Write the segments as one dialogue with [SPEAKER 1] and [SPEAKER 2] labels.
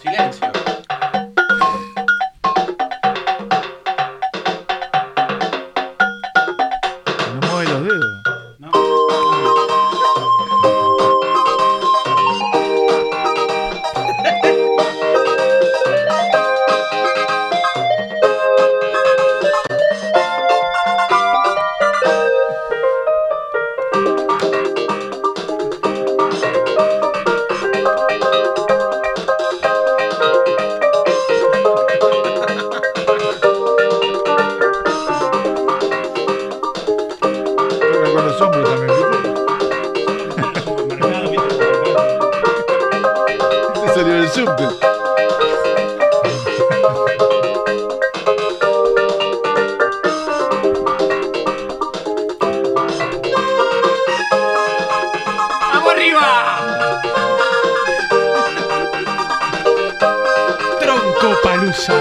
[SPEAKER 1] Silencio.
[SPEAKER 2] Que No mueve los dedos.
[SPEAKER 1] No.
[SPEAKER 2] Toca con los hombros también, ¿viste?
[SPEAKER 1] Supermercado, viste, supermercado.
[SPEAKER 2] Este salió del subte.
[SPEAKER 1] ¡Vamos arriba!
[SPEAKER 3] Tronco Palusa.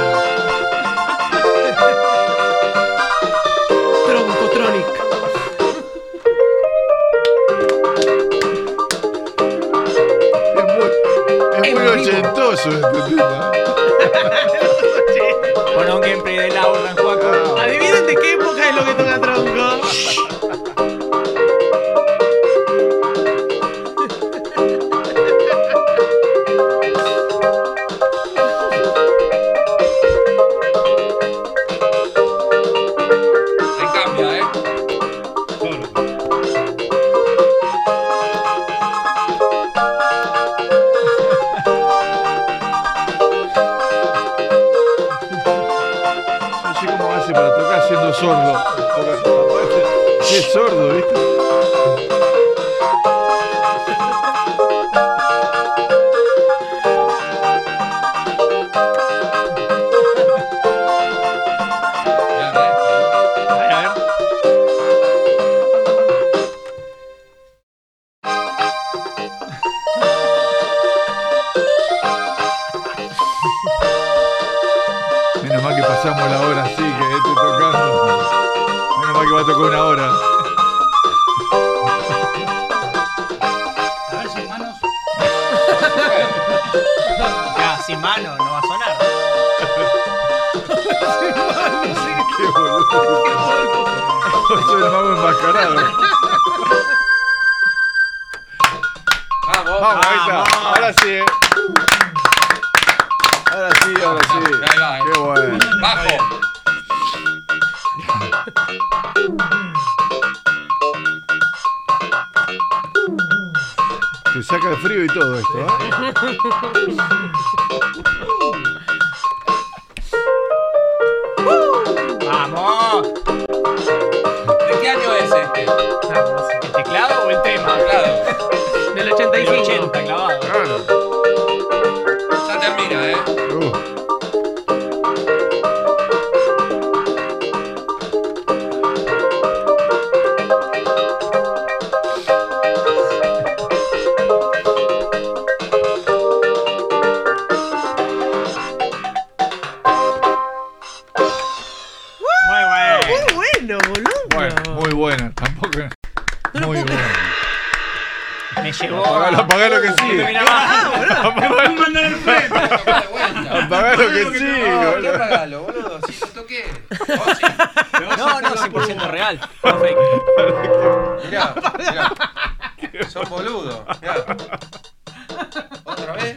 [SPEAKER 3] Troncotronic.
[SPEAKER 2] Es muy, es
[SPEAKER 3] En
[SPEAKER 2] muy
[SPEAKER 3] vivo.
[SPEAKER 2] ochentoso este tema. ¿eh?
[SPEAKER 1] Con un gameplay de Laura, Juaco.
[SPEAKER 3] Adivinen de qué época es lo que toca Tronco.
[SPEAKER 1] Ahí cambia, ¿eh? Solo.
[SPEAKER 2] No sé cómo hace para tocar siendo sordo. Sí, es sordo, ¿viste?
[SPEAKER 1] Ya, ¿eh? A ver, a ver.
[SPEAKER 2] Menos mal que pasamos la hora así, que estoy tocando. Menos mal que va a tocar una hora.
[SPEAKER 1] A ver, sin manos. ya, sin mano, no va a sonar.
[SPEAKER 2] Qué boludo. Soy el mago enmascarado.
[SPEAKER 1] Vamos,
[SPEAKER 2] Vamos, ahí está. Ahora sí. eh. Ahora sí, ahora sí.
[SPEAKER 1] Ahí va, eh.
[SPEAKER 2] Qué bueno.
[SPEAKER 1] Bajo.
[SPEAKER 2] Te saca el frío y todo esto, ¿eh?
[SPEAKER 1] Vamos. ¿De qué año es este? ¿El teclado o el tema?
[SPEAKER 4] Ah,
[SPEAKER 1] Claro.
[SPEAKER 3] Del
[SPEAKER 1] Del
[SPEAKER 3] 85.
[SPEAKER 1] 80, clavado.
[SPEAKER 2] Claro.
[SPEAKER 1] Ya termina, ¿eh?
[SPEAKER 2] Uh.
[SPEAKER 3] llegó.
[SPEAKER 2] Apagalo, apagalo que
[SPEAKER 1] De
[SPEAKER 2] sí.
[SPEAKER 1] Miramar.
[SPEAKER 3] ¡Ah, boludo! ¡Mandar el frente!
[SPEAKER 1] Dale vuelta.
[SPEAKER 2] Apagalo que sí,
[SPEAKER 5] No, ¿qué
[SPEAKER 2] boludo.
[SPEAKER 5] apagalo, boludo? Si yo toqué.
[SPEAKER 3] Oh,
[SPEAKER 1] No, no, 100% real. No fake.
[SPEAKER 5] Mirá, mirá. Sos boludo. Mirá. ¿Otra vez?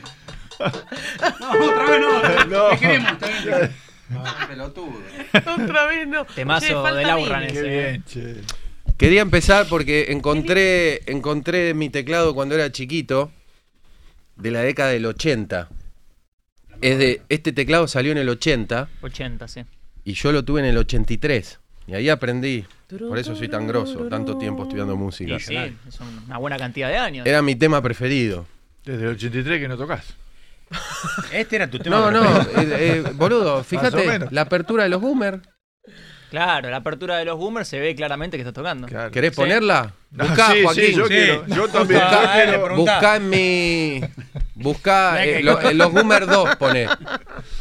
[SPEAKER 3] No, otra vez no.
[SPEAKER 2] No.
[SPEAKER 3] Te queremos, está bien.
[SPEAKER 5] No, pelotudo.
[SPEAKER 3] Otra vez no.
[SPEAKER 1] Temazo
[SPEAKER 3] Che, falta
[SPEAKER 1] del Aurran
[SPEAKER 3] Vini.
[SPEAKER 2] Qué bien, che.
[SPEAKER 5] Quería empezar porque encontré, encontré mi teclado cuando era chiquito, de la década del 80. Es de, este teclado salió en el 80
[SPEAKER 1] 80, sí.
[SPEAKER 5] y yo lo tuve en el 83. Y ahí aprendí. Por eso soy tan grosso, tanto tiempo estudiando música.
[SPEAKER 1] Y sí, es una buena cantidad de años.
[SPEAKER 5] Era mi tema preferido.
[SPEAKER 2] Desde el 83 que no tocas.
[SPEAKER 1] Ah,
[SPEAKER 4] Este era tu tema.
[SPEAKER 5] No, no,
[SPEAKER 4] preferido.
[SPEAKER 5] eh, eh, boludo,
[SPEAKER 2] Más o
[SPEAKER 5] fíjate,
[SPEAKER 2] menos.
[SPEAKER 5] la apertura de los boomers.
[SPEAKER 1] Claro, la apertura de los boomers se ve claramente que está tocando.
[SPEAKER 2] Claro.
[SPEAKER 5] ¿Querés ponerla? Buscá,
[SPEAKER 2] Ah, sí, sí,
[SPEAKER 5] Joaquín.
[SPEAKER 2] yo
[SPEAKER 4] Sí.
[SPEAKER 2] quiero. Yo también.
[SPEAKER 4] Justo,
[SPEAKER 2] yo
[SPEAKER 4] dale,
[SPEAKER 2] quiero.
[SPEAKER 4] preguntá.
[SPEAKER 5] Buscá en mi. Buscá
[SPEAKER 4] Mirá
[SPEAKER 5] eh,
[SPEAKER 4] que-
[SPEAKER 5] lo- en los Boomer 2, pone.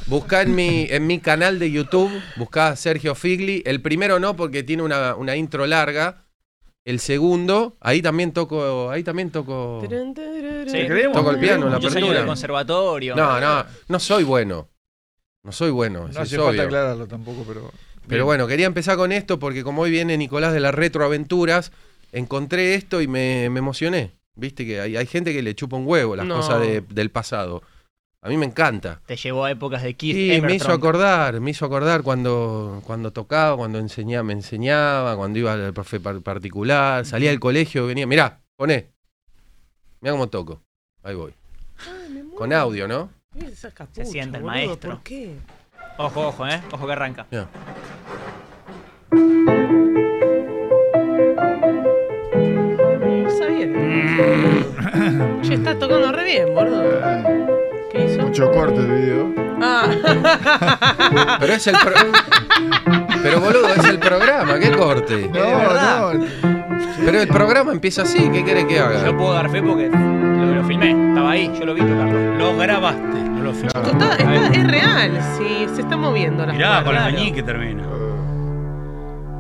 [SPEAKER 5] Buscá en mi, en mi canal de YouTube, buscá a Sergio Figli. El primero no, porque tiene una, una intro larga. El segundo, ahí también toco. Ahí también toco.
[SPEAKER 1] Sí.
[SPEAKER 2] creemos?
[SPEAKER 5] Toco el piano, la
[SPEAKER 1] Yo salí del
[SPEAKER 5] apertura.
[SPEAKER 1] conservatorio.
[SPEAKER 5] No, no, no soy bueno. No soy bueno,
[SPEAKER 2] No
[SPEAKER 5] eso es
[SPEAKER 2] hace
[SPEAKER 5] obvio.
[SPEAKER 2] falta aclararlo tampoco, pero.
[SPEAKER 5] Pero bueno, quería empezar con esto porque como hoy viene Nicolás de las Retroaventuras, encontré esto y me, me emocioné. Viste que hay, hay gente que le chupa un huevo las
[SPEAKER 3] No.
[SPEAKER 5] cosas de- del pasado. A mí me encanta.
[SPEAKER 1] Te llevó a épocas de Kiss.
[SPEAKER 5] Y me hizo
[SPEAKER 1] Emerson.
[SPEAKER 5] acordar, me hizo acordar cuando, cuando tocaba, cuando enseñaba, me enseñaba, cuando iba al profe par- particular, salía del colegio, venía, mirá, poné. Mirá cómo toco. Ahí voy. Con audio, ¿no?
[SPEAKER 1] Se sienta el maestro.
[SPEAKER 3] ¿Por qué?
[SPEAKER 1] Ojo, ojo, eh. Ojo que arranca.
[SPEAKER 5] Mirá.
[SPEAKER 3] No sabía. Che, está tocando re bien, boludo. Ah, ¿Qué hizo?
[SPEAKER 2] Mucho corte el video.
[SPEAKER 3] Ah,
[SPEAKER 5] Pero es el pro- Pero boludo, es el programa, qué corte.
[SPEAKER 2] No, no.
[SPEAKER 5] Pero el programa empieza así, ¿qué quiere que
[SPEAKER 1] Yo
[SPEAKER 5] haga?
[SPEAKER 1] puedo dar fe porque lo, lo filmé. Estaba ahí, yo lo vi tocarlo.
[SPEAKER 4] Lo grabaste, no lo filmaste.
[SPEAKER 3] está, está- es real. Sí, se está moviendo la
[SPEAKER 4] Mirá, con el
[SPEAKER 1] Claro.
[SPEAKER 4] meñique termina.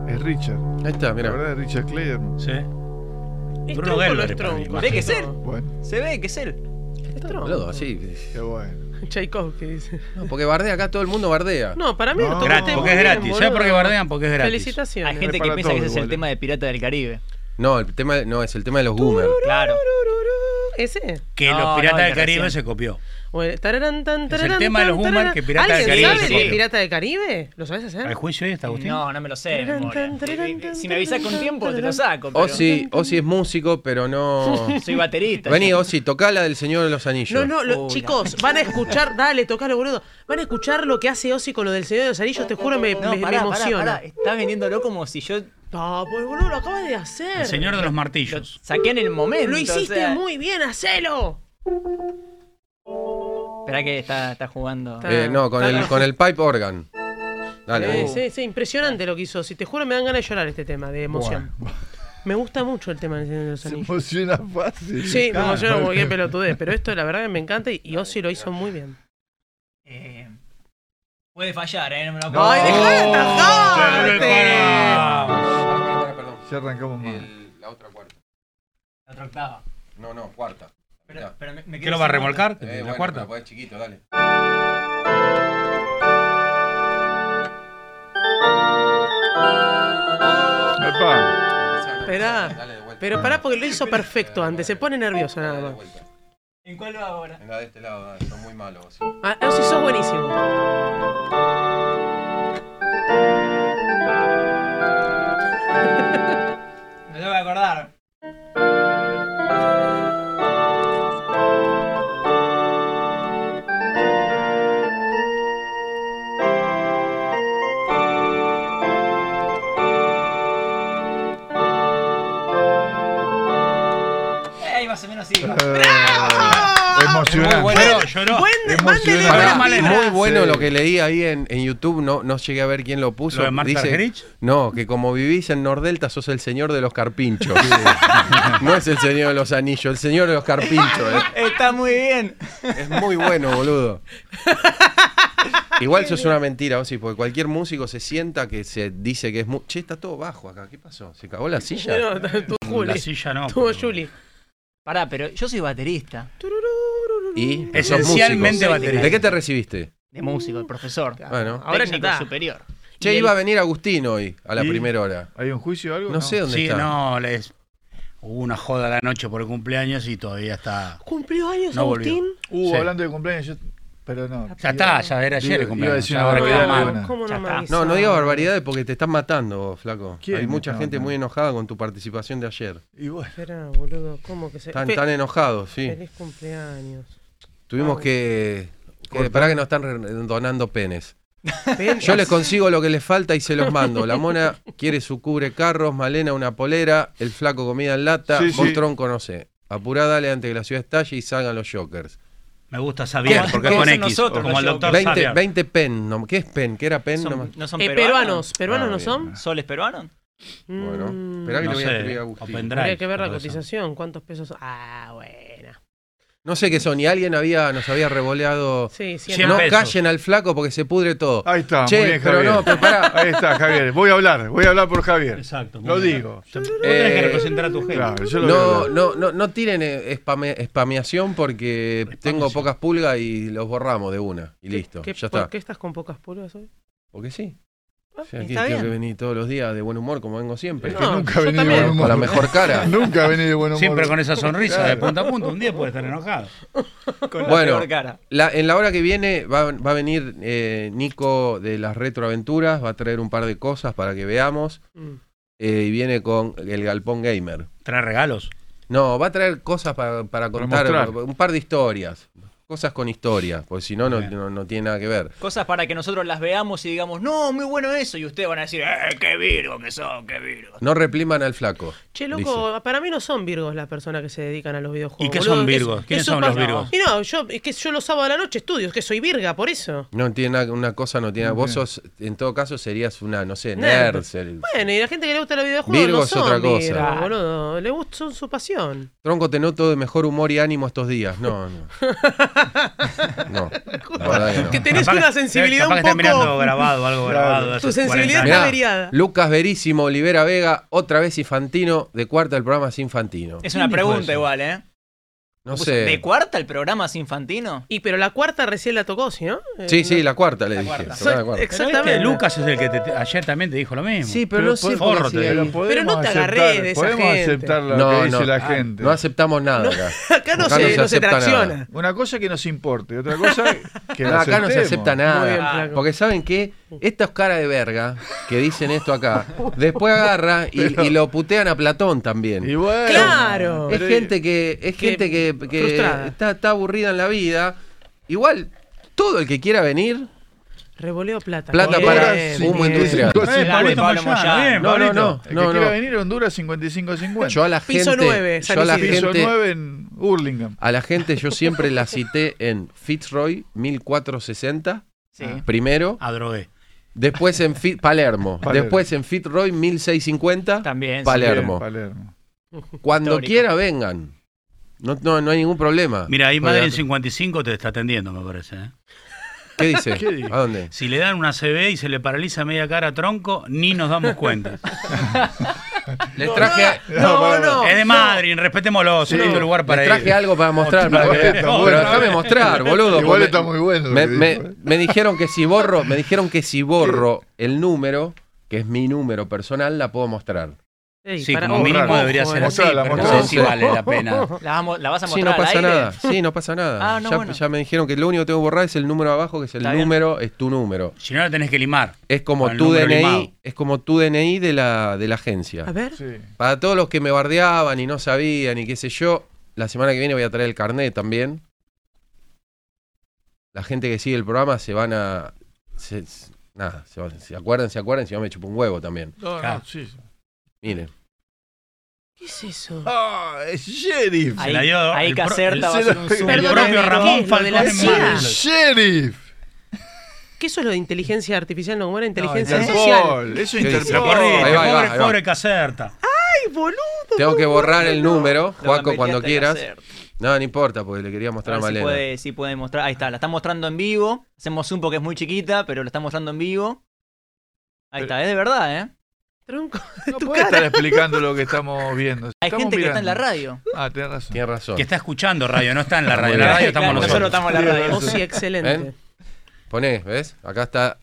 [SPEAKER 2] Es Richard.
[SPEAKER 5] Ahí está,
[SPEAKER 2] La
[SPEAKER 5] mira.
[SPEAKER 2] verdad es Richard Clayerman.
[SPEAKER 4] Sí.
[SPEAKER 3] Es
[SPEAKER 4] Bruno
[SPEAKER 3] tronco, no
[SPEAKER 4] Gerber,
[SPEAKER 3] es
[SPEAKER 4] para mí.
[SPEAKER 3] tronco.
[SPEAKER 1] Tiene que ser.
[SPEAKER 2] Bueno,
[SPEAKER 1] Se ve que es él.
[SPEAKER 3] Es tronco.
[SPEAKER 5] Boludo, así.
[SPEAKER 2] qué bueno.
[SPEAKER 3] Tchaikovsky dice.
[SPEAKER 5] No, porque bardea acá, todo el mundo bardea.
[SPEAKER 3] No, para mí
[SPEAKER 2] No.
[SPEAKER 3] lo tocaste
[SPEAKER 4] Gratis,
[SPEAKER 3] muy
[SPEAKER 4] porque es
[SPEAKER 3] bien,
[SPEAKER 4] gratis. ¿Sabes
[SPEAKER 3] boludo.
[SPEAKER 4] por qué bardean? Porque es gratis.
[SPEAKER 3] Felicitaciones.
[SPEAKER 1] Hay gente que
[SPEAKER 2] para
[SPEAKER 1] piensa
[SPEAKER 2] todo
[SPEAKER 1] que ese es el
[SPEAKER 2] igual,
[SPEAKER 1] tema de Pirata del Caribe.
[SPEAKER 5] No, el tema no es el tema de los boomers.
[SPEAKER 1] Claro.
[SPEAKER 3] ¿Ese?
[SPEAKER 4] Que
[SPEAKER 1] No,
[SPEAKER 4] los
[SPEAKER 1] no,
[SPEAKER 4] Piratas
[SPEAKER 1] el
[SPEAKER 4] del Caribe
[SPEAKER 1] recién.
[SPEAKER 4] se copió.
[SPEAKER 3] O el tararán, tan,
[SPEAKER 4] Es el
[SPEAKER 3] tararán,
[SPEAKER 4] tema de los
[SPEAKER 3] tan,
[SPEAKER 4] Boomers
[SPEAKER 3] tararán.
[SPEAKER 4] que Pirata del
[SPEAKER 3] ¿Alguien
[SPEAKER 4] Caribe
[SPEAKER 3] sabe
[SPEAKER 4] se
[SPEAKER 3] de
[SPEAKER 4] copió.
[SPEAKER 3] Pirata del Caribe? ¿Lo sabes hacer?
[SPEAKER 4] ¿Al juicio este, Agustín?
[SPEAKER 1] No, no me lo sé. de memoria. Eh,
[SPEAKER 3] Tararán, tararán,
[SPEAKER 1] Si me avisas con tiempo, te lo saco.
[SPEAKER 4] Oh,
[SPEAKER 5] O
[SPEAKER 1] Pero
[SPEAKER 5] si es músico, pero no.
[SPEAKER 1] Soy baterista.
[SPEAKER 5] Vení,
[SPEAKER 1] yo.
[SPEAKER 5] Ozzy, tocá la del Señor de los Anillos.
[SPEAKER 3] No, no, lo-
[SPEAKER 1] Uy,
[SPEAKER 3] chicos, van a escuchar, dale, tocalo, boludo. Van a escuchar lo que hace Ozzy con lo del Señor de los Anillos, te juro, me,
[SPEAKER 1] No,
[SPEAKER 3] me- me
[SPEAKER 1] pará, pará,
[SPEAKER 3] emociona.
[SPEAKER 1] pará. Estás vendiéndolo como si yo
[SPEAKER 3] No, pues boludo, lo acabas de hacer.
[SPEAKER 4] El señor de los
[SPEAKER 1] lo
[SPEAKER 4] martillos.
[SPEAKER 1] saqué en el momento.
[SPEAKER 3] Lo
[SPEAKER 1] o
[SPEAKER 3] hiciste
[SPEAKER 1] sea.
[SPEAKER 3] muy bien, hacelo.
[SPEAKER 1] Esperá que está, está jugando.
[SPEAKER 5] Eh, no, con el, con el pipe organ. Dale.
[SPEAKER 3] Eh, sí, sí, impresionante lo que hizo. Si te juro, me dan ganas de llorar este tema de emoción. Me gusta mucho el tema del Señor de los
[SPEAKER 2] Se
[SPEAKER 3] Anillos.
[SPEAKER 2] emociona fácil.
[SPEAKER 3] Sí, me
[SPEAKER 2] Claro.
[SPEAKER 3] emociona como cualquier pelotudez, pero esto la verdad que me encanta y- y Ozzy lo hizo muy bien.
[SPEAKER 1] Eh, puede fallar, ¿eh? No me lo
[SPEAKER 2] No.
[SPEAKER 3] ¡Ay, dejá de
[SPEAKER 4] Pero
[SPEAKER 3] atajarte!
[SPEAKER 4] para-
[SPEAKER 2] Ya arrancamos más.
[SPEAKER 5] La otra cuarta.
[SPEAKER 1] La otra octava.
[SPEAKER 5] No, no, cuarta.
[SPEAKER 1] Pero, pero me, me
[SPEAKER 4] ¿Qué
[SPEAKER 1] quedo
[SPEAKER 4] lo va a
[SPEAKER 1] sin
[SPEAKER 4] remolcar?
[SPEAKER 5] Eh,
[SPEAKER 4] ¿La
[SPEAKER 5] bueno,
[SPEAKER 4] cuarta?
[SPEAKER 5] pero podés chiquito, dale.
[SPEAKER 2] Epa.
[SPEAKER 3] Esperá.
[SPEAKER 5] de vuelta.
[SPEAKER 3] Pero pará porque lo hizo perfecto antes, se pone nervioso nada
[SPEAKER 5] Dale de
[SPEAKER 3] más.
[SPEAKER 5] vuelta.
[SPEAKER 1] nota. ¿En cuál va ahora?
[SPEAKER 5] Venga, de este lado, dale, son muy malos. Ozzy.
[SPEAKER 3] Ah, Ozzy, sos buenísimo.
[SPEAKER 1] Me tengo que acordar. Ahí más o menos
[SPEAKER 5] Eh,
[SPEAKER 1] sí.
[SPEAKER 2] Eh, Emocionante.
[SPEAKER 4] Bueno, lloró.
[SPEAKER 3] Buen, mándele
[SPEAKER 2] Pará,
[SPEAKER 3] buena
[SPEAKER 4] mal es
[SPEAKER 3] vibra.
[SPEAKER 5] muy bueno
[SPEAKER 2] Sí.
[SPEAKER 5] lo que leí ahí en, en YouTube, no, no llegué a ver quién lo puso.
[SPEAKER 4] ¿Lo de Marta Argerich?
[SPEAKER 5] No, que como vivís en Nordelta sos el señor de los carpinchos. no es el señor de los anillos, el señor de los carpinchos.
[SPEAKER 1] Está muy bien.
[SPEAKER 5] Es, es muy bueno, boludo. Igual eso es una mentira, Ozzy, porque cualquier músico se sienta que se dice que es... mu- Che, está todo bajo acá, ¿qué pasó? ¿Se cagó la silla?
[SPEAKER 3] No, tu
[SPEAKER 4] La
[SPEAKER 3] Juli.
[SPEAKER 4] silla no.
[SPEAKER 3] Tuvo
[SPEAKER 4] pero-
[SPEAKER 3] Juli.
[SPEAKER 6] Pará, pero yo soy baterista
[SPEAKER 5] Y sos
[SPEAKER 4] Esencialmente
[SPEAKER 5] músico.
[SPEAKER 4] baterista.
[SPEAKER 5] ¿De qué te recibiste?
[SPEAKER 6] de músico, el profesor.
[SPEAKER 5] Bueno.
[SPEAKER 3] Ah, Ahora ya
[SPEAKER 6] técnico
[SPEAKER 3] está.
[SPEAKER 6] superior.
[SPEAKER 5] Che,
[SPEAKER 6] Y
[SPEAKER 5] iba a
[SPEAKER 6] el-
[SPEAKER 5] venir Agustín hoy, a la
[SPEAKER 2] ¿Y?
[SPEAKER 5] primera hora.
[SPEAKER 2] ¿Hay un juicio o algo?
[SPEAKER 5] No sé dónde
[SPEAKER 4] Sí,
[SPEAKER 5] está.
[SPEAKER 4] no, les hubo una joda la noche por el cumpleaños y todavía está.
[SPEAKER 3] ¿Cumplió años
[SPEAKER 4] No volvió.
[SPEAKER 3] Agustín?
[SPEAKER 2] Uh,
[SPEAKER 4] Sí.
[SPEAKER 2] hablando de cumpleaños, yo. Pero no.
[SPEAKER 4] Ya está, ya era ayer
[SPEAKER 2] Iba-
[SPEAKER 4] el
[SPEAKER 2] iba a
[SPEAKER 4] cumpleaños. ya
[SPEAKER 2] decir una
[SPEAKER 4] Ahora queda
[SPEAKER 2] barbaridad,
[SPEAKER 4] mal.
[SPEAKER 2] bueno.
[SPEAKER 3] ¿Cómo
[SPEAKER 6] Ya
[SPEAKER 3] no me
[SPEAKER 6] está.
[SPEAKER 3] avisaron?
[SPEAKER 5] No, no digas barbaridades porque te están matando, vos, flaco.
[SPEAKER 2] ¿Quién
[SPEAKER 5] Hay
[SPEAKER 2] me
[SPEAKER 5] mucha
[SPEAKER 2] está
[SPEAKER 5] gente
[SPEAKER 2] matando?
[SPEAKER 5] muy enojada con tu participación de ayer.
[SPEAKER 2] Y bueno.
[SPEAKER 3] Esperá, boludo, ¿cómo que se.?
[SPEAKER 5] Están
[SPEAKER 3] Fe-
[SPEAKER 5] tan enojados, sí.
[SPEAKER 3] Feliz cumpleaños.
[SPEAKER 5] Tuvimos
[SPEAKER 2] Ah.
[SPEAKER 5] que. que pará que nos están re- donando penes.
[SPEAKER 3] Ven,
[SPEAKER 5] Yo les consigo lo que les falta y se los mando. La mona quiere su cubre carros, Malena una polera, el flaco comida en lata,
[SPEAKER 2] Sí, sí.
[SPEAKER 5] vos tronco no sé. Apurá, dale antes que la ciudad estalle y salgan los jokers.
[SPEAKER 4] Me gusta Xavier porque es
[SPEAKER 6] ¿Cómo
[SPEAKER 4] con X,
[SPEAKER 6] hacen nosotros,
[SPEAKER 4] como el
[SPEAKER 6] los
[SPEAKER 4] doctor
[SPEAKER 5] 20,
[SPEAKER 4] Xavier.
[SPEAKER 5] 20 pen. no- ¿Qué es pen? ¿Qué era pen?
[SPEAKER 6] son-
[SPEAKER 5] No me-
[SPEAKER 6] ¿No son
[SPEAKER 3] Eh, peruanos, peruanos
[SPEAKER 5] Ah,
[SPEAKER 3] no
[SPEAKER 5] bien.
[SPEAKER 3] son.
[SPEAKER 6] ¿Soles peruanos?
[SPEAKER 5] Bueno,
[SPEAKER 3] Mm,
[SPEAKER 5] esperá que
[SPEAKER 4] No
[SPEAKER 5] le voy a escribir
[SPEAKER 4] sé,
[SPEAKER 5] a
[SPEAKER 4] o
[SPEAKER 5] Agustín.
[SPEAKER 4] pendrive.
[SPEAKER 3] Habría que ver la
[SPEAKER 4] algo de eso.
[SPEAKER 3] cotización, cuántos pesos. son? Ah, buena.
[SPEAKER 5] No sé qué son. Y alguien había, nos había revoleado.
[SPEAKER 3] Sí, sí.
[SPEAKER 4] Cien
[SPEAKER 5] no
[SPEAKER 4] pesos.
[SPEAKER 5] callen al flaco porque se pudre todo.
[SPEAKER 2] Ahí está,
[SPEAKER 5] Che,
[SPEAKER 2] muy bien,
[SPEAKER 5] pero
[SPEAKER 2] Javier.
[SPEAKER 5] no, pero pará.
[SPEAKER 2] Ahí está, Javier. Voy a hablar, voy a hablar por Javier.
[SPEAKER 4] Exacto.
[SPEAKER 2] Lo
[SPEAKER 4] muy bien.
[SPEAKER 2] digo.
[SPEAKER 4] Vos tenés
[SPEAKER 5] Eh,
[SPEAKER 4] que representar a tu gente.
[SPEAKER 2] Claro, yo lo
[SPEAKER 5] No,
[SPEAKER 2] veo.
[SPEAKER 5] no, no, no tiren eh, spame- spameación porque tengo pocas pulgas y los borramos de una. Y listo,
[SPEAKER 3] ¿Qué-
[SPEAKER 5] ya
[SPEAKER 3] ¿Por
[SPEAKER 5] está.
[SPEAKER 3] qué estás con pocas pulgas hoy?
[SPEAKER 5] Porque sí.
[SPEAKER 3] Ah,
[SPEAKER 5] O sea, aquí
[SPEAKER 3] está
[SPEAKER 5] tengo que
[SPEAKER 3] bien.
[SPEAKER 5] venir todos los días de buen humor como vengo siempre.
[SPEAKER 2] Es que
[SPEAKER 3] no,
[SPEAKER 2] nunca
[SPEAKER 3] yo
[SPEAKER 2] vení de
[SPEAKER 3] también.
[SPEAKER 2] buen humor.
[SPEAKER 5] Con la mejor cara.
[SPEAKER 2] Nunca vení de buen humor.
[SPEAKER 4] Siempre con esa sonrisa de
[SPEAKER 2] Claro.
[SPEAKER 4] punta a punta. Un día puede estar enojado.
[SPEAKER 6] Con
[SPEAKER 5] Bueno.
[SPEAKER 6] la peor cara.
[SPEAKER 5] La- en la hora que viene va, va a venir eh, Nico de las retroaventuras, va a traer un par de cosas para que veamos.
[SPEAKER 3] Mm.
[SPEAKER 5] eh, y viene con el Galpón Gamer.
[SPEAKER 4] Trae regalos.
[SPEAKER 5] No, va a traer cosas para, para contar,
[SPEAKER 2] mostrar.
[SPEAKER 5] un par de historias. Cosas con historias, porque si no, no,
[SPEAKER 4] Bien.
[SPEAKER 5] no, no tiene nada que ver.
[SPEAKER 6] Cosas para que nosotros las veamos y digamos, no, muy bueno eso. Y ustedes van a decir, eh, qué virgo que son, qué virgo.
[SPEAKER 5] No repriman al flaco.
[SPEAKER 3] Che,
[SPEAKER 5] dice.
[SPEAKER 3] loco, para mí no son virgos las personas que se dedican a los videojuegos.
[SPEAKER 4] ¿Y qué
[SPEAKER 3] boludo,
[SPEAKER 4] son
[SPEAKER 3] que es-
[SPEAKER 4] virgos? ¿Quiénes
[SPEAKER 3] eso
[SPEAKER 4] son los
[SPEAKER 3] pasa-
[SPEAKER 4] virgos?
[SPEAKER 3] Y no, yo, es que yo los sábados a la noche estudio, es que soy virga, por eso.
[SPEAKER 5] No tiene nada- una cosa, no tiene nada. Vos sos, en todo caso, serías una, no sé,
[SPEAKER 3] Nerd.
[SPEAKER 5] nerd. ser-
[SPEAKER 3] Bueno, y la gente que le gusta los videojuegos
[SPEAKER 5] Virgo
[SPEAKER 3] no
[SPEAKER 5] es
[SPEAKER 3] son
[SPEAKER 5] otra cosa.
[SPEAKER 3] virgos, boludo. Le gusta, son su pasión.
[SPEAKER 5] Tronco, te noto de mejor humor y ánimo estos días. No, no. No, la verdad que no.
[SPEAKER 3] Que tenés
[SPEAKER 4] Capaz
[SPEAKER 3] una
[SPEAKER 4] que-
[SPEAKER 3] sensibilidad
[SPEAKER 4] capaz
[SPEAKER 3] un
[SPEAKER 4] que estás mirando
[SPEAKER 3] poco.
[SPEAKER 4] grabado, algo grabado. de hace
[SPEAKER 3] Tu
[SPEAKER 4] 40
[SPEAKER 3] sensibilidad está
[SPEAKER 4] años.
[SPEAKER 3] averiada.
[SPEAKER 5] Lucas Verísimo, Olivera Vega, otra vez Infantino, de cuarta el programa es Infantino.
[SPEAKER 6] Es una
[SPEAKER 4] ¿Quién dijo eso?
[SPEAKER 6] pregunta igual, ¿eh?
[SPEAKER 5] No
[SPEAKER 6] Puso,
[SPEAKER 5] sé.
[SPEAKER 6] ¿De cuarta el programa es infantino?
[SPEAKER 3] Y pero la cuarta recién la tocó, ¿sí, no? Eh,
[SPEAKER 5] Sí, sí, la cuarta le dije.
[SPEAKER 6] cuarta.
[SPEAKER 5] programa de cuarta.
[SPEAKER 4] Pero viste,
[SPEAKER 3] Exactamente.
[SPEAKER 4] Lucas es el que te- te- ayer también te dijo lo mismo.
[SPEAKER 5] Sí, pero no sé. por
[SPEAKER 4] forro
[SPEAKER 5] qué
[SPEAKER 4] te
[SPEAKER 5] sigue
[SPEAKER 4] digo.
[SPEAKER 5] ahí.
[SPEAKER 3] Pero no te
[SPEAKER 2] aceptar-
[SPEAKER 3] agarrés de esa
[SPEAKER 2] podemos
[SPEAKER 3] gente.
[SPEAKER 2] aceptar lo
[SPEAKER 5] No,
[SPEAKER 2] que dice
[SPEAKER 5] no. Ah,
[SPEAKER 2] la gente.
[SPEAKER 5] No aceptamos nada acá.
[SPEAKER 3] Acá no, se, no se
[SPEAKER 5] acepta nada.
[SPEAKER 3] tracciona.
[SPEAKER 2] Una cosa que nos importe, otra cosa que
[SPEAKER 5] No, Ah, acá no se acepta
[SPEAKER 3] Muy bien,
[SPEAKER 5] nada.
[SPEAKER 3] flaco.
[SPEAKER 5] Porque saben que estas caras de verga que dicen esto acá, después agarra y, y lo putean a Platón también.
[SPEAKER 2] Y bueno,
[SPEAKER 3] Claro.
[SPEAKER 5] es gente que, es
[SPEAKER 3] que-
[SPEAKER 5] gente que, que
[SPEAKER 3] frustrada.
[SPEAKER 5] está, está aburrida en la vida. Igual, todo el que quiera venir,
[SPEAKER 3] Revoleo plata.
[SPEAKER 5] Plata
[SPEAKER 3] Bien,
[SPEAKER 5] para
[SPEAKER 3] bien.
[SPEAKER 5] humo industrial.
[SPEAKER 2] Cinco,
[SPEAKER 4] Eh,
[SPEAKER 2] cinco,
[SPEAKER 4] Pablito
[SPEAKER 6] Pablo
[SPEAKER 4] Moyano,
[SPEAKER 6] Moyano.
[SPEAKER 4] bien,
[SPEAKER 5] No, no,
[SPEAKER 4] Pablito.
[SPEAKER 5] no.
[SPEAKER 2] El que
[SPEAKER 5] no,
[SPEAKER 2] quiera
[SPEAKER 5] no.
[SPEAKER 2] venir a Honduras 55-50.
[SPEAKER 5] Yo a la gente.
[SPEAKER 3] Piso nueve,
[SPEAKER 5] yo a la
[SPEAKER 3] San
[SPEAKER 2] piso
[SPEAKER 5] gente.
[SPEAKER 2] 9 en Hurlingham.
[SPEAKER 5] A la gente yo siempre la cité en Fitzroy 1460,
[SPEAKER 6] Sí.
[SPEAKER 5] primero,
[SPEAKER 4] A Ah, drogué.
[SPEAKER 5] después en Fi- Palermo,
[SPEAKER 2] Palermo.
[SPEAKER 5] después en Fitzroy 1650,
[SPEAKER 6] También. sí.
[SPEAKER 5] Palermo.
[SPEAKER 2] Bien, Palermo.
[SPEAKER 5] Cuando
[SPEAKER 6] Histórico.
[SPEAKER 5] quiera vengan. No, no, no hay ningún problema.
[SPEAKER 4] Mira, ahí
[SPEAKER 5] Oiga,
[SPEAKER 4] Madrid 55 te está atendiendo, me parece. ¿eh?
[SPEAKER 5] ¿Qué dice?
[SPEAKER 2] ¿Qué dice?
[SPEAKER 5] ¿A dónde?
[SPEAKER 4] Si le dan una CB y se le paraliza media cara a tronco, ni nos damos cuenta.
[SPEAKER 5] Les traje,
[SPEAKER 3] No, no.
[SPEAKER 4] es de Madrid, respetémoslo, es
[SPEAKER 2] Sí.
[SPEAKER 4] un lugar para
[SPEAKER 5] les traje
[SPEAKER 4] ir.
[SPEAKER 5] algo para mostrar.
[SPEAKER 2] Otra
[SPEAKER 5] para que-
[SPEAKER 2] vez, está
[SPEAKER 5] pero
[SPEAKER 2] bueno.
[SPEAKER 5] déjame mostrar, boludo.
[SPEAKER 2] Igual
[SPEAKER 5] porque
[SPEAKER 2] está muy bueno lo
[SPEAKER 5] Me,
[SPEAKER 2] que
[SPEAKER 5] me-
[SPEAKER 2] dijo, ¿eh?
[SPEAKER 5] me dijeron que si borro, me dijeron que si borro el número, que es mi número personal, la puedo mostrar.
[SPEAKER 3] Ey,
[SPEAKER 4] Sí,
[SPEAKER 3] para-
[SPEAKER 4] como
[SPEAKER 3] ojo,
[SPEAKER 4] mínimo
[SPEAKER 3] eh.
[SPEAKER 4] debería ser así,
[SPEAKER 2] Mostrala,
[SPEAKER 4] pero no
[SPEAKER 5] mostrala.
[SPEAKER 4] sé si vale la pena.
[SPEAKER 6] La, vamos- la vas a
[SPEAKER 5] Sí,
[SPEAKER 6] mostrar
[SPEAKER 5] no pasa
[SPEAKER 6] al aire?
[SPEAKER 5] nada. Sí, no pasa nada.
[SPEAKER 6] Ah, no,
[SPEAKER 5] ya,
[SPEAKER 6] bueno.
[SPEAKER 5] ya me dijeron que lo único que tengo que borrar es el número abajo, que es el
[SPEAKER 6] Está bien.
[SPEAKER 5] número, es tu número.
[SPEAKER 4] Si no, la tenés que limar.
[SPEAKER 5] Es como
[SPEAKER 4] Con el
[SPEAKER 5] tu
[SPEAKER 4] número
[SPEAKER 5] DNI,
[SPEAKER 4] limado.
[SPEAKER 5] es como tu DNI de la, de la agencia.
[SPEAKER 3] A ver.
[SPEAKER 2] Sí.
[SPEAKER 5] Para todos los que me bardeaban y no sabían y qué sé yo, la semana que viene voy a traer el carnet también. La gente que sigue el programa se van a. se- se- nada, se, van- se acuerdan, se acuerdan, si no me chupo un huevo también.
[SPEAKER 4] Claro.
[SPEAKER 2] Sí, sí.
[SPEAKER 5] Miren.
[SPEAKER 3] ¿Qué es eso?
[SPEAKER 2] Ah, es sheriff.
[SPEAKER 6] Ahí,
[SPEAKER 4] la dio
[SPEAKER 6] ahí
[SPEAKER 4] el pro-
[SPEAKER 6] Caserta va a hacer un
[SPEAKER 2] el
[SPEAKER 6] zoom.
[SPEAKER 4] El
[SPEAKER 3] Perdóname,
[SPEAKER 4] propio
[SPEAKER 3] ¿qué
[SPEAKER 4] Ramón
[SPEAKER 3] es lo de la
[SPEAKER 4] Falcón en
[SPEAKER 3] CIA?
[SPEAKER 4] Madrid.
[SPEAKER 2] Sheriff.
[SPEAKER 3] ¿Qué eso es lo de inteligencia artificial? No, bueno, inteligencia social.
[SPEAKER 2] Interpol. Eso es
[SPEAKER 5] Sí,
[SPEAKER 4] Lo
[SPEAKER 2] Interpol.
[SPEAKER 4] corrí,
[SPEAKER 5] Ahí va, ahí va,
[SPEAKER 4] pobre,
[SPEAKER 5] ahí va.
[SPEAKER 4] pobre Caserta.
[SPEAKER 3] ¡Ay, boludo!
[SPEAKER 5] Tengo que borrar el número,
[SPEAKER 6] Lo van
[SPEAKER 5] Juaco, cuando
[SPEAKER 6] mediante
[SPEAKER 5] quieras.
[SPEAKER 6] Caserta.
[SPEAKER 5] No, no importa, porque le quería
[SPEAKER 6] A
[SPEAKER 5] mostrar
[SPEAKER 6] ver
[SPEAKER 5] a,
[SPEAKER 6] si
[SPEAKER 5] Malena.
[SPEAKER 6] puede, si puede mostrar. Ahí está, la está mostrando en vivo. Hacemos zoom porque es muy chiquita, pero lo está mostrando en vivo. Ahí está, es de verdad, ¿eh?
[SPEAKER 3] tronco de
[SPEAKER 2] No
[SPEAKER 3] tu
[SPEAKER 2] puede
[SPEAKER 3] cara.
[SPEAKER 2] estar explicando lo que estamos viendo.
[SPEAKER 6] Hay
[SPEAKER 2] Estamos
[SPEAKER 6] gente que está en la
[SPEAKER 2] mirando.
[SPEAKER 6] radio.
[SPEAKER 2] Ah, tenés razón.
[SPEAKER 5] Tienes razón.
[SPEAKER 4] Que está escuchando radio, no está en la radio.
[SPEAKER 5] Muy
[SPEAKER 4] En la
[SPEAKER 5] bien.
[SPEAKER 4] radio estamos
[SPEAKER 6] Claro, nosotros
[SPEAKER 4] nosotros.
[SPEAKER 6] estamos en la radio.
[SPEAKER 3] Oh, sí, excelente.
[SPEAKER 5] ¿Ven? Poné, ¿ves? Acá está.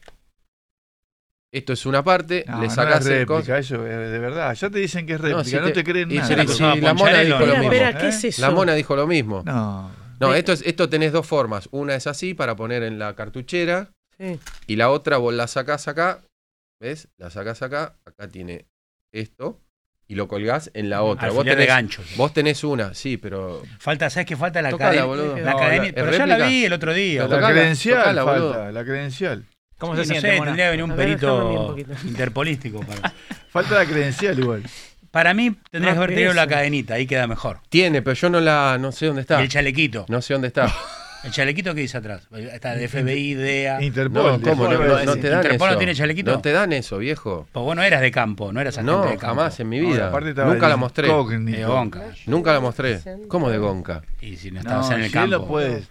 [SPEAKER 5] Esto es una parte,
[SPEAKER 2] No,
[SPEAKER 5] le
[SPEAKER 2] no
[SPEAKER 5] sacás
[SPEAKER 2] es
[SPEAKER 5] el coso.
[SPEAKER 2] réplica, eso es de verdad. Ya te dicen que es réplica, no,
[SPEAKER 5] si
[SPEAKER 2] te, creen
[SPEAKER 5] y
[SPEAKER 2] nada.
[SPEAKER 5] si-
[SPEAKER 4] Era
[SPEAKER 5] si
[SPEAKER 4] cruzado
[SPEAKER 5] la mona
[SPEAKER 4] Poncharelo,
[SPEAKER 5] dijo lo
[SPEAKER 3] Espera,
[SPEAKER 5] mismo.
[SPEAKER 3] espera, ¿qué
[SPEAKER 2] ¿eh?
[SPEAKER 3] es eso?
[SPEAKER 5] La mona dijo lo mismo.
[SPEAKER 2] No.
[SPEAKER 5] No, esto, es, esto tenés dos formas. Una es así para poner en la cartuchera
[SPEAKER 3] Sí.
[SPEAKER 5] y la otra vos la sacás acá. ¿Ves? La sacás acá. Acá tiene esto y lo colgás en la otra. Vos
[SPEAKER 4] Alfiler de
[SPEAKER 5] tenés,
[SPEAKER 4] gancho.
[SPEAKER 5] vos tenés una, sí, pero.
[SPEAKER 4] Falta, ¿sabes qué falta? La
[SPEAKER 5] Tocala,
[SPEAKER 4] academia.
[SPEAKER 5] boludo.
[SPEAKER 4] La
[SPEAKER 5] No,
[SPEAKER 4] academia.
[SPEAKER 5] la-
[SPEAKER 4] Pero
[SPEAKER 5] ¿es
[SPEAKER 4] ya la
[SPEAKER 5] réplica?
[SPEAKER 4] vi el otro día.
[SPEAKER 5] Pero
[SPEAKER 2] La
[SPEAKER 5] tocala,
[SPEAKER 2] credencial
[SPEAKER 5] tocala,
[SPEAKER 2] falta,
[SPEAKER 5] boludo.
[SPEAKER 2] la credencial.
[SPEAKER 6] ¿Cómo
[SPEAKER 4] Sí,
[SPEAKER 6] se
[SPEAKER 4] no
[SPEAKER 6] siente,
[SPEAKER 4] sé,
[SPEAKER 6] Mona?
[SPEAKER 4] tendría que venir un
[SPEAKER 3] A ver, déjame a mí un
[SPEAKER 4] perito
[SPEAKER 3] poquito.
[SPEAKER 4] interpolístico. Para,
[SPEAKER 2] Falta la credencial igual.
[SPEAKER 4] para mí tendrías que
[SPEAKER 3] No,
[SPEAKER 4] haber tenido la
[SPEAKER 3] pereza.
[SPEAKER 4] cadenita, ahí queda mejor.
[SPEAKER 5] Tiene, pero yo no la. No sé
[SPEAKER 4] Y
[SPEAKER 5] dónde está.
[SPEAKER 4] el chalequito.
[SPEAKER 5] No sé dónde está.
[SPEAKER 4] ¿El chalequito qué dice atrás? Está de FBI, DEA.
[SPEAKER 2] Interpol.
[SPEAKER 5] No, ¿cómo? No,
[SPEAKER 2] Interpol,
[SPEAKER 5] no- no
[SPEAKER 2] sí.
[SPEAKER 5] te dan
[SPEAKER 4] Interpol
[SPEAKER 5] eso.
[SPEAKER 4] no tiene chalequito.
[SPEAKER 5] No te dan eso, viejo.
[SPEAKER 4] Pues vos no eras de campo, no eras agente
[SPEAKER 5] No,
[SPEAKER 4] de campo.
[SPEAKER 5] jamás en mi
[SPEAKER 2] No,
[SPEAKER 5] vida.
[SPEAKER 2] aparte estaba
[SPEAKER 5] Nunca la
[SPEAKER 2] en
[SPEAKER 5] mostré.
[SPEAKER 2] incógnito.
[SPEAKER 4] De Gonca.
[SPEAKER 5] Nunca la mostré. ¿Cómo de gonca?
[SPEAKER 4] Y si no estabas
[SPEAKER 2] No,
[SPEAKER 4] en el
[SPEAKER 2] Gil
[SPEAKER 4] campo.
[SPEAKER 2] lo puedes.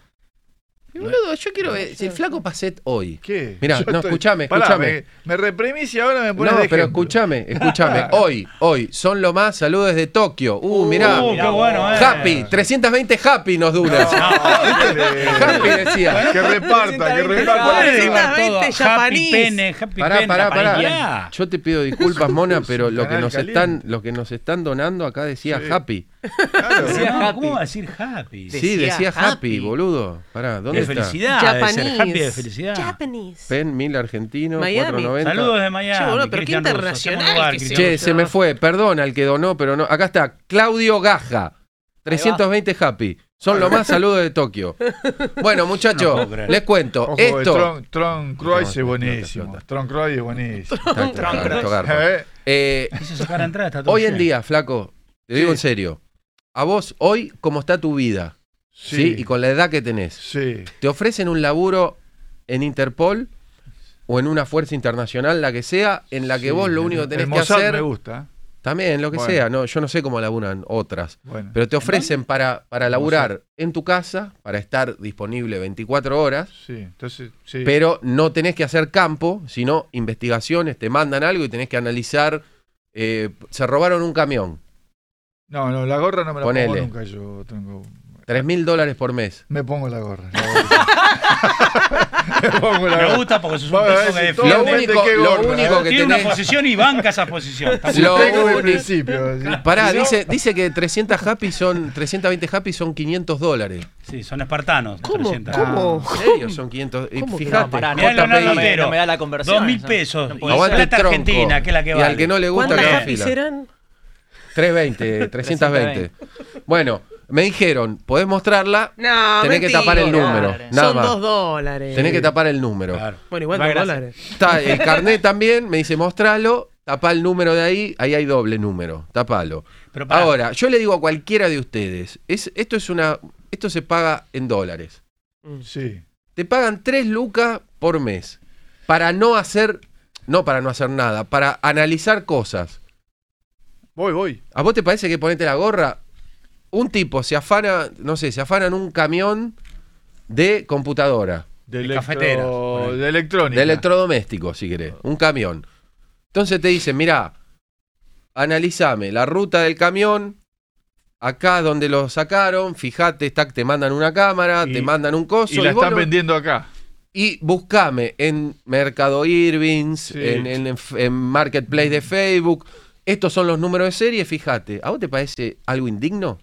[SPEAKER 5] Y boludo, yo quiero ver. Si el flaco Pacet hoy.
[SPEAKER 2] ¿Qué?
[SPEAKER 5] Mirá,
[SPEAKER 2] Yo
[SPEAKER 5] no,
[SPEAKER 2] estoy-
[SPEAKER 5] escuchame,
[SPEAKER 2] Pará,
[SPEAKER 5] escuchame.
[SPEAKER 2] Me, me reprimís y ahora me
[SPEAKER 5] No,
[SPEAKER 2] pones de
[SPEAKER 5] pero
[SPEAKER 2] ejemplo.
[SPEAKER 5] escúchame, escúchame. Hoy, hoy, son lo más. Saludos desde Tokio. Uh, mirá.
[SPEAKER 4] Uh, qué bueno, eh.
[SPEAKER 5] Happy, 320 happy nos duras. happy decía.
[SPEAKER 2] Que reparta, que
[SPEAKER 4] ¿Por
[SPEAKER 2] reparta.
[SPEAKER 4] qué le iba todo?
[SPEAKER 3] 320
[SPEAKER 4] Happy
[SPEAKER 3] japanís.
[SPEAKER 4] pene, happy
[SPEAKER 5] Pará,
[SPEAKER 4] pene,
[SPEAKER 5] pará, pará.
[SPEAKER 4] pará.
[SPEAKER 5] Yo te pido disculpas, Mona, pero lo que
[SPEAKER 2] canal
[SPEAKER 5] nos están,
[SPEAKER 2] caliente.
[SPEAKER 5] lo que nos están donando acá decía
[SPEAKER 2] Sí.
[SPEAKER 5] happy.
[SPEAKER 2] Claro.
[SPEAKER 4] No, ¿Cómo va a decir happy?
[SPEAKER 5] Sí, decía
[SPEAKER 6] Decía
[SPEAKER 5] happy,
[SPEAKER 6] happy.
[SPEAKER 5] boludo. Pará,
[SPEAKER 4] De
[SPEAKER 5] ¿dónde está?
[SPEAKER 4] felicidad. debe ser
[SPEAKER 3] Japanese.
[SPEAKER 4] happy de felicidad.
[SPEAKER 3] Japanese.
[SPEAKER 5] Pen, mil argentino,
[SPEAKER 3] Miami.
[SPEAKER 5] 490.
[SPEAKER 4] Saludos de Miami.
[SPEAKER 3] Che, boludo, pero qué
[SPEAKER 4] Cristian Russo.
[SPEAKER 3] internacional
[SPEAKER 4] Hacemos lugar,
[SPEAKER 3] que
[SPEAKER 4] Cristian.
[SPEAKER 5] Che, se me fue, perdón al que donó, pero no. Acá está, Claudio Gaja. 320 Happy. Son los más saludos de Tokio. Bueno,
[SPEAKER 4] No
[SPEAKER 5] muchachos,
[SPEAKER 4] puedo creer.
[SPEAKER 5] les cuento.
[SPEAKER 2] Ojo, el
[SPEAKER 5] esto.
[SPEAKER 2] Tron, Tron Croix es
[SPEAKER 5] Explota,
[SPEAKER 2] buenísimo.
[SPEAKER 5] explota.
[SPEAKER 2] Tron Croix es buenísimo.
[SPEAKER 5] Tron,
[SPEAKER 6] Tron,
[SPEAKER 5] garpo,
[SPEAKER 6] Tron.
[SPEAKER 5] garpo.
[SPEAKER 2] ¿Eh?
[SPEAKER 5] Eh,
[SPEAKER 4] Hizo sacar entrada, está todo
[SPEAKER 5] hoy en
[SPEAKER 4] lleno.
[SPEAKER 5] día, flaco, te digo
[SPEAKER 2] Sí.
[SPEAKER 5] en serio. A vos, hoy, ¿cómo está tu vida? Sí. Y con la edad que tenés.
[SPEAKER 2] Sí.
[SPEAKER 5] ¿Te ofrecen un laburo en Interpol o en una fuerza internacional, la que sea, en la que
[SPEAKER 2] Eh, Sí,
[SPEAKER 5] vos lo
[SPEAKER 2] el-
[SPEAKER 5] único que
[SPEAKER 2] el
[SPEAKER 5] tenés que
[SPEAKER 2] Mossad
[SPEAKER 5] hacer.
[SPEAKER 2] me gusta. ¿eh?
[SPEAKER 5] También, lo que
[SPEAKER 2] Bueno.
[SPEAKER 5] sea. No, yo no sé cómo laburan otras.
[SPEAKER 2] Bueno.
[SPEAKER 5] Pero te ofrecen para, para laburar en tu casa, para estar disponible 24 horas,
[SPEAKER 2] sí, entonces, sí.
[SPEAKER 5] pero no tenés que hacer campo, sino investigaciones, te mandan algo y tenés que analizar. eh, se robaron un camión,
[SPEAKER 2] no, no, la gorra no me la
[SPEAKER 5] Ponele.
[SPEAKER 2] pongo nunca yo, Tronco.
[SPEAKER 5] 3 mil dólares por mes.
[SPEAKER 2] Me pongo la gorra. la gorra. me pongo la
[SPEAKER 4] Me
[SPEAKER 2] gorra.
[SPEAKER 4] gusta porque sos un
[SPEAKER 2] Vos
[SPEAKER 4] tipo
[SPEAKER 2] decís,
[SPEAKER 4] que
[SPEAKER 2] todo
[SPEAKER 5] Lo
[SPEAKER 2] Depende
[SPEAKER 4] defiende.
[SPEAKER 2] bien.
[SPEAKER 5] único,
[SPEAKER 2] qué
[SPEAKER 5] lo
[SPEAKER 2] gorra,
[SPEAKER 5] único que
[SPEAKER 4] Tiene una
[SPEAKER 5] tenés...
[SPEAKER 4] posición y banca esa posición. Está muy
[SPEAKER 5] Lo
[SPEAKER 2] Tengo de
[SPEAKER 5] único-
[SPEAKER 2] principio. sí.
[SPEAKER 5] Pará,
[SPEAKER 2] Si no,
[SPEAKER 5] dice, dice que 300 happy son, 320 happy son 500 dólares. Ah,
[SPEAKER 4] Sí, son espartanos.
[SPEAKER 3] ¿Cómo?
[SPEAKER 4] 300.
[SPEAKER 3] ¿Cómo?
[SPEAKER 5] ¿En serio? Son 500. Y
[SPEAKER 3] ¿Cómo que
[SPEAKER 5] Fíjate,
[SPEAKER 3] no?
[SPEAKER 6] Pará, no,
[SPEAKER 4] Mirá, Leonardo
[SPEAKER 6] no me,
[SPEAKER 4] Otero.
[SPEAKER 6] no me da la conversión.
[SPEAKER 4] Dos mil
[SPEAKER 6] eso.
[SPEAKER 4] pesos.
[SPEAKER 6] No puede
[SPEAKER 4] Aguante
[SPEAKER 6] ser.
[SPEAKER 4] plata
[SPEAKER 5] tronco.
[SPEAKER 4] argentina, que es la que
[SPEAKER 5] y
[SPEAKER 4] vale.
[SPEAKER 5] al que no le gusta
[SPEAKER 3] ¿Cuántas
[SPEAKER 5] que haga
[SPEAKER 3] happy
[SPEAKER 5] fila.
[SPEAKER 3] serán?
[SPEAKER 5] 320, 320. Bueno, me dijeron, podés mostrarla,
[SPEAKER 3] No,
[SPEAKER 5] tenés que
[SPEAKER 3] mentira.
[SPEAKER 5] tapar el número.
[SPEAKER 6] Dólares.
[SPEAKER 5] Nada
[SPEAKER 3] Son
[SPEAKER 5] más.
[SPEAKER 3] dos dólares.
[SPEAKER 5] Tenés que tapar el número.
[SPEAKER 4] Claro.
[SPEAKER 3] Bueno, igual
[SPEAKER 6] Más
[SPEAKER 3] dos
[SPEAKER 6] gracias.
[SPEAKER 3] dólares.
[SPEAKER 5] Está el carnet también, me dice, mostralo, tapá el número de ahí, ahí hay doble número, tapalo.
[SPEAKER 4] Pero pará.
[SPEAKER 5] Ahora, yo le digo a cualquiera de ustedes, es, esto es una. Esto se paga en dólares.
[SPEAKER 2] Sí.
[SPEAKER 5] Te pagan 3 lucas por mes. Para no hacer. No para no hacer nada, para analizar cosas.
[SPEAKER 2] Voy, voy.
[SPEAKER 5] ¿A vos te parece que ponete la gorra? Un tipo se afana, no sé, se afana en un camión de computadora,
[SPEAKER 2] De,
[SPEAKER 4] cafeteras, por ahí.
[SPEAKER 2] De electrónica.
[SPEAKER 5] de electrodoméstico, si querés, un camión. Entonces te dicen, mirá, analizame la ruta del camión, acá donde lo sacaron, fijate, está- te mandan una cámara,
[SPEAKER 2] Y-
[SPEAKER 5] te mandan un coso.
[SPEAKER 2] Y la
[SPEAKER 5] vos
[SPEAKER 2] están
[SPEAKER 5] lo-
[SPEAKER 2] vendiendo acá.
[SPEAKER 5] y buscame en Mercado Irvings,
[SPEAKER 2] Sí.
[SPEAKER 5] en, en- en F- en Marketplace de Facebook. Estos son los números de serie, fíjate. ¿A vos te parece algo indigno?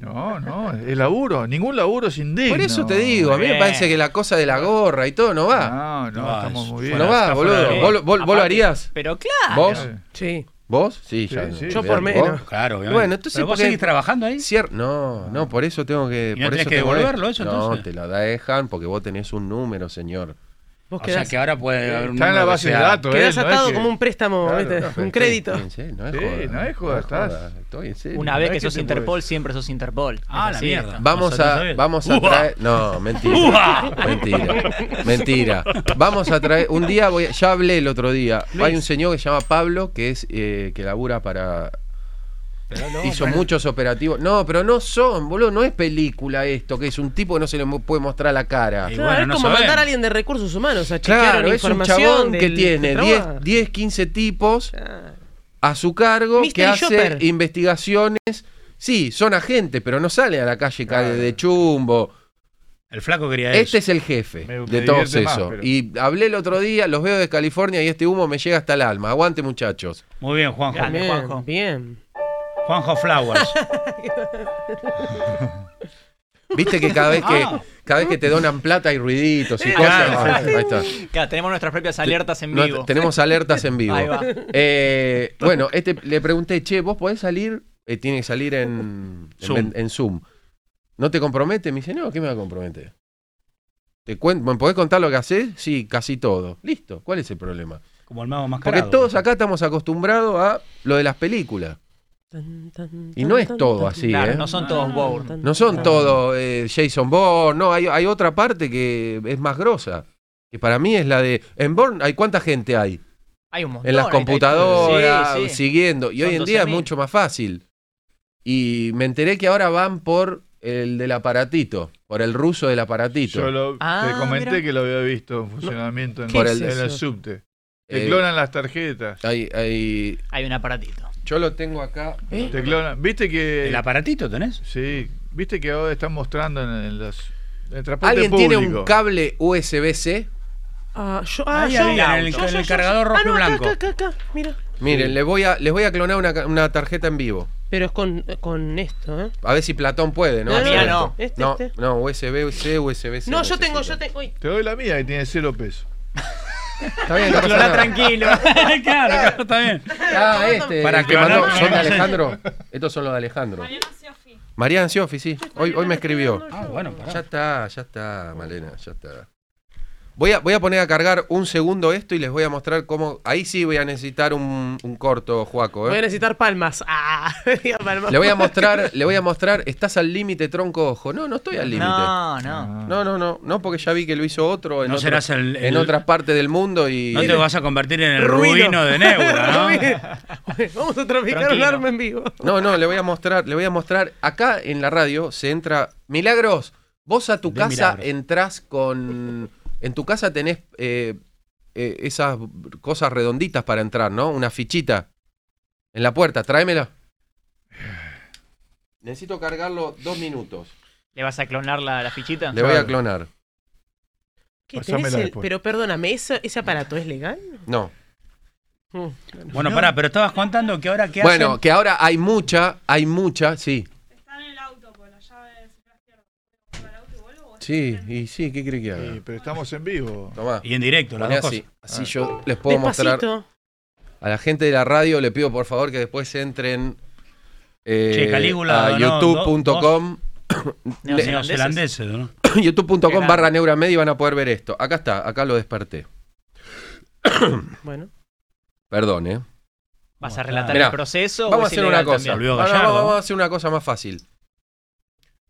[SPEAKER 2] No, no, el laburo. Ningún laburo es indigno.
[SPEAKER 5] Por eso te digo, a mí me
[SPEAKER 6] Bien.
[SPEAKER 5] parece que la cosa de la gorra y todo no va.
[SPEAKER 2] No, no,
[SPEAKER 4] No va,
[SPEAKER 2] estamos
[SPEAKER 4] es-
[SPEAKER 2] muy bien.
[SPEAKER 4] bueno,
[SPEAKER 5] no va,
[SPEAKER 4] está fuera
[SPEAKER 5] boludo.
[SPEAKER 4] de-
[SPEAKER 5] ¿Vos, lo- vos- vos lo
[SPEAKER 6] Aparte-
[SPEAKER 5] harías?
[SPEAKER 6] Pero claro.
[SPEAKER 5] ¿Vos?
[SPEAKER 3] Sí.
[SPEAKER 5] ¿Vos? Sí,
[SPEAKER 2] Sí,
[SPEAKER 5] ya.
[SPEAKER 2] sí.
[SPEAKER 3] Yo por
[SPEAKER 5] ¿Vos?
[SPEAKER 3] menos.
[SPEAKER 4] Claro, obviamente.
[SPEAKER 5] Bueno, entonces,
[SPEAKER 4] ¿Pero
[SPEAKER 5] ¿por
[SPEAKER 4] vos
[SPEAKER 5] qué-
[SPEAKER 4] seguís trabajando ahí? Ah.
[SPEAKER 5] Cier- No, no, por eso tengo que.
[SPEAKER 4] ¿Y no
[SPEAKER 5] por
[SPEAKER 4] tenés
[SPEAKER 5] eso
[SPEAKER 4] que
[SPEAKER 5] tengo
[SPEAKER 4] devolverlo eso,
[SPEAKER 5] No,
[SPEAKER 4] entonces?
[SPEAKER 5] te la dejan porque vos tenés un número, señor.
[SPEAKER 3] Vos
[SPEAKER 4] O sea
[SPEAKER 3] quedás,
[SPEAKER 4] que ahora puede haber un
[SPEAKER 2] Está en la
[SPEAKER 4] número que
[SPEAKER 2] base de
[SPEAKER 4] sea-
[SPEAKER 2] datos.
[SPEAKER 3] quedás
[SPEAKER 2] eh, no es
[SPEAKER 3] atado
[SPEAKER 2] que-
[SPEAKER 3] como un préstamo,
[SPEAKER 2] Claro,
[SPEAKER 3] ¿viste?
[SPEAKER 2] no,
[SPEAKER 3] un crédito.
[SPEAKER 5] Estoy en serio, no es
[SPEAKER 2] Sí,
[SPEAKER 5] joda.
[SPEAKER 2] no es joda, estás-
[SPEAKER 5] Estoy en serio.
[SPEAKER 6] Una vez
[SPEAKER 2] ¿Qué
[SPEAKER 6] que sos
[SPEAKER 2] te
[SPEAKER 6] Interpol,
[SPEAKER 2] puedes?
[SPEAKER 6] siempre sos Interpol.
[SPEAKER 4] Ah,
[SPEAKER 6] Es
[SPEAKER 4] la
[SPEAKER 6] así.
[SPEAKER 4] mierda.
[SPEAKER 5] Vamos
[SPEAKER 4] Nosotros
[SPEAKER 5] a,
[SPEAKER 4] sabemos.
[SPEAKER 5] vamos a
[SPEAKER 4] Uva.
[SPEAKER 5] traer. No, mentira. Mentira. Mentira. Vamos a traer. Un día voy. a- Ya hablé el otro día. Hay un señor que se llama Pablo que es eh, que labura para. hizo muchos operativos. No, pero no son, boludo. No es película esto, que es un tipo que no se le mo- puede mostrar la cara.
[SPEAKER 4] Y
[SPEAKER 3] Claro,
[SPEAKER 4] bueno,
[SPEAKER 3] es
[SPEAKER 4] no
[SPEAKER 3] como
[SPEAKER 4] sabemos.
[SPEAKER 3] mandar a alguien de recursos humanos a chequear
[SPEAKER 5] Claro,
[SPEAKER 3] una
[SPEAKER 5] es un
[SPEAKER 3] información
[SPEAKER 5] chabón que
[SPEAKER 3] del-
[SPEAKER 5] tiene
[SPEAKER 3] del
[SPEAKER 5] 10,
[SPEAKER 3] trabajo.
[SPEAKER 5] 10, 15 tipos
[SPEAKER 3] Ah,
[SPEAKER 5] a su cargo
[SPEAKER 3] Mr.
[SPEAKER 5] que hace
[SPEAKER 3] Shopper.
[SPEAKER 5] investigaciones. Sí, son agentes, pero no sale a la calle ca- de chumbo.
[SPEAKER 4] El flaco quería
[SPEAKER 5] Este
[SPEAKER 4] eso.
[SPEAKER 5] es el jefe
[SPEAKER 2] Me- me
[SPEAKER 5] de todos
[SPEAKER 2] divierte más,
[SPEAKER 5] eso.
[SPEAKER 2] pero-
[SPEAKER 5] Y hablé el otro día, los veo de California y este humo me llega hasta el alma. Aguante, muchachos.
[SPEAKER 4] Muy bien, Juanjo.
[SPEAKER 6] Grande. Dale, Juanjo.
[SPEAKER 3] Bien, bien.
[SPEAKER 4] Juanjo Flowers.
[SPEAKER 5] Viste que cada vez que,
[SPEAKER 4] Ah.
[SPEAKER 5] cada vez que te donan plata hay ruiditos y
[SPEAKER 4] Claro,
[SPEAKER 5] cosas.
[SPEAKER 4] sí, sí.
[SPEAKER 5] Ahí está.
[SPEAKER 6] Claro, tenemos nuestras propias alertas en
[SPEAKER 5] No,
[SPEAKER 6] vivo.
[SPEAKER 5] t- tenemos alertas en vivo.
[SPEAKER 6] Ahí va.
[SPEAKER 5] Eh, bueno, este le pregunté, che, vos podés salir, Eh, tiene que salir en en-
[SPEAKER 4] Zoom.
[SPEAKER 5] En, Zoom. ¿No te compromete? Me dice, no, ¿qué me va a comprometer? ¿Te cuen- ¿Me podés contar lo que haces? Sí, casi todo. Listo, ¿cuál es el problema?
[SPEAKER 4] Como el mago
[SPEAKER 5] Porque
[SPEAKER 4] mascarado.
[SPEAKER 5] todos acá estamos acostumbrados a lo de las películas.
[SPEAKER 3] Tan, tan,
[SPEAKER 5] Y no es todo
[SPEAKER 3] tan,
[SPEAKER 5] así,
[SPEAKER 6] Claro,
[SPEAKER 5] ¿eh?
[SPEAKER 6] no son todos Bourne.
[SPEAKER 3] Ah, tan,
[SPEAKER 5] No son
[SPEAKER 3] tan.
[SPEAKER 5] todo eh, Jason Bourne, no, hay, hay otra parte que es más grosa. Que para mí es la de. En Bourne, hay cuánta gente hay?
[SPEAKER 6] Hay un montón.
[SPEAKER 5] en las
[SPEAKER 6] ahí está.
[SPEAKER 5] computadoras,
[SPEAKER 6] Sí, sí.
[SPEAKER 5] siguiendo. Y
[SPEAKER 6] Son
[SPEAKER 5] hoy en día es
[SPEAKER 6] 12.000.
[SPEAKER 5] mucho más fácil. Y me enteré que ahora van por el del aparatito, por el ruso del aparatito.
[SPEAKER 2] Yo lo,
[SPEAKER 6] Ah,
[SPEAKER 2] te comenté
[SPEAKER 6] mira.
[SPEAKER 2] que lo había visto en funcionamiento en,
[SPEAKER 3] ¿Qué
[SPEAKER 2] el-
[SPEAKER 5] es
[SPEAKER 2] en el
[SPEAKER 3] eso?
[SPEAKER 2] subte. Te
[SPEAKER 5] Eh,
[SPEAKER 2] clonan las tarjetas.
[SPEAKER 5] ahí- ahí-
[SPEAKER 6] Hay un aparatito. ¿Eh?
[SPEAKER 5] yo lo tengo acá.
[SPEAKER 2] Te clonan. ¿Viste que
[SPEAKER 4] ¿El aparatito tenés?
[SPEAKER 2] Sí, viste que ahora están mostrando en, en los en el transporte
[SPEAKER 5] ¿Alguien
[SPEAKER 2] público.
[SPEAKER 5] tiene un cable USB-C?
[SPEAKER 3] Ah, yo, ah,
[SPEAKER 4] Ahí,
[SPEAKER 3] yo,
[SPEAKER 4] ahí, en el-
[SPEAKER 3] yo,
[SPEAKER 4] en
[SPEAKER 3] yo,
[SPEAKER 4] el
[SPEAKER 3] yo,
[SPEAKER 4] cargador
[SPEAKER 3] yo.
[SPEAKER 4] rojo
[SPEAKER 3] Ah, no,
[SPEAKER 4] y
[SPEAKER 3] acá,
[SPEAKER 4] blanco.
[SPEAKER 3] Acá, acá, acá, mira.
[SPEAKER 5] Miren, les voy a, les voy a clonar una, ca- una tarjeta en vivo.
[SPEAKER 3] Pero es con, con esto, ¿eh?
[SPEAKER 5] A ver si Platón puede, ¿no?
[SPEAKER 3] No,
[SPEAKER 6] no,
[SPEAKER 5] Hacer
[SPEAKER 6] no.
[SPEAKER 5] esto.
[SPEAKER 3] Este,
[SPEAKER 5] no,
[SPEAKER 3] este.
[SPEAKER 5] no, USB-C, USB-C.
[SPEAKER 3] no, yo tengo,
[SPEAKER 5] necesito.
[SPEAKER 3] yo tengo. uy.
[SPEAKER 2] Te doy la mía que tiene cero pesos.
[SPEAKER 5] Está bien, no pasa
[SPEAKER 6] Cloná
[SPEAKER 5] nada.
[SPEAKER 6] tranquilo.
[SPEAKER 4] claro, claro, está bien.
[SPEAKER 5] Ah, este.
[SPEAKER 4] Para
[SPEAKER 5] el que
[SPEAKER 4] que
[SPEAKER 5] mandó-
[SPEAKER 4] no-
[SPEAKER 5] ¿Son de Alejandro? Estos son los de Alejandro. Mariana Siofi, sí. Hoy, hoy me escribió.
[SPEAKER 4] Ah, bueno, pará.
[SPEAKER 5] Ya está, ya está, Malena, ya está. Voy a, voy a poner a cargar un segundo esto y les voy a mostrar cómo. Ahí sí voy a necesitar un, un corto, Juaco.
[SPEAKER 3] Voy a
[SPEAKER 5] ¿eh?
[SPEAKER 3] necesitar palmas. Ah, diga palmas.
[SPEAKER 5] Le voy a mostrar, le voy a mostrar. Estás al límite, tronco ojo. No, no estoy al límite. No.
[SPEAKER 6] No, no.
[SPEAKER 5] no, no, no, porque ya vi que lo hizo otro en,
[SPEAKER 4] No
[SPEAKER 5] otro-
[SPEAKER 4] serás el-
[SPEAKER 5] en
[SPEAKER 4] el-
[SPEAKER 5] otras partes del mundo y.
[SPEAKER 4] No te vas a convertir en el
[SPEAKER 3] Ruino.
[SPEAKER 4] ruino de Neura, ¿no?
[SPEAKER 3] Vamos a traficar un
[SPEAKER 6] Tranquilo.
[SPEAKER 3] arma en vivo.
[SPEAKER 5] No, no, le voy a mostrar, le voy a mostrar. Acá en la radio se entra. Milagros, vos a tu
[SPEAKER 4] De
[SPEAKER 5] casa
[SPEAKER 4] milagro.
[SPEAKER 5] entrás con. En tu casa tenés eh, eh, esas cosas redonditas para entrar, ¿no? Una fichita. En la puerta, tráemela. Necesito cargarlo dos minutos.
[SPEAKER 6] ¿Le vas a clonar la, la fichita?
[SPEAKER 5] Le voy a
[SPEAKER 2] Claro.
[SPEAKER 5] clonar.
[SPEAKER 3] ¿Qué tenés
[SPEAKER 2] Pasámela
[SPEAKER 3] el-
[SPEAKER 2] después.
[SPEAKER 3] pero perdóname, ¿ese, ese aparato es legal?
[SPEAKER 5] No.
[SPEAKER 3] Mm.
[SPEAKER 4] Bueno, pará, pero estabas contando que ahora qué
[SPEAKER 5] Bueno,
[SPEAKER 4] hacen.
[SPEAKER 5] que ahora hay mucha, hay mucha, sí. Está en el auto, la llave Sí, y sí, ¿qué cree que haga?
[SPEAKER 2] Sí, pero estamos en vivo.
[SPEAKER 5] Tomá.
[SPEAKER 4] Eh, Y en directo, las
[SPEAKER 5] Poné
[SPEAKER 4] dos cosas. Ah.
[SPEAKER 5] así. Así yo les puedo mostrar.
[SPEAKER 3] Despacito.
[SPEAKER 5] A la gente de la radio le pido por favor que después entren eh,
[SPEAKER 4] Che, Calígula,
[SPEAKER 5] a
[SPEAKER 4] no,
[SPEAKER 5] youtube.com
[SPEAKER 6] No,
[SPEAKER 5] le-
[SPEAKER 6] sí,
[SPEAKER 4] Neozelandeses, ¿no?
[SPEAKER 5] youtube.com
[SPEAKER 6] Grande.
[SPEAKER 5] barra neuramed y van a poder ver esto. Acá está, acá lo desperté.
[SPEAKER 3] Bueno,
[SPEAKER 5] Perdón, eh.
[SPEAKER 6] ¿Vas a relatar
[SPEAKER 5] Ah. Mirá,
[SPEAKER 6] el proceso? o
[SPEAKER 5] Vamos a
[SPEAKER 6] es
[SPEAKER 5] hacer una
[SPEAKER 6] ilegal
[SPEAKER 5] cosa.
[SPEAKER 6] también?
[SPEAKER 4] Volvió
[SPEAKER 5] No, no,
[SPEAKER 4] Gallardo.
[SPEAKER 5] vamos a hacer una cosa más fácil.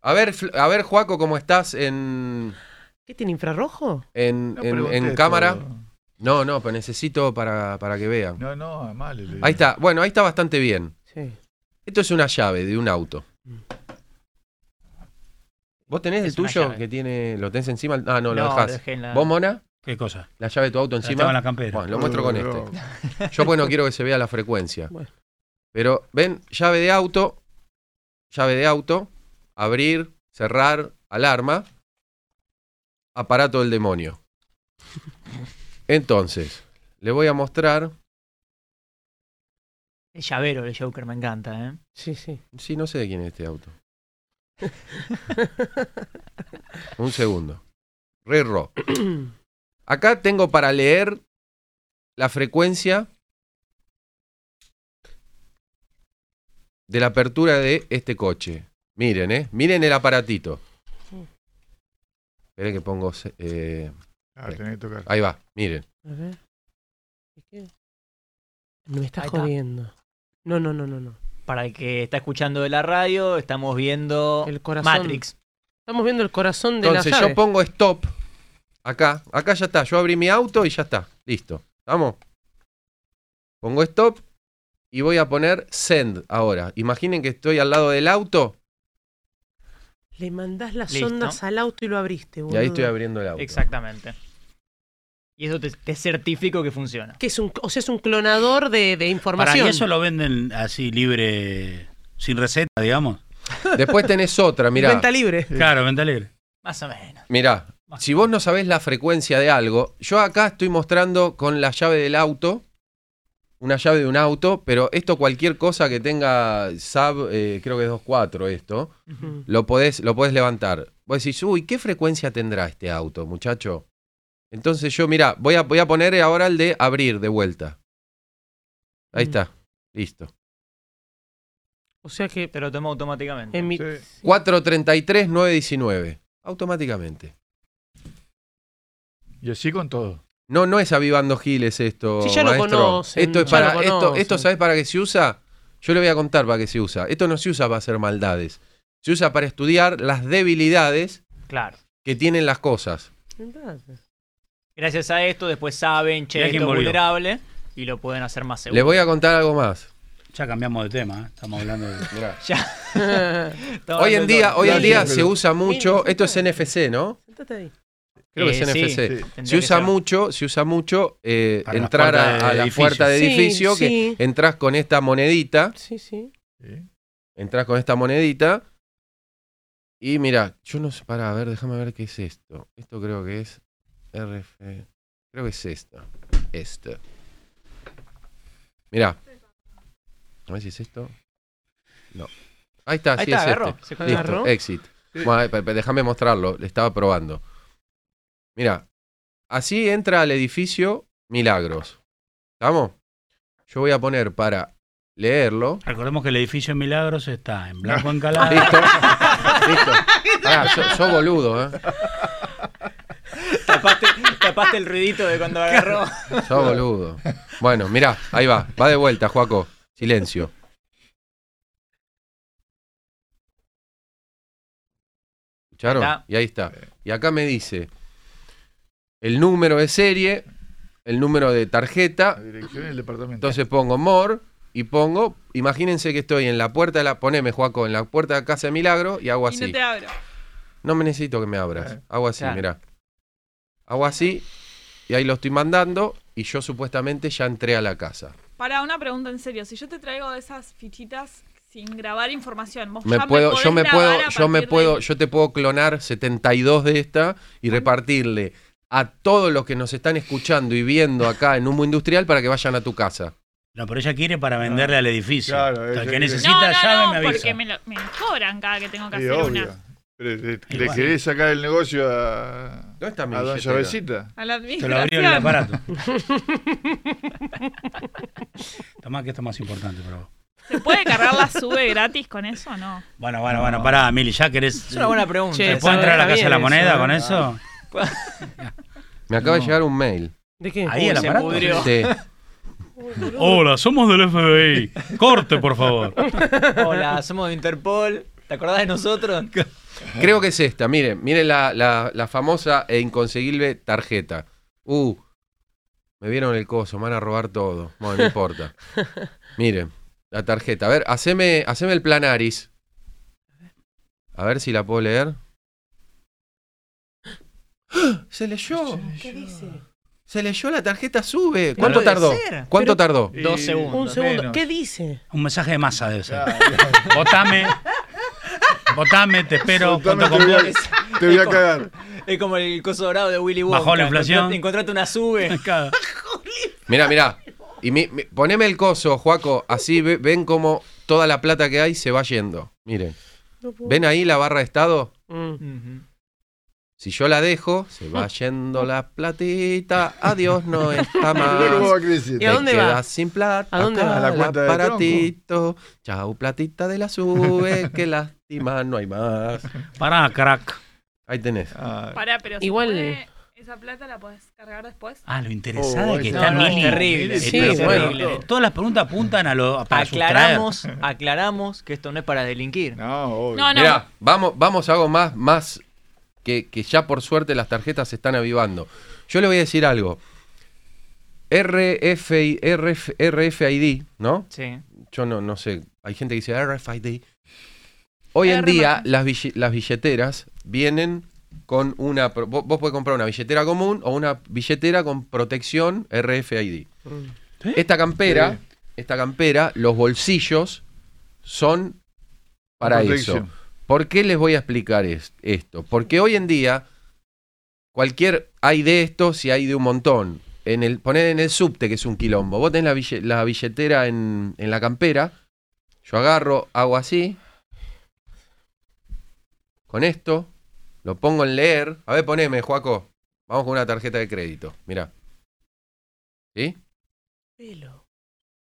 [SPEAKER 5] A ver, Fl- a ver, Juaco, ¿cómo estás en,
[SPEAKER 3] ¿qué tiene infrarrojo?
[SPEAKER 5] en,
[SPEAKER 2] No
[SPEAKER 5] en-
[SPEAKER 2] pregunté
[SPEAKER 5] en
[SPEAKER 2] esto.
[SPEAKER 5] cámara? No, no, pero necesito para, para que vean.
[SPEAKER 2] No, no, a Male le digo.
[SPEAKER 5] Ahí está, bueno, ahí está bastante bien.
[SPEAKER 3] Sí.
[SPEAKER 5] Esto es una llave de un auto. ¿Vos tenés el
[SPEAKER 6] Es una
[SPEAKER 5] tuyo
[SPEAKER 6] llave.
[SPEAKER 5] que tiene. lo tenés encima? Ah, no, lo
[SPEAKER 6] No,
[SPEAKER 5] dejás.
[SPEAKER 6] dejé en la-
[SPEAKER 5] ¿Vos, Mona?
[SPEAKER 4] ¿Qué cosa?
[SPEAKER 5] La llave de tu auto
[SPEAKER 4] La tengo
[SPEAKER 5] encima.
[SPEAKER 4] en la campera.
[SPEAKER 5] Bueno, lo muestro con este.
[SPEAKER 2] No.
[SPEAKER 5] Yo pues no quiero que se vea la frecuencia.
[SPEAKER 3] Bueno.
[SPEAKER 5] Pero, ven, llave de auto, llave de auto, abrir, cerrar, alarma, aparato del demonio. Entonces, le voy a mostrar.
[SPEAKER 6] El llavero del Joker me encanta, ¿eh?
[SPEAKER 3] Sí, sí.
[SPEAKER 5] Sí, no sé de quién es este auto. Un segundo. Rerro. Acá tengo para leer la frecuencia de la apertura de este coche. Miren, ¿eh? Miren el aparatito. Esperen que pongo... se- eh,
[SPEAKER 2] Ah, tenés que tocar.
[SPEAKER 5] ahí va, miren.
[SPEAKER 3] A ver. ¿Qué? Me está
[SPEAKER 6] Ahí está.
[SPEAKER 3] jodiendo. No, no, no, no, no.
[SPEAKER 6] Para el que está escuchando de la radio, estamos viendo
[SPEAKER 3] El corazón.
[SPEAKER 6] Matrix.
[SPEAKER 3] Estamos viendo el corazón de
[SPEAKER 5] Entonces
[SPEAKER 3] la llave.
[SPEAKER 5] yo pongo stop. Acá, acá ya está. Yo abrí mi auto y ya está. Listo. Vamos. Pongo stop y voy a poner send ahora. Imaginen que estoy al lado del auto
[SPEAKER 3] Le mandás las
[SPEAKER 6] Listo.
[SPEAKER 3] ondas al auto y lo abriste, boludo.
[SPEAKER 5] y ahí estoy abriendo el auto.
[SPEAKER 6] Exactamente. Y eso te, te certifico que funciona.
[SPEAKER 3] Que es un, o sea, es un clonador de, de
[SPEAKER 4] Para mí
[SPEAKER 3] información.
[SPEAKER 4] eso lo venden así libre, sin receta, digamos.
[SPEAKER 5] Después tenés otra, mirá.
[SPEAKER 3] Venta libre.
[SPEAKER 4] Claro, venta libre.
[SPEAKER 6] Más o menos.
[SPEAKER 5] Mirá,
[SPEAKER 6] Más.
[SPEAKER 5] si vos no sabés la frecuencia de algo, yo acá estoy mostrando con la llave del auto, una llave de un auto, pero esto cualquier cosa que tenga SAB, eh, creo que es 2.4 esto,
[SPEAKER 3] Ujú.
[SPEAKER 5] lo podés, lo podés levantar. Vos decís, uy, ¿qué frecuencia tendrá este auto, muchacho? Entonces yo, mirá, voy a, voy a poner ahora el de abrir de vuelta. Ahí
[SPEAKER 3] Mm.
[SPEAKER 5] está, listo.
[SPEAKER 3] O sea que
[SPEAKER 6] Te lo toma automáticamente.
[SPEAKER 3] en mi...
[SPEAKER 2] Sí.
[SPEAKER 5] 433-919, automáticamente.
[SPEAKER 2] Y así con todo.
[SPEAKER 5] No, no es avivando giles esto.
[SPEAKER 3] Sí, ya lo
[SPEAKER 5] maestro.
[SPEAKER 3] conocen,
[SPEAKER 5] Esto es
[SPEAKER 3] ya
[SPEAKER 5] para.
[SPEAKER 3] lo
[SPEAKER 5] Esto,
[SPEAKER 3] conocen.
[SPEAKER 5] esto, ¿sabes para qué se usa? Yo le voy a contar para qué se usa. Esto no se usa para hacer maldades. Se usa para estudiar las debilidades
[SPEAKER 6] Claro.
[SPEAKER 5] que tienen las cosas.
[SPEAKER 6] Gracias a esto, después saben, che,
[SPEAKER 4] Mirá quién
[SPEAKER 6] esto es
[SPEAKER 4] volvió.
[SPEAKER 6] vulnerable y lo pueden hacer más
[SPEAKER 5] Les
[SPEAKER 6] seguro.
[SPEAKER 5] voy a contar algo más.
[SPEAKER 4] Ya cambiamos de tema, ¿eh? estamos hablando de...
[SPEAKER 5] Mirá.
[SPEAKER 6] Ya. Estaba hablando
[SPEAKER 5] Hoy en
[SPEAKER 6] del
[SPEAKER 5] día,
[SPEAKER 6] dólar.
[SPEAKER 5] hoy en
[SPEAKER 2] Claro,
[SPEAKER 5] día
[SPEAKER 2] sí,
[SPEAKER 5] se
[SPEAKER 2] pero-
[SPEAKER 5] usa mucho.
[SPEAKER 3] sí,
[SPEAKER 5] Esto es
[SPEAKER 3] sí.
[SPEAKER 5] NFC, ¿no?
[SPEAKER 3] Sentate ahí.
[SPEAKER 5] Creo que
[SPEAKER 6] Eh,
[SPEAKER 5] es
[SPEAKER 6] sí.
[SPEAKER 5] NFC.
[SPEAKER 2] Sí.
[SPEAKER 6] Tendría
[SPEAKER 5] Se
[SPEAKER 6] que
[SPEAKER 5] usa
[SPEAKER 6] ser.
[SPEAKER 5] mucho, se usa mucho eh,
[SPEAKER 4] Para las
[SPEAKER 5] entrar
[SPEAKER 4] puertas
[SPEAKER 5] a,
[SPEAKER 4] de
[SPEAKER 5] a la
[SPEAKER 4] edificio.
[SPEAKER 5] puerta de
[SPEAKER 3] Sí,
[SPEAKER 5] edificio,
[SPEAKER 3] sí.
[SPEAKER 5] que entras con esta monedita.
[SPEAKER 3] Sí, sí.
[SPEAKER 2] Sí.
[SPEAKER 5] Entrás con esta monedita. Y mira, yo no sé, para, a ver, déjame ver qué es esto. Esto creo que es RF. Creo que es este. esto. Esto. Mira. A ver si es esto. No. Ahí está,
[SPEAKER 6] Ahí
[SPEAKER 5] sí
[SPEAKER 6] está,
[SPEAKER 5] es
[SPEAKER 6] agarró.
[SPEAKER 5] este.
[SPEAKER 6] Se
[SPEAKER 5] Listo,
[SPEAKER 3] agarró.
[SPEAKER 5] exit. Bueno, eh, pe- pe- déjame mostrarlo, le estaba probando. Mira, así entra al edificio Milagros. ¿Estamos? Yo voy a poner para leerlo.
[SPEAKER 4] Recordemos que el edificio en Milagros está en Blanco Encalada.
[SPEAKER 5] Listo. Listo. Pará, so- sos boludo, ¿eh?
[SPEAKER 6] Tapaste, tapaste el ruidito de cuando agarró.
[SPEAKER 5] Sos boludo. Bueno, mirá, ahí va. Va de vuelta, Juaco. Silencio. ¿Escucharon?
[SPEAKER 6] Ahí está.
[SPEAKER 5] Y ahí está. Y acá me dice el número de serie, el número de tarjeta.
[SPEAKER 2] La dirección y el departamento.
[SPEAKER 5] Entonces pongo more y pongo. Imagínense que estoy en la puerta de la. Poneme, Juaco, en la puerta de Casa de Milagro y hago así.
[SPEAKER 7] Y no te abro.
[SPEAKER 5] No me necesito que me abras. Hago así,
[SPEAKER 6] Claro.
[SPEAKER 5] mirá. Hago así y ahí lo estoy mandando y yo supuestamente ya entré a la casa.
[SPEAKER 7] Para una pregunta en serio, si yo te traigo de esas fichitas sin grabar información, vos
[SPEAKER 5] Me
[SPEAKER 7] ya
[SPEAKER 5] puedo,
[SPEAKER 7] podés
[SPEAKER 5] yo me
[SPEAKER 7] grabar
[SPEAKER 5] puedo,
[SPEAKER 7] a
[SPEAKER 5] yo me
[SPEAKER 7] partir de
[SPEAKER 5] puedo,
[SPEAKER 7] ahí.
[SPEAKER 5] yo te puedo clonar 72 de esta y repartirle a todos los que nos están escuchando y viendo acá en Humo Industrial para que vayan a tu casa.
[SPEAKER 4] No, pero ella quiere para venderle al edificio.
[SPEAKER 2] Claro,
[SPEAKER 4] O sea, el
[SPEAKER 2] ella
[SPEAKER 4] que
[SPEAKER 2] quiere-
[SPEAKER 4] necesita
[SPEAKER 7] No, no,
[SPEAKER 4] llave
[SPEAKER 7] no,
[SPEAKER 4] me avisa.
[SPEAKER 7] porque me, lo- me cobran cada que tengo que
[SPEAKER 2] Sí,
[SPEAKER 7] hacer
[SPEAKER 2] obvio.
[SPEAKER 7] una.
[SPEAKER 2] Pero le, le
[SPEAKER 4] bueno.
[SPEAKER 2] querés sacar el negocio a,
[SPEAKER 5] ¿Dónde está mi
[SPEAKER 2] a don
[SPEAKER 5] billetera?
[SPEAKER 2] Llavecita.
[SPEAKER 7] A la
[SPEAKER 4] Te lo abrió el
[SPEAKER 7] administración.
[SPEAKER 4] aparato. Tomás, que esto es más importante para vos.
[SPEAKER 7] ¿Se puede cargar la sube gratis con eso o no?
[SPEAKER 4] Bueno, bueno, bueno, pará, Mili, ya querés.
[SPEAKER 6] Es una buena pregunta.
[SPEAKER 3] Che,
[SPEAKER 4] ¿Te
[SPEAKER 6] esa.
[SPEAKER 4] puedo
[SPEAKER 3] Está
[SPEAKER 4] entrar a la
[SPEAKER 3] bien
[SPEAKER 4] Casa de la
[SPEAKER 3] eso,
[SPEAKER 4] Moneda
[SPEAKER 3] ¿eh?
[SPEAKER 4] con
[SPEAKER 6] Ah.
[SPEAKER 4] eso?
[SPEAKER 5] Me acaba de
[SPEAKER 4] No.
[SPEAKER 5] llegar un mail.
[SPEAKER 3] ¿De qué?
[SPEAKER 4] Ahí
[SPEAKER 6] Uy,
[SPEAKER 4] el
[SPEAKER 6] se
[SPEAKER 4] aparato.
[SPEAKER 6] pudrió.
[SPEAKER 5] Sí.
[SPEAKER 4] Hola, somos del FBI. Corte, por favor.
[SPEAKER 6] Hola, somos de Interpol. ¿Te acordás de nosotros?
[SPEAKER 5] Creo que es esta, miren, miren la, la- la famosa e inconseguible tarjeta. Uh, me vieron el coso, me van a robar todo. Bueno, no importa. Miren, la tarjeta. A ver, haceme, haceme el planaris. A ver si la puedo leer. ¡Ah! Se leyó.
[SPEAKER 3] ¿Qué dice?
[SPEAKER 5] Se leyó la tarjeta sube. ¿Cuánto tardó?
[SPEAKER 6] ser.
[SPEAKER 5] ¿Cuánto tardó?
[SPEAKER 2] Y-
[SPEAKER 6] Dos segundos.
[SPEAKER 3] Un segundo.
[SPEAKER 2] menos.
[SPEAKER 3] ¿Qué dice?
[SPEAKER 4] Un mensaje de masa debe ser.
[SPEAKER 2] Ah, bien.
[SPEAKER 4] Votame. Votame, te espero.
[SPEAKER 2] Totalmente
[SPEAKER 4] Cuento con
[SPEAKER 2] te,
[SPEAKER 4] vos.
[SPEAKER 2] voy a, te voy a cagar.
[SPEAKER 6] Es como el coso dorado de Willy Wonka.
[SPEAKER 4] Bajó la inflación.
[SPEAKER 6] Encontrate, encontrate una sube.
[SPEAKER 4] Cada-
[SPEAKER 5] Mirá, mirá. Y mi- mi- poneme el coso, Juaco. Así ve- ven como toda la plata que hay se va yendo. Miren.
[SPEAKER 3] No puedo.
[SPEAKER 5] ¿Ven ahí la barra de estado?
[SPEAKER 3] Mm.
[SPEAKER 5] Si yo la dejo, se va yendo la platita. Adiós, no está
[SPEAKER 2] ¿Cómo va
[SPEAKER 5] más.
[SPEAKER 2] a crecer?
[SPEAKER 3] ¿Y a dónde
[SPEAKER 5] Te
[SPEAKER 3] va?
[SPEAKER 5] quedas sin plata.
[SPEAKER 3] ¿A dónde va?
[SPEAKER 2] A la
[SPEAKER 5] el
[SPEAKER 2] cuenta de tronco.
[SPEAKER 5] aparatito. Chau, platita de la sube. Qué lástima, no hay más.
[SPEAKER 4] Pará, crack.
[SPEAKER 5] Ahí tenés.
[SPEAKER 2] Ah,
[SPEAKER 7] Pará, pero si
[SPEAKER 3] Igual-
[SPEAKER 7] puede, esa plata la podés cargar después.
[SPEAKER 4] Ah, lo interesada
[SPEAKER 2] Oh,
[SPEAKER 4] que
[SPEAKER 2] no,
[SPEAKER 4] está
[SPEAKER 2] no,
[SPEAKER 4] Mili.
[SPEAKER 6] es terrible.
[SPEAKER 4] Sí,
[SPEAKER 3] Sí,
[SPEAKER 4] pero
[SPEAKER 3] bueno.
[SPEAKER 4] bueno, Todas las preguntas apuntan a lo para
[SPEAKER 6] Aclaramos, aclaramos que esto no es para delinquir.
[SPEAKER 2] no, obvio.
[SPEAKER 7] No, no.
[SPEAKER 5] Mirá, vamos, vamos a algo más, más que, que ya por suerte las tarjetas se están avivando. Yo le voy a decir algo. RFI, RF, RFID, ¿no?
[SPEAKER 6] Sí.
[SPEAKER 5] Yo no, no sé. Hay gente que dice RFID. Hoy en
[SPEAKER 7] R
[SPEAKER 5] día las, bille- las billeteras vienen con una. pro- Vos, vos podés comprar una billetera común o una billetera con protección RFID. Esta campera, esta campera, los bolsillos son para
[SPEAKER 2] Protección.
[SPEAKER 5] eso. ¿Por qué les voy a explicar es- esto? Porque hoy en día, cualquier. Hay de esto si hay de un montón. En el, poner en el subte, que es un quilombo. Vos tenés la, bille- la billetera en, en la campera. Yo agarro, hago así. Con esto. Lo pongo en leer. A ver, poneme, Juaco. Vamos con una tarjeta de crédito. Mirá. ¿Sí?
[SPEAKER 3] Pelo.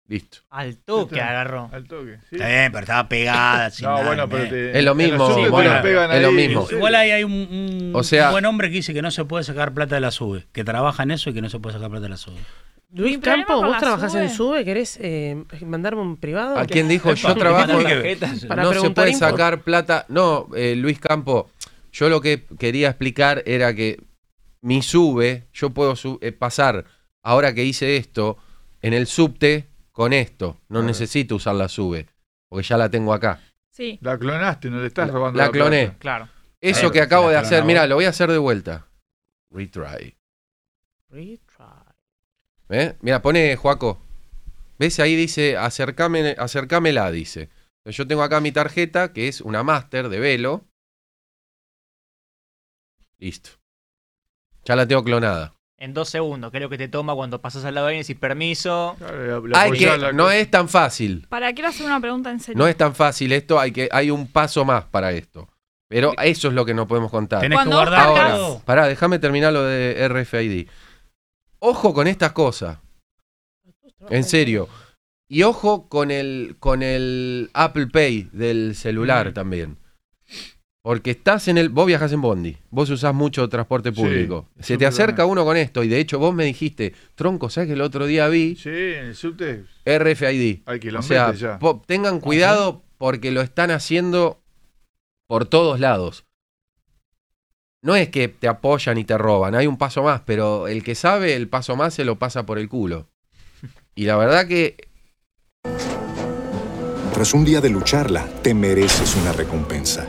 [SPEAKER 5] Listo.
[SPEAKER 6] Al toque
[SPEAKER 2] Está-
[SPEAKER 6] agarró.
[SPEAKER 2] Al toque, ¿sí?
[SPEAKER 4] Está bien, pero estaba pegada. sin
[SPEAKER 2] No,
[SPEAKER 4] nada,
[SPEAKER 2] bueno,
[SPEAKER 4] ¿eh?
[SPEAKER 2] pero te-
[SPEAKER 5] Es lo
[SPEAKER 2] este, en
[SPEAKER 5] mismo,
[SPEAKER 2] los subtes te
[SPEAKER 4] bueno,
[SPEAKER 2] la pegan
[SPEAKER 5] es lo
[SPEAKER 2] ahí,
[SPEAKER 5] mismo.
[SPEAKER 2] ¿sí?
[SPEAKER 4] Igual ahí hay un, un
[SPEAKER 5] O sea-
[SPEAKER 4] buen hombre que dice que no se puede sacar plata de la sube, que trabaja en eso y que no se puede sacar plata de la sube.
[SPEAKER 3] Luis
[SPEAKER 7] Mi problema
[SPEAKER 3] Campos,
[SPEAKER 7] con
[SPEAKER 3] vos
[SPEAKER 7] la
[SPEAKER 3] trabajás en
[SPEAKER 7] SUBE.
[SPEAKER 3] SUBE, ¿querés eh, mandarme un privado?
[SPEAKER 5] ¿A quién dijo? Yo
[SPEAKER 6] Epa,
[SPEAKER 5] trabajo.
[SPEAKER 6] ¿qué tarjetas?
[SPEAKER 3] Para
[SPEAKER 5] no se
[SPEAKER 3] preguntar
[SPEAKER 5] puede
[SPEAKER 3] info.
[SPEAKER 5] sacar plata. No, eh, Luis Campo, yo lo que quería explicar era que mi sube, yo puedo su- eh, pasar, ahora que hice esto, en el subte con esto. No necesito usar la sube, porque ya la tengo acá.
[SPEAKER 7] Sí.
[SPEAKER 2] La clonaste, no le estás
[SPEAKER 5] La-
[SPEAKER 2] robando
[SPEAKER 5] la
[SPEAKER 2] la,
[SPEAKER 5] cloné.
[SPEAKER 2] plata.
[SPEAKER 6] Claro.
[SPEAKER 5] Eso
[SPEAKER 4] Claro,
[SPEAKER 5] que
[SPEAKER 4] si
[SPEAKER 5] acabo
[SPEAKER 4] la
[SPEAKER 5] de
[SPEAKER 4] clona
[SPEAKER 5] hacer,
[SPEAKER 4] vos.
[SPEAKER 5] mira, lo voy a hacer de vuelta. Retry.
[SPEAKER 3] Retry.
[SPEAKER 5] ¿Eh? Mira, pone Juaco. ¿Ves? Ahí dice, acercame, acercámela, dice. Yo tengo acá mi tarjeta, que es una máster de velo. Listo. Ya la tengo clonada.
[SPEAKER 6] En dos segundos, que es lo que te toma cuando pasas al lado de alguien y decís permiso.
[SPEAKER 2] Claro, la- la
[SPEAKER 5] Hay
[SPEAKER 2] apoyás
[SPEAKER 5] que-
[SPEAKER 2] la-
[SPEAKER 5] no Ah, es tan fácil.
[SPEAKER 7] Para, quiero hacer una pregunta en serio.
[SPEAKER 5] No es tan fácil esto. Hay, que, hay un paso más para esto. Pero eso es lo que no podemos contar.
[SPEAKER 4] Tenés que
[SPEAKER 7] Cuando vos
[SPEAKER 4] guardar
[SPEAKER 7] cargas-
[SPEAKER 5] Ahora,
[SPEAKER 4] todo.
[SPEAKER 5] pará, déjame terminar lo de RFID. Ojo con estas cosas. En serio. Y ojo con el, con el Apple Pay del celular también. Porque estás en el. Vos viajás en Bondi. Vos usás mucho transporte
[SPEAKER 2] Sí,
[SPEAKER 5] público. Se te
[SPEAKER 2] súper
[SPEAKER 5] acerca
[SPEAKER 2] bueno.
[SPEAKER 5] uno con esto. Y de hecho, vos me dijiste, tronco, ¿sabes que el otro día vi
[SPEAKER 2] Sí, en el subte
[SPEAKER 5] RFID?
[SPEAKER 2] hay que
[SPEAKER 5] O
[SPEAKER 2] lo
[SPEAKER 5] sea,
[SPEAKER 2] ya.
[SPEAKER 5] po- tengan cuidado porque lo están haciendo por todos lados. No es que te apoyan y te roban, hay un paso más, pero el que sabe el paso más se lo pasa por el culo. Y la verdad que
[SPEAKER 8] Tras un día de lucharla, te mereces una recompensa,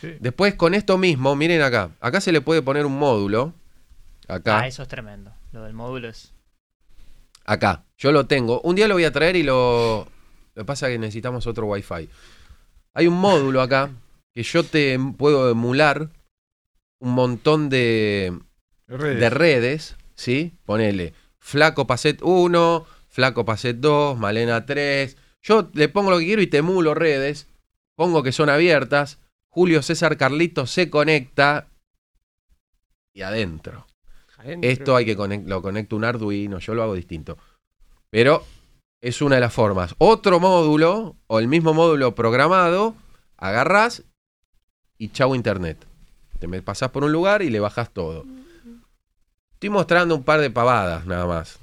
[SPEAKER 2] Sí.
[SPEAKER 5] Después con esto mismo, miren acá, acá se le puede poner un módulo. Acá,
[SPEAKER 6] Ah, eso es tremendo. Lo del módulo es.
[SPEAKER 5] acá. Yo lo tengo. Un día lo voy a traer y lo lo que pasa es que necesitamos otro wifi. Hay un módulo acá que yo te em- puedo emular un montón de
[SPEAKER 2] Redes.
[SPEAKER 5] de redes, ¿sí? Ponele Flaco Pacet 1, Flaco Pacet 2, Malena 3. Yo le pongo lo que quiero y te emulo redes. Pongo que son abiertas. Julio César Carlito se conecta. Y adentro. Esto hay que conect- lo conecto a un Arduino, yo lo hago distinto. Pero es una de las formas. Otro módulo, o el mismo módulo programado, agarrás y chau internet. Te me pasás por un lugar y le bajás todo. Estoy mostrando un par de pavadas nada más.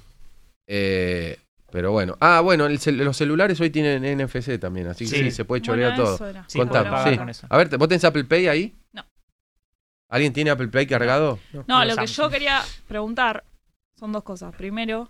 [SPEAKER 5] Eh, pero bueno. Ah, bueno, el cel- los celulares hoy tienen NFC también, así que
[SPEAKER 6] Sí.
[SPEAKER 5] sí, se puede chorear
[SPEAKER 7] Bueno,
[SPEAKER 5] todo.
[SPEAKER 7] eso era.
[SPEAKER 6] Sí,
[SPEAKER 5] Contame,
[SPEAKER 6] puedo pagar
[SPEAKER 5] sí.
[SPEAKER 6] con eso.
[SPEAKER 5] A ver, ¿te- ¿vos tenés Apple Pay ahí?
[SPEAKER 7] No.
[SPEAKER 5] ¿Alguien tiene Apple Pay cargado?
[SPEAKER 7] No,
[SPEAKER 6] Los
[SPEAKER 7] lo que yo
[SPEAKER 6] Samsung.
[SPEAKER 7] quería preguntar son dos cosas. Primero,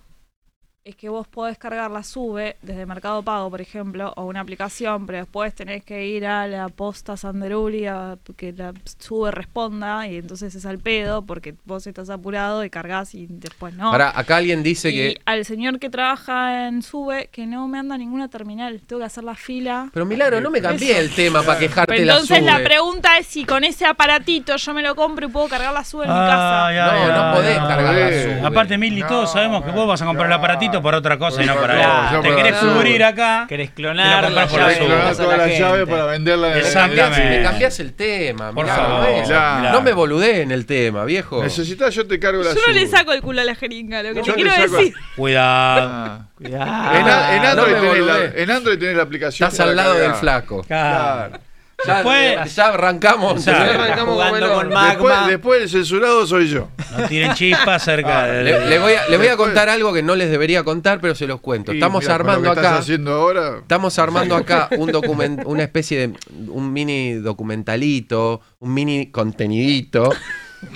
[SPEAKER 7] es que vos podés cargar la SUBE desde Mercado Pago, por ejemplo, o una aplicación, pero después tenés que ir a la posta Sanderuli a que la SUBE responda y entonces es al pedo porque vos estás apurado y cargás y después no.
[SPEAKER 5] Pará, acá alguien dice
[SPEAKER 7] Y
[SPEAKER 5] que-
[SPEAKER 7] Al señor que trabaja en SUBE que no me anda ninguna terminal, tengo que hacer la fila.
[SPEAKER 5] Pero Milagro, no me cambié el tema para quejarte
[SPEAKER 7] Pero
[SPEAKER 5] la
[SPEAKER 7] entonces la,
[SPEAKER 5] sube.
[SPEAKER 7] pregunta es si con ese aparatito yo me lo compro y puedo cargar la SUBE en mi casa.
[SPEAKER 4] Ay, ay,
[SPEAKER 5] No, no
[SPEAKER 4] ay,
[SPEAKER 5] podés
[SPEAKER 4] ay.
[SPEAKER 5] cargar la sube.
[SPEAKER 4] Ah, eh, Aparte, Mili, todos sabemos que vos vas a comprar el aparatito para otra cosa y no para
[SPEAKER 6] Claro,
[SPEAKER 4] eso.
[SPEAKER 6] yo
[SPEAKER 4] Te
[SPEAKER 6] para
[SPEAKER 4] querés
[SPEAKER 6] la sube.
[SPEAKER 4] cubrir acá.
[SPEAKER 6] Querés
[SPEAKER 4] Te la
[SPEAKER 6] clonar la
[SPEAKER 4] comprás por
[SPEAKER 6] llave.
[SPEAKER 4] eso.
[SPEAKER 6] de la
[SPEAKER 2] Clonar
[SPEAKER 6] casa
[SPEAKER 2] toda
[SPEAKER 6] de
[SPEAKER 2] la llave
[SPEAKER 6] gente.
[SPEAKER 2] para venderla en el-
[SPEAKER 5] Cambiás- Me
[SPEAKER 4] Exactamente.
[SPEAKER 5] cambiás el tema,
[SPEAKER 4] Por
[SPEAKER 5] Milagro,
[SPEAKER 4] favor,
[SPEAKER 5] ¿ves?
[SPEAKER 2] Milagro.
[SPEAKER 5] No me boludé en el tema, viejo.
[SPEAKER 2] Necesitas, yo te cargo la
[SPEAKER 7] Yo no le
[SPEAKER 2] sube.
[SPEAKER 7] saco el culo a la jeringa, lo que te
[SPEAKER 2] Yo
[SPEAKER 7] quiero
[SPEAKER 2] le saco-
[SPEAKER 7] decir.
[SPEAKER 4] Cuidado.
[SPEAKER 2] Ah.
[SPEAKER 6] Cuidado.
[SPEAKER 2] en, a- en
[SPEAKER 5] Ah, no
[SPEAKER 2] Android
[SPEAKER 5] me
[SPEAKER 2] tenés la,
[SPEAKER 5] boludé.
[SPEAKER 2] en Android tenés la aplicación.
[SPEAKER 5] Estás
[SPEAKER 2] para
[SPEAKER 5] al lado
[SPEAKER 2] cargar.
[SPEAKER 5] del flaco.
[SPEAKER 4] Claro.
[SPEAKER 5] Ya,
[SPEAKER 4] Después-
[SPEAKER 5] ya arrancamos.
[SPEAKER 4] Ya.
[SPEAKER 5] ya arrancamos
[SPEAKER 6] Jugando
[SPEAKER 5] bueno.
[SPEAKER 6] con Magma.
[SPEAKER 2] Después, después del censurado soy yo. Ah,
[SPEAKER 4] No tiren chispas cerca del-
[SPEAKER 5] Le, le voy a, le voy a contar algo que no les debería contar, pero se los cuento.
[SPEAKER 2] Y
[SPEAKER 5] Estamos
[SPEAKER 2] mira, con lo
[SPEAKER 5] armando
[SPEAKER 2] que Estás
[SPEAKER 5] acá.
[SPEAKER 2] haciendo ahora?
[SPEAKER 5] Estamos armando acá un document, una especie de un mini documentalito, un mini contenidito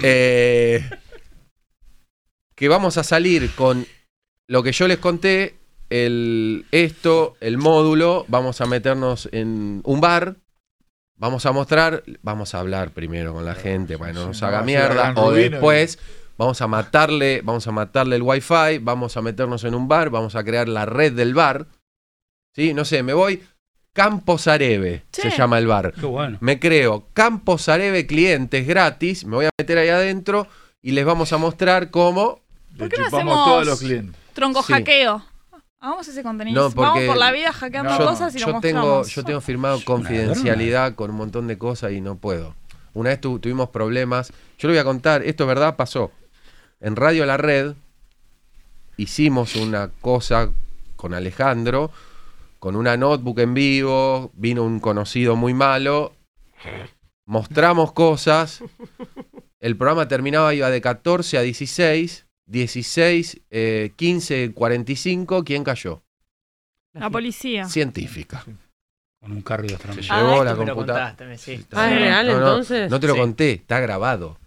[SPEAKER 5] eh, que vamos a salir con lo que yo les conté, el esto, el módulo, vamos a meternos en un bar, vamos a mostrar, vamos a hablar primero con la gente para que no
[SPEAKER 2] sí,
[SPEAKER 5] nos
[SPEAKER 2] no,
[SPEAKER 5] haga
[SPEAKER 2] sí,
[SPEAKER 5] mierda
[SPEAKER 2] hagan
[SPEAKER 5] o
[SPEAKER 2] ruido y-
[SPEAKER 5] después vamos a matarle, vamos a matarle el wifi, vamos a meternos en un bar, vamos a crear la red del bar. ¿Sí? No sé, me voy Campos Areve,
[SPEAKER 7] Sí.
[SPEAKER 5] se llama el bar.
[SPEAKER 4] Qué bueno.
[SPEAKER 5] Me creo Campos Areve clientes gratis, me voy a meter ahí adentro y les vamos a mostrar cómo
[SPEAKER 2] Le
[SPEAKER 7] qué no
[SPEAKER 2] chupamos
[SPEAKER 7] hacemos-
[SPEAKER 2] todos los clientes.
[SPEAKER 7] Tronco
[SPEAKER 5] Sí.
[SPEAKER 7] hackeo. Hagamos ese contenido.
[SPEAKER 5] No, porque-
[SPEAKER 7] Vamos por la vida hackeando
[SPEAKER 2] No.
[SPEAKER 7] cosas y lo
[SPEAKER 5] yo tengo,
[SPEAKER 7] mostramos.
[SPEAKER 5] yo tengo firmado
[SPEAKER 4] una ladrona.
[SPEAKER 5] confidencialidad con un montón de cosas y no puedo. Una vez tu- tuvimos problemas. Yo le voy a contar, esto es verdad, pasó. En Radio La Red hicimos una cosa con Alejandro, con una notebook en vivo, vino un conocido muy malo, mostramos cosas, el programa terminaba, iba de 14 a 16, 16, eh, 15, 45, ¿quién cayó?
[SPEAKER 7] La policía.
[SPEAKER 5] Científica.
[SPEAKER 4] Con un carro de
[SPEAKER 5] Se
[SPEAKER 4] Australia.
[SPEAKER 6] Ah,
[SPEAKER 5] llevó
[SPEAKER 6] esto
[SPEAKER 5] la
[SPEAKER 6] me lo
[SPEAKER 5] computadora.
[SPEAKER 6] contaste, me- sí.
[SPEAKER 3] Ah, ¿es real
[SPEAKER 5] No, no,
[SPEAKER 3] entonces?
[SPEAKER 5] No te lo
[SPEAKER 6] Sí.
[SPEAKER 5] conté, está grabado.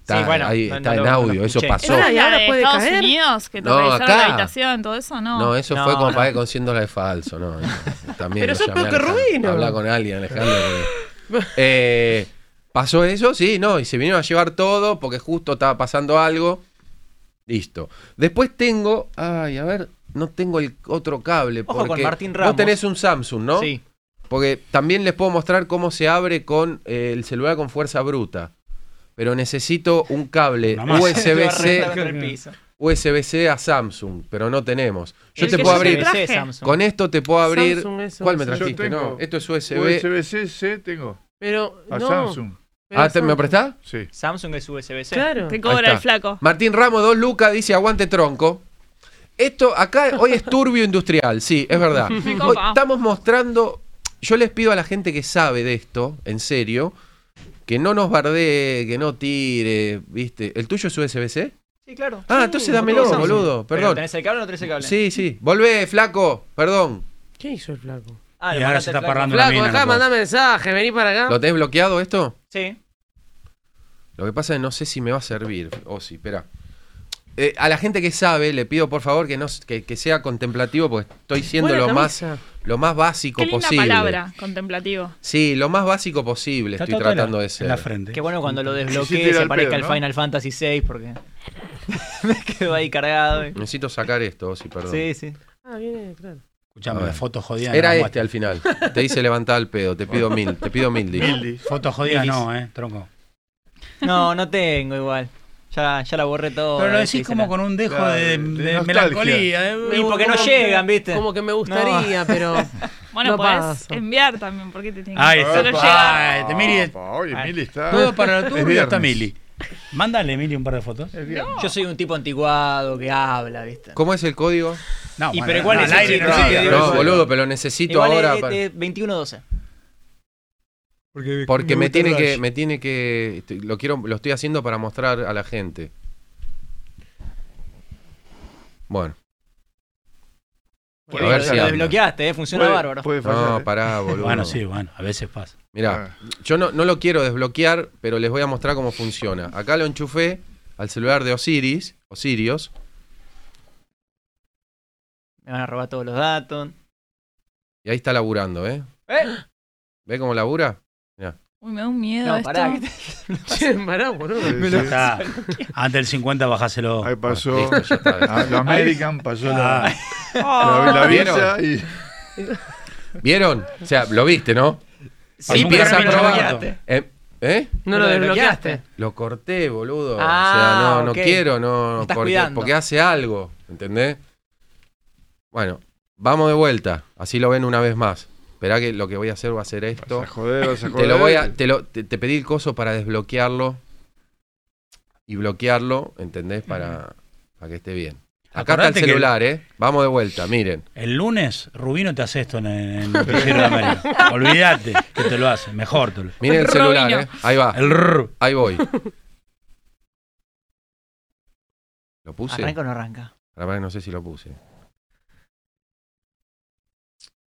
[SPEAKER 5] Está,
[SPEAKER 6] Sí, bueno,
[SPEAKER 5] ahí,
[SPEAKER 6] no,
[SPEAKER 5] está
[SPEAKER 6] no
[SPEAKER 5] en
[SPEAKER 6] lo- no lo
[SPEAKER 5] audio, eso
[SPEAKER 6] escuché.
[SPEAKER 5] pasó.
[SPEAKER 7] ¿Esa es
[SPEAKER 3] Y
[SPEAKER 7] la
[SPEAKER 3] ahora
[SPEAKER 7] de
[SPEAKER 3] puede
[SPEAKER 7] Estados
[SPEAKER 3] caer.
[SPEAKER 7] Unidos? Que te
[SPEAKER 5] No,
[SPEAKER 7] revisaron
[SPEAKER 5] acá.
[SPEAKER 7] la habitación, todo eso, no.
[SPEAKER 5] No, eso
[SPEAKER 6] No,
[SPEAKER 5] fue como
[SPEAKER 6] no.
[SPEAKER 5] pagué con 100 dólares falso. No, no, también
[SPEAKER 3] Pero
[SPEAKER 5] lo
[SPEAKER 3] eso es
[SPEAKER 5] llamé
[SPEAKER 3] peor que
[SPEAKER 5] a Alejandro.
[SPEAKER 3] Rubino.
[SPEAKER 5] Habla con alguien, Alejandro. porque- Eh, Pasó eso, sí, no, y se vinieron a llevar todo porque justo estaba pasando algo. Listo. Después tengo. Ay, a ver, no tengo el otro cable.
[SPEAKER 6] Ojo con
[SPEAKER 5] porque
[SPEAKER 6] Martín
[SPEAKER 5] vos
[SPEAKER 6] Ramos.
[SPEAKER 5] tenés un Samsung, ¿no?
[SPEAKER 6] Sí.
[SPEAKER 5] Porque también les puedo mostrar cómo se abre con eh, el celular con fuerza bruta. Pero necesito un cable
[SPEAKER 4] Una masa.
[SPEAKER 6] Te va a
[SPEAKER 5] USB-C
[SPEAKER 6] arrastrar contra el piso.
[SPEAKER 5] USB a Samsung, pero no tenemos. Yo
[SPEAKER 7] El
[SPEAKER 5] te
[SPEAKER 7] que
[SPEAKER 5] puedo
[SPEAKER 7] yo te
[SPEAKER 5] abrir.
[SPEAKER 7] traje.
[SPEAKER 6] Samsung.
[SPEAKER 5] Con esto te puedo abrir.
[SPEAKER 3] Samsung, eso,
[SPEAKER 5] ¿Cuál me
[SPEAKER 3] eso.
[SPEAKER 2] Yo
[SPEAKER 5] trajiste?
[SPEAKER 2] tengo
[SPEAKER 5] No, esto es USB.
[SPEAKER 2] USB-C C tengo.
[SPEAKER 3] Pero
[SPEAKER 2] A
[SPEAKER 3] no.
[SPEAKER 2] Samsung.
[SPEAKER 3] pero
[SPEAKER 5] Ah, ¿te- ¿me
[SPEAKER 3] Samsung.
[SPEAKER 5] prestás?
[SPEAKER 2] Sí.
[SPEAKER 6] Samsung es USB-C.
[SPEAKER 3] Claro.
[SPEAKER 7] Te
[SPEAKER 5] Ahí
[SPEAKER 7] cobra
[SPEAKER 5] está.
[SPEAKER 7] el flaco.
[SPEAKER 5] Martín Ramos, 2 lucas, dice aguante tronco. Esto acá hoy es turbio industrial, sí, es verdad.
[SPEAKER 7] Me
[SPEAKER 5] Hoy
[SPEAKER 7] copa.
[SPEAKER 5] estamos mostrando. Yo les pido a la gente que sabe de esto, en serio, que no nos bardee, que no tire, ¿viste? ¿El tuyo es USB-C?
[SPEAKER 6] Sí, claro.
[SPEAKER 5] Ah, entonces dámelo,
[SPEAKER 6] Samsung. Pero,
[SPEAKER 5] boludo, perdón.
[SPEAKER 6] ¿Tenés el cable o no tenés el cable?
[SPEAKER 5] Sí, sí. Volvé, flaco, perdón.
[SPEAKER 3] ¿Qué hizo el flaco?
[SPEAKER 6] Ah,
[SPEAKER 4] Y
[SPEAKER 6] lo
[SPEAKER 4] ahora
[SPEAKER 6] mandaste
[SPEAKER 4] se está
[SPEAKER 6] al flaco.
[SPEAKER 4] parrando una
[SPEAKER 3] Flaco,
[SPEAKER 4] mina.
[SPEAKER 3] acá
[SPEAKER 4] loco.
[SPEAKER 3] mandá mensaje, vení para acá.
[SPEAKER 5] ¿Lo tenés bloqueado esto?
[SPEAKER 6] Sí.
[SPEAKER 5] Lo que pasa es que no sé si me va a servir. O si, espera. Eh, a la gente que sabe, le pido por favor que, no, que, que sea contemplativo, porque estoy siendo
[SPEAKER 3] Buena
[SPEAKER 5] lo más,
[SPEAKER 3] camisa.
[SPEAKER 5] lo más básico
[SPEAKER 7] Qué linda
[SPEAKER 5] posible.
[SPEAKER 7] palabra, contemplativo.
[SPEAKER 5] Sí, lo más básico posible
[SPEAKER 4] Está
[SPEAKER 5] estoy
[SPEAKER 4] todo en la-
[SPEAKER 5] tratando de
[SPEAKER 4] En la
[SPEAKER 5] ser.
[SPEAKER 4] frente.
[SPEAKER 6] Qué bueno cuando lo
[SPEAKER 2] Sí, sí,
[SPEAKER 6] desbloquees
[SPEAKER 2] tira
[SPEAKER 6] se
[SPEAKER 2] el
[SPEAKER 6] parezca
[SPEAKER 2] pedo,
[SPEAKER 6] el
[SPEAKER 2] ¿no?
[SPEAKER 6] Final Fantasy VI porque me quedo ahí cargado. y-
[SPEAKER 5] Necesito sacar esto, oh, sí, perdón.
[SPEAKER 6] Sí, sí.
[SPEAKER 3] Ah, viene, claro.
[SPEAKER 4] Escuchame,
[SPEAKER 5] A ver.
[SPEAKER 4] la foto jodida. no
[SPEAKER 5] Era
[SPEAKER 4] la
[SPEAKER 5] este
[SPEAKER 4] muestra.
[SPEAKER 5] al final. Te hice levantar el pedo, te pido mil, te pido mil. Dick.
[SPEAKER 2] Mildi.
[SPEAKER 4] Foto jodida
[SPEAKER 6] Milis.
[SPEAKER 4] no, eh, tronco.
[SPEAKER 6] No, no tengo igual. Ya, ya la borré todo.
[SPEAKER 4] Pero lo
[SPEAKER 6] eh,
[SPEAKER 4] decís
[SPEAKER 6] hice
[SPEAKER 4] como
[SPEAKER 6] la-
[SPEAKER 4] con un dejo
[SPEAKER 2] Claro,
[SPEAKER 4] de,
[SPEAKER 2] de
[SPEAKER 4] de
[SPEAKER 2] nostalgia.
[SPEAKER 4] melancolía. eh.
[SPEAKER 6] Y porque no
[SPEAKER 3] Como que-
[SPEAKER 6] llegan, ¿viste?
[SPEAKER 3] Como que me gustaría, pero.
[SPEAKER 7] Bueno,
[SPEAKER 3] No
[SPEAKER 7] podés
[SPEAKER 3] pasa.
[SPEAKER 7] enviar también, porque te tienen
[SPEAKER 4] Ay,
[SPEAKER 7] que
[SPEAKER 4] está.
[SPEAKER 7] solo
[SPEAKER 2] Opa.
[SPEAKER 7] llegar.
[SPEAKER 4] Ay, te Mili,
[SPEAKER 2] Opa, Oye,
[SPEAKER 6] Ah.
[SPEAKER 2] Mili está.
[SPEAKER 4] todo para lo tuyo
[SPEAKER 2] viernes.
[SPEAKER 4] está Mili. Mándale, Mili, un par de fotos.
[SPEAKER 2] Es bien.
[SPEAKER 6] Yo soy un tipo antiguado que habla, ¿viste?
[SPEAKER 5] ¿Cómo es el código?
[SPEAKER 4] No,
[SPEAKER 6] Y
[SPEAKER 4] bueno,
[SPEAKER 6] pero igual
[SPEAKER 4] no,
[SPEAKER 6] es
[SPEAKER 4] al
[SPEAKER 6] el
[SPEAKER 4] aire
[SPEAKER 6] chiste,
[SPEAKER 4] no,
[SPEAKER 6] sí,
[SPEAKER 4] no,
[SPEAKER 6] sí,
[SPEAKER 4] no,
[SPEAKER 5] No,
[SPEAKER 6] sí.
[SPEAKER 5] boludo, pero necesito
[SPEAKER 6] Igual
[SPEAKER 5] ahora.
[SPEAKER 6] es
[SPEAKER 5] para-
[SPEAKER 6] de 21-12.
[SPEAKER 5] Porque me tiene que, me tiene que, estoy- lo quiero, lo estoy haciendo para mostrar a la gente. Bueno,
[SPEAKER 6] Que
[SPEAKER 5] a ver
[SPEAKER 6] lo-
[SPEAKER 5] si
[SPEAKER 6] lo
[SPEAKER 5] anda.
[SPEAKER 6] desbloqueaste, ¿eh? Funciona
[SPEAKER 2] Puede-
[SPEAKER 6] bárbaro.
[SPEAKER 2] Puede fallar.
[SPEAKER 5] no,
[SPEAKER 2] eh. Ah.
[SPEAKER 5] pará, boludo.
[SPEAKER 4] Bueno, sí, bueno, a veces pasa.
[SPEAKER 5] Mirá, yo no, no lo quiero desbloquear, pero les voy a mostrar cómo funciona. Acá lo enchufé al celular de Osiris, Osirios.
[SPEAKER 6] me van a robar todos los datos.
[SPEAKER 5] Y ahí está laburando, ¿eh?
[SPEAKER 6] ¿Eh?
[SPEAKER 5] ¿Ve cómo labura?
[SPEAKER 7] Uy, me da un miedo
[SPEAKER 6] No,
[SPEAKER 7] esto.
[SPEAKER 6] pará,
[SPEAKER 3] Che, pará, boludo.
[SPEAKER 2] Me
[SPEAKER 4] Ya
[SPEAKER 2] lo-
[SPEAKER 4] está. Antes del 50 bajáselo.
[SPEAKER 2] Ahí pasó
[SPEAKER 5] Listo, ya está.
[SPEAKER 2] ah, lo American, pasó la,
[SPEAKER 4] Ah,
[SPEAKER 2] la, la
[SPEAKER 5] Ah.
[SPEAKER 2] visa y
[SPEAKER 5] ¿Vieron? O sea, lo viste, ¿no?
[SPEAKER 6] Sí, pero
[SPEAKER 5] Empieza
[SPEAKER 6] no
[SPEAKER 5] a
[SPEAKER 6] me lo
[SPEAKER 5] probar.
[SPEAKER 6] bloqueaste.
[SPEAKER 5] Em- ¿Eh?
[SPEAKER 3] No lo desbloqueaste.
[SPEAKER 5] Lo corté, boludo.
[SPEAKER 6] Ah,
[SPEAKER 5] o sea, no,
[SPEAKER 6] ok.
[SPEAKER 5] no quiero, no.
[SPEAKER 6] Me estás
[SPEAKER 5] porque,
[SPEAKER 6] cuidando.
[SPEAKER 5] porque hace algo, ¿entendés? Bueno, vamos de vuelta. Así lo ven una vez más. Esperá que lo que voy a hacer va a ser esto.
[SPEAKER 2] vas a joder, vas a joder.
[SPEAKER 5] Te lo voy a. Te, lo- te- te pedí el coso para desbloquearlo. Y bloquearlo, ¿entendés? Para, para que esté bien. Acá
[SPEAKER 4] Acordate
[SPEAKER 5] está
[SPEAKER 4] que-
[SPEAKER 5] el celular, ¿eh? Vamos de vuelta, miren.
[SPEAKER 4] El lunes, Rubino te hace esto en, en el noticiero de América. Olvídate que te lo hace. Mejor te lo
[SPEAKER 5] Miren el celular, ¿eh? Ahí va.
[SPEAKER 4] El rrr.
[SPEAKER 5] Ahí voy. ¿Lo puse?
[SPEAKER 6] ¿Arranca o no arranca?
[SPEAKER 5] La verdad que no sé si lo puse.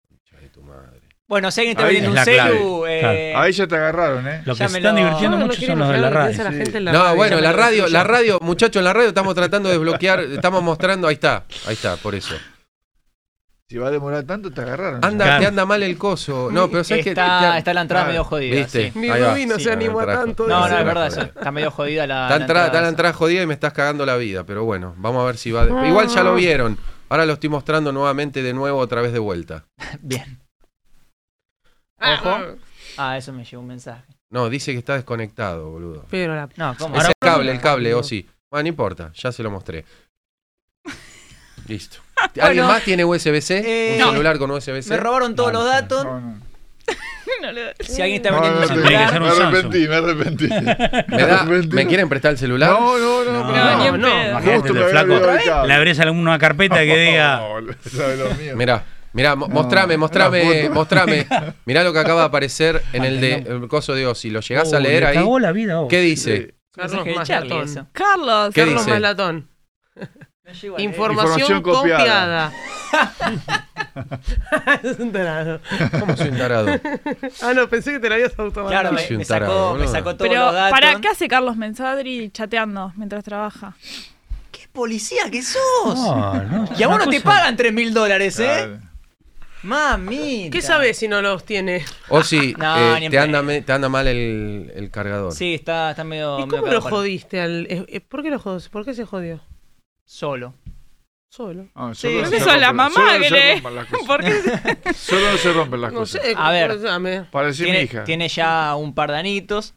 [SPEAKER 5] Concha de tu madre.
[SPEAKER 6] Bueno, si alguien te
[SPEAKER 2] Ahí
[SPEAKER 6] viene
[SPEAKER 4] es
[SPEAKER 6] un
[SPEAKER 4] la clave.
[SPEAKER 6] celu, eh,
[SPEAKER 2] Ahí ya te agarraron, ¿eh?
[SPEAKER 4] Lo que
[SPEAKER 6] Ya
[SPEAKER 4] se
[SPEAKER 6] me
[SPEAKER 4] están
[SPEAKER 6] lo-
[SPEAKER 4] divirtiendo
[SPEAKER 3] No, no
[SPEAKER 4] mucho
[SPEAKER 3] quiero
[SPEAKER 4] son los de la
[SPEAKER 3] mostrar lo que
[SPEAKER 4] radio.
[SPEAKER 3] hace la
[SPEAKER 2] sí.
[SPEAKER 3] gente en la
[SPEAKER 5] No,
[SPEAKER 3] radio,
[SPEAKER 5] bueno,
[SPEAKER 3] ya
[SPEAKER 5] la
[SPEAKER 3] me
[SPEAKER 5] radio, la
[SPEAKER 3] escucho.
[SPEAKER 5] radio, muchachos, en la radio estamos tratando de bloquear, estamos mostrando, ahí está, ahí está, por eso.
[SPEAKER 2] Si va a demorar tanto, te agarraron.
[SPEAKER 5] Anda, te anda mal el coso. No, pero sabes que
[SPEAKER 6] está, está la entrada
[SPEAKER 2] Ah,
[SPEAKER 6] medio jodida. sí.
[SPEAKER 5] viste.
[SPEAKER 3] Ni
[SPEAKER 5] Ahí va.
[SPEAKER 3] Rubí no
[SPEAKER 6] Sí,
[SPEAKER 3] se
[SPEAKER 5] no,
[SPEAKER 3] anima
[SPEAKER 5] trajo.
[SPEAKER 3] tanto.
[SPEAKER 6] No, no,
[SPEAKER 3] dice.
[SPEAKER 6] es verdad, eso, está medio jodida Ah, la.
[SPEAKER 5] Está
[SPEAKER 6] la
[SPEAKER 5] entrada, está la
[SPEAKER 6] esa.
[SPEAKER 5] entrada jodida y me estás cagando la vida, pero bueno, vamos a ver si va. de- Igual
[SPEAKER 6] Ah.
[SPEAKER 5] ya lo vieron. Ahora lo estoy mostrando nuevamente de nuevo otra vez de vuelta.
[SPEAKER 6] Bien.
[SPEAKER 3] Ah,
[SPEAKER 6] Ojo. Ah, eso me llegó un mensaje.
[SPEAKER 5] No, dice que está desconectado, boludo.
[SPEAKER 3] Pero la...
[SPEAKER 6] No, ¿cómo?
[SPEAKER 5] Es el cable, el cable, o sí. Bueno, no importa, ya se lo mostré. Listo. ¿Alguien más tiene
[SPEAKER 6] Eh,
[SPEAKER 5] USB-C? ¿Un
[SPEAKER 6] no.
[SPEAKER 5] celular con USB-C?
[SPEAKER 6] Me robaron todos
[SPEAKER 4] No,
[SPEAKER 6] los
[SPEAKER 4] no,
[SPEAKER 6] datos.
[SPEAKER 2] No, no.
[SPEAKER 7] No le-
[SPEAKER 6] Si alguien está
[SPEAKER 2] No,
[SPEAKER 6] vendiendo un
[SPEAKER 4] tiene que
[SPEAKER 2] no,
[SPEAKER 4] ser
[SPEAKER 6] celular.
[SPEAKER 2] me
[SPEAKER 4] un Samsung.
[SPEAKER 2] arrepentí, me arrepentí.
[SPEAKER 5] ¿Me, da- ¿Me quieren prestar el celular?
[SPEAKER 2] No, no, no.
[SPEAKER 4] No,
[SPEAKER 2] pero
[SPEAKER 7] ni en
[SPEAKER 3] no,
[SPEAKER 7] pedo.
[SPEAKER 2] Justo
[SPEAKER 4] Imagínate,
[SPEAKER 2] me
[SPEAKER 4] el
[SPEAKER 2] había
[SPEAKER 4] flaco.
[SPEAKER 2] olvidado el cable.
[SPEAKER 4] Le abres alguna carpeta que diga.
[SPEAKER 2] No, sabe lo mío.
[SPEAKER 5] Mirá, mirá, mo- mostrame,
[SPEAKER 2] No,
[SPEAKER 5] mostrame,
[SPEAKER 2] no,
[SPEAKER 5] mostrame. Mirá lo que acaba de aparecer en el de el coso de Ozzy. ¿Lo llegás a
[SPEAKER 4] "Oh,
[SPEAKER 5] leer
[SPEAKER 4] le
[SPEAKER 5] ahí?
[SPEAKER 4] cagó la vida a vos".
[SPEAKER 5] ¿Qué dice?
[SPEAKER 3] Carlos
[SPEAKER 6] mensaje de
[SPEAKER 3] más
[SPEAKER 6] Charlie,
[SPEAKER 3] latón.
[SPEAKER 6] eso.
[SPEAKER 7] Carlos.
[SPEAKER 5] ¿Qué
[SPEAKER 3] Carlos
[SPEAKER 5] dice?
[SPEAKER 3] más latón.
[SPEAKER 6] No llego a leer.
[SPEAKER 3] Información,
[SPEAKER 2] Información copiada.
[SPEAKER 3] copiada. es un tarado.
[SPEAKER 5] ¿Cómo soy un tarado?
[SPEAKER 3] Ah, no, pensé que te la habías automatizado.
[SPEAKER 6] Claro,
[SPEAKER 5] Soy
[SPEAKER 6] me,
[SPEAKER 5] un
[SPEAKER 6] me
[SPEAKER 5] tarado,
[SPEAKER 6] sacó, me
[SPEAKER 5] boludo.
[SPEAKER 6] sacó todos
[SPEAKER 7] Pero,
[SPEAKER 6] los datos.
[SPEAKER 7] ¿para qué hace Carlos Mensadri chateando mientras trabaja?
[SPEAKER 6] ¿Qué policía que sos?
[SPEAKER 4] No, no,
[SPEAKER 6] y a vos
[SPEAKER 4] una
[SPEAKER 6] no te
[SPEAKER 4] cosa-
[SPEAKER 6] pagan 3 mil dólares, ¿eh?
[SPEAKER 2] Claro.
[SPEAKER 6] Mami.
[SPEAKER 3] ¿Qué sabes si no los tiene?
[SPEAKER 5] Ozzy,
[SPEAKER 6] No,
[SPEAKER 5] eh,
[SPEAKER 6] ni en
[SPEAKER 5] te, anda,
[SPEAKER 6] pedo.
[SPEAKER 5] me- te anda mal el, el cargador.
[SPEAKER 6] Sí, está, está medio.
[SPEAKER 3] ¿Y
[SPEAKER 6] medio
[SPEAKER 3] cómo lo
[SPEAKER 6] cagapalo.
[SPEAKER 3] jodiste al.? eh, eh, ¿Por qué lo jodiste? ¿Por qué se jodió?
[SPEAKER 6] Solo.
[SPEAKER 3] Solo.
[SPEAKER 2] No,
[SPEAKER 6] Sí,
[SPEAKER 2] Ah, solo
[SPEAKER 6] pero
[SPEAKER 2] se
[SPEAKER 7] eso a la
[SPEAKER 2] rompen-
[SPEAKER 7] mamá
[SPEAKER 2] solo
[SPEAKER 7] que
[SPEAKER 2] se
[SPEAKER 7] le-
[SPEAKER 2] rompen las cosas.
[SPEAKER 7] ¿Por qué?
[SPEAKER 2] Solo no se rompen las
[SPEAKER 3] No
[SPEAKER 2] cosas.
[SPEAKER 3] sé.
[SPEAKER 6] A ver.
[SPEAKER 3] ¿cómo se llame?
[SPEAKER 2] Parecí mi
[SPEAKER 6] tiene,
[SPEAKER 2] hija.
[SPEAKER 6] tiene ya un par de anitos.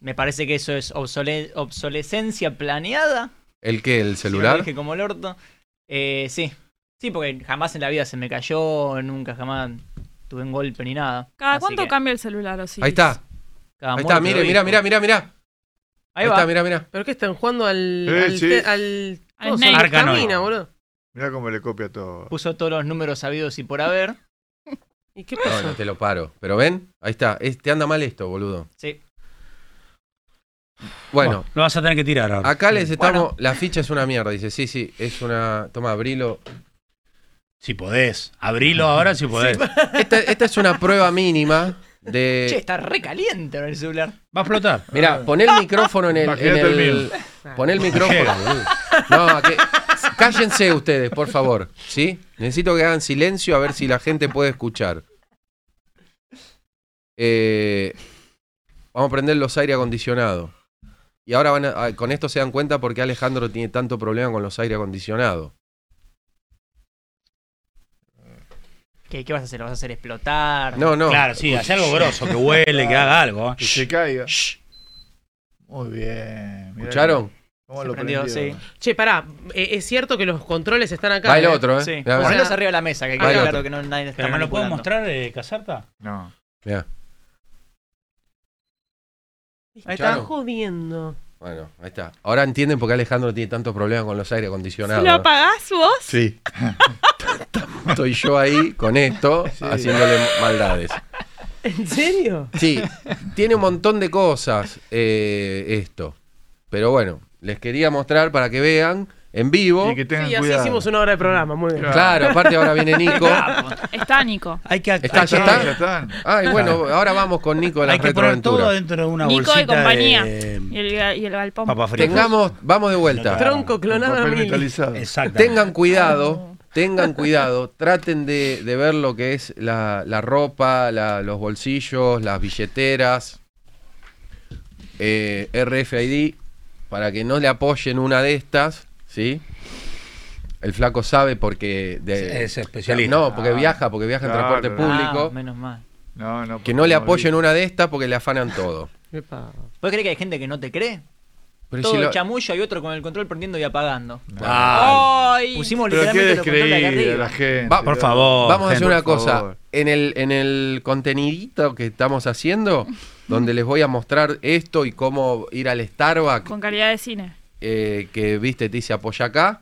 [SPEAKER 6] Me parece que eso es obsole- obsolescencia planeada.
[SPEAKER 5] ¿El qué? ¿El
[SPEAKER 6] si lo
[SPEAKER 5] celular?
[SPEAKER 6] dije como el orto. Eh, sí. Sí, porque jamás en la vida se me cayó, nunca jamás tuve un golpe ni nada.
[SPEAKER 7] ¿Cada
[SPEAKER 6] Así
[SPEAKER 7] cuánto
[SPEAKER 6] que
[SPEAKER 7] cambia el celular, Osiris?
[SPEAKER 5] Ahí está,
[SPEAKER 6] cada
[SPEAKER 5] ahí
[SPEAKER 6] muerto
[SPEAKER 5] está, mire,
[SPEAKER 6] lo
[SPEAKER 5] mira,
[SPEAKER 6] dijo.
[SPEAKER 5] mira, mira, mira.
[SPEAKER 6] Ahí,
[SPEAKER 5] Ahí,
[SPEAKER 6] va.
[SPEAKER 5] está, mira, mira.
[SPEAKER 3] ¿Pero qué están jugando al.
[SPEAKER 2] Eh,
[SPEAKER 3] al,
[SPEAKER 2] sí.
[SPEAKER 3] te- al,
[SPEAKER 7] Al
[SPEAKER 3] ¿cómo se
[SPEAKER 7] Snake.
[SPEAKER 3] llama?
[SPEAKER 4] Arcanoid.
[SPEAKER 3] Camina, boludo.
[SPEAKER 2] Mirá cómo le copia todo.
[SPEAKER 6] Puso todos los números sabidos y por haber.
[SPEAKER 3] ¿Y qué
[SPEAKER 5] No,
[SPEAKER 3] pasó?
[SPEAKER 5] no te lo paro. Pero ven, ahí está. Es- te anda mal esto, boludo.
[SPEAKER 6] Sí.
[SPEAKER 5] Bueno,
[SPEAKER 4] Lo vas a tener que tirar ahora.
[SPEAKER 5] acá les estamos. La ficha es una mierda. Dice, sí, sí, es una. Toma, abrilo.
[SPEAKER 4] Si podés. Abrilo ahora si podés.
[SPEAKER 5] Esta, esta es una prueba mínima de.
[SPEAKER 6] Che, está re caliente ahora el celular.
[SPEAKER 4] Va a Ah. flotar.
[SPEAKER 5] Mira, pon el micrófono en el. En
[SPEAKER 2] Imagínate
[SPEAKER 5] el,
[SPEAKER 2] el mío.
[SPEAKER 5] pon el micrófono. No, que- cállense ustedes, por favor. ¿Sí? Necesito que hagan silencio a ver si la gente puede escuchar. Eh, vamos a prender los aire acondicionado. Y ahora van a- a- con esto se dan cuenta por qué Alejandro tiene tanto problema con los aire acondicionados.
[SPEAKER 6] ¿Qué, qué vas a hacer? ¿Lo vas a hacer explotar?
[SPEAKER 5] No, no.
[SPEAKER 4] Claro, sí, hace algo grosso, que huele, que haga
[SPEAKER 6] ¿eh?
[SPEAKER 4] algo. ¿eh?
[SPEAKER 2] Que se caiga. Muy bien. mirá
[SPEAKER 5] ¿Escucharon?
[SPEAKER 2] ¿Cómo
[SPEAKER 6] Se
[SPEAKER 2] lo
[SPEAKER 6] prendió,
[SPEAKER 2] prendió?
[SPEAKER 6] sí.
[SPEAKER 3] Che, pará. eh, es cierto que los controles están acá.
[SPEAKER 5] Va el
[SPEAKER 3] ¿eh?
[SPEAKER 5] otro, ¿eh?
[SPEAKER 6] Sí.
[SPEAKER 5] Mirá,
[SPEAKER 3] O
[SPEAKER 6] Ponelos
[SPEAKER 3] sea-
[SPEAKER 6] arriba de la mesa, que
[SPEAKER 5] Ahí
[SPEAKER 6] quede
[SPEAKER 5] va.
[SPEAKER 6] claro que no, nadie está
[SPEAKER 4] ¿Pero me lo puedes
[SPEAKER 6] manipulando.
[SPEAKER 4] mostrar, eh, Caserta?
[SPEAKER 2] No.
[SPEAKER 5] mirá.
[SPEAKER 3] Me
[SPEAKER 5] Escucharon.
[SPEAKER 3] están jodiendo.
[SPEAKER 5] Bueno, ahí está. Ahora entienden por qué Alejandro tiene tanto problema con los aire acondicionados.
[SPEAKER 7] ¿Lo
[SPEAKER 5] ¿no?
[SPEAKER 7] apagás vos?
[SPEAKER 5] Sí. Estoy yo ahí con esto, haciéndole maldades.
[SPEAKER 3] ¿En serio?
[SPEAKER 5] Sí, tiene un montón de cosas eh, esto. Pero bueno, les quería mostrar para que vean en vivo.
[SPEAKER 2] Y que tengan
[SPEAKER 3] Sí, así
[SPEAKER 2] cuidado.
[SPEAKER 3] hicimos una hora de programa. Muy bien.
[SPEAKER 5] Claro, aparte ahora viene Nico.
[SPEAKER 7] Está Nico.
[SPEAKER 4] Hay que,
[SPEAKER 5] ¿Está?
[SPEAKER 4] hay que-
[SPEAKER 5] ¿Ya está?
[SPEAKER 2] Ya están.
[SPEAKER 5] Ay, bueno, ahora vamos con Nico de
[SPEAKER 4] hay
[SPEAKER 5] las
[SPEAKER 4] que poner todo
[SPEAKER 5] retroaventuras.
[SPEAKER 4] dentro de una
[SPEAKER 7] Nico y
[SPEAKER 4] bolsita
[SPEAKER 7] compañía. Y
[SPEAKER 4] de
[SPEAKER 7] el, y el galpón.
[SPEAKER 4] papas fritas.
[SPEAKER 5] Tengamos, vamos de vuelta.
[SPEAKER 3] Tronco clonado a
[SPEAKER 2] Papel
[SPEAKER 3] mil.
[SPEAKER 2] metalizado.
[SPEAKER 4] Exacto.
[SPEAKER 5] Tengan cuidado tengan cuidado, traten de, de ver lo que es la, la ropa, la- los bolsillos, las billeteras, eh, RFID, para que no le apoyen una de estas, ¿sí? El flaco sabe porque... de-
[SPEAKER 4] Es especialista.
[SPEAKER 5] No, porque
[SPEAKER 4] Ah.
[SPEAKER 5] viaja, porque viaja en
[SPEAKER 4] Claro.
[SPEAKER 5] transporte público.
[SPEAKER 6] Ah, menos mal.
[SPEAKER 5] que Ah, no le apoyen una de estas porque le afanan todo.
[SPEAKER 6] ¿Vos crees que hay gente que no te cree?
[SPEAKER 5] Pero
[SPEAKER 6] Todo
[SPEAKER 5] si lo-
[SPEAKER 6] chamullo y otro con el control prendiendo y apagando.
[SPEAKER 5] Ah.
[SPEAKER 6] Pusimos
[SPEAKER 2] Pero qué
[SPEAKER 6] literalmente los controles acá
[SPEAKER 2] descreída
[SPEAKER 6] arriba.
[SPEAKER 2] la gente.
[SPEAKER 5] Va-
[SPEAKER 4] Por favor,
[SPEAKER 5] Vamos a hacer
[SPEAKER 4] gente,
[SPEAKER 5] una
[SPEAKER 4] por
[SPEAKER 5] cosa.
[SPEAKER 4] favor.
[SPEAKER 5] En el, en el contenidito que estamos haciendo, donde les voy a mostrar esto y cómo ir al Starbucks,
[SPEAKER 7] Con calidad de cine.
[SPEAKER 5] eh, que viste, te dice apoya acá.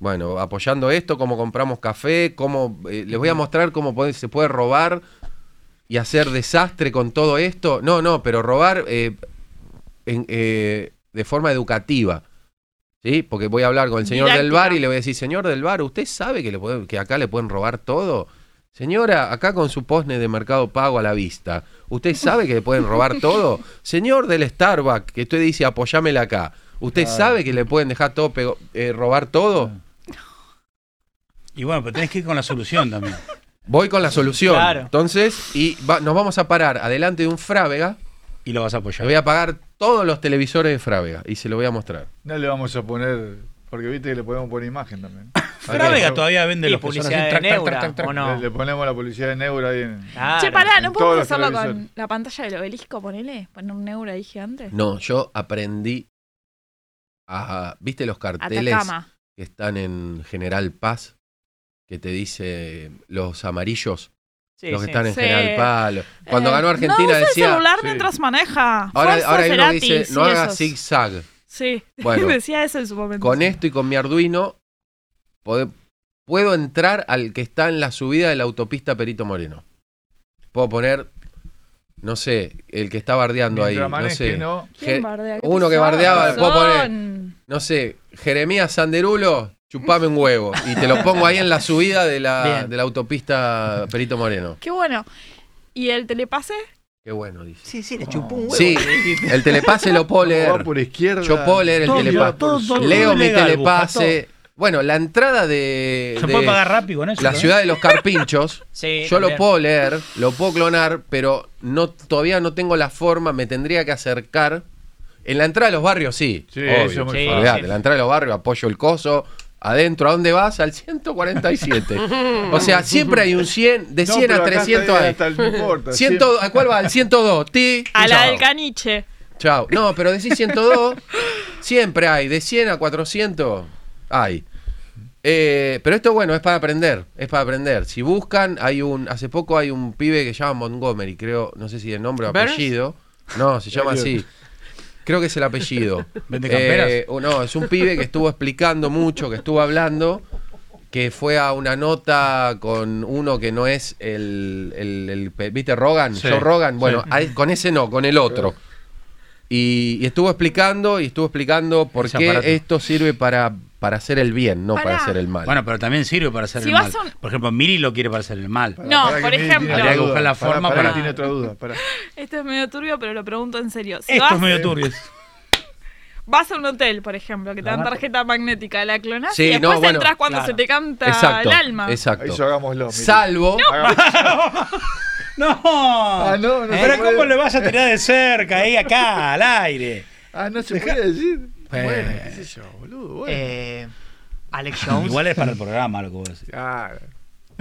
[SPEAKER 5] Bueno, apoyando esto, cómo compramos café, cómo. eh, les voy a mostrar cómo puede- se puede robar y hacer desastre con todo esto. No, no, pero robar eh, en- eh, de forma educativa. ¿Sí? Porque voy a hablar con el señor del
[SPEAKER 6] Didáctica.
[SPEAKER 5] bar y le voy a decir, señor del bar, ¿usted sabe que, le puede- que acá le pueden robar todo? Señora, acá con su posne de Mercado Pago a la vista, ¿usted sabe que le pueden robar todo? Señor del Starbucks, que usted dice, apoyámela acá, ¿usted sabe que le pueden dejar todo, pego- eh, robar todo?
[SPEAKER 4] Y bueno, pero tenés que ir con la solución también.
[SPEAKER 5] Voy con la solución.
[SPEAKER 4] Claro.
[SPEAKER 5] Entonces, y va- nos vamos a parar adelante de un Frávega.
[SPEAKER 4] Y lo vas a apoyar.
[SPEAKER 5] Le voy a pagar todos los televisores de Frávega y se lo voy a mostrar.
[SPEAKER 2] No le vamos a poner. Porque viste que le podemos poner imagen también.
[SPEAKER 4] Frávega todavía vende los que son así, trac, trac, trac, trac, trac.
[SPEAKER 2] Le, le ponemos la publicidad de Neura ahí en.
[SPEAKER 7] che, pará, ¿no
[SPEAKER 2] Ah, en
[SPEAKER 7] podemos
[SPEAKER 2] todos los
[SPEAKER 7] hacerlo con
[SPEAKER 2] televisores.
[SPEAKER 7] la pantalla del obelisco? Ponele, poner un euro ahí gigante.
[SPEAKER 5] No, yo aprendí a... ¿Viste los carteles
[SPEAKER 7] Atacama.
[SPEAKER 5] que están en General Paz? Que te dice los amarillos,
[SPEAKER 7] Sí,
[SPEAKER 5] los que
[SPEAKER 7] sí.
[SPEAKER 5] están en
[SPEAKER 7] Sí.
[SPEAKER 5] General Paz. lo- Cuando
[SPEAKER 7] Eh,
[SPEAKER 5] ganó Argentina
[SPEAKER 7] no usa
[SPEAKER 5] decía...
[SPEAKER 7] el celular
[SPEAKER 5] Sí.
[SPEAKER 7] mientras maneja.
[SPEAKER 5] Ahora,
[SPEAKER 7] Fuerza,
[SPEAKER 5] ahora hay uno que
[SPEAKER 7] Cerati,
[SPEAKER 5] dice, no
[SPEAKER 7] sí,
[SPEAKER 5] hagas
[SPEAKER 7] esos.
[SPEAKER 5] zig-zag.
[SPEAKER 7] Sí,
[SPEAKER 5] Bueno.
[SPEAKER 7] decía eso en su momento.
[SPEAKER 5] Con e- esto y con mi Arduino pode- puedo entrar al que está en la subida de la autopista Perito Moreno. Puedo poner, no sé, el que está bardeando ahí.
[SPEAKER 2] Mientras
[SPEAKER 5] No
[SPEAKER 2] maneje,
[SPEAKER 5] sé.
[SPEAKER 2] ¿no?
[SPEAKER 5] Je-
[SPEAKER 7] ¿Quién bardea? ¿Qué
[SPEAKER 5] Uno que
[SPEAKER 7] son?
[SPEAKER 5] bardeaba, puedo poner,
[SPEAKER 7] Son.
[SPEAKER 5] no sé, Jeremías Sanderulo, chupame un huevo. Y te lo pongo ahí en la subida de la,
[SPEAKER 6] Bien.
[SPEAKER 5] de la autopista Perito Moreno.
[SPEAKER 7] Qué bueno. ¿Y el telepase?
[SPEAKER 5] Qué bueno, dice.
[SPEAKER 6] Sí, sí, le chupó un huevo.
[SPEAKER 5] Oh. Sí, el telepase lo puedo leer.
[SPEAKER 2] Va por izquierda.
[SPEAKER 5] Yo puedo leer el
[SPEAKER 4] Todo,
[SPEAKER 5] telepase.
[SPEAKER 4] todo, todo
[SPEAKER 5] Leo mi
[SPEAKER 4] ilegal,
[SPEAKER 5] telepase. Bueno, la entrada de,
[SPEAKER 4] Se
[SPEAKER 5] de
[SPEAKER 4] puede pagar rápido con eso.
[SPEAKER 5] la
[SPEAKER 4] ¿no?
[SPEAKER 5] ciudad de los carpinchos.
[SPEAKER 6] Sí,
[SPEAKER 5] Yo lo
[SPEAKER 6] también.
[SPEAKER 5] puedo leer, lo puedo clonar, pero no, todavía no tengo la forma, me tendría que acercar. En la entrada de los barrios sí.
[SPEAKER 2] Sí,
[SPEAKER 5] obvio.
[SPEAKER 2] eso es muy
[SPEAKER 6] Sí,
[SPEAKER 2] fácil.
[SPEAKER 5] Olvidate, en la entrada de los barrios apoyo el coso. Adentro, ¿a dónde vas? Al 147. O sea, siempre hay un 100, de
[SPEAKER 2] No,
[SPEAKER 5] 100
[SPEAKER 2] pero
[SPEAKER 5] a
[SPEAKER 2] acá
[SPEAKER 5] 300
[SPEAKER 2] está-
[SPEAKER 5] hay.
[SPEAKER 2] hasta el- no importa,
[SPEAKER 5] 100,
[SPEAKER 2] siempre-
[SPEAKER 5] ¿A cuál va? Al 102. Ti,
[SPEAKER 7] A la
[SPEAKER 5] chao.
[SPEAKER 7] del caniche.
[SPEAKER 5] Chao. No, pero decís 102, siempre hay. De 100 a 400, hay. Eh, pero esto, bueno, es para aprender. Es para aprender. Si buscan, hay un. Hace poco hay un pibe que se llama Montgomery, creo. No sé si el nombre o
[SPEAKER 3] ¿Burns?
[SPEAKER 5] apellido. No, se llama así. Creo que es el apellido.
[SPEAKER 4] ¿Vende camperas?
[SPEAKER 5] Eh, o no, es un pibe que estuvo explicando mucho, que estuvo hablando, que fue a una nota con uno que no es el. el- el- ¿Viste Rogan?
[SPEAKER 4] Sí,
[SPEAKER 5] Joe Rogan. Bueno,
[SPEAKER 4] sí.
[SPEAKER 5] a- con ese no, con el otro. Y, y estuvo explicando, y estuvo explicando por
[SPEAKER 4] Ese
[SPEAKER 5] qué
[SPEAKER 4] aparato.
[SPEAKER 5] esto sirve para, para hacer el bien, no para
[SPEAKER 7] Pará.
[SPEAKER 5] hacer el mal.
[SPEAKER 4] Bueno, pero también sirve para hacer
[SPEAKER 7] Si
[SPEAKER 4] el mal.
[SPEAKER 7] vas a un-
[SPEAKER 4] Por ejemplo, Miri lo quiere para hacer el mal.
[SPEAKER 7] No,
[SPEAKER 2] Pará que
[SPEAKER 7] por
[SPEAKER 2] Miri tiene
[SPEAKER 7] ejemplo.
[SPEAKER 2] otra
[SPEAKER 4] Habría que buscar la
[SPEAKER 2] duda. Pará,
[SPEAKER 4] forma
[SPEAKER 2] pará,
[SPEAKER 4] para-
[SPEAKER 2] tiene otra duda. pará.
[SPEAKER 7] Esto es medio turbio, pero lo pregunto en serio. Si
[SPEAKER 4] Esto
[SPEAKER 7] vas,
[SPEAKER 4] es medio turbio.
[SPEAKER 7] vas a un hotel, por ejemplo, que te
[SPEAKER 4] La
[SPEAKER 7] dan
[SPEAKER 4] marca.
[SPEAKER 7] tarjeta magnética, la clonás
[SPEAKER 5] Sí,
[SPEAKER 7] y
[SPEAKER 5] no,
[SPEAKER 7] después
[SPEAKER 5] bueno,
[SPEAKER 7] entras cuando
[SPEAKER 6] claro.
[SPEAKER 7] se te canta
[SPEAKER 5] exacto.
[SPEAKER 7] el alma.
[SPEAKER 2] Eso
[SPEAKER 5] Exacto.
[SPEAKER 2] hagámoslo. Miri.
[SPEAKER 5] Salvo.
[SPEAKER 2] Hagamos-
[SPEAKER 4] No. Eh,
[SPEAKER 2] Ah, no, no se
[SPEAKER 4] pero
[SPEAKER 2] puede.
[SPEAKER 4] ¿cómo le vas a tirar de cerca ahí acá, al aire?
[SPEAKER 2] Ah, no se puede decir.
[SPEAKER 4] Pues-
[SPEAKER 2] Bueno, qué sé yo, boludo. Bueno.
[SPEAKER 6] Eh, Alex Jones.
[SPEAKER 4] Igual es para el programa lo que vos decís.
[SPEAKER 2] Ah,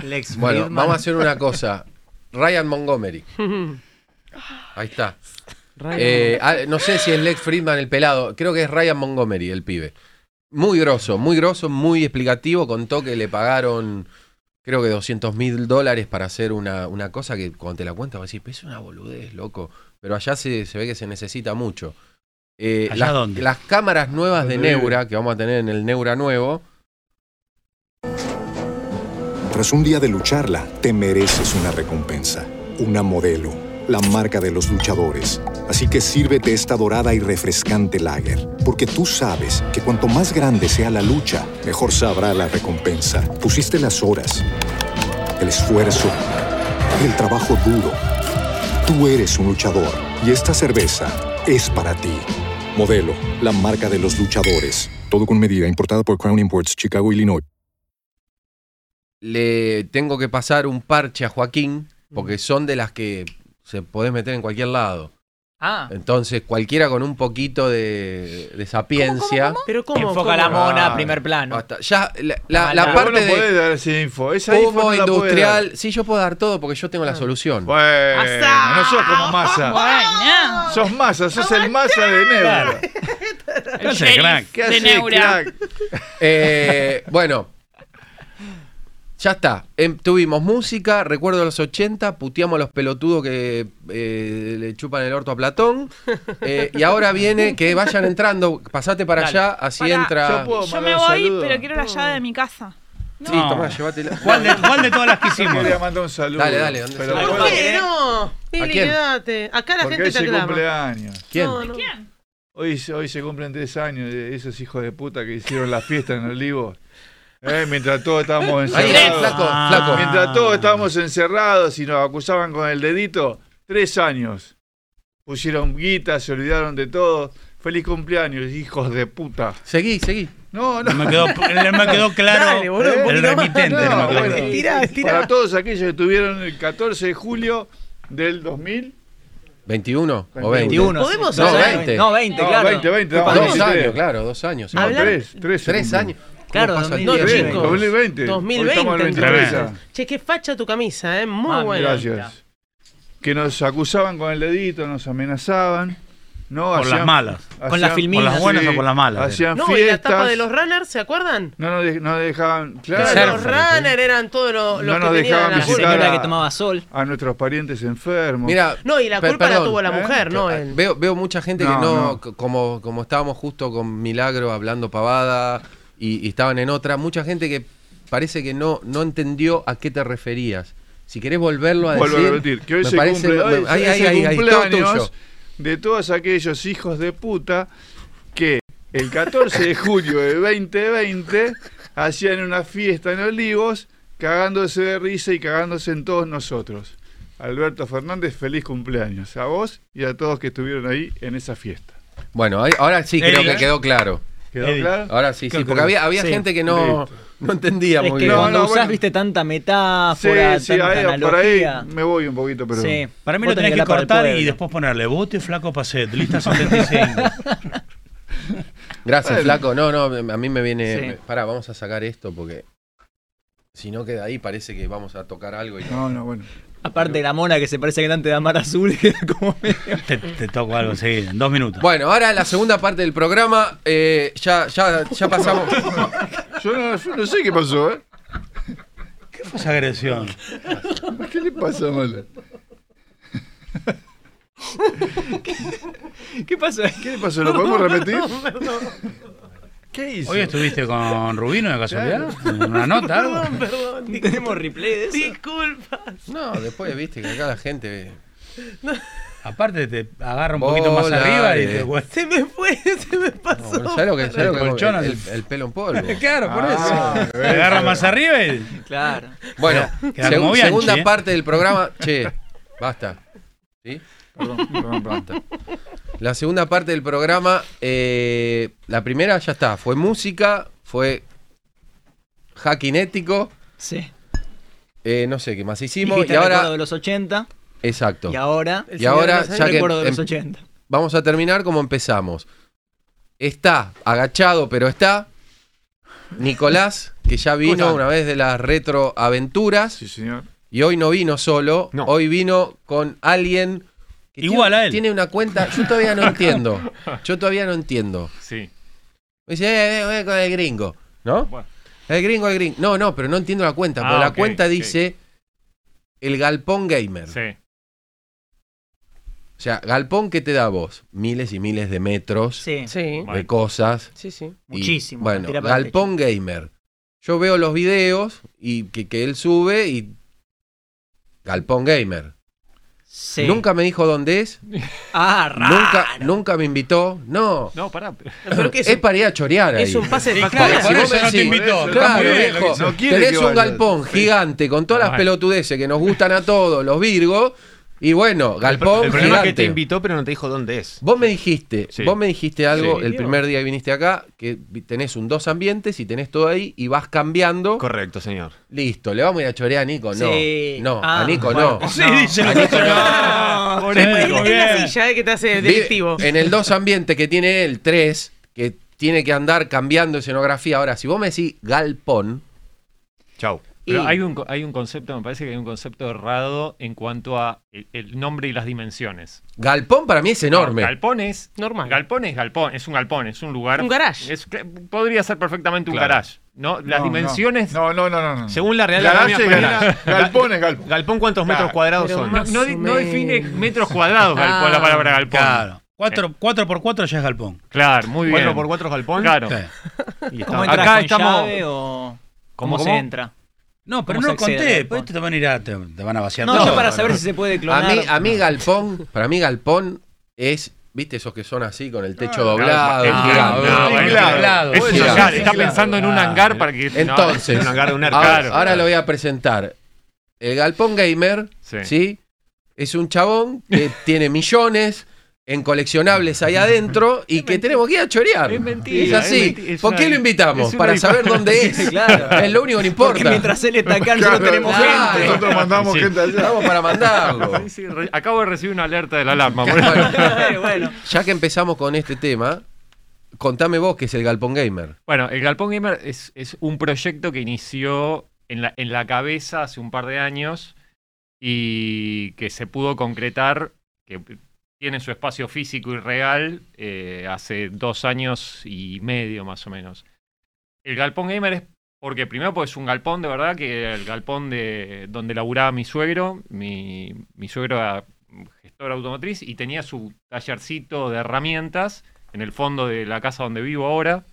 [SPEAKER 6] Lex
[SPEAKER 5] Bueno,
[SPEAKER 6] Friedman.
[SPEAKER 5] vamos a hacer una cosa. Ryan Montgomery. Ahí está. Eh, ah, no sé si es Lex Friedman el pelado. Creo que es Ryan Montgomery el pibe. Muy grosso, muy grosso, muy explicativo. Contó que le pagaron, creo que 200 mil dólares para hacer una, una cosa que cuando te la cuentas vas a decir, "Pero es una boludez, loco. Pero allá se, se ve que se necesita mucho. Eh,
[SPEAKER 4] ¿Allá
[SPEAKER 5] las-
[SPEAKER 4] dónde?
[SPEAKER 5] Las cámaras nuevas de
[SPEAKER 2] ¿Dónde vive?
[SPEAKER 5] Neura, que vamos a tener en el Neura nuevo,
[SPEAKER 8] Tras un día de lucharla, te mereces una recompensa, una modelo, la marca de los luchadores. Así que sírvete esta dorada y refrescante lager, porque tú sabes que cuanto más grande sea la lucha, mejor sabrá la recompensa. Pusiste las horas, el esfuerzo, el trabajo duro. Tú eres un luchador y esta cerveza es para ti. Modelo, la marca de los luchadores. Todo con medida, importada por Crown Imports, Chicago, Illinois.
[SPEAKER 5] le tengo que pasar un parche a Joaquín, porque son de las que se podés meter en cualquier lado.
[SPEAKER 6] Ah.
[SPEAKER 5] Entonces, cualquiera con un poquito de, de sapiencia.
[SPEAKER 3] Pero ¿cómo?
[SPEAKER 6] Enfoca la
[SPEAKER 3] ¿Cómo?
[SPEAKER 6] mona,
[SPEAKER 5] Ah,
[SPEAKER 6] primer plano.
[SPEAKER 5] basta. Ya, la, la- la
[SPEAKER 6] Maldad.
[SPEAKER 5] parte
[SPEAKER 2] Vos no
[SPEAKER 5] de
[SPEAKER 2] podés dar esa info. Esa info
[SPEAKER 5] humo
[SPEAKER 2] no la podés dar.
[SPEAKER 5] industrial. Sí, yo puedo dar todo porque yo tengo
[SPEAKER 3] Ah.
[SPEAKER 5] la solución.
[SPEAKER 2] Bueno, no sos como masa.
[SPEAKER 7] Bueno.
[SPEAKER 2] Sos masa, sos el masa de Nebra.
[SPEAKER 4] Claro, es el crack.
[SPEAKER 2] ¿Qué
[SPEAKER 7] De
[SPEAKER 2] haces,
[SPEAKER 7] Neura.
[SPEAKER 2] crack?
[SPEAKER 5] Eh, bueno. Ya está. Em, tuvimos música, recuerdo los 80, puteamos a los pelotudos que eh, le chupan el orto a Platón. eh, y ahora viene que vayan entrando, pasate para
[SPEAKER 6] Dale.
[SPEAKER 5] allá, así
[SPEAKER 7] Pará.
[SPEAKER 5] entra.
[SPEAKER 2] Yo puedo
[SPEAKER 7] Yo
[SPEAKER 2] mandar
[SPEAKER 7] me
[SPEAKER 2] un
[SPEAKER 7] voy,
[SPEAKER 2] saludo.
[SPEAKER 7] pero quiero la llave de
[SPEAKER 5] Uh.
[SPEAKER 7] mi casa.
[SPEAKER 5] Sí,
[SPEAKER 4] No.
[SPEAKER 5] tomá, llévatela.
[SPEAKER 4] ¿Cuál de, cuál de todas las que
[SPEAKER 2] Yo
[SPEAKER 4] hicimos?
[SPEAKER 2] quería mandar un saludo.
[SPEAKER 5] Dale, dale, ¿dónde
[SPEAKER 2] Pero
[SPEAKER 5] está?
[SPEAKER 2] puedo-
[SPEAKER 3] ¿Por qué? No. Lili,
[SPEAKER 5] quién?
[SPEAKER 3] quédate. Acá
[SPEAKER 2] ¿eh?
[SPEAKER 3] la
[SPEAKER 2] Porque
[SPEAKER 3] gente
[SPEAKER 2] hoy
[SPEAKER 3] te
[SPEAKER 2] se
[SPEAKER 3] aclama.
[SPEAKER 2] cumple años.
[SPEAKER 5] ¿Quién?
[SPEAKER 3] No, no.
[SPEAKER 7] ¿Quién?
[SPEAKER 2] Hoy, se- hoy se cumplen tres años de esos hijos de puta que hicieron la fiesta en Olivos. Eh, mientras todos estábamos
[SPEAKER 5] Ahí,
[SPEAKER 2] encerrados.
[SPEAKER 5] flaco,
[SPEAKER 4] Ah.
[SPEAKER 5] flaco.
[SPEAKER 2] Mientras todos estábamos encerrados y nos acusaban con el dedito, tres años. Pusieron guita, se olvidaron de todo. Feliz cumpleaños, hijos de puta.
[SPEAKER 5] Seguí, seguí.
[SPEAKER 2] No, no.
[SPEAKER 4] No me quedó, no me quedó claro
[SPEAKER 3] Dale, boludo, un
[SPEAKER 2] ¿Eh?
[SPEAKER 4] el
[SPEAKER 3] poquito más.
[SPEAKER 4] remitente. No,
[SPEAKER 2] No,
[SPEAKER 4] me acuerdo.
[SPEAKER 2] bueno.
[SPEAKER 3] Estirá,
[SPEAKER 2] Para
[SPEAKER 3] estirá.
[SPEAKER 2] todos aquellos que tuvieron el 14 de julio del 2000.
[SPEAKER 5] ¿21 o 20?
[SPEAKER 2] 21.
[SPEAKER 3] ¿Podemos
[SPEAKER 5] No,
[SPEAKER 3] hacer?
[SPEAKER 5] 20.
[SPEAKER 6] No, 20,
[SPEAKER 2] No,
[SPEAKER 6] claro.
[SPEAKER 2] 20, 20, no,
[SPEAKER 5] Dos
[SPEAKER 2] 23.
[SPEAKER 5] años, claro, dos años.
[SPEAKER 2] No,
[SPEAKER 3] Hablar-
[SPEAKER 2] tres, tres. se
[SPEAKER 5] Tres
[SPEAKER 2] cumple.
[SPEAKER 5] años.
[SPEAKER 6] Claro,
[SPEAKER 5] ¿Cómo pasa el
[SPEAKER 3] No,
[SPEAKER 5] día?
[SPEAKER 2] Tres,
[SPEAKER 3] chicos.
[SPEAKER 2] 2020. Hoy
[SPEAKER 3] 2020.
[SPEAKER 2] estamos en la
[SPEAKER 3] entonces.
[SPEAKER 2] entrevista.
[SPEAKER 3] Che, qué facha tu camisa, ¿eh? Muy
[SPEAKER 6] Ah,
[SPEAKER 3] buena.
[SPEAKER 2] Gracias. Que nos acusaban con el dedito, nos amenazaban. No,
[SPEAKER 4] Por las malas.
[SPEAKER 6] Con las filminas.
[SPEAKER 4] Por las buenas o por las malas.
[SPEAKER 2] Hacían
[SPEAKER 3] No, y
[SPEAKER 2] fiestas.
[SPEAKER 3] la tapa de los runners, ¿se acuerdan?
[SPEAKER 2] No nos, de- no dejaban.
[SPEAKER 3] Claro,
[SPEAKER 2] Claro.
[SPEAKER 3] los runners eran todos los,
[SPEAKER 2] No
[SPEAKER 3] los
[SPEAKER 2] nos
[SPEAKER 3] que tenían
[SPEAKER 2] dejaban
[SPEAKER 3] la
[SPEAKER 6] La
[SPEAKER 2] visitar.
[SPEAKER 3] culpa.
[SPEAKER 6] señora
[SPEAKER 2] Claro.
[SPEAKER 6] que tomaba sol.
[SPEAKER 2] A nuestros parientes enfermos.
[SPEAKER 5] Mira,
[SPEAKER 3] No, y la
[SPEAKER 5] per-
[SPEAKER 3] culpa la
[SPEAKER 5] perdón.
[SPEAKER 3] tuvo la mujer, no
[SPEAKER 5] Ah,
[SPEAKER 3] él.
[SPEAKER 5] Veo, veo mucha gente que
[SPEAKER 2] ¿Eh? No,
[SPEAKER 5] no,
[SPEAKER 2] no.
[SPEAKER 5] c- Como, como estábamos justo con Milagro hablando pavada y, y estaban en otra, mucha gente que parece que no, no entendió a qué te referías. Si querés volverlo a
[SPEAKER 2] Vuelvo
[SPEAKER 5] decir,
[SPEAKER 2] a repetir, que hoy
[SPEAKER 5] me
[SPEAKER 2] se
[SPEAKER 5] parece-
[SPEAKER 2] cumple hoy
[SPEAKER 5] me- ahí,
[SPEAKER 2] es
[SPEAKER 5] ahí,
[SPEAKER 2] el
[SPEAKER 5] ahí, ahí, todo tuyo.
[SPEAKER 2] cumpleaños de todos aquellos hijos de puta que el 14 de julio de 2020 hacían una fiesta en Olivos cagándose de risa y cagándose en todos nosotros. Alberto Fernández, feliz cumpleaños a vos y a todos que estuvieron ahí en esa fiesta.
[SPEAKER 5] Bueno, ahí- ahora sí creo
[SPEAKER 4] Ey,
[SPEAKER 5] que
[SPEAKER 4] eh.
[SPEAKER 5] quedó claro.
[SPEAKER 2] ¿Quedó
[SPEAKER 4] Eddie.
[SPEAKER 2] claro?
[SPEAKER 5] Ahora sí, sí,
[SPEAKER 4] Creo que
[SPEAKER 5] porque
[SPEAKER 4] no.
[SPEAKER 5] había, había
[SPEAKER 6] Sí.
[SPEAKER 5] gente que no,
[SPEAKER 2] Listo.
[SPEAKER 5] no entendía
[SPEAKER 6] Es
[SPEAKER 5] muy
[SPEAKER 6] que
[SPEAKER 5] bien.
[SPEAKER 2] No,
[SPEAKER 6] cuando
[SPEAKER 2] no,
[SPEAKER 6] usás,
[SPEAKER 2] bueno.
[SPEAKER 6] viste, tanta
[SPEAKER 2] Sí,
[SPEAKER 6] metáfora,
[SPEAKER 2] sí,
[SPEAKER 6] tanta
[SPEAKER 2] ahí- por ahí
[SPEAKER 6] analogía.
[SPEAKER 2] me voy un poquito, pero
[SPEAKER 6] Sí.
[SPEAKER 4] Para mí
[SPEAKER 6] Vos
[SPEAKER 4] lo tenés que
[SPEAKER 6] hablar para el
[SPEAKER 4] cortar y
[SPEAKER 6] pueblo.
[SPEAKER 4] después ponerle bote flaco paset, lista 75.
[SPEAKER 5] Gracias,
[SPEAKER 2] Bueno.
[SPEAKER 5] flaco. No, no, a mí me viene.
[SPEAKER 6] Sí.
[SPEAKER 5] me- pará, vamos a sacar esto porque si no queda ahí, parece que vamos a tocar algo y no.
[SPEAKER 2] no, no, bueno.
[SPEAKER 6] Aparte la mona que se parece grande de Amar Azul. como medio-
[SPEAKER 4] te, te toco algo, sí, en dos minutos.
[SPEAKER 5] Bueno, ahora la segunda parte del programa, eh, ya, ya, ya pasamos.
[SPEAKER 2] Yo no, yo no sé qué pasó, ¿eh?
[SPEAKER 4] ¿Qué fue esa agresión?
[SPEAKER 2] ¿Qué le pasa, Mala?
[SPEAKER 6] ¿Qué pasó?
[SPEAKER 2] ¿Qué le pasó? ¿Lo podemos repetir?
[SPEAKER 3] Perdón,
[SPEAKER 2] ¿Qué hizo?
[SPEAKER 4] ¿Hoy estuviste con Rubino de casualidad? ¿En ¿Una nota? algo?
[SPEAKER 3] perdón, perdón.
[SPEAKER 6] Tenemos replay de eso.
[SPEAKER 3] Disculpas.
[SPEAKER 5] No, después viste que acá la gente.
[SPEAKER 4] Aparte te agarra un poquito más
[SPEAKER 5] Bola,
[SPEAKER 4] arriba y te...
[SPEAKER 5] eh.
[SPEAKER 4] bueno,
[SPEAKER 3] Se me fue, se me
[SPEAKER 5] No,
[SPEAKER 3] pasó.
[SPEAKER 5] ¿Sabes lo que sabés lo que-
[SPEAKER 4] colchón
[SPEAKER 5] el,
[SPEAKER 4] hace-
[SPEAKER 5] el pelo en polvo.
[SPEAKER 4] Claro, por
[SPEAKER 2] Ah,
[SPEAKER 4] eso. Te agarra más arriba y...
[SPEAKER 6] Claro.
[SPEAKER 5] Bueno,
[SPEAKER 4] queda
[SPEAKER 5] segu-
[SPEAKER 4] como Bianchi,
[SPEAKER 5] segunda
[SPEAKER 4] eh.
[SPEAKER 5] parte del programa. Che, basta.
[SPEAKER 2] Perdón, perdón, perdón.
[SPEAKER 5] La segunda parte del programa, eh, la primera ya está. Fue música, fue hacking ético,
[SPEAKER 6] Sí.
[SPEAKER 5] eh, no sé qué más hicimos.
[SPEAKER 6] Dijiste
[SPEAKER 5] y ahora.
[SPEAKER 6] recuerdo de los 80
[SPEAKER 5] Exacto.
[SPEAKER 6] y ahora
[SPEAKER 5] Y ahora, ya que
[SPEAKER 6] recuerdo de
[SPEAKER 5] em-
[SPEAKER 6] los 80.
[SPEAKER 5] vamos a terminar como empezamos. Está agachado, pero está Nicolás, que ya vino una vez de las retroaventuras.
[SPEAKER 2] Sí, señor.
[SPEAKER 5] Y hoy no vino solo,
[SPEAKER 8] No.
[SPEAKER 5] hoy vino con alguien. que
[SPEAKER 4] Igual
[SPEAKER 5] tiene,
[SPEAKER 4] a él.
[SPEAKER 5] Tiene una cuenta, yo todavía no entiendo. Yo todavía no entiendo.
[SPEAKER 8] Sí.
[SPEAKER 5] Me dice, eh, eh, eh, con el gringo, ¿no?
[SPEAKER 8] Bueno.
[SPEAKER 5] El gringo, el gringo. No, no, pero no entiendo la cuenta.
[SPEAKER 8] Ah,
[SPEAKER 5] porque la
[SPEAKER 8] ok,
[SPEAKER 5] cuenta
[SPEAKER 8] ok.
[SPEAKER 5] dice el Galpón Gamer.
[SPEAKER 8] Sí.
[SPEAKER 5] O sea, Galpón, ¿qué te da a vos? Miles y miles de metros
[SPEAKER 6] Sí.
[SPEAKER 3] Sí,
[SPEAKER 5] de cosas.
[SPEAKER 3] sí, sí.
[SPEAKER 5] Y,
[SPEAKER 6] Muchísimo,
[SPEAKER 5] bueno,
[SPEAKER 6] tira para el
[SPEAKER 5] Galpón Gamer. Yo veo los videos y que, que él sube y. Galpón Gamer.
[SPEAKER 6] Sí.
[SPEAKER 5] Nunca me dijo dónde es.
[SPEAKER 6] Ah, raro.
[SPEAKER 5] Nunca, nunca me invitó. No.
[SPEAKER 8] No, pará.
[SPEAKER 3] Pero que
[SPEAKER 5] Es,
[SPEAKER 3] es, un,
[SPEAKER 5] para ir a chorear ahí.
[SPEAKER 3] es un pase de
[SPEAKER 4] Sí,
[SPEAKER 3] factura.
[SPEAKER 4] claro,
[SPEAKER 5] si
[SPEAKER 4] por
[SPEAKER 5] vos
[SPEAKER 4] eso
[SPEAKER 5] me
[SPEAKER 4] no te
[SPEAKER 5] decís-
[SPEAKER 4] invitó.
[SPEAKER 2] Está
[SPEAKER 5] Claro,
[SPEAKER 2] muy bien lo
[SPEAKER 5] viejo.
[SPEAKER 2] que hizo. No quiere
[SPEAKER 5] Tenés
[SPEAKER 2] que
[SPEAKER 5] un
[SPEAKER 2] vaya.
[SPEAKER 5] galpón
[SPEAKER 2] Sí.
[SPEAKER 5] gigante con todas las
[SPEAKER 8] Ay.
[SPEAKER 5] pelotudeces que nos gustan a todos, los Virgos. Y bueno, Galpón.
[SPEAKER 9] El problema es que te
[SPEAKER 5] gigante.
[SPEAKER 9] invitó, pero no te dijo dónde es.
[SPEAKER 5] Vos me dijiste,
[SPEAKER 9] Sí.
[SPEAKER 5] vos me dijiste algo
[SPEAKER 9] Sí.
[SPEAKER 5] el primer día que viniste acá, que vi- tenés un dos ambientes y tenés todo ahí y vas cambiando.
[SPEAKER 9] Correcto, señor.
[SPEAKER 5] Listo, le vamos a ir a chorear a Nico, no.
[SPEAKER 9] Sí.
[SPEAKER 5] No,
[SPEAKER 9] Ah,
[SPEAKER 5] a Nico
[SPEAKER 9] bueno.
[SPEAKER 5] no.
[SPEAKER 9] Sí, díselo.
[SPEAKER 5] A Nico
[SPEAKER 3] No,
[SPEAKER 5] no.
[SPEAKER 3] pobre Nico. Es la silla, eh, que te
[SPEAKER 5] Vive-
[SPEAKER 3] hace delictivo.
[SPEAKER 5] En el dos ambiente que tiene él, tres, que tiene que andar cambiando escenografía. Ahora, si vos me decís galpón,
[SPEAKER 9] Chau. Pero
[SPEAKER 5] Y-
[SPEAKER 9] hay un, co- hay un concepto, me parece que hay un concepto errado en cuanto a el, el nombre y las dimensiones.
[SPEAKER 5] galpón para mí es enorme.
[SPEAKER 9] No, galpón es.
[SPEAKER 3] Normal.
[SPEAKER 9] Galpón es galpón, es un galpón, es un lugar.
[SPEAKER 3] Un garage.
[SPEAKER 9] es que podría ser perfectamente un
[SPEAKER 5] Claro.
[SPEAKER 9] garage. ¿no? Las
[SPEAKER 2] No,
[SPEAKER 9] dimensiones.
[SPEAKER 2] No, no, no, no. no.
[SPEAKER 9] Según la Real
[SPEAKER 2] Garage
[SPEAKER 9] Academia
[SPEAKER 2] es
[SPEAKER 9] Española-
[SPEAKER 2] garage. Galpón es galpón.
[SPEAKER 9] Galpón, ¿cuántos metros
[SPEAKER 2] Claro.
[SPEAKER 9] cuadrados
[SPEAKER 3] Pero
[SPEAKER 9] son? No,
[SPEAKER 3] más
[SPEAKER 9] no di-
[SPEAKER 3] o
[SPEAKER 9] no define
[SPEAKER 3] menos.
[SPEAKER 9] metros cuadrados galpón, la palabra galpón.
[SPEAKER 4] Claro. 4 por 4 ya es galpón.
[SPEAKER 9] Claro, muy bien.
[SPEAKER 4] ¿Cuatro
[SPEAKER 9] por cuatro galpón?
[SPEAKER 4] O
[SPEAKER 9] Claro.
[SPEAKER 4] sea,
[SPEAKER 6] ¿Cómo
[SPEAKER 9] Y estamos-
[SPEAKER 6] entras
[SPEAKER 9] acá
[SPEAKER 6] con
[SPEAKER 9] estamos.
[SPEAKER 6] llave o cómo,
[SPEAKER 9] ¿Cómo,
[SPEAKER 6] se
[SPEAKER 9] cómo?
[SPEAKER 6] entra?
[SPEAKER 4] No, pero
[SPEAKER 6] ¿Cómo
[SPEAKER 4] no
[SPEAKER 6] se
[SPEAKER 4] lo
[SPEAKER 6] accede
[SPEAKER 4] conté.
[SPEAKER 6] al
[SPEAKER 4] Por esto te van a ir a, te, te van a vaciar
[SPEAKER 6] No,
[SPEAKER 4] todo.
[SPEAKER 6] yo para saber si se puede
[SPEAKER 5] A
[SPEAKER 6] clonar.
[SPEAKER 5] mí, a mí galpón, para mí galpón es, viste, esos que son así con el techo doblado.
[SPEAKER 9] Ah,
[SPEAKER 5] gigante.
[SPEAKER 9] no, bueno,
[SPEAKER 2] Doblado.
[SPEAKER 9] Es un
[SPEAKER 5] Doblado.
[SPEAKER 9] hangar, está pensando en un
[SPEAKER 4] Claro.
[SPEAKER 9] hangar para que. no,
[SPEAKER 5] Entonces,
[SPEAKER 9] en un hangar de un
[SPEAKER 5] ahora,
[SPEAKER 9] arcaro.
[SPEAKER 5] ahora lo voy a presentar. El Galpón Gamer,
[SPEAKER 9] Sí.
[SPEAKER 5] sí. Es un chabón que tiene millones en coleccionables ahí adentro y que tenemos que ir a chorear.
[SPEAKER 9] Es mentira,
[SPEAKER 5] Es así.
[SPEAKER 9] es menti- es
[SPEAKER 5] ¿Por
[SPEAKER 9] una
[SPEAKER 5] qué
[SPEAKER 9] di-
[SPEAKER 5] lo
[SPEAKER 9] es
[SPEAKER 5] invitamos?
[SPEAKER 9] una
[SPEAKER 5] Para
[SPEAKER 9] dif-
[SPEAKER 5] saber dónde es.
[SPEAKER 6] Claro.
[SPEAKER 5] Es lo único que
[SPEAKER 6] Porque
[SPEAKER 5] importa.
[SPEAKER 6] mientras él está acá,
[SPEAKER 2] Claro,
[SPEAKER 6] nosotros tenemos
[SPEAKER 5] claro.
[SPEAKER 6] gente.
[SPEAKER 2] Nosotros mandamos
[SPEAKER 9] Sí.
[SPEAKER 2] gente allá.
[SPEAKER 5] Estamos para mandarlo.
[SPEAKER 9] Sí, sí, re- acabo de recibir una alerta de la alarma. por eso.
[SPEAKER 5] Bueno,
[SPEAKER 6] Eh, bueno.
[SPEAKER 5] ya que empezamos con este tema, contame vos qué es el Galpón Gamer.
[SPEAKER 9] Bueno, el Galpón Gamer es, es un proyecto que inició en la, en la cabeza hace un par de años y que se pudo concretar, que tiene su espacio físico y real eh, hace dos años y medio más o menos. El Galpón Gamer es porque primero pues es un galpón de verdad, que era el galpón de donde laburaba mi suegro, mi, mi suegro era gestor automotriz y tenía su tallercito de herramientas en el fondo de la casa donde vivo ahora.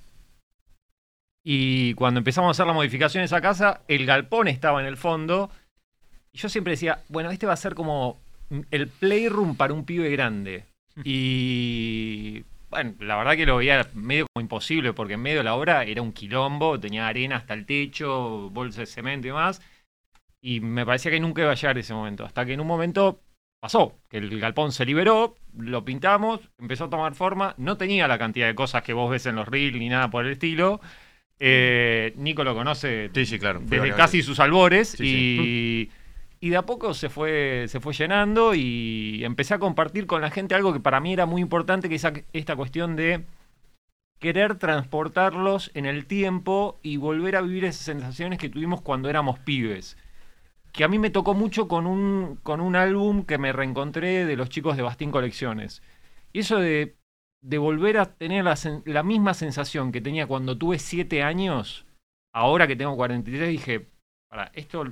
[SPEAKER 9] Y cuando empezamos a hacer las modificaciones a casa, el galpón estaba en el fondo. Y yo siempre decía, bueno, este va a ser como el playroom para un pibe grande. Y bueno, la verdad que lo veía medio como imposible, porque en medio de la obra era un quilombo, tenía arena hasta el techo, bolsa de cemento y demás. Y me parecía que nunca iba a llegar ese momento. Hasta que en un momento pasó, que el galpón se liberó, lo pintamos, empezó a tomar forma. No tenía la cantidad de cosas que vos ves en los reels ni nada por el estilo. Eh, Nico lo conoce Sí, sí, claro. Fui desde varias casi
[SPEAKER 5] veces.
[SPEAKER 9] veces. sus albores
[SPEAKER 5] Sí,
[SPEAKER 9] y, y de a poco se fue, se fue llenando y empecé a compartir con la gente algo que para mí era muy importante, que es ac- esta cuestión de querer transportarlos en el tiempo y volver a vivir esas sensaciones que tuvimos cuando éramos pibes. Que a mí me tocó mucho con un, con un álbum que me reencontré de los chicos de Bastín Colecciones. Y eso de, de volver a tener la, sen- la misma sensación que tenía cuando tuve 7 años, ahora que tengo 43, dije, para, esto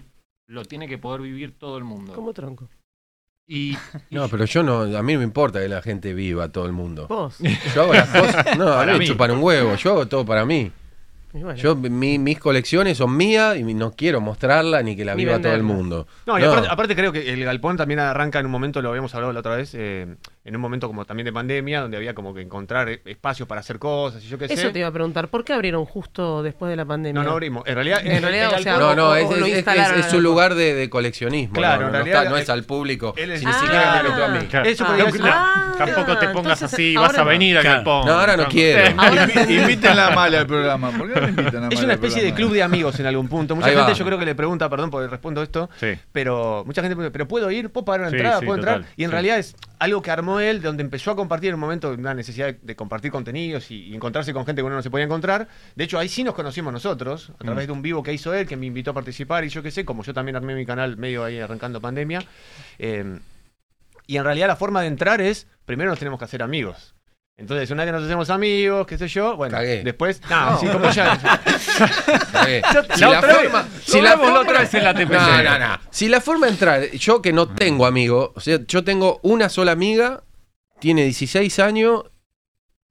[SPEAKER 9] lo tiene que poder vivir todo el mundo.
[SPEAKER 3] Como tronco.
[SPEAKER 9] Y,
[SPEAKER 5] No, pero yo no, a mí no me importa que la gente viva, todo el mundo.
[SPEAKER 3] Vos.
[SPEAKER 5] Yo hago las cosas. No, a
[SPEAKER 9] Para
[SPEAKER 5] mí me
[SPEAKER 9] mí.
[SPEAKER 5] chupan un huevo. Yo hago todo para mí.
[SPEAKER 3] Y bueno.
[SPEAKER 5] Yo, mi- mis colecciones son mías y no quiero mostrarla ni que la
[SPEAKER 3] Ni
[SPEAKER 5] viva todo el
[SPEAKER 3] venderla.
[SPEAKER 5] mundo. No,
[SPEAKER 9] No, y Aparte, aparte creo que el galpón también arranca en un momento, lo habíamos hablado la otra vez, eh, en un momento como también de pandemia, donde había como que encontrar eh, espacios para hacer cosas y yo qué sé.
[SPEAKER 3] Eso te iba a preguntar. ¿Por qué abrieron justo después de la pandemia?
[SPEAKER 9] no, no abrimos. En realidad,
[SPEAKER 3] En realidad,
[SPEAKER 9] el
[SPEAKER 3] o sea,
[SPEAKER 9] galpón-
[SPEAKER 5] no, no,
[SPEAKER 3] o-
[SPEAKER 5] es,
[SPEAKER 3] o lo
[SPEAKER 5] es- es-
[SPEAKER 3] instalaron
[SPEAKER 5] es
[SPEAKER 3] en
[SPEAKER 5] su
[SPEAKER 3] el-
[SPEAKER 5] lugar de, de coleccionismo.
[SPEAKER 9] Claro,
[SPEAKER 5] no,
[SPEAKER 9] en
[SPEAKER 5] no, no
[SPEAKER 9] realidad
[SPEAKER 5] está- no
[SPEAKER 9] es-
[SPEAKER 5] es al público.
[SPEAKER 9] él es-
[SPEAKER 5] ni siquiera me tocó a mí.
[SPEAKER 9] Claro.
[SPEAKER 3] Eso
[SPEAKER 9] Ah,
[SPEAKER 3] podría
[SPEAKER 9] no,
[SPEAKER 3] ser-
[SPEAKER 9] no,
[SPEAKER 3] Ah,
[SPEAKER 9] tampoco te pongas
[SPEAKER 3] entonces
[SPEAKER 9] así, vas
[SPEAKER 3] ahora
[SPEAKER 9] a
[SPEAKER 3] no.
[SPEAKER 9] venir al
[SPEAKER 4] Claro.
[SPEAKER 9] galpón.
[SPEAKER 5] No, ahora no quiero.
[SPEAKER 3] Ahora
[SPEAKER 2] Invi- Inviten la mala al programa. ¿Por qué no invitan a mala
[SPEAKER 9] Es una especie de club de amigos en algún punto. Mucha
[SPEAKER 5] Ahí
[SPEAKER 9] gente
[SPEAKER 5] va.
[SPEAKER 9] yo creo que le pregunta, perdón porque respondo esto,
[SPEAKER 10] Sí.
[SPEAKER 9] pero mucha gente pregunta, pero puedo ir, puedo pagar una
[SPEAKER 10] Sí,
[SPEAKER 9] entrada,
[SPEAKER 10] sí,
[SPEAKER 9] puedo
[SPEAKER 10] total.
[SPEAKER 9] entrar. Y en
[SPEAKER 10] Sí.
[SPEAKER 9] realidad es algo que armó él, donde empezó a compartir en un momento una necesidad de, de compartir contenidos y, y encontrarse con gente que uno no se podía encontrar. De hecho, ahí sí nos conocimos nosotros, a
[SPEAKER 2] Mm.
[SPEAKER 9] través de un vivo que hizo él, que me invitó a participar y yo qué sé, como yo también armé mi canal medio ahí arrancando pandemia. Eh, y en realidad la forma de entrar es, primero nos tenemos que hacer amigos. Entonces, una vez que nos hacemos amigos, qué sé yo, bueno,
[SPEAKER 5] Cagué.
[SPEAKER 9] después... No, sí, como ya...
[SPEAKER 5] Eh, si
[SPEAKER 9] la
[SPEAKER 5] la
[SPEAKER 9] otra vez-
[SPEAKER 5] forma-
[SPEAKER 9] lo
[SPEAKER 5] si la
[SPEAKER 9] hablamos la otra
[SPEAKER 5] forma-
[SPEAKER 9] vez en la TPC.
[SPEAKER 5] No, no, no. Si la forma de entrar, yo que no tengo amigo, o sea, yo tengo una sola amiga, tiene 16 años,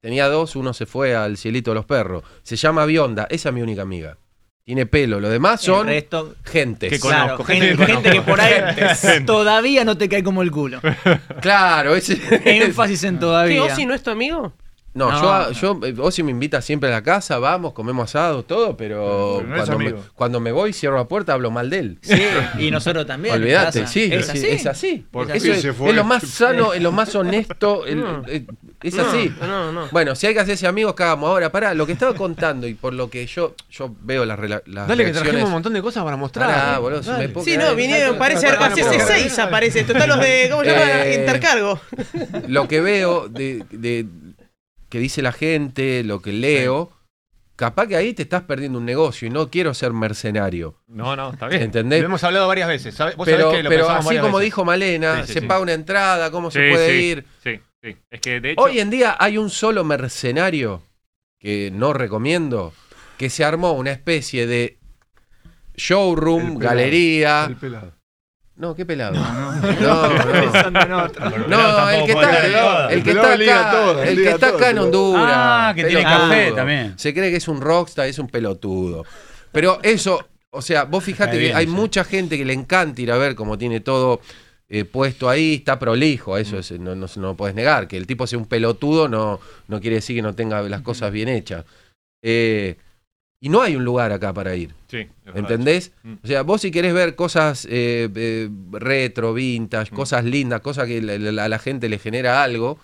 [SPEAKER 5] tenía dos, uno se fue al cielito de los perros. Se llama Bionda, esa es mi única amiga. Tiene pelo, los demás son
[SPEAKER 6] El resto,
[SPEAKER 5] gentes.
[SPEAKER 9] Que
[SPEAKER 6] claro,
[SPEAKER 9] conozco,
[SPEAKER 6] gente,
[SPEAKER 9] gente que
[SPEAKER 6] gente que
[SPEAKER 9] conozco.
[SPEAKER 6] por ahí todavía no te cae como el culo.
[SPEAKER 5] Claro, ese-
[SPEAKER 6] Énfasis en
[SPEAKER 3] ¿Qué,
[SPEAKER 6] todavía.
[SPEAKER 3] Ozzy no es tu amigo?
[SPEAKER 5] No,
[SPEAKER 9] No.
[SPEAKER 5] yo, a- yo, eh, Ozzy me invita siempre a la casa, vamos, comemos asado, todo, pero,
[SPEAKER 9] Pero no es
[SPEAKER 5] cuando, me,
[SPEAKER 9] amigo.
[SPEAKER 5] cuando me voy, cierro la puerta, hablo mal de él.
[SPEAKER 11] Sí, y nosotros también. en
[SPEAKER 5] Olvídate,
[SPEAKER 11] casa.
[SPEAKER 5] sí,
[SPEAKER 11] Es
[SPEAKER 5] sí,
[SPEAKER 11] así.
[SPEAKER 5] es así.
[SPEAKER 11] Por
[SPEAKER 5] Eso
[SPEAKER 11] fin
[SPEAKER 5] es,
[SPEAKER 11] se fue.
[SPEAKER 5] es lo más sano, es lo más honesto, el-
[SPEAKER 11] No.
[SPEAKER 5] eh, es
[SPEAKER 11] No,
[SPEAKER 5] así.
[SPEAKER 11] no, no.
[SPEAKER 5] Bueno, si hay que hacerse amigos, cagamos. Ahora, pará, lo que estaba contando y por lo que yo, yo veo las, rela- las
[SPEAKER 11] Dale, que
[SPEAKER 5] reacciones-
[SPEAKER 11] trajimos un montón de cosas para mostrar.
[SPEAKER 5] Pará, boludo, si
[SPEAKER 11] Dale.
[SPEAKER 5] me puedo
[SPEAKER 3] Sí,
[SPEAKER 5] quedar
[SPEAKER 3] no,
[SPEAKER 5] en-
[SPEAKER 3] vinieron, parece,
[SPEAKER 5] Pará,
[SPEAKER 3] hace
[SPEAKER 5] pará, pará.
[SPEAKER 3] seis aparece. Total, los de, ¿cómo se llama?
[SPEAKER 5] Eh,
[SPEAKER 3] Intercargo.
[SPEAKER 5] lo que veo de, de- que dice la gente, lo que leo, capaz que ahí te estás perdiendo un negocio y no quiero ser mercenario.
[SPEAKER 9] No, no, está bien.
[SPEAKER 5] ¿Entendés?
[SPEAKER 11] Lo hemos hablado varias veces. ¿sabe- Vos
[SPEAKER 5] Pero,
[SPEAKER 11] sabés que lo
[SPEAKER 5] pero
[SPEAKER 11] pensamos
[SPEAKER 5] así
[SPEAKER 11] varias
[SPEAKER 5] como
[SPEAKER 11] veces.
[SPEAKER 5] dijo Malena,
[SPEAKER 11] Sí, sí,
[SPEAKER 5] se
[SPEAKER 11] sí.
[SPEAKER 5] paga una entrada, cómo se
[SPEAKER 9] Sí,
[SPEAKER 5] puede
[SPEAKER 9] sí,
[SPEAKER 5] ir.
[SPEAKER 9] Sí, sí. Es que de hecho.
[SPEAKER 5] Hoy en día hay un solo mercenario que no recomiendo, que se armó una especie de showroom,
[SPEAKER 2] pelado,
[SPEAKER 5] galería.
[SPEAKER 2] El pelado.
[SPEAKER 5] No, qué pelado.
[SPEAKER 2] no.
[SPEAKER 5] No, no.
[SPEAKER 2] Pensando en otra.
[SPEAKER 5] No,
[SPEAKER 2] Pero pelado
[SPEAKER 5] el que está,
[SPEAKER 2] tampoco puede estar en todas.
[SPEAKER 5] el que
[SPEAKER 2] El
[SPEAKER 5] está
[SPEAKER 2] pelado liga
[SPEAKER 5] acá,
[SPEAKER 2] todo,
[SPEAKER 5] el que
[SPEAKER 2] liga
[SPEAKER 5] está
[SPEAKER 2] todo,
[SPEAKER 5] acá en
[SPEAKER 2] el
[SPEAKER 5] Honduras.
[SPEAKER 4] Ah, que tiene café también.
[SPEAKER 5] Se cree que es un rockstar, es un pelotudo. Pero eso, o sea, vos fijate
[SPEAKER 4] Está
[SPEAKER 5] que
[SPEAKER 4] bien,
[SPEAKER 5] hay
[SPEAKER 4] sí.
[SPEAKER 5] mucha gente que le encanta ir a ver cómo tiene todo eh, puesto ahí, está prolijo,
[SPEAKER 4] Mm.
[SPEAKER 5] eso es- no, no, se- no lo podés negar. Que el tipo sea un pelotudo no, no quiere decir que no tenga las cosas bien hechas. Eh, y no hay un lugar acá para ir.
[SPEAKER 9] Sí, es verdad.
[SPEAKER 5] ¿Entendés?
[SPEAKER 9] Mm.
[SPEAKER 5] O sea, vos si querés ver cosas eh, eh, retro, vintage,
[SPEAKER 9] Mm.
[SPEAKER 5] cosas lindas, cosas que la- la- a la gente le genera algo,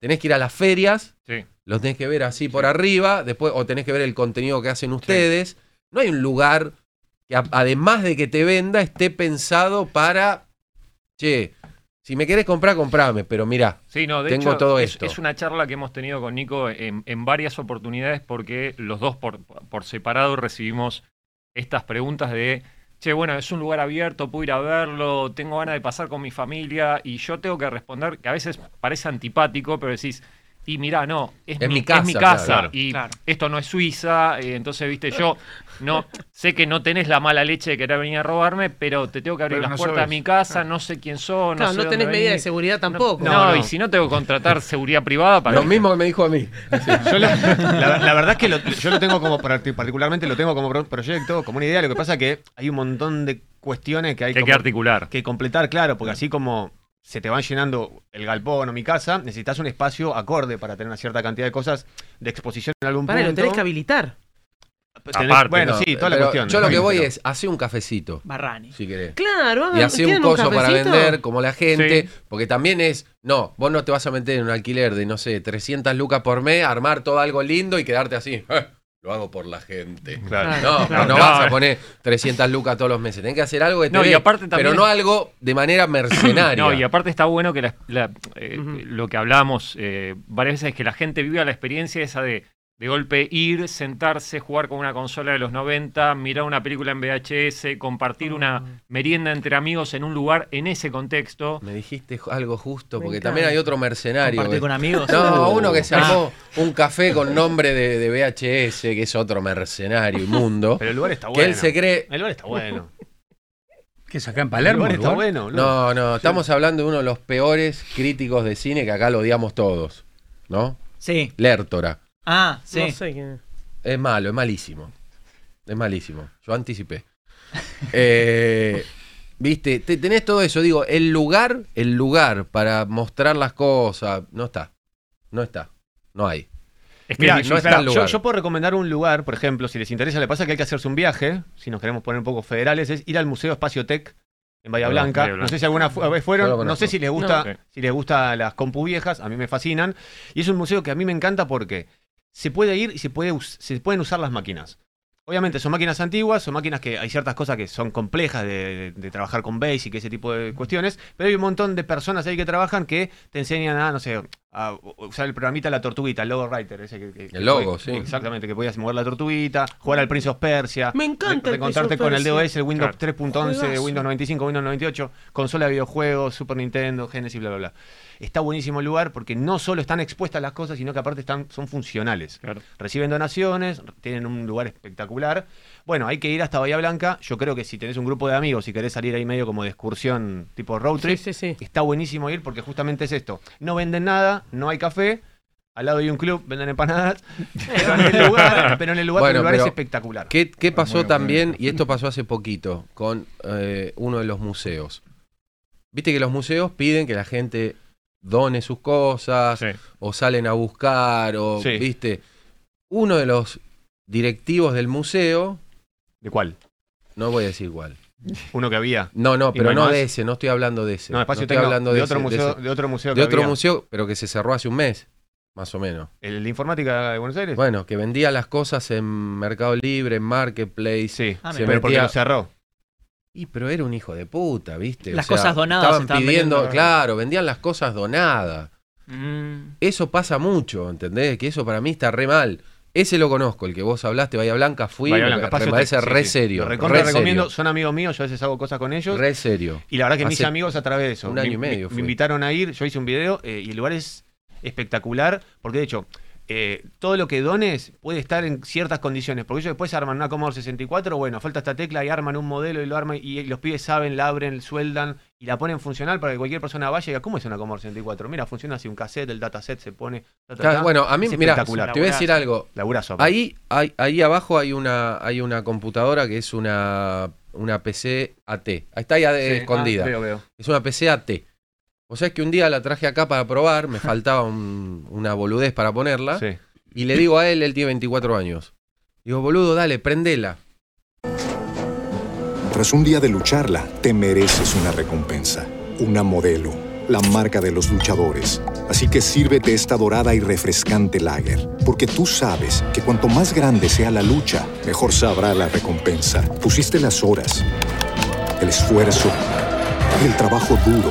[SPEAKER 5] tenés que ir a las ferias,
[SPEAKER 9] Sí.
[SPEAKER 5] los tenés que ver así por arriba, después, o tenés que ver el contenido que hacen ustedes. No hay un lugar que a- además de que te venda, esté pensado para, che, si me querés comprar, comprame, pero mirá,
[SPEAKER 9] Sí, no, de
[SPEAKER 5] tengo
[SPEAKER 9] hecho,
[SPEAKER 5] todo
[SPEAKER 9] es,
[SPEAKER 5] esto.
[SPEAKER 9] es una charla que hemos tenido con Nico en, en varias oportunidades porque los dos por, por separado recibimos estas preguntas de, che, bueno, es un lugar abierto, puedo ir a verlo, tengo ganas de pasar con mi familia y yo tengo que responder, que a veces parece antipático, pero decís, y mirá, no, es,
[SPEAKER 5] Es
[SPEAKER 9] mi,
[SPEAKER 5] mi
[SPEAKER 9] es
[SPEAKER 5] casa,
[SPEAKER 9] mi casa
[SPEAKER 5] claro.
[SPEAKER 9] y esto no es Suiza, eh, entonces, viste, yo no sé que no tenés la mala leche de querer venir a robarme, pero te tengo que abrir
[SPEAKER 3] Pero
[SPEAKER 9] las
[SPEAKER 3] no
[SPEAKER 9] puertas
[SPEAKER 3] sabés.
[SPEAKER 9] de mi casa, no sé quién sos, no
[SPEAKER 3] Claro,
[SPEAKER 9] sé
[SPEAKER 3] no
[SPEAKER 9] dónde
[SPEAKER 3] tenés medida de
[SPEAKER 9] venís.
[SPEAKER 3] seguridad tampoco.
[SPEAKER 9] No, y si no tengo que contratar seguridad privada para.
[SPEAKER 5] Lo mismo que me dijo a mí.
[SPEAKER 11] Yo la, la- la verdad es que lo- yo lo tengo como, parti- particularmente lo tengo como pro- proyecto, como una idea. Lo que pasa es que hay un montón de cuestiones que hay
[SPEAKER 9] Que hay que
[SPEAKER 11] como-
[SPEAKER 9] articular.
[SPEAKER 11] Que completar, claro, porque así como se te van llenando el galpón o mi casa, necesitas un espacio acorde para tener una cierta cantidad de cosas de exposición en algún
[SPEAKER 3] Pará, lo
[SPEAKER 11] punto.
[SPEAKER 3] tenés que habilitar.
[SPEAKER 11] Pues Tenés- bueno, sí, toda la
[SPEAKER 5] pero
[SPEAKER 11] cuestión.
[SPEAKER 5] Yo lo que
[SPEAKER 11] Sí,
[SPEAKER 5] voy
[SPEAKER 11] pero-
[SPEAKER 5] es, hace un cafecito.
[SPEAKER 6] Barrani.
[SPEAKER 5] Si querés.
[SPEAKER 3] Claro, hagan-
[SPEAKER 5] Y hace un
[SPEAKER 3] ¿quieren un
[SPEAKER 5] coso para
[SPEAKER 3] cafecito?
[SPEAKER 5] vender como la gente, porque también es, no, vos no te vas a meter en un alquiler de, no sé, 300 lucas por mes, armar todo algo lindo y quedarte así. "Eh, Lo hago por la gente.
[SPEAKER 9] Claro.
[SPEAKER 5] No,
[SPEAKER 9] Claro.
[SPEAKER 5] no,
[SPEAKER 9] No,
[SPEAKER 5] vas a
[SPEAKER 9] eh.
[SPEAKER 5] poner 300 lucas todos los meses. Tenés que hacer algo que te
[SPEAKER 9] No, y
[SPEAKER 5] dé,
[SPEAKER 9] aparte también
[SPEAKER 5] pero
[SPEAKER 9] es-
[SPEAKER 5] no algo de manera mercenaria.
[SPEAKER 9] No, y aparte está bueno que la- la- eh, lo que hablamos eh, varias veces es que la gente viva la experiencia esa de de golpe ir, sentarse, jugar con una consola de los 90, mirar una película en VHS, compartir
[SPEAKER 3] Ah.
[SPEAKER 9] una merienda entre amigos en un lugar en ese contexto.
[SPEAKER 5] Me dijiste ju- algo justo,
[SPEAKER 9] Me
[SPEAKER 5] porque
[SPEAKER 9] encanta.
[SPEAKER 5] también hay otro mercenario.
[SPEAKER 9] Compartir
[SPEAKER 5] que-
[SPEAKER 9] con amigos.
[SPEAKER 5] No,
[SPEAKER 9] Uh.
[SPEAKER 5] uno que se
[SPEAKER 9] Ah.
[SPEAKER 5] armó un café con nombre de, de VHS, que es otro mercenario inmundo.
[SPEAKER 11] Pero el lugar está
[SPEAKER 5] Que
[SPEAKER 11] bueno.
[SPEAKER 5] él se cree.
[SPEAKER 11] El lugar está bueno.
[SPEAKER 4] ¿Qué es acá en Palermo?
[SPEAKER 11] El lugar está
[SPEAKER 4] lugar?
[SPEAKER 11] bueno.
[SPEAKER 5] No, no, estamos hablando de uno de los peores críticos de cine que acá lo odiamos todos. ¿No?
[SPEAKER 6] Sí.
[SPEAKER 5] Lertora.
[SPEAKER 6] Ah, sí.
[SPEAKER 3] No sé quién es.
[SPEAKER 5] Es malo, es malísimo. Es malísimo. Yo anticipé. Eh, Viste, te- tenés todo eso. Digo, el lugar, el lugar para mostrar las cosas, no está. No está. No hay.
[SPEAKER 9] Es
[SPEAKER 11] Mirá,
[SPEAKER 5] no está
[SPEAKER 11] yo, espera,
[SPEAKER 5] el
[SPEAKER 11] yo-
[SPEAKER 5] lugar.
[SPEAKER 11] yo puedo recomendar un lugar, por ejemplo, si les interesa, le pasa que hay que hacerse un viaje, si nos queremos poner un poco federales, es ir al Museo Espacio Tech en Bahía
[SPEAKER 5] Ah,
[SPEAKER 11] Blanca.
[SPEAKER 5] Bahía Blanca.
[SPEAKER 11] No sé si alguna fu- vez
[SPEAKER 5] Yo lo
[SPEAKER 11] fueron,
[SPEAKER 5] conozco.
[SPEAKER 11] no sé si les gusta,
[SPEAKER 5] No. Sí.
[SPEAKER 11] si les gusta las compu viejas, a mí me fascinan. Y es un museo que a mí me encanta porque se puede ir y se, puede us- se pueden usar las máquinas. Obviamente son máquinas antiguas, son máquinas que hay ciertas cosas que son complejas de, de- de trabajar con Basic y ese tipo de cuestiones, pero hay un montón de personas ahí que trabajan que te enseñan a, no sé, a usar el programita La Tortuguita, el Logo Writer, ese que, que- que
[SPEAKER 5] logo,
[SPEAKER 11] puede-
[SPEAKER 5] sí.
[SPEAKER 11] Exactamente, que podías mover la tortuguita, jugar al Prince of Persia.
[SPEAKER 3] Me encanta el
[SPEAKER 11] Encontrarte
[SPEAKER 3] Prince of
[SPEAKER 11] con el
[SPEAKER 3] Persia.
[SPEAKER 11] DOS, el Windows
[SPEAKER 9] Claro.
[SPEAKER 11] 3.11,
[SPEAKER 3] Juegazo.
[SPEAKER 11] Windows 95, Windows 98, consola de videojuegos, Super Nintendo, Genesis, bla, bla, bla. Está buenísimo el lugar porque no solo están expuestas las cosas, sino que aparte están, son funcionales. Reciben donaciones, tienen un lugar espectacular. Bueno, hay que ir hasta Bahía Blanca. Yo creo que si tenés un grupo de amigos y querés salir ahí medio como de excursión tipo road trip, está buenísimo ir porque justamente es esto. No venden nada, no hay café. Al lado hay un club, venden empanadas. Pero en el lugar, pero en el lugar,
[SPEAKER 5] Bueno,
[SPEAKER 11] el lugar
[SPEAKER 5] pero
[SPEAKER 11] es espectacular.
[SPEAKER 5] ¿Qué, qué pasó
[SPEAKER 11] bueno,
[SPEAKER 5] también? Y esto pasó hace poquito con eh, uno de los museos. Viste que los museos piden que la gente done sus cosas, o salen a buscar, o,
[SPEAKER 11] Sí.
[SPEAKER 5] viste, uno de los directivos del museo...
[SPEAKER 11] ¿De cuál?
[SPEAKER 5] No voy a decir cuál.
[SPEAKER 11] Uno que había.
[SPEAKER 5] No, no,
[SPEAKER 11] ¿Y
[SPEAKER 5] pero
[SPEAKER 11] hay
[SPEAKER 5] no
[SPEAKER 11] más?
[SPEAKER 5] de ese, no estoy hablando de ese.
[SPEAKER 11] No, espacio
[SPEAKER 5] estoy
[SPEAKER 11] Tecno,
[SPEAKER 5] hablando de,
[SPEAKER 11] de otro
[SPEAKER 5] ese,
[SPEAKER 11] museo-
[SPEAKER 5] ese.
[SPEAKER 11] de otro museo
[SPEAKER 5] De
[SPEAKER 11] que
[SPEAKER 5] otro
[SPEAKER 11] había.
[SPEAKER 5] museo, pero que se cerró hace un mes, más o menos.
[SPEAKER 11] ¿El de informática de Buenos Aires?
[SPEAKER 5] Bueno, que vendía las cosas en Mercado Libre, en Marketplace. Sí,
[SPEAKER 11] Ah, mira. Pero porque lo cerró.
[SPEAKER 5] Y pero era un hijo de puta, ¿viste?
[SPEAKER 6] Las cosas donadas
[SPEAKER 5] Estaban,
[SPEAKER 6] estaban
[SPEAKER 5] pidiendo,
[SPEAKER 6] vendiendo.
[SPEAKER 5] claro, vendían las cosas donadas. Eso pasa mucho, ¿entendés? Que eso para mí está re mal. Ese lo conozco, el que vos hablaste, Bahía Blanca, fui,
[SPEAKER 11] Bahía
[SPEAKER 5] me-
[SPEAKER 11] Blanca,
[SPEAKER 5] me,
[SPEAKER 11] espacio
[SPEAKER 5] parece
[SPEAKER 11] Tec- sí,
[SPEAKER 5] re
[SPEAKER 11] sí.
[SPEAKER 5] serio.
[SPEAKER 11] Lo recontra
[SPEAKER 5] re
[SPEAKER 11] recomiendo,
[SPEAKER 5] serio.
[SPEAKER 11] son amigos míos, yo a veces hago cosas con ellos.
[SPEAKER 5] Re serio.
[SPEAKER 11] Y la verdad que mis
[SPEAKER 5] Hace
[SPEAKER 11] amigos a través de eso.
[SPEAKER 5] un año
[SPEAKER 11] me-
[SPEAKER 5] y medio
[SPEAKER 11] me- Me,
[SPEAKER 5] fui.
[SPEAKER 11] invitaron a ir, yo hice un video eh, y el lugar es espectacular, porque de hecho, eh, todo lo que dones puede estar en ciertas condiciones, porque ellos después arman una Commodore 64, bueno, falta esta tecla y arman un modelo y lo arman y los pibes saben, la abren, sueldan y la ponen funcional para que cualquier persona vaya y diga, ¿cómo es una Commodore 64? Mira, funciona así un cassette, el dataset se pone... ta, ta,
[SPEAKER 5] Claro,
[SPEAKER 11] ta.
[SPEAKER 5] bueno, a mí,
[SPEAKER 11] Es
[SPEAKER 5] mira, te voy
[SPEAKER 11] espectacular.
[SPEAKER 5] a decir algo.
[SPEAKER 11] Laburazo, aparte.
[SPEAKER 5] Ahí, ahí, ahí abajo hay una, hay una computadora que es una, una PC AT. Ahí está ahí eh,
[SPEAKER 11] Sí,
[SPEAKER 5] escondida.
[SPEAKER 11] ah, veo, veo.
[SPEAKER 5] Es una PC AT. O sea, es que un día la traje acá para probar, me faltaba un- una boludez para ponerla.
[SPEAKER 11] Sí.
[SPEAKER 5] Y le digo a él, él tiene 24 años. Digo, boludo, dale, prendela.
[SPEAKER 8] Tras un día de lucharla, te mereces una recompensa, una modelo, la marca de los luchadores. Así que sírvete esta dorada y refrescante lager, porque tú sabes que cuanto más grande sea la lucha, mejor sabrá la recompensa. Pusiste las horas, el esfuerzo, el trabajo duro.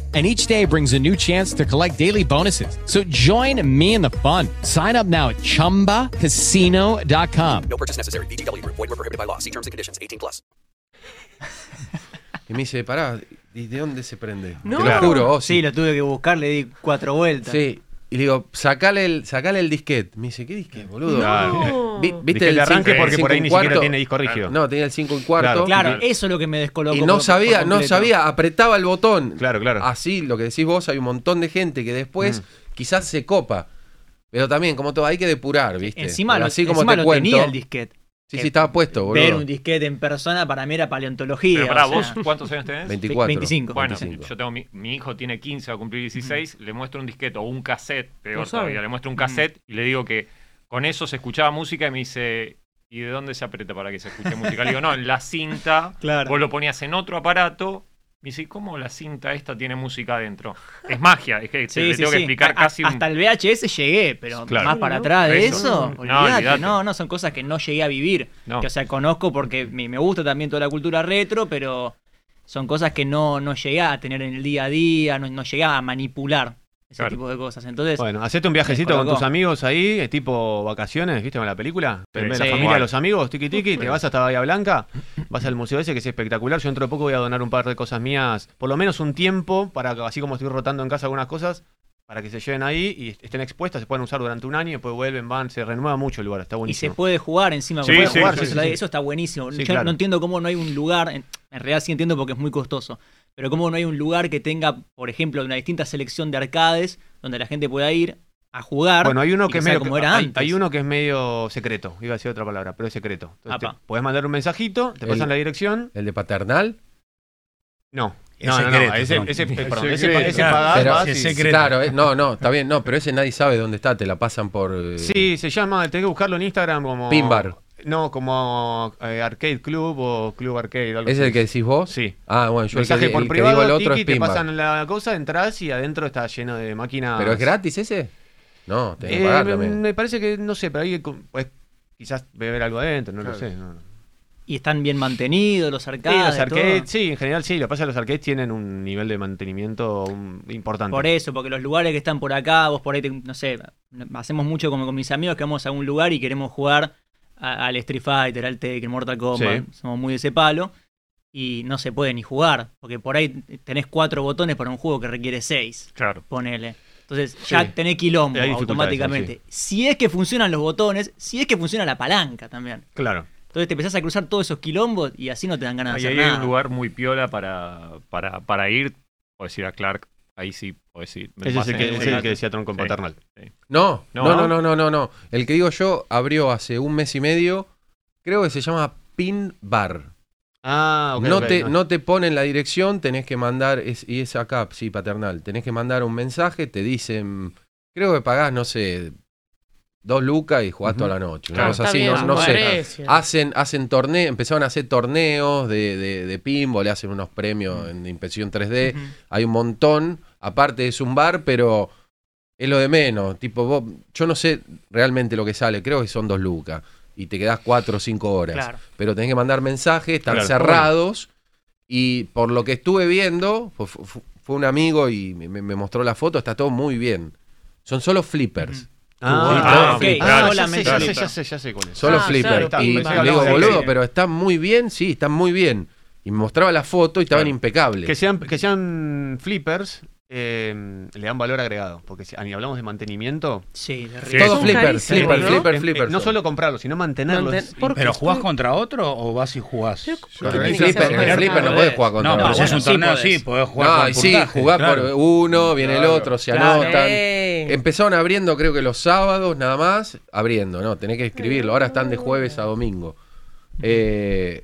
[SPEAKER 12] and each day brings a new chance to collect daily bonuses. So join me in the fun. Sign up now at ChumbaCasino.com.
[SPEAKER 13] No purchase necessary. VGW Group. Void were prohibited by law. See terms and conditions. 18 plus.
[SPEAKER 5] Y me dice, pará, ¿y de dónde se prende?
[SPEAKER 6] No.
[SPEAKER 5] Te lo juro, oh,
[SPEAKER 6] Sí, lo tuve que buscar, le di cuatro vueltas.
[SPEAKER 5] Sí. Y le digo, sacale el, sacale el disquete. Me dice, ¿qué disquete, boludo?
[SPEAKER 6] No.
[SPEAKER 5] Vi-
[SPEAKER 11] Disquete
[SPEAKER 5] ¿Viste el
[SPEAKER 11] de
[SPEAKER 5] cinco-
[SPEAKER 11] arranque
[SPEAKER 5] el
[SPEAKER 11] porque por ahí
[SPEAKER 5] cinco
[SPEAKER 11] ni
[SPEAKER 5] y cuarto?
[SPEAKER 11] siquiera tiene disco rígido.
[SPEAKER 5] No, tenía el 5 y cuarto.
[SPEAKER 6] Claro, eso es lo que me descolocó.
[SPEAKER 5] Y
[SPEAKER 6] por-
[SPEAKER 5] no
[SPEAKER 6] por
[SPEAKER 5] sabía, no
[SPEAKER 6] completo.
[SPEAKER 5] sabía, apretaba el botón. Claro, claro. Así, lo que decís vos, hay un montón de gente que después
[SPEAKER 11] Mm.
[SPEAKER 5] quizás se copa. Pero también, como todo, hay que depurar, ¿viste?
[SPEAKER 6] Encima,
[SPEAKER 5] Pero
[SPEAKER 6] lo,
[SPEAKER 5] así como
[SPEAKER 6] encima
[SPEAKER 5] te
[SPEAKER 6] lo
[SPEAKER 5] cuento.
[SPEAKER 6] tenía el disquete.
[SPEAKER 5] Sí,
[SPEAKER 6] Que
[SPEAKER 5] sí, estaba puesto, boludo.
[SPEAKER 6] Ver un disquete en persona para mí era paleontología.
[SPEAKER 9] Pero pará,
[SPEAKER 6] o sea,
[SPEAKER 9] ¿vos cuántos años tenés?
[SPEAKER 5] 24.
[SPEAKER 6] 25.
[SPEAKER 9] Bueno,
[SPEAKER 6] 25.
[SPEAKER 9] yo tengo mi, mi hijo tiene 15, va a cumplir 16, le muestro un disquete o un cassette, peor
[SPEAKER 6] No sabe.
[SPEAKER 9] todavía, le muestro un cassette y le digo que con eso se escuchaba música y me dice, ¿y de dónde se aprieta para que se escuche música? Le digo, no, en la cinta,
[SPEAKER 6] Claro.
[SPEAKER 9] vos lo ponías en otro aparato. Me dice, ¿cómo la cinta esta tiene música adentro? Es magia, es que te-
[SPEAKER 6] Sí,
[SPEAKER 9] le
[SPEAKER 6] sí,
[SPEAKER 9] tengo
[SPEAKER 6] sí.
[SPEAKER 9] que explicar
[SPEAKER 6] A-
[SPEAKER 9] casi un...
[SPEAKER 6] Hasta el VHS llegué, pero
[SPEAKER 9] Claro.
[SPEAKER 6] más para atrás de
[SPEAKER 9] Eso.
[SPEAKER 6] eso,
[SPEAKER 9] No,
[SPEAKER 6] olvídate.
[SPEAKER 9] olvídate.
[SPEAKER 6] no, no, son cosas que no llegué a vivir.
[SPEAKER 9] No.
[SPEAKER 6] Que, o sea, conozco porque me, me gusta también toda la cultura retro, pero son cosas que no, no llegué a tener en el día a día, no, no llegué a manipular ese tipo de cosas. Entonces,
[SPEAKER 11] Bueno, hacete un viajecito con
[SPEAKER 6] descolocó.
[SPEAKER 11] tus amigos ahí, eh, tipo vacaciones, ¿viste con la película?
[SPEAKER 6] Sí.
[SPEAKER 11] En vez de
[SPEAKER 6] Sí.
[SPEAKER 11] La familia,
[SPEAKER 6] Bueno.
[SPEAKER 11] los amigos, tiki tiki, te vas hasta Bahía Blanca, vas al museo ese que es espectacular. Yo dentro de poco voy a donar un par de cosas mías, por lo menos un tiempo, para que- así como estoy rotando en casa algunas cosas, para que se lleven ahí y est- estén expuestas, se pueden usar durante un año, y después vuelven, van, se renueva mucho el lugar, está
[SPEAKER 6] Y se
[SPEAKER 11] buenísimo.
[SPEAKER 6] puede jugar encima.
[SPEAKER 11] Sí,
[SPEAKER 6] puede
[SPEAKER 11] sí,
[SPEAKER 6] jugar,
[SPEAKER 11] sí,
[SPEAKER 6] yo
[SPEAKER 11] sí,
[SPEAKER 6] se la-
[SPEAKER 11] sí.
[SPEAKER 6] Eso está buenísimo.
[SPEAKER 11] Sí,
[SPEAKER 6] yo
[SPEAKER 11] claro.
[SPEAKER 6] no entiendo cómo no hay un lugar, en, en realidad sí entiendo porque es muy costoso, pero cómo no hay un lugar que tenga, por ejemplo, una distinta selección de arcades donde la gente pueda ir a jugar.
[SPEAKER 11] Bueno, hay uno
[SPEAKER 6] y
[SPEAKER 11] que es
[SPEAKER 6] sea
[SPEAKER 11] medio
[SPEAKER 6] como era
[SPEAKER 11] hay,
[SPEAKER 6] antes.
[SPEAKER 11] hay uno que es medio secreto, iba a decir otra palabra, pero es secreto. Entonces,
[SPEAKER 6] Apa.
[SPEAKER 11] te- podés mandar un mensajito, te
[SPEAKER 5] El-
[SPEAKER 11] pasan la dirección.
[SPEAKER 5] ¿El de paternal?
[SPEAKER 11] No. No, no, no, ese, ese, perdón, ese pa- ese pagás,
[SPEAKER 5] Pero-
[SPEAKER 11] vas y-
[SPEAKER 5] Claro, eh, no, no, está bien, no, pero ese nadie sabe dónde está, te la pasan por. eh,
[SPEAKER 11] Sí, se llama, tenés que buscarlo en Instagram como.
[SPEAKER 5] Pinbar.
[SPEAKER 11] No, como eh, Arcade Club o Club Arcade. Algo
[SPEAKER 5] ¿Es
[SPEAKER 11] así.
[SPEAKER 5] el que decís vos?
[SPEAKER 11] Sí.
[SPEAKER 5] Ah, bueno, yo el que,
[SPEAKER 11] Mensaje por
[SPEAKER 5] el que
[SPEAKER 11] privado,
[SPEAKER 5] digo el otro
[SPEAKER 11] tiki,
[SPEAKER 5] es
[SPEAKER 11] te
[SPEAKER 5] Pinbar.
[SPEAKER 11] pasan la cosa, entras y adentro está lleno de máquinas.
[SPEAKER 5] ¿Pero es gratis ese? No, tenés que
[SPEAKER 11] Eh,
[SPEAKER 5] pagar
[SPEAKER 11] me,
[SPEAKER 5] también.
[SPEAKER 11] me parece que, no sé, pero ahí con- pues, quizás beber algo adentro, no lo
[SPEAKER 6] Claro.
[SPEAKER 11] sé. no, no.
[SPEAKER 6] Y están bien mantenidos los
[SPEAKER 11] Sí,
[SPEAKER 6] arcades.
[SPEAKER 11] los
[SPEAKER 6] todo.
[SPEAKER 11] arcades, sí, en general sí. Lo que pasa es que los arcades tienen un nivel de mantenimiento un- importante.
[SPEAKER 6] Por eso, porque los lugares que están por acá, vos por ahí, te- no sé, hacemos mucho como con mis amigos que vamos a un lugar y queremos jugar a- al Street Fighter, al Tekken, Mortal Kombat,
[SPEAKER 11] Sí.
[SPEAKER 6] somos muy de ese palo, y no se puede ni jugar, porque por ahí tenés cuatro botones para un juego que requiere seis.
[SPEAKER 9] Claro.
[SPEAKER 6] Ponele. Entonces
[SPEAKER 11] Sí.
[SPEAKER 6] ya tenés quilombo
[SPEAKER 11] Hay dificultades,
[SPEAKER 6] automáticamente. Si es que funcionan los botones, si es que funciona la palanca también.
[SPEAKER 11] Claro.
[SPEAKER 6] Entonces te empezás a cruzar todos esos quilombos y así no te dan ganas de
[SPEAKER 9] Ahí
[SPEAKER 6] hacer
[SPEAKER 9] hay
[SPEAKER 6] nada.
[SPEAKER 9] un lugar muy piola para, para, para ir, o decir a Clark, ahí sí, o decir.
[SPEAKER 11] Ese es el que- ese es el que decía Tronco en Paternal.
[SPEAKER 5] No, no, no, no, no, no, no. El que digo yo abrió hace un mes y medio, creo que se llama Pin Bar.
[SPEAKER 11] Ah, ok,
[SPEAKER 5] no,
[SPEAKER 11] ok,
[SPEAKER 5] te,
[SPEAKER 11] no.
[SPEAKER 5] no. te ponen la dirección, tenés que mandar, es- y es acá, sí, paternal, tenés que mandar un mensaje, te dicen, creo que pagás, no sé, dos lucas y jugás
[SPEAKER 11] Ujú.
[SPEAKER 5] toda la noche. Una
[SPEAKER 11] Claro.
[SPEAKER 5] cosa
[SPEAKER 11] Está
[SPEAKER 5] así,
[SPEAKER 11] bien,
[SPEAKER 5] no, no
[SPEAKER 11] me
[SPEAKER 5] sé.
[SPEAKER 11] parece.
[SPEAKER 5] Hacen, hacen torneos, empezaron a hacer torneos de, de, de pinball, le hacen unos premios en impresión 3D, hay un montón, aparte es un bar, pero es lo de menos. Tipo, vos, yo no sé realmente lo que sale, creo que son dos lucas. Y te quedás cuatro o cinco horas.
[SPEAKER 11] Claro.
[SPEAKER 5] Pero tenés que mandar mensajes, están
[SPEAKER 11] Claro.
[SPEAKER 5] cerrados. Y por lo que estuve viendo, fu- fu- fu- fue un amigo y me, me mostró la foto, está todo muy bien. Son solo flippers.
[SPEAKER 11] Ah,
[SPEAKER 5] Solo
[SPEAKER 11] ok.
[SPEAKER 5] flippers.
[SPEAKER 11] Ah, hola, me- ya sé, ya sé, ya sé cuál es.
[SPEAKER 5] Solo
[SPEAKER 11] Ah,
[SPEAKER 5] flippers.
[SPEAKER 11] claro,
[SPEAKER 5] y
[SPEAKER 11] pensé que
[SPEAKER 5] le digo,
[SPEAKER 11] hablabas de
[SPEAKER 5] boludo,
[SPEAKER 11] serie.
[SPEAKER 5] pero está muy bien, sí, está muy bien. Y me mostraba la foto y estaban impecables.
[SPEAKER 11] Que sean, que sean flippers eh, le dan valor agregado. Porque si ni hablamos de mantenimiento.
[SPEAKER 6] Sí,
[SPEAKER 5] Sí, Todo son flipper, carísimos, flipper, ¿no? flipper,
[SPEAKER 11] Eh,
[SPEAKER 5] flipper
[SPEAKER 11] eh, No
[SPEAKER 5] son.
[SPEAKER 11] solo comprarlo, sino mantenerlo.
[SPEAKER 5] Manten- ¿por
[SPEAKER 4] ¿Pero jugás contra otro o vas y jugás?
[SPEAKER 5] Pero en flipper, en flipper no podés jugar contra
[SPEAKER 4] No, pero
[SPEAKER 5] otro.
[SPEAKER 4] si es un torneo sí, podés jugar
[SPEAKER 5] No,
[SPEAKER 4] por
[SPEAKER 5] y sí,
[SPEAKER 4] puntaje,
[SPEAKER 5] jugás
[SPEAKER 4] claro.
[SPEAKER 5] por uno, viene el otro, se
[SPEAKER 4] Claro.
[SPEAKER 5] anotan.
[SPEAKER 4] Ey.
[SPEAKER 5] Empezaron abriendo, creo que los sábados nada más. Abriendo, no, tenés que escribirlo. Ahora están de jueves a domingo. Eh,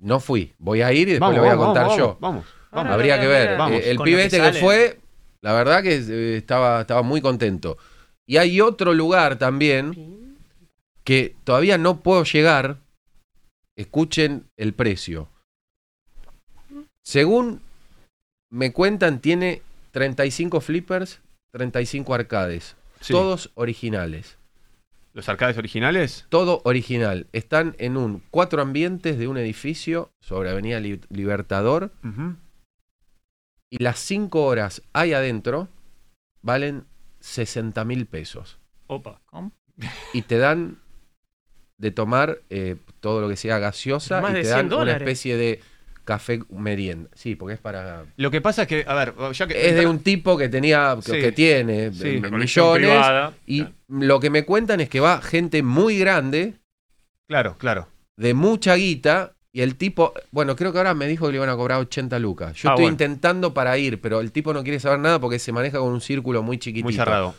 [SPEAKER 5] no fui. Voy a ir y después
[SPEAKER 11] Vamos,
[SPEAKER 5] lo voy a
[SPEAKER 11] vamos,
[SPEAKER 5] contar
[SPEAKER 11] vamos,
[SPEAKER 5] yo.
[SPEAKER 11] vamos. Vamos.
[SPEAKER 5] Habría que ver.
[SPEAKER 11] Vamos.
[SPEAKER 5] Eh, el
[SPEAKER 11] Con lo
[SPEAKER 5] pibe
[SPEAKER 11] que
[SPEAKER 5] este que
[SPEAKER 11] sale.
[SPEAKER 5] fue, la verdad que eh, estaba, estaba muy contento. Y hay otro lugar también que todavía no puedo llegar. Escuchen el precio. Según me cuentan, tiene 35 flippers, 35 arcades.
[SPEAKER 11] Sí.
[SPEAKER 5] Todos originales.
[SPEAKER 11] ¿Los arcades originales?
[SPEAKER 5] Todo original. Están en un cuatro ambientes de un edificio sobre Avenida Li- Libertador.
[SPEAKER 11] Ujú.
[SPEAKER 5] Y las cinco horas ahí adentro valen 60 mil pesos.
[SPEAKER 9] Opa.
[SPEAKER 5] Y te dan de tomar eh, todo lo que sea gaseosa
[SPEAKER 11] Más
[SPEAKER 5] y
[SPEAKER 11] de
[SPEAKER 5] te dan
[SPEAKER 11] 100
[SPEAKER 5] una
[SPEAKER 11] dólares.
[SPEAKER 5] especie de café merienda. Sí, porque es para
[SPEAKER 11] Lo que pasa es que, a ver, ya que.
[SPEAKER 5] es de un tipo que tenía que,
[SPEAKER 11] Sí.
[SPEAKER 5] que tiene
[SPEAKER 11] Sí.
[SPEAKER 5] eh,
[SPEAKER 11] Una conexión
[SPEAKER 5] millones
[SPEAKER 11] privada.
[SPEAKER 5] y lo que me cuentan es que va gente muy grande
[SPEAKER 11] Claro, claro.
[SPEAKER 5] de mucha guita y el tipo bueno creo que ahora me dijo que le iban a cobrar 80 lucas yo
[SPEAKER 11] Ah,
[SPEAKER 5] estoy
[SPEAKER 11] bueno.
[SPEAKER 5] intentando para ir pero el tipo no quiere saber nada porque se maneja con un círculo muy chiquitito
[SPEAKER 11] Muy cerrado.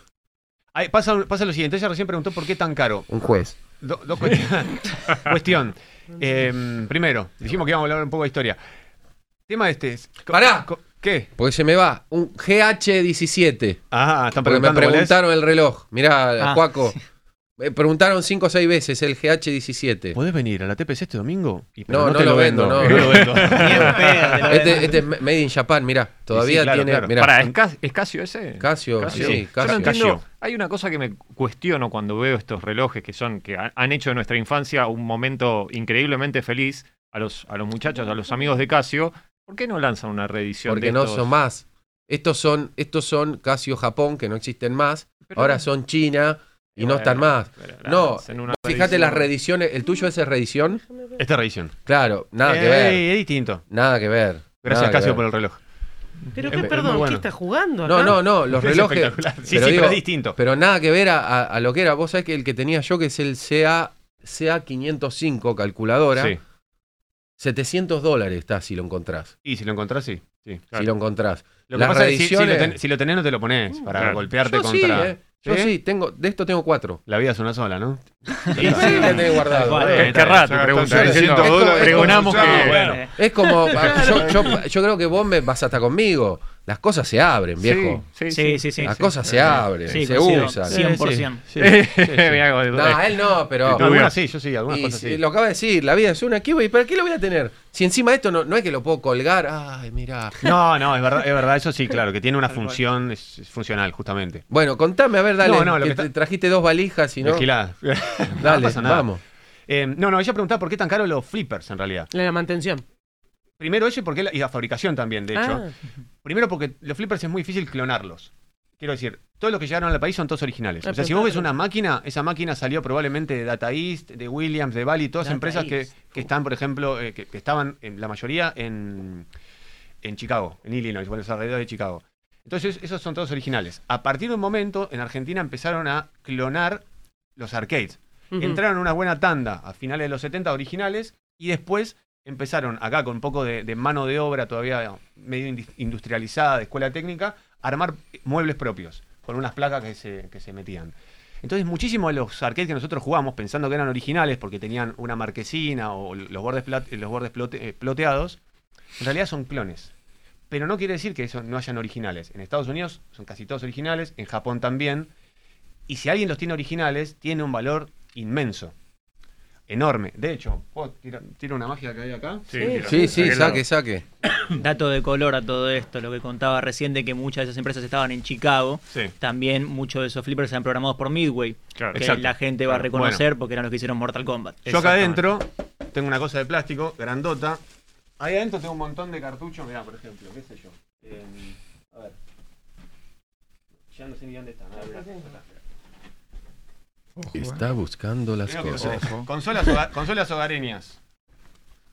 [SPEAKER 11] Ay, pasa, pasa lo siguiente. Ella recién preguntó por qué tan caro.
[SPEAKER 5] un juez
[SPEAKER 11] Do- dos cuestiones. Cuestión. Eh, primero, dijimos que íbamos a hablar un poco de historia. Tema este es.
[SPEAKER 5] Pará.
[SPEAKER 11] co- ¿Qué?
[SPEAKER 5] porque se me va un GH17
[SPEAKER 11] Ah, están
[SPEAKER 5] porque me
[SPEAKER 11] preguntando cuál es.
[SPEAKER 5] preguntaron el reloj mirá
[SPEAKER 11] Ah,
[SPEAKER 5] Juaco me preguntaron 5 o 6 veces el GH17
[SPEAKER 11] ¿Podés venir a la TPC este domingo? Y- pero
[SPEAKER 5] No, no,
[SPEAKER 11] te
[SPEAKER 5] lo vendo, no.
[SPEAKER 11] No lo vendo.
[SPEAKER 5] este, este es Made in Japan, mirá, todavía
[SPEAKER 9] Sí, claro,
[SPEAKER 5] tiene.
[SPEAKER 9] claro.
[SPEAKER 5] mirá,
[SPEAKER 9] Pará, ¿es, Cas- es Casio ese?
[SPEAKER 5] Casio, sí,
[SPEAKER 9] Yo no
[SPEAKER 5] Casio.
[SPEAKER 9] entiendo,
[SPEAKER 5] Casio.
[SPEAKER 9] Hay una cosa que me cuestiono cuando veo estos relojes que son que han- han hecho de nuestra infancia un momento increíblemente feliz a los, a los muchachos, a los amigos de Casio. ¿Por qué no lanzan una reedición
[SPEAKER 5] porque
[SPEAKER 9] de
[SPEAKER 5] no
[SPEAKER 9] estos?
[SPEAKER 5] son más. Estos son, estos son Casio Japón, que no existen más. Ahora son China y no
[SPEAKER 9] bueno,
[SPEAKER 5] están más.
[SPEAKER 9] pero
[SPEAKER 5] No,
[SPEAKER 9] hacen una
[SPEAKER 5] fíjate
[SPEAKER 9] reedición.
[SPEAKER 5] las reediciones. ¿El tuyo ese es reedición?
[SPEAKER 11] Esta revisión.
[SPEAKER 5] Claro, nada que
[SPEAKER 11] Ey,
[SPEAKER 5] ver.
[SPEAKER 11] es distinto.
[SPEAKER 5] Nada que ver.
[SPEAKER 11] Gracias,
[SPEAKER 5] nada que
[SPEAKER 11] Casio,
[SPEAKER 5] ver.
[SPEAKER 11] por el reloj.
[SPEAKER 3] Pero
[SPEAKER 5] Es-
[SPEAKER 3] qué
[SPEAKER 5] es muy
[SPEAKER 3] perdón,
[SPEAKER 5] bueno.
[SPEAKER 3] ¿qué está jugando acá?
[SPEAKER 5] No, no, no, los
[SPEAKER 11] Es
[SPEAKER 5] relojes.
[SPEAKER 11] espectacular. Sí, sí, pero es distinto.
[SPEAKER 5] Pero nada que ver a, a- a lo que era. Vos sabés que el que tenía yo, que es el CA, CA505, calculadora,
[SPEAKER 11] Sí.
[SPEAKER 5] 700 dólares está si lo encontrás.
[SPEAKER 11] Y si lo encontrás, sí. sí claro.
[SPEAKER 5] Si lo encontrás.
[SPEAKER 11] Lo que
[SPEAKER 5] Las
[SPEAKER 11] pasa es que si, si lo
[SPEAKER 5] reediciones-
[SPEAKER 11] ten- si lo tenés, no te lo pones para
[SPEAKER 5] Claro.
[SPEAKER 11] golpearte
[SPEAKER 5] Yo sí,
[SPEAKER 11] contra.
[SPEAKER 5] eh. Yo sí, tengo, de esto tengo cuatro.
[SPEAKER 11] La vida es una sola, ¿no?
[SPEAKER 5] Y sí, la tenés guardado.
[SPEAKER 11] Bueno, este
[SPEAKER 5] boludo.
[SPEAKER 11] está bien.
[SPEAKER 9] rato,
[SPEAKER 11] Se gastó
[SPEAKER 9] pregunta,
[SPEAKER 11] 300
[SPEAKER 9] diciendo,
[SPEAKER 11] dólares.
[SPEAKER 9] pregonamos
[SPEAKER 11] Ah,
[SPEAKER 9] que-
[SPEAKER 11] bueno.
[SPEAKER 5] Es como, yo, yo- yo creo que vos me vas hasta conmigo. Las cosas se abren, viejo.
[SPEAKER 9] Sí,
[SPEAKER 6] sí, sí. sí,
[SPEAKER 5] Las
[SPEAKER 6] sí.
[SPEAKER 5] cosas se abren,
[SPEAKER 6] Sí,
[SPEAKER 5] se
[SPEAKER 6] coincido,
[SPEAKER 5] usan.
[SPEAKER 6] 100%.
[SPEAKER 5] Sí, sí, sí, sí. No, él no, pero.
[SPEAKER 11] No, algunas sí, yo sí, algunas
[SPEAKER 5] Y
[SPEAKER 11] cosas sí.
[SPEAKER 5] si- Lo acaba de decir, la vida es una. ¿Qué voy? ¿Para qué lo voy a tener? Si encima de esto no, no es que lo puedo colgar. Ay, mira.
[SPEAKER 11] No, no, es verdad, es verdad, eso sí, claro, que tiene una función es- es funcional, justamente.
[SPEAKER 5] Bueno, contame, a ver, dale.
[SPEAKER 11] No, no, lo
[SPEAKER 5] que
[SPEAKER 11] que
[SPEAKER 5] te
[SPEAKER 11] está-
[SPEAKER 5] trajiste dos valijas y no.
[SPEAKER 11] Vigilá.
[SPEAKER 5] Dale,
[SPEAKER 11] No pasa nada.
[SPEAKER 5] vamos.
[SPEAKER 11] Eh, no, no, ella preguntaba por qué tan caro los flippers en realidad.
[SPEAKER 3] La mantención.
[SPEAKER 11] Primero eso y, por qué la, y la fabricación también, de hecho.
[SPEAKER 3] Ah.
[SPEAKER 11] Primero porque los flippers es muy difícil clonarlos. Quiero decir, todos los que llegaron al país son todos originales.
[SPEAKER 5] Ah,
[SPEAKER 11] O sea, si
[SPEAKER 5] pero
[SPEAKER 11] vos ves
[SPEAKER 5] claro.
[SPEAKER 11] una máquina, esa máquina salió probablemente de Data East, de Williams, de Bali, todas
[SPEAKER 5] Data
[SPEAKER 11] empresas que,
[SPEAKER 5] East.
[SPEAKER 11] que están, por ejemplo, eh, que, que estaban en, la mayoría en, en Chicago, en Illinois, bueno, los alrededores de Chicago. Entonces, esos son todos originales. A partir de un momento, en Argentina empezaron a clonar los arcades.
[SPEAKER 14] Ujú.
[SPEAKER 11] Entraron una buena tanda a finales de los 70 originales y después empezaron acá con un poco de, de mano de obra todavía medio indi- industrializada de escuela técnica, a armar muebles propios con unas placas que se, que se metían. Entonces, muchísimos de los arcades que nosotros jugamos, pensando que eran originales porque tenían una marquesina o los bordes, plat- los bordes plote- eh, ploteados, en realidad son clones. Pero no quiere decir que eso no hayan originales. En Estados Unidos son casi todos originales, en Japón también. Y si alguien los tiene originales, tiene un valor inmenso. Enorme. De hecho, ¿puedo tirar- tiro una magia que hay acá?
[SPEAKER 5] Sí, sí, saque, saque.
[SPEAKER 6] Dato de color a todo esto, lo que contaba recién de que muchas de esas empresas estaban en Chicago. También muchos de esos flippers eran programados por Midway, que
[SPEAKER 11] Exacto.
[SPEAKER 6] la gente va a
[SPEAKER 11] Claro.
[SPEAKER 6] reconocer porque eran los que hicieron Mortal Kombat.
[SPEAKER 11] Yo acá adentro tengo una cosa de plástico, grandota. Ahí adentro tengo un montón de cartuchos. Mirá, por ejemplo, qué sé yo. Em, a ver. Ya no sé ni dónde están. A ver, mirá, acá. eh.
[SPEAKER 5] Está buscando las
[SPEAKER 11] Primero que
[SPEAKER 5] cosas.
[SPEAKER 11] nada, Consolas, hoga- consolas hogareñas.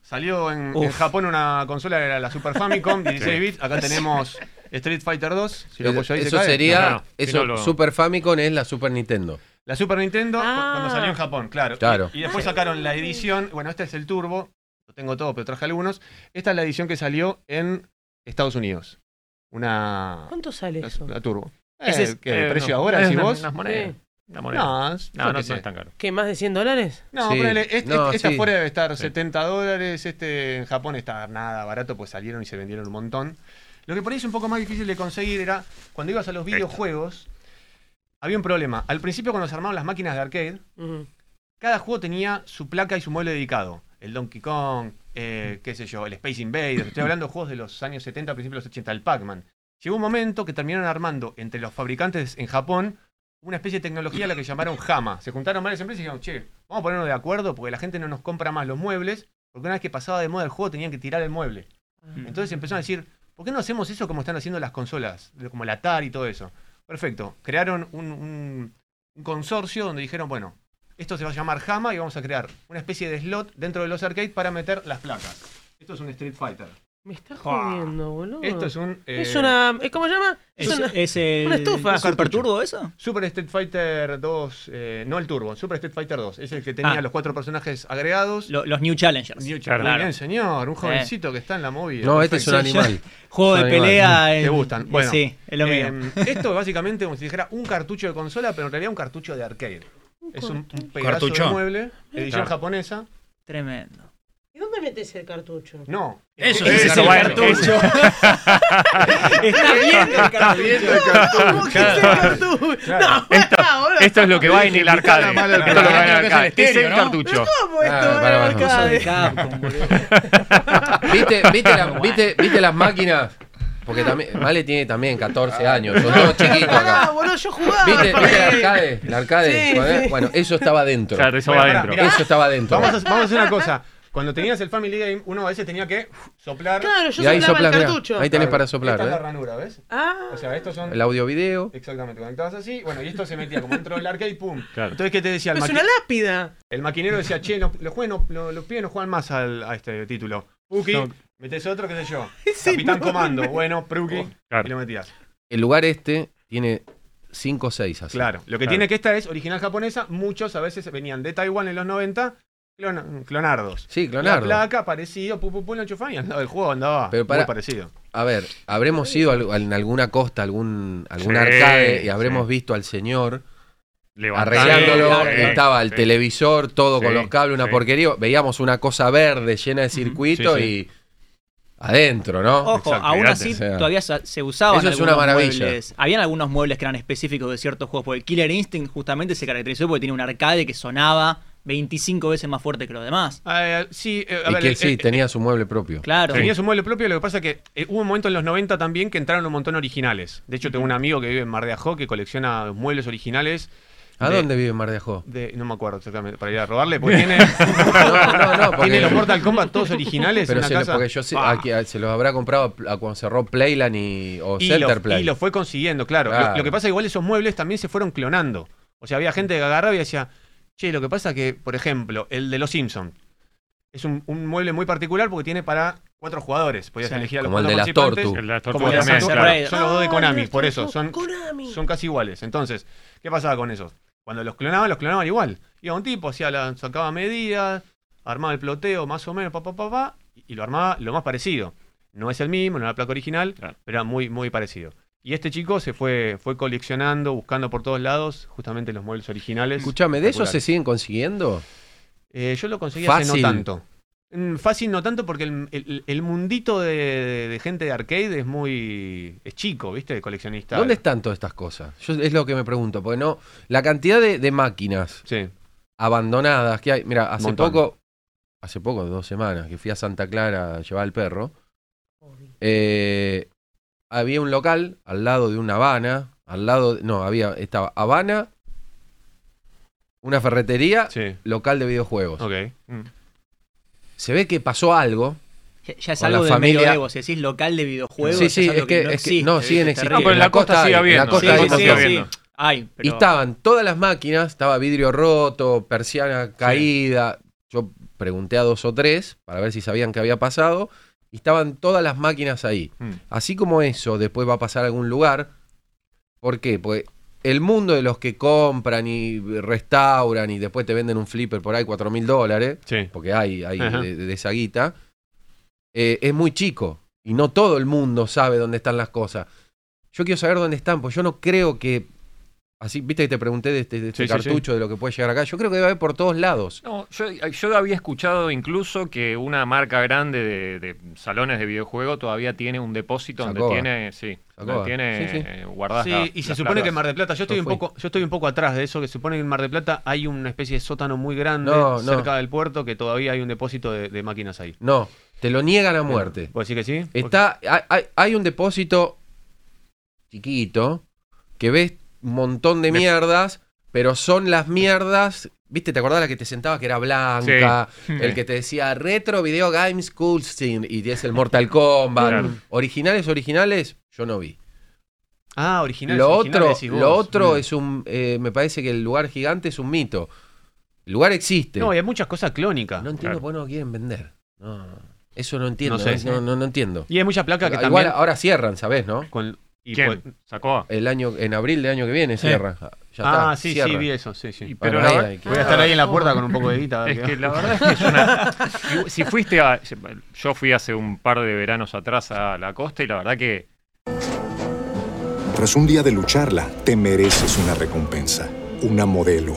[SPEAKER 11] Salió en, en
[SPEAKER 5] Uf.
[SPEAKER 11] Japón una consola que era la Super Famicom 16
[SPEAKER 5] Sí.
[SPEAKER 11] bits. Acá tenemos Street Fighter 2. Si lo
[SPEAKER 5] Eso-
[SPEAKER 11] apoyáis, se
[SPEAKER 5] eso
[SPEAKER 11] cae.
[SPEAKER 5] sería.
[SPEAKER 11] No, no,
[SPEAKER 5] eso,
[SPEAKER 11] si no lo-
[SPEAKER 5] Super Famicom es la Super Nintendo.
[SPEAKER 11] La Super Nintendo cu-
[SPEAKER 3] Ah.
[SPEAKER 11] cuando salió en Japón, claro.
[SPEAKER 5] Claro.
[SPEAKER 11] Y, y después sacaron la edición. Bueno, este es el Turbo. Lo tengo todo, pero traje algunos. Esta es la edición que salió en Estados Unidos. Una.
[SPEAKER 3] ¿Cuánto sale
[SPEAKER 11] La,
[SPEAKER 3] eso?
[SPEAKER 11] la Turbo.
[SPEAKER 3] Ese
[SPEAKER 11] Eh,
[SPEAKER 3] es-
[SPEAKER 11] ¿qué?
[SPEAKER 3] eh,
[SPEAKER 11] precio
[SPEAKER 3] no.
[SPEAKER 11] ahora,
[SPEAKER 3] Eh,
[SPEAKER 11] si
[SPEAKER 3] una-
[SPEAKER 11] vos?
[SPEAKER 3] unas monedas,
[SPEAKER 9] una moneda.
[SPEAKER 11] No,
[SPEAKER 9] No,
[SPEAKER 11] yo
[SPEAKER 9] no
[SPEAKER 11] qué
[SPEAKER 9] son
[SPEAKER 11] sé.
[SPEAKER 9] tan caros.
[SPEAKER 3] ¿Qué, más de 100 dólares?
[SPEAKER 11] No, ponele, este-
[SPEAKER 5] No,
[SPEAKER 11] esta
[SPEAKER 5] sí.
[SPEAKER 11] fuera debe estar
[SPEAKER 5] Sí.
[SPEAKER 11] 70 dólares, este en Japón está nada barato, pues salieron y se vendieron un montón. Lo que por ahí es un poco más difícil de conseguir era, cuando ibas a los videojuegos, había un problema. Al principio cuando se armaban las máquinas de arcade, cada juego tenía su placa y su mueble dedicado. El Donkey Kong, eh, qué sé yo, el Space Invaders. Estoy hablando de juegos de los años 70, principios de los 80, el Pac-Man. Llegó un momento que terminaron armando entre los fabricantes en Japón una especie de tecnología a la que llamaron Hama. Se juntaron varias empresas y dijeron, che, vamos a ponernos de acuerdo porque la gente no nos compra más los muebles, porque una vez que pasaba de moda el juego tenían que tirar el mueble.
[SPEAKER 10] Mm.
[SPEAKER 11] Entonces empezaron a decir, ¿por qué no hacemos eso como están haciendo las consolas? Como el Atari y todo eso. Perfecto. Crearon un, un- un consorcio donde dijeron, bueno, esto se va a llamar Hama y vamos a crear una especie de slot dentro de los arcades para meter las placas. Esto es un Street Fighter.
[SPEAKER 3] Me está
[SPEAKER 11] Jua.
[SPEAKER 3] jodiendo, boludo.
[SPEAKER 11] Esto es un, eh,
[SPEAKER 3] Es una. ¿eh, ¿Cómo se llama? Es, una, una estufa.
[SPEAKER 11] Turbo eso? Super Street Fighter 2, eh, no el Turbo, Super Street Fighter 2. Es el que tenía
[SPEAKER 6] Ah.
[SPEAKER 11] los cuatro personajes agregados.
[SPEAKER 6] Lo- los New Challengers.
[SPEAKER 11] New
[SPEAKER 6] Claro.
[SPEAKER 11] Challengers. Bien, señor, un
[SPEAKER 6] Eh.
[SPEAKER 11] jovencito que está en la movida.
[SPEAKER 5] No, este
[SPEAKER 11] Perfecto.
[SPEAKER 5] es un animal.
[SPEAKER 6] Juego
[SPEAKER 5] Es un
[SPEAKER 6] de
[SPEAKER 5] animal.
[SPEAKER 6] pelea, eh,
[SPEAKER 11] Te gustan. Bueno,
[SPEAKER 6] sí, es lo
[SPEAKER 11] eh,
[SPEAKER 6] mío.
[SPEAKER 11] Esto es básicamente como si dijera un cartucho de consola, pero en realidad un cartucho de arcade. es un, un pedazo
[SPEAKER 6] Cartuchón.
[SPEAKER 11] de mueble, edición
[SPEAKER 6] Claro.
[SPEAKER 11] japonesa.
[SPEAKER 6] Tremendo.
[SPEAKER 3] ¿Y dónde metes el cartucho?
[SPEAKER 11] No.
[SPEAKER 6] Eso
[SPEAKER 11] Ese
[SPEAKER 6] es el
[SPEAKER 11] bueno,
[SPEAKER 6] cartucho.
[SPEAKER 3] Está viendo el
[SPEAKER 11] Está viendo el
[SPEAKER 3] cartucho.
[SPEAKER 11] cartucho.
[SPEAKER 3] ¿Cómo que es el cartucho? No,
[SPEAKER 9] Esto,
[SPEAKER 3] pará, boludo.
[SPEAKER 9] esto es lo que va en el arcade.
[SPEAKER 11] Está mal el
[SPEAKER 9] Esto es lo que va en el
[SPEAKER 11] arcade.
[SPEAKER 9] arcade.
[SPEAKER 11] Creo que es
[SPEAKER 9] Es
[SPEAKER 11] el
[SPEAKER 9] el
[SPEAKER 11] estéreo, ¿no?
[SPEAKER 9] cartucho.
[SPEAKER 3] ¿Cómo esto
[SPEAKER 5] Ah,
[SPEAKER 3] va
[SPEAKER 5] pará,
[SPEAKER 3] en el
[SPEAKER 5] pará.
[SPEAKER 3] arcade?
[SPEAKER 5] ¿Viste, viste, la- viste- viste las máquinas? Porque también, Male tiene también 14
[SPEAKER 11] Ah.
[SPEAKER 5] años, son todos chiquitos
[SPEAKER 3] Ah,
[SPEAKER 5] acá.
[SPEAKER 3] boludo, yo jugaba.
[SPEAKER 5] ¿Viste, viste el arcade? El arcade,
[SPEAKER 3] Sí,
[SPEAKER 5] bueno,
[SPEAKER 3] sí.
[SPEAKER 5] bueno, eso estaba dentro.
[SPEAKER 9] Claro, eso
[SPEAKER 11] Bueno,
[SPEAKER 9] va
[SPEAKER 11] pará,
[SPEAKER 9] adentro.
[SPEAKER 11] mirá.
[SPEAKER 5] Eso estaba dentro.
[SPEAKER 11] Vamos a, vamos a hacer una cosa. Cuando tenías el Family Game, uno a veces tenía que uf, soplar.
[SPEAKER 3] Claro, yo
[SPEAKER 5] Y ahí
[SPEAKER 3] soplaba el
[SPEAKER 5] soplás, mirá,
[SPEAKER 3] cartucho.
[SPEAKER 5] ahí tenés para soplar,
[SPEAKER 11] Esta es la
[SPEAKER 5] ¿eh?
[SPEAKER 11] ranura, ¿ves?
[SPEAKER 3] Ah.
[SPEAKER 11] O sea, estos son.
[SPEAKER 5] El audio video.
[SPEAKER 11] Exactamente, conectabas así. Bueno, y esto se metía como dentro del arcade, pum. Entonces, ¿qué te decía el
[SPEAKER 3] Es
[SPEAKER 11] maqui-
[SPEAKER 3] una lápida.
[SPEAKER 11] El maquinero decía, che, no- los, juegos no- no- los pibes no juegan más al- a este título. Puki,
[SPEAKER 5] No.
[SPEAKER 11] metes otro, qué sé yo.
[SPEAKER 3] Sí,
[SPEAKER 11] Capitán
[SPEAKER 3] no,
[SPEAKER 11] Comando,
[SPEAKER 3] me-
[SPEAKER 11] bueno, Pruki, y lo metías.
[SPEAKER 5] El lugar este tiene 5 o 6 así.
[SPEAKER 11] Claro, lo que tiene que esta es original japonesa. Muchos a veces venían de Taiwán en los 90, clon- clonardos.
[SPEAKER 5] Sí,
[SPEAKER 11] La
[SPEAKER 5] clonardo.
[SPEAKER 11] placa, parecido, pum, pum, pum, lo enchufaban y andaba, el juego andaba
[SPEAKER 5] Pero para-
[SPEAKER 11] muy parecido.
[SPEAKER 5] A ver, habremos ido al- al- en alguna costa, algún, algún
[SPEAKER 9] Sí,
[SPEAKER 5] arcade y
[SPEAKER 9] sí.
[SPEAKER 5] habremos visto al señor
[SPEAKER 9] Levantando,
[SPEAKER 5] arreglándolo.
[SPEAKER 9] sí,
[SPEAKER 5] estaba el
[SPEAKER 9] sí.
[SPEAKER 5] televisor, todo
[SPEAKER 9] Sí,
[SPEAKER 5] con los cables, una
[SPEAKER 9] sí.
[SPEAKER 5] porquería. Veíamos una cosa verde llena de circuito
[SPEAKER 6] Sí,
[SPEAKER 5] y adentro, ¿no?
[SPEAKER 6] Ojo, aún así
[SPEAKER 5] O sea,
[SPEAKER 6] todavía sa- se usaban
[SPEAKER 5] Eso es
[SPEAKER 6] algunos
[SPEAKER 5] una maravilla.
[SPEAKER 6] muebles. Habían algunos muebles que eran específicos de ciertos juegos, porque Killer Instinct justamente se caracterizó porque tenía un arcade que sonaba 25 veces más fuerte que los demás.
[SPEAKER 11] Ah, eh, sí,
[SPEAKER 5] Y que él sí, tenía su mueble propio.
[SPEAKER 6] eh, Claro.
[SPEAKER 11] Tenía su mueble propio, lo que pasa que eh, hubo un momento en los 90 también que entraron un montón originales. De hecho, tengo un amigo que vive en Mar de Ajó que colecciona muebles originales.
[SPEAKER 5] ¿A
[SPEAKER 11] de-
[SPEAKER 5] dónde vive Mar de Ajó?
[SPEAKER 11] de- no me acuerdo exactamente, para ir a robarle, porque tiene,
[SPEAKER 5] no, no, porque-
[SPEAKER 11] tiene los Mortal Kombat todos originales
[SPEAKER 5] Pero
[SPEAKER 11] en una
[SPEAKER 5] se lo-
[SPEAKER 11] casa. Ah,
[SPEAKER 5] porque yo sé,
[SPEAKER 11] Pa.
[SPEAKER 5] a que- a- se los habrá comprado a, a cuando cerró Playland y, o
[SPEAKER 11] y lo,
[SPEAKER 5] Centerplay.
[SPEAKER 11] y lo fue consiguiendo, claro. Lo-
[SPEAKER 5] Claro.
[SPEAKER 11] Lo, que pasa igual esos muebles también se fueron clonando. O sea, había gente que agarraba y decía, che, lo que pasa que, por ejemplo, el de los Simpsons es un, un mueble muy particular porque tiene para cuatro jugadores. Podías
[SPEAKER 5] Sí.
[SPEAKER 11] elegir a los
[SPEAKER 5] Como el
[SPEAKER 11] cuatro
[SPEAKER 5] de las
[SPEAKER 11] participantes.
[SPEAKER 5] Tortu. El de las Tortu
[SPEAKER 11] Como el de las
[SPEAKER 5] también,
[SPEAKER 11] Tortu,
[SPEAKER 5] claro.
[SPEAKER 11] claro. Son los dos de
[SPEAKER 5] Ah,
[SPEAKER 11] Konami,
[SPEAKER 5] las
[SPEAKER 11] por
[SPEAKER 5] Tortu,
[SPEAKER 11] eso. Son, son casi iguales. Entonces, ¿qué pasaba con esos? Cuando los clonaban, los clonaban igual. Iba un tipo, hacía la- sacaba medidas, armaba el ploteo más o menos, pa, pa, pa, pa, y- y lo armaba lo más parecido. No es el mismo, no era la placa original, pero era muy, muy parecido. Y este chico se fue, fue coleccionando, buscando por todos lados, justamente los muebles originales.
[SPEAKER 5] Escuchame, ¿de esos
[SPEAKER 11] Espectacular.
[SPEAKER 5] se siguen consiguiendo?
[SPEAKER 11] Eh, yo lo conseguí hace
[SPEAKER 5] Fácil.
[SPEAKER 11] no tanto. Mm, Fácil no tanto porque el, el- el mundito de, de- de gente de arcade es muy. es chico, ¿viste? De coleccionista.
[SPEAKER 5] ¿Dónde están todas estas cosas? Yo, es lo que me pregunto, porque no. La cantidad de, de máquinas abandonadas que hay. Mira, hace
[SPEAKER 11] Montón.
[SPEAKER 5] poco, hace poco, dos semanas, que fui a Santa Clara a llevar al perro. eh, había un local al lado de una Habana. Al lado. de- No, había. Estaba Habana, una ferretería, local de videojuegos.
[SPEAKER 11] Ok.
[SPEAKER 5] Se ve que pasó algo.
[SPEAKER 6] Ya, ya es
[SPEAKER 5] Con
[SPEAKER 6] algo
[SPEAKER 5] la
[SPEAKER 6] de
[SPEAKER 5] familia-
[SPEAKER 6] medioevo, si decís local de videojuegos.
[SPEAKER 5] Sí, sí,
[SPEAKER 6] algo
[SPEAKER 5] es que-
[SPEAKER 6] no
[SPEAKER 5] es que-
[SPEAKER 6] existe,
[SPEAKER 5] no,
[SPEAKER 6] ¿viste?
[SPEAKER 5] siguen
[SPEAKER 6] Es
[SPEAKER 5] existiendo.
[SPEAKER 6] terrible.
[SPEAKER 5] No, pero en la costa sigue
[SPEAKER 6] hay,
[SPEAKER 5] habiendo,
[SPEAKER 6] en la costa
[SPEAKER 5] sí,
[SPEAKER 6] hay,
[SPEAKER 5] sí,
[SPEAKER 6] sí,
[SPEAKER 5] sí.
[SPEAKER 6] sí. Hay, pero
[SPEAKER 5] Y estaban todas las máquinas, estaba vidrio roto, persiana caída. Yo pregunté a dos o tres para ver si sabían qué había pasado. Y estaban todas las máquinas ahí.
[SPEAKER 11] Mm.
[SPEAKER 5] Así como eso después va a pasar a algún lugar. ¿Por qué? Porque el mundo de los que compran y restauran y después te venden un flipper por ahí cuatro mil dólares, porque hay, hay
[SPEAKER 11] Ajá.
[SPEAKER 5] de, de esa guita, eh, es muy chico. Y no todo el mundo sabe dónde están las cosas. Yo quiero saber dónde están, pues yo no creo que. Así, viste que te pregunté de este, de este
[SPEAKER 9] Sí, sí,
[SPEAKER 5] cartucho, de lo que puede llegar acá. Yo creo que debe haber por todos lados.
[SPEAKER 9] No, yo, yo había escuchado incluso que una marca grande de, de salones de videojuego todavía tiene un depósito
[SPEAKER 5] Sacoba.
[SPEAKER 9] donde tiene, sí, donde
[SPEAKER 5] Sacoba.
[SPEAKER 9] tiene
[SPEAKER 5] Sí, sí.
[SPEAKER 9] eh, guardadas
[SPEAKER 11] Sí,
[SPEAKER 9] las-
[SPEAKER 11] y se
[SPEAKER 9] las
[SPEAKER 11] supone que
[SPEAKER 9] placas.
[SPEAKER 11] en Mar del Plata, yo estoy,
[SPEAKER 9] Yo
[SPEAKER 11] un
[SPEAKER 9] fui.
[SPEAKER 11] poco, yo estoy un poco atrás de eso, que se supone que en Mar del Plata hay una especie de sótano muy grande
[SPEAKER 5] No, no.
[SPEAKER 11] cerca del puerto que todavía hay un depósito de, de máquinas ahí.
[SPEAKER 5] No, te lo niegan a muerte.
[SPEAKER 11] ¿Puedo decir que sí?
[SPEAKER 5] Está, hay- hay, hay un depósito chiquito que ves un montón de mierdas, pero son las mierdas. ¿Viste? ¿Te acordás la que te sentaba que era blanca?
[SPEAKER 11] Sí.
[SPEAKER 5] El que te decía Retro Video Game School Scene y es el Mortal Kombat.
[SPEAKER 11] Claro.
[SPEAKER 5] Originales, originales, yo no vi.
[SPEAKER 11] Ah, original. Mm.
[SPEAKER 5] Lo otro, lo
[SPEAKER 9] Mm.
[SPEAKER 5] otro es un. eh, me parece que el lugar gigante es un mito. El lugar existe.
[SPEAKER 11] No, y hay muchas cosas clónicas.
[SPEAKER 5] No entiendo por qué no quieren vender. No, eso no entiendo.
[SPEAKER 11] No sé.
[SPEAKER 5] ¿eh? No, no, no entiendo.
[SPEAKER 11] Y hay muchas placas que
[SPEAKER 5] Igual
[SPEAKER 11] también-
[SPEAKER 5] ahora cierran, ¿sabés, no?
[SPEAKER 11] Con, y
[SPEAKER 9] ¿Quién?
[SPEAKER 11] pues-
[SPEAKER 9] ¿Sacó?
[SPEAKER 5] El año, en abril del año que viene cierra. Ya está,
[SPEAKER 11] ah, sí, sí,
[SPEAKER 5] cierra.
[SPEAKER 11] vi eso, sí, sí.
[SPEAKER 5] Bueno,
[SPEAKER 9] Pero la
[SPEAKER 5] ahí
[SPEAKER 9] ver-
[SPEAKER 5] hay que-
[SPEAKER 11] Voy a estar ahí en la puerta con un poco de guita. a ver
[SPEAKER 9] Es que
[SPEAKER 11] qué va.
[SPEAKER 9] la verdad es que es una. Si fuiste a. Yo fui hace un par de veranos atrás a la costa y la verdad que
[SPEAKER 8] Tras un día de lucharla, te mereces una recompensa, una modelo,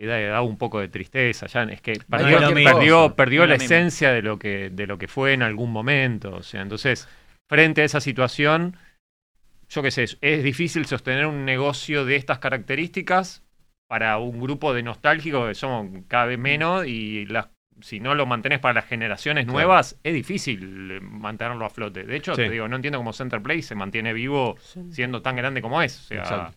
[SPEAKER 9] y da, da un poco de tristeza, ya es que
[SPEAKER 4] No es
[SPEAKER 9] perdió,
[SPEAKER 4] lo mismo.
[SPEAKER 9] perdió, perdió
[SPEAKER 4] No es
[SPEAKER 9] la
[SPEAKER 4] lo mismo.
[SPEAKER 9] esencia de lo que de lo que fue en algún momento, o sea, entonces frente a esa situación, yo qué sé, es, es difícil sostener un negocio de estas características para un grupo de nostálgicos que somos cada vez menos y las si no lo mantenés para las generaciones
[SPEAKER 11] Claro.
[SPEAKER 9] nuevas, es difícil eh, mantenerlo a flote. De hecho,
[SPEAKER 11] Sí.
[SPEAKER 9] te digo, no entiendo cómo Center Play se mantiene vivo siendo tan grande como es. O sea,
[SPEAKER 11] Exacto.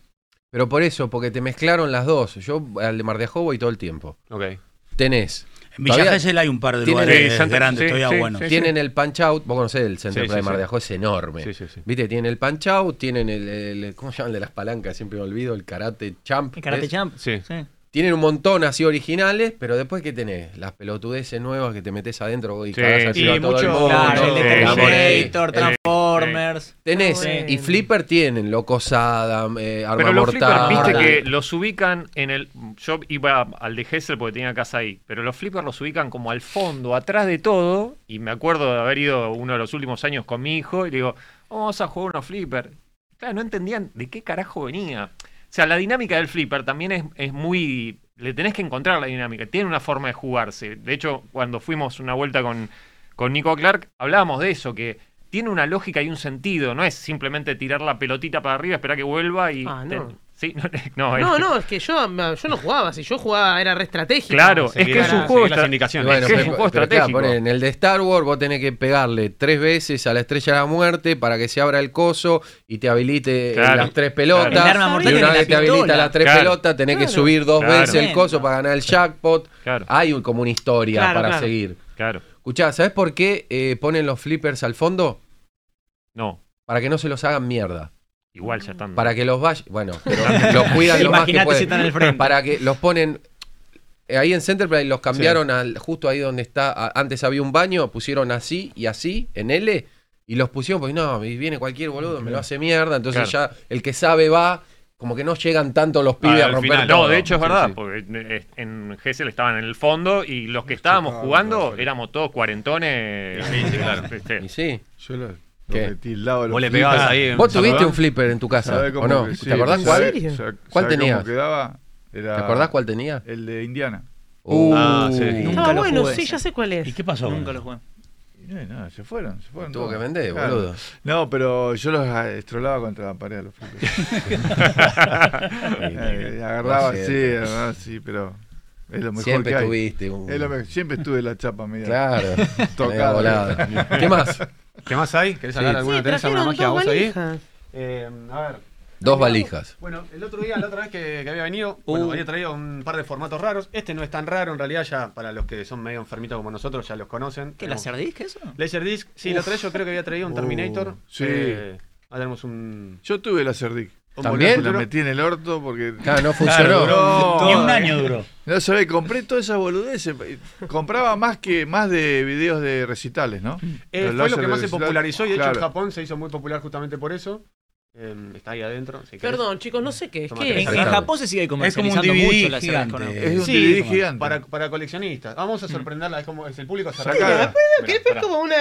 [SPEAKER 5] Pero por eso, porque te mezclaron las dos. Yo al de Mar de Ajó voy todo el tiempo.
[SPEAKER 11] Ok.
[SPEAKER 5] Tenés.
[SPEAKER 4] En Villa
[SPEAKER 5] todavía
[SPEAKER 4] Gesell hay un par de
[SPEAKER 5] tienen-
[SPEAKER 4] lugares Sí, Santa- grandes, sí, todavía sí, buenos. sí, sí.
[SPEAKER 5] tienen el Punch Out. Vos conocés el centro
[SPEAKER 4] Sí,
[SPEAKER 5] de
[SPEAKER 4] sí,
[SPEAKER 5] Mar de
[SPEAKER 4] sí.
[SPEAKER 5] Ajó, es enorme.
[SPEAKER 4] Sí, sí, sí.
[SPEAKER 5] Viste, tienen el Punch Out, tienen el, el- ¿Cómo se llama el de las palancas? Siempre me olvido. El Karate Champ.
[SPEAKER 6] El Karate
[SPEAKER 5] ¿ves?
[SPEAKER 6] Champ. Sí.
[SPEAKER 5] Tienen un montón así originales, pero después que tenés las pelotudeces nuevas que te metes adentro y
[SPEAKER 9] Sí.
[SPEAKER 5] cagás a
[SPEAKER 9] Y
[SPEAKER 5] tiro a todo el
[SPEAKER 9] mucho-
[SPEAKER 5] mundo.
[SPEAKER 9] Claro, el de
[SPEAKER 5] La
[SPEAKER 9] Terminator,
[SPEAKER 5] moneda.
[SPEAKER 9] Sí.
[SPEAKER 6] Transformers.
[SPEAKER 9] Sí.
[SPEAKER 5] Tenés,
[SPEAKER 9] Sí.
[SPEAKER 5] y Flipper tienen, Locosada, eh, Arma
[SPEAKER 9] Pero los
[SPEAKER 5] Mortal.
[SPEAKER 9] flippers, viste que los ubican en el. Yo iba al de Hessel porque tenía casa ahí. Pero los flippers los ubican como al fondo, atrás de todo. Y me acuerdo de haber ido uno de los últimos años con mi hijo y le digo, vamos a jugar unos flippers. claro, no entendían de qué carajo venía. O sea, la dinámica del flipper también es, es muy. Le tenés que encontrar la dinámica. Tiene una forma de jugarse. De hecho, cuando fuimos una vuelta con, con Nico Clark, hablábamos de eso, que tiene una lógica y un sentido. No es simplemente tirar la pelotita para arriba, esperar que vuelva y.
[SPEAKER 3] Ah, no.
[SPEAKER 9] Sí, no, no, es-
[SPEAKER 3] No, no, es que yo, yo no jugaba. Si yo jugaba, era re estratégico.
[SPEAKER 9] Claro, es
[SPEAKER 5] Seguir
[SPEAKER 9] que es
[SPEAKER 5] la-
[SPEAKER 9] un juego,
[SPEAKER 5] seguir las
[SPEAKER 9] estra-
[SPEAKER 5] indicaciones.
[SPEAKER 9] es que es un
[SPEAKER 5] pero-
[SPEAKER 9] juego
[SPEAKER 5] pero claro,
[SPEAKER 9] estratégico.
[SPEAKER 5] ponen, en el de Star Wars vos tenés que pegarle tres veces a la estrella de la muerte para que se abra el coso y te habilite eh,
[SPEAKER 9] Claro,
[SPEAKER 5] las tres
[SPEAKER 9] claro.
[SPEAKER 5] pelotas.
[SPEAKER 9] El arma mortal
[SPEAKER 5] Y una
[SPEAKER 9] es la
[SPEAKER 5] vez te habilita
[SPEAKER 9] pistola.
[SPEAKER 5] las tres
[SPEAKER 9] Claro.
[SPEAKER 5] pelotas, tenés que
[SPEAKER 9] Claro.
[SPEAKER 5] subir dos
[SPEAKER 9] Claro.
[SPEAKER 5] veces el coso para ganar el jackpot. Hay un- como una historia
[SPEAKER 9] Claro,
[SPEAKER 5] para
[SPEAKER 9] claro.
[SPEAKER 5] seguir.
[SPEAKER 9] Claro.
[SPEAKER 5] Escuchá, ¿sabés por qué eh, ponen los flippers al fondo?
[SPEAKER 9] No.
[SPEAKER 5] Para que no se los hagan mierda.
[SPEAKER 9] Igual ya están.
[SPEAKER 5] Para que los vaya. Bueno, pero los cuidan lo más que
[SPEAKER 9] Imaginate
[SPEAKER 5] pueden.
[SPEAKER 9] si están al frente.
[SPEAKER 5] Para que los ponen. eh, Ahí en Centerplay los cambiaron al, justo ahí donde está. a- antes había un baño, pusieron así y así, en L, y los pusieron, pues no, y viene cualquier boludo, me lo hace mierda. Entonces
[SPEAKER 9] Claro.
[SPEAKER 5] ya el que sabe va, como que no llegan tanto
[SPEAKER 2] Ah,
[SPEAKER 5] los pibes a
[SPEAKER 9] Al
[SPEAKER 5] romper.
[SPEAKER 9] final.
[SPEAKER 5] todo.
[SPEAKER 9] No, de hecho es
[SPEAKER 5] Sí,
[SPEAKER 9] verdad,
[SPEAKER 5] sí.
[SPEAKER 9] porque eh, en Gessel estaban en el fondo y los que estábamos jugando éramos todos cuarentones. Sí, claro.
[SPEAKER 5] Y sí.
[SPEAKER 2] Yo lo, lo
[SPEAKER 5] ¿Qué?
[SPEAKER 2] metí al lado de los
[SPEAKER 5] Vos le
[SPEAKER 2] flippers.
[SPEAKER 5] pegabas ahí en- ¿Vos tuviste ¿Sabés? un flipper en tu casa,
[SPEAKER 2] ¿Sabés
[SPEAKER 5] o
[SPEAKER 2] cómo
[SPEAKER 5] no?
[SPEAKER 2] que
[SPEAKER 5] ¿Te acordás
[SPEAKER 2] ¿Sabés-
[SPEAKER 5] cuál?
[SPEAKER 2] sabés-
[SPEAKER 5] ¿Cuál
[SPEAKER 2] sabés cómo
[SPEAKER 5] tenías?
[SPEAKER 2] quedaba? Era-
[SPEAKER 5] ¿Te acordás cuál tenía?
[SPEAKER 2] El de Indiana.
[SPEAKER 5] Uh.
[SPEAKER 2] Ah, sí.
[SPEAKER 3] Estaba
[SPEAKER 2] Nunca lo
[SPEAKER 3] bueno,
[SPEAKER 2] jugué
[SPEAKER 3] sí,
[SPEAKER 2] ese.
[SPEAKER 3] ya sé cuál es.
[SPEAKER 4] ¿Y qué pasó?
[SPEAKER 2] Nunca
[SPEAKER 6] lo jugué.
[SPEAKER 2] No, no, se fueron, se fueron.
[SPEAKER 5] Tuvo
[SPEAKER 2] todos.
[SPEAKER 5] que vender, boludo.
[SPEAKER 2] No, pero yo los eh, estrolaba contra la pared a los flippers. Eh, agarraba
[SPEAKER 5] Lo
[SPEAKER 2] así,
[SPEAKER 5] siento.
[SPEAKER 2] agarraba así, pero es lo mejor
[SPEAKER 5] Siempre
[SPEAKER 2] que hay.
[SPEAKER 5] tuviste un-
[SPEAKER 2] Es lo mejor. Siempre estuve la chapa media.
[SPEAKER 5] Claro, medio volada. ¿Qué más?
[SPEAKER 11] ¿Qué más hay? ¿Querés hablar alguna? ¿Tenés alguna magia vos ahí? Eh, a ver.
[SPEAKER 5] Dos valijas.
[SPEAKER 11] Bueno, el otro día, la otra vez que, que había venido,
[SPEAKER 5] Uh.
[SPEAKER 11] bueno, había traído un par de formatos raros. Este no es tan raro, en realidad ya para los que son medio enfermitos como nosotros ya los conocen.
[SPEAKER 6] ¿Qué,
[SPEAKER 11] Tenemos-
[SPEAKER 6] Laserdisc eso?
[SPEAKER 11] Laserdisc, sí,
[SPEAKER 6] Uf.
[SPEAKER 11] la otra vez yo creo que había traído un Terminator.
[SPEAKER 2] Uh, sí.
[SPEAKER 11] Eh, ahora tenemos un...
[SPEAKER 2] Yo tuve la Cerdic.
[SPEAKER 11] ¿También?
[SPEAKER 2] La metí en el orto porque.
[SPEAKER 5] Claro, Ah, no funcionó.
[SPEAKER 2] duró.
[SPEAKER 5] Ni un año
[SPEAKER 11] eh.
[SPEAKER 5] duró.
[SPEAKER 2] No sabés, compré todas esas boludeces. eh, Compraba más que más de videos de recitales, ¿no?
[SPEAKER 11] Eh, fue lo
[SPEAKER 2] Los láser
[SPEAKER 11] que
[SPEAKER 2] de
[SPEAKER 11] más se
[SPEAKER 2] recital.
[SPEAKER 11] popularizó y de
[SPEAKER 2] Claro.
[SPEAKER 11] hecho en Japón se hizo muy popular justamente por eso. Eh, está ahí adentro. si querés.
[SPEAKER 3] Perdón, chicos, no sé qué. Es
[SPEAKER 11] Toma,
[SPEAKER 3] que
[SPEAKER 11] tenés
[SPEAKER 6] En, en
[SPEAKER 11] acá.
[SPEAKER 6] Japón se sigue comercializando mucho la cerveza. con Mm. alcohol.
[SPEAKER 11] Sí,
[SPEAKER 2] DVD gigante.
[SPEAKER 11] Para, para coleccionistas. Vamos a sorprenderla, es como es el público se
[SPEAKER 2] Sacala.
[SPEAKER 3] Que es como una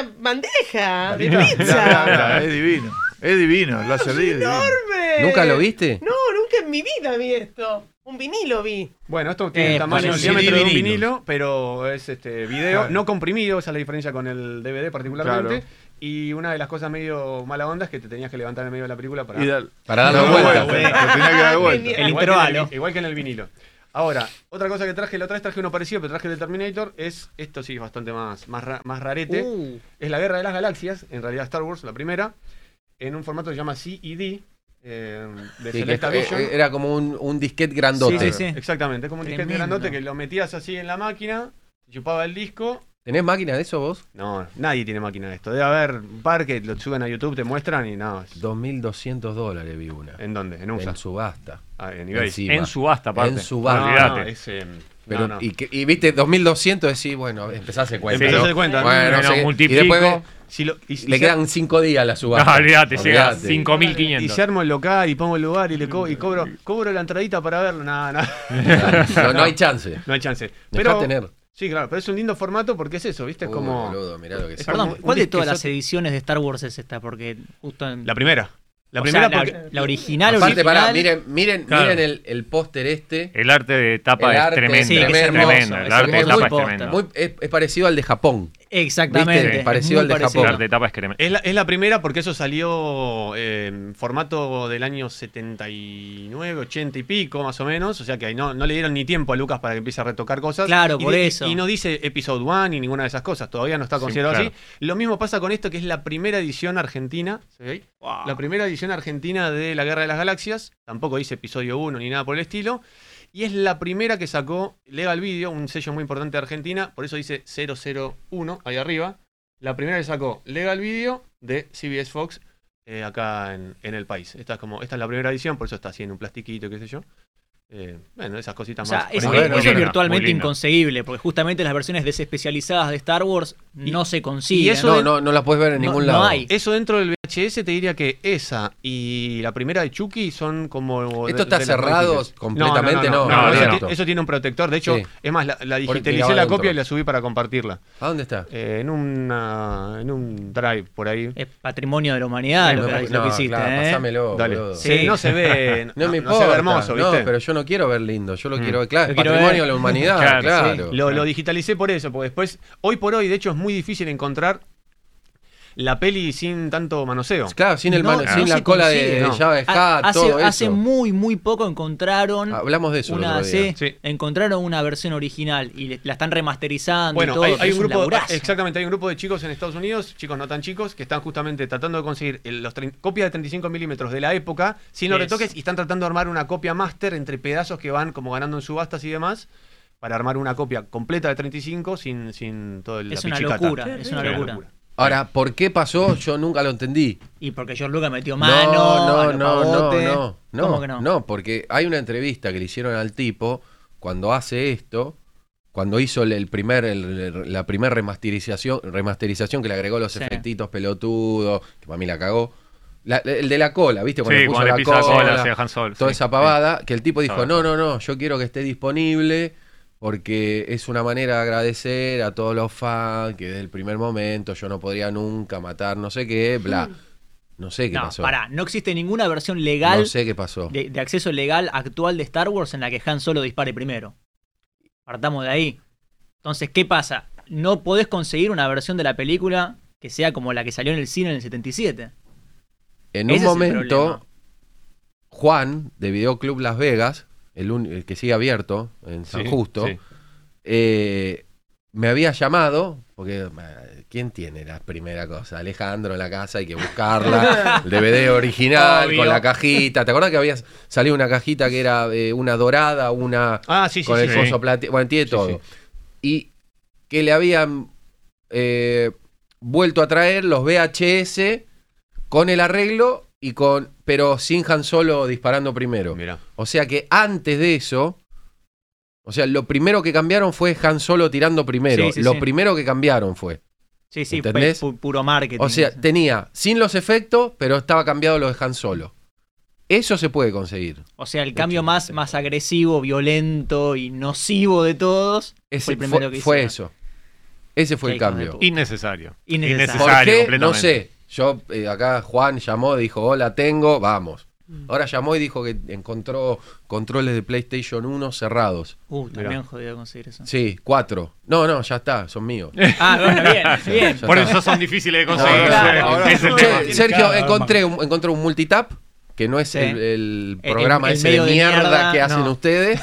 [SPEAKER 3] bandeja de
[SPEAKER 2] Mirá, mirá,
[SPEAKER 3] pizza.
[SPEAKER 2] mirá, es divino. Es divino, la Cerdic es divino.
[SPEAKER 3] ¡Enorme!
[SPEAKER 5] ¿Nunca lo viste?
[SPEAKER 3] No, nunca en mi vida vi esto. Un vinilo vi.
[SPEAKER 11] Bueno, esto tiene
[SPEAKER 5] Eh,
[SPEAKER 11] el tamaño el
[SPEAKER 5] parece
[SPEAKER 11] diámetro de un
[SPEAKER 5] vinilo.
[SPEAKER 11] vinilo, pero es este video
[SPEAKER 2] Claro.
[SPEAKER 11] no comprimido, esa es la diferencia con el DVD particularmente.
[SPEAKER 2] Claro.
[SPEAKER 11] Y una de las cosas medio mala onda es que te tenías que levantar en medio de la película para,
[SPEAKER 2] Y dar-
[SPEAKER 5] Para darle vuelta.
[SPEAKER 2] Lo tenía que dar vuelta.
[SPEAKER 11] Igual que en vi- Igual que en el vinilo. Ahora, otra cosa que traje, la otra vez traje uno parecido, pero traje el de Terminator, es, esto sí es bastante más, más, ra- más rarete,
[SPEAKER 6] Uh.
[SPEAKER 11] es la Guerra de las Galaxias, en realidad Star Wars, la primera, en un formato que se llama CED, eh, de
[SPEAKER 5] Sí, que
[SPEAKER 11] Selecta
[SPEAKER 5] es-
[SPEAKER 11] Vision.
[SPEAKER 5] eh, era como un, un disquete grandote.
[SPEAKER 11] Sí, sí, sí. Exactamente, como un disquete
[SPEAKER 6] Tremendo.
[SPEAKER 11] grandote que lo metías así en la máquina, chupaba el disco.
[SPEAKER 5] ¿Tenés máquina de eso vos?
[SPEAKER 11] No, nadie tiene máquina de esto. Debe haber un par que lo suben a YouTube, te muestran y nada. es-
[SPEAKER 5] 2.200 dólares vi una.
[SPEAKER 11] ¿En dónde? En USA.
[SPEAKER 5] En subasta.
[SPEAKER 11] Ah, en eBay.
[SPEAKER 5] Encima.
[SPEAKER 9] En subasta, aparte.
[SPEAKER 5] En subasta.
[SPEAKER 9] No, no,
[SPEAKER 11] es, em,
[SPEAKER 5] Pero,
[SPEAKER 11] no, no.
[SPEAKER 5] Y, que- y viste, 2.200 decís, bueno, empezás a hacer cuenta.
[SPEAKER 11] Empezás
[SPEAKER 5] ¿no?
[SPEAKER 11] a hacer cuenta.
[SPEAKER 5] Bueno,
[SPEAKER 11] Bueno,
[SPEAKER 5] no sé qué.
[SPEAKER 11] multiplico.
[SPEAKER 5] Y después
[SPEAKER 11] Si lo- y si
[SPEAKER 5] le
[SPEAKER 11] se-
[SPEAKER 5] quedan 5 días a la subasta.
[SPEAKER 9] No, olvidate, llega a
[SPEAKER 5] Olvidate.
[SPEAKER 9] 5.500.
[SPEAKER 11] Y se armo el local y pongo el lugar y le co- y cobro, cobro la entradita para verlo. Nada, nada.
[SPEAKER 5] No, no hay chance.
[SPEAKER 11] No hay chance.
[SPEAKER 5] Dejá
[SPEAKER 11] Pero,
[SPEAKER 5] tener.
[SPEAKER 11] Sí, claro, pero es un lindo formato porque es eso, ¿viste? Es
[SPEAKER 5] Uy,
[SPEAKER 11] como.
[SPEAKER 5] boludo, mirá lo que
[SPEAKER 11] es
[SPEAKER 5] es.
[SPEAKER 11] como
[SPEAKER 6] Perdón,
[SPEAKER 11] un
[SPEAKER 6] ¿cuál de todas las
[SPEAKER 11] disquezote.
[SPEAKER 6] ediciones de Star Wars es esta? Porque justo en...
[SPEAKER 11] La primera. La
[SPEAKER 6] O
[SPEAKER 11] primera
[SPEAKER 6] sea,
[SPEAKER 11] porque-
[SPEAKER 6] la, la original,
[SPEAKER 5] Aparte,
[SPEAKER 6] original.
[SPEAKER 5] pará, miren, miren,
[SPEAKER 9] Claro.
[SPEAKER 5] miren el, el póster este.
[SPEAKER 9] El arte de tapa
[SPEAKER 5] El
[SPEAKER 9] es
[SPEAKER 5] arte
[SPEAKER 9] tremendo.
[SPEAKER 5] es
[SPEAKER 9] es
[SPEAKER 5] tremendo.
[SPEAKER 9] tremendo, El
[SPEAKER 5] Es
[SPEAKER 9] arte de
[SPEAKER 5] hermoso.
[SPEAKER 9] tapa es
[SPEAKER 5] Muy-
[SPEAKER 9] tremendo.
[SPEAKER 5] muy- es, es parecido al de Japón.
[SPEAKER 6] Exactamente.
[SPEAKER 5] ¿Viste?
[SPEAKER 6] es
[SPEAKER 5] Parecido
[SPEAKER 6] muy
[SPEAKER 5] al de
[SPEAKER 6] parecido.
[SPEAKER 5] Japón.
[SPEAKER 9] El arte de tapa es tremendo.
[SPEAKER 11] Es la, es la primera porque eso salió eh, en formato del año 79, 80 y pico, más o menos. O sea que ahí no, no le dieron ni tiempo a Lucas para que empiece a retocar cosas.
[SPEAKER 6] Claro,
[SPEAKER 11] Y
[SPEAKER 6] por
[SPEAKER 11] di-
[SPEAKER 6] eso.
[SPEAKER 11] Y no dice Episode 1 ni ninguna de esas cosas. Todavía no está
[SPEAKER 6] Sí,
[SPEAKER 11] considerado
[SPEAKER 6] claro.
[SPEAKER 11] así. Lo mismo pasa con esto, que es la primera edición argentina. ¿se ve ahí? La primera edición argentina de La Guerra de las Galaxias. Tampoco dice Episodio 1 ni nada por el estilo. Y es la primera que sacó Legal Video, un sello muy importante de Argentina, por eso dice 001 ahí arriba. La primera que sacó Legal Video de CBS Fox eh, acá en, en el país. Esta es, como, esta es la primera edición, por eso está así en un plastiquito, qué sé yo. Eh, bueno, esas
[SPEAKER 6] O
[SPEAKER 11] cositas
[SPEAKER 6] sea,
[SPEAKER 11] más.
[SPEAKER 6] es,
[SPEAKER 11] Bueno,
[SPEAKER 6] es-
[SPEAKER 11] bueno,
[SPEAKER 6] es
[SPEAKER 11] bueno.
[SPEAKER 6] virtualmente inconseguible, porque justamente las versiones desespecializadas de Star Wars no se consigue.
[SPEAKER 5] no, no, no la puedes ver en ningún lado.
[SPEAKER 11] Eso dentro del VHS te diría que esa y la primera de Chucky son como.
[SPEAKER 5] ¿Esto está
[SPEAKER 11] de las
[SPEAKER 5] cerrado
[SPEAKER 11] originales.
[SPEAKER 5] completamente? No,
[SPEAKER 11] no,
[SPEAKER 5] no,
[SPEAKER 11] eso
[SPEAKER 5] no.
[SPEAKER 11] ti- Eso tiene un protector. De hecho,
[SPEAKER 5] Sí.
[SPEAKER 11] es más, la, la
[SPEAKER 5] Porque
[SPEAKER 11] digitalicé
[SPEAKER 5] va
[SPEAKER 11] la
[SPEAKER 5] adentro.
[SPEAKER 11] copia y la subí para compartirla.
[SPEAKER 5] ¿A dónde está?
[SPEAKER 11] Eh, en, una, en un drive por ahí.
[SPEAKER 6] Es patrimonio de la humanidad lo que, lo que hiciste. ¿eh?
[SPEAKER 5] Pasámelo,
[SPEAKER 11] Dale.
[SPEAKER 5] boludo.
[SPEAKER 11] Sí, no se ve.
[SPEAKER 5] No, me
[SPEAKER 11] se
[SPEAKER 5] importa.
[SPEAKER 11] ve hermoso, ¿viste?
[SPEAKER 5] No, pero yo no quiero ver lindo. Yo lo quiero ver, claro,
[SPEAKER 11] Mm. Lo quiero
[SPEAKER 5] patrimonio de
[SPEAKER 11] ver.
[SPEAKER 5] la humanidad, claro.
[SPEAKER 11] sí. Lo, lo digitalicé por eso, porque después, hoy por hoy, de hecho, es muy difícil encontrar la peli sin tanto manoseo.
[SPEAKER 5] Claro, sin el mano- sin la
[SPEAKER 6] se
[SPEAKER 5] cola de-
[SPEAKER 6] consigue.
[SPEAKER 5] de llave de
[SPEAKER 6] Ha-
[SPEAKER 5] hat,
[SPEAKER 6] hace,
[SPEAKER 5] Ah, todo eso.
[SPEAKER 6] hace muy, muy poco encontraron.
[SPEAKER 5] Hablamos de eso el
[SPEAKER 6] Una,
[SPEAKER 5] otro día.
[SPEAKER 6] sí, Encontraron una versión original y le- la están remasterizando. y
[SPEAKER 11] Bueno,
[SPEAKER 6] todo,
[SPEAKER 11] hay,
[SPEAKER 6] que
[SPEAKER 11] hay
[SPEAKER 6] es
[SPEAKER 11] un grupo,
[SPEAKER 6] laburazo.
[SPEAKER 11] exactamente, hay un grupo de chicos en Estados Unidos, chicos no tan chicos, que están justamente tratando de conseguir el- los trein- copias de 35 milímetros de la época, sin los
[SPEAKER 6] Yes.
[SPEAKER 11] retoques, y están tratando de armar una copia máster entre pedazos que van como ganando en subastas y demás, para armar una copia completa de 35 sin, sin todo el
[SPEAKER 6] Es una locura, es una locura.
[SPEAKER 5] Ahora, ¿por qué pasó? Yo nunca lo entendí.
[SPEAKER 6] Y porque George Lucas metió mano. a
[SPEAKER 5] No, no,
[SPEAKER 6] los
[SPEAKER 5] no, no,
[SPEAKER 6] pavotes.
[SPEAKER 5] no, no,
[SPEAKER 6] ¿Cómo que no?
[SPEAKER 5] no, porque hay una entrevista que le hicieron al tipo cuando hace esto, cuando hizo el, el primer, el- el- la primera remasterización, remasterización que le agregó los
[SPEAKER 9] Sí.
[SPEAKER 5] efectitos pelotudos, que para mí la cagó. La- el de la cola, ¿viste?
[SPEAKER 9] Sí, cuando le pisa la cola, sí, a Han Solo,
[SPEAKER 5] toda
[SPEAKER 9] sí,
[SPEAKER 5] esa pavada, que el tipo
[SPEAKER 9] Sabe.
[SPEAKER 5] dijo, no, no, no, yo quiero que esté disponible porque es una manera de agradecer a todos los fans que desde el primer momento yo no podría nunca matar, no sé qué, bla. No sé qué
[SPEAKER 6] Mm. No,
[SPEAKER 5] pasó.
[SPEAKER 6] pará, no existe ninguna versión legal
[SPEAKER 5] No sé qué pasó.
[SPEAKER 6] de, de acceso legal actual de Star Wars en la que Han solo dispare primero. Partamos de ahí. Entonces, ¿qué pasa? No podés conseguir una versión de la película que sea como la que salió en el cine en el 77.
[SPEAKER 5] En
[SPEAKER 6] Ese
[SPEAKER 5] un
[SPEAKER 6] es el problema.
[SPEAKER 5] momento, Juan de Videoclub Las Vegas, el, un- el que sigue abierto en San
[SPEAKER 9] Sí,
[SPEAKER 5] Justo,
[SPEAKER 9] sí.
[SPEAKER 5] eh, me había llamado, porque ma, ¿quién tiene la primera cosa? Alejandro en la casa, hay que buscarla. el DVD original,
[SPEAKER 11] Obvio.
[SPEAKER 5] con la cajita. ¿Te acordás que había salido una cajita que era eh, una dorada, una
[SPEAKER 11] Ah, sí, sí,
[SPEAKER 5] con el
[SPEAKER 11] sí.
[SPEAKER 5] coso plate- Bueno, tiene todo. Y que le habían eh, vuelto a traer los VHS con el arreglo y con. Pero sin Han Solo disparando primero. O sea que antes de eso. O sea, lo primero que cambiaron fue Han Solo tirando primero.
[SPEAKER 6] Sí, sí,
[SPEAKER 5] lo
[SPEAKER 6] sí.
[SPEAKER 5] primero que cambiaron fue.
[SPEAKER 6] Sí, sí,
[SPEAKER 5] ¿Entendés?
[SPEAKER 6] pu- puro marketing.
[SPEAKER 5] O sea, tenía sin los efectos, pero estaba cambiado lo de Han Solo. Eso se puede conseguir.
[SPEAKER 6] O sea, el cambio más, más agresivo, violento y nocivo de todos fue
[SPEAKER 5] Ese
[SPEAKER 6] el primero
[SPEAKER 5] fue,
[SPEAKER 6] que
[SPEAKER 5] fue
[SPEAKER 6] hicieron.
[SPEAKER 5] eso. Ese fue
[SPEAKER 6] Qué
[SPEAKER 5] el
[SPEAKER 6] hijo de
[SPEAKER 5] cambio.
[SPEAKER 9] Innecesario.
[SPEAKER 6] Innecesario.
[SPEAKER 5] ¿Por
[SPEAKER 9] Innecesario,
[SPEAKER 5] qué?
[SPEAKER 9] completamente.
[SPEAKER 5] No sé. Yo eh, acá Juan llamó, dijo, hola, tengo, vamos.
[SPEAKER 6] Mm.
[SPEAKER 5] Ahora llamó y dijo que encontró controles de PlayStation 1 cerrados.
[SPEAKER 6] Uh, también
[SPEAKER 5] Mirá.
[SPEAKER 6] jodido conseguir eso.
[SPEAKER 5] Sí, cuatro. No, no, ya está, son míos.
[SPEAKER 6] Ah, bueno, bien, bien.
[SPEAKER 9] Por eso son difíciles de conseguir. Es el
[SPEAKER 5] Che,
[SPEAKER 9] tema.
[SPEAKER 5] Sergio,
[SPEAKER 9] Claro,
[SPEAKER 5] encontré un, encontré un multitap, que no es
[SPEAKER 9] Sí.
[SPEAKER 5] el, el
[SPEAKER 9] El-
[SPEAKER 5] programa
[SPEAKER 9] el
[SPEAKER 5] ese
[SPEAKER 9] medio
[SPEAKER 5] de
[SPEAKER 9] de
[SPEAKER 5] mierda,
[SPEAKER 9] mierda,
[SPEAKER 5] que hacen
[SPEAKER 9] no.
[SPEAKER 5] ustedes.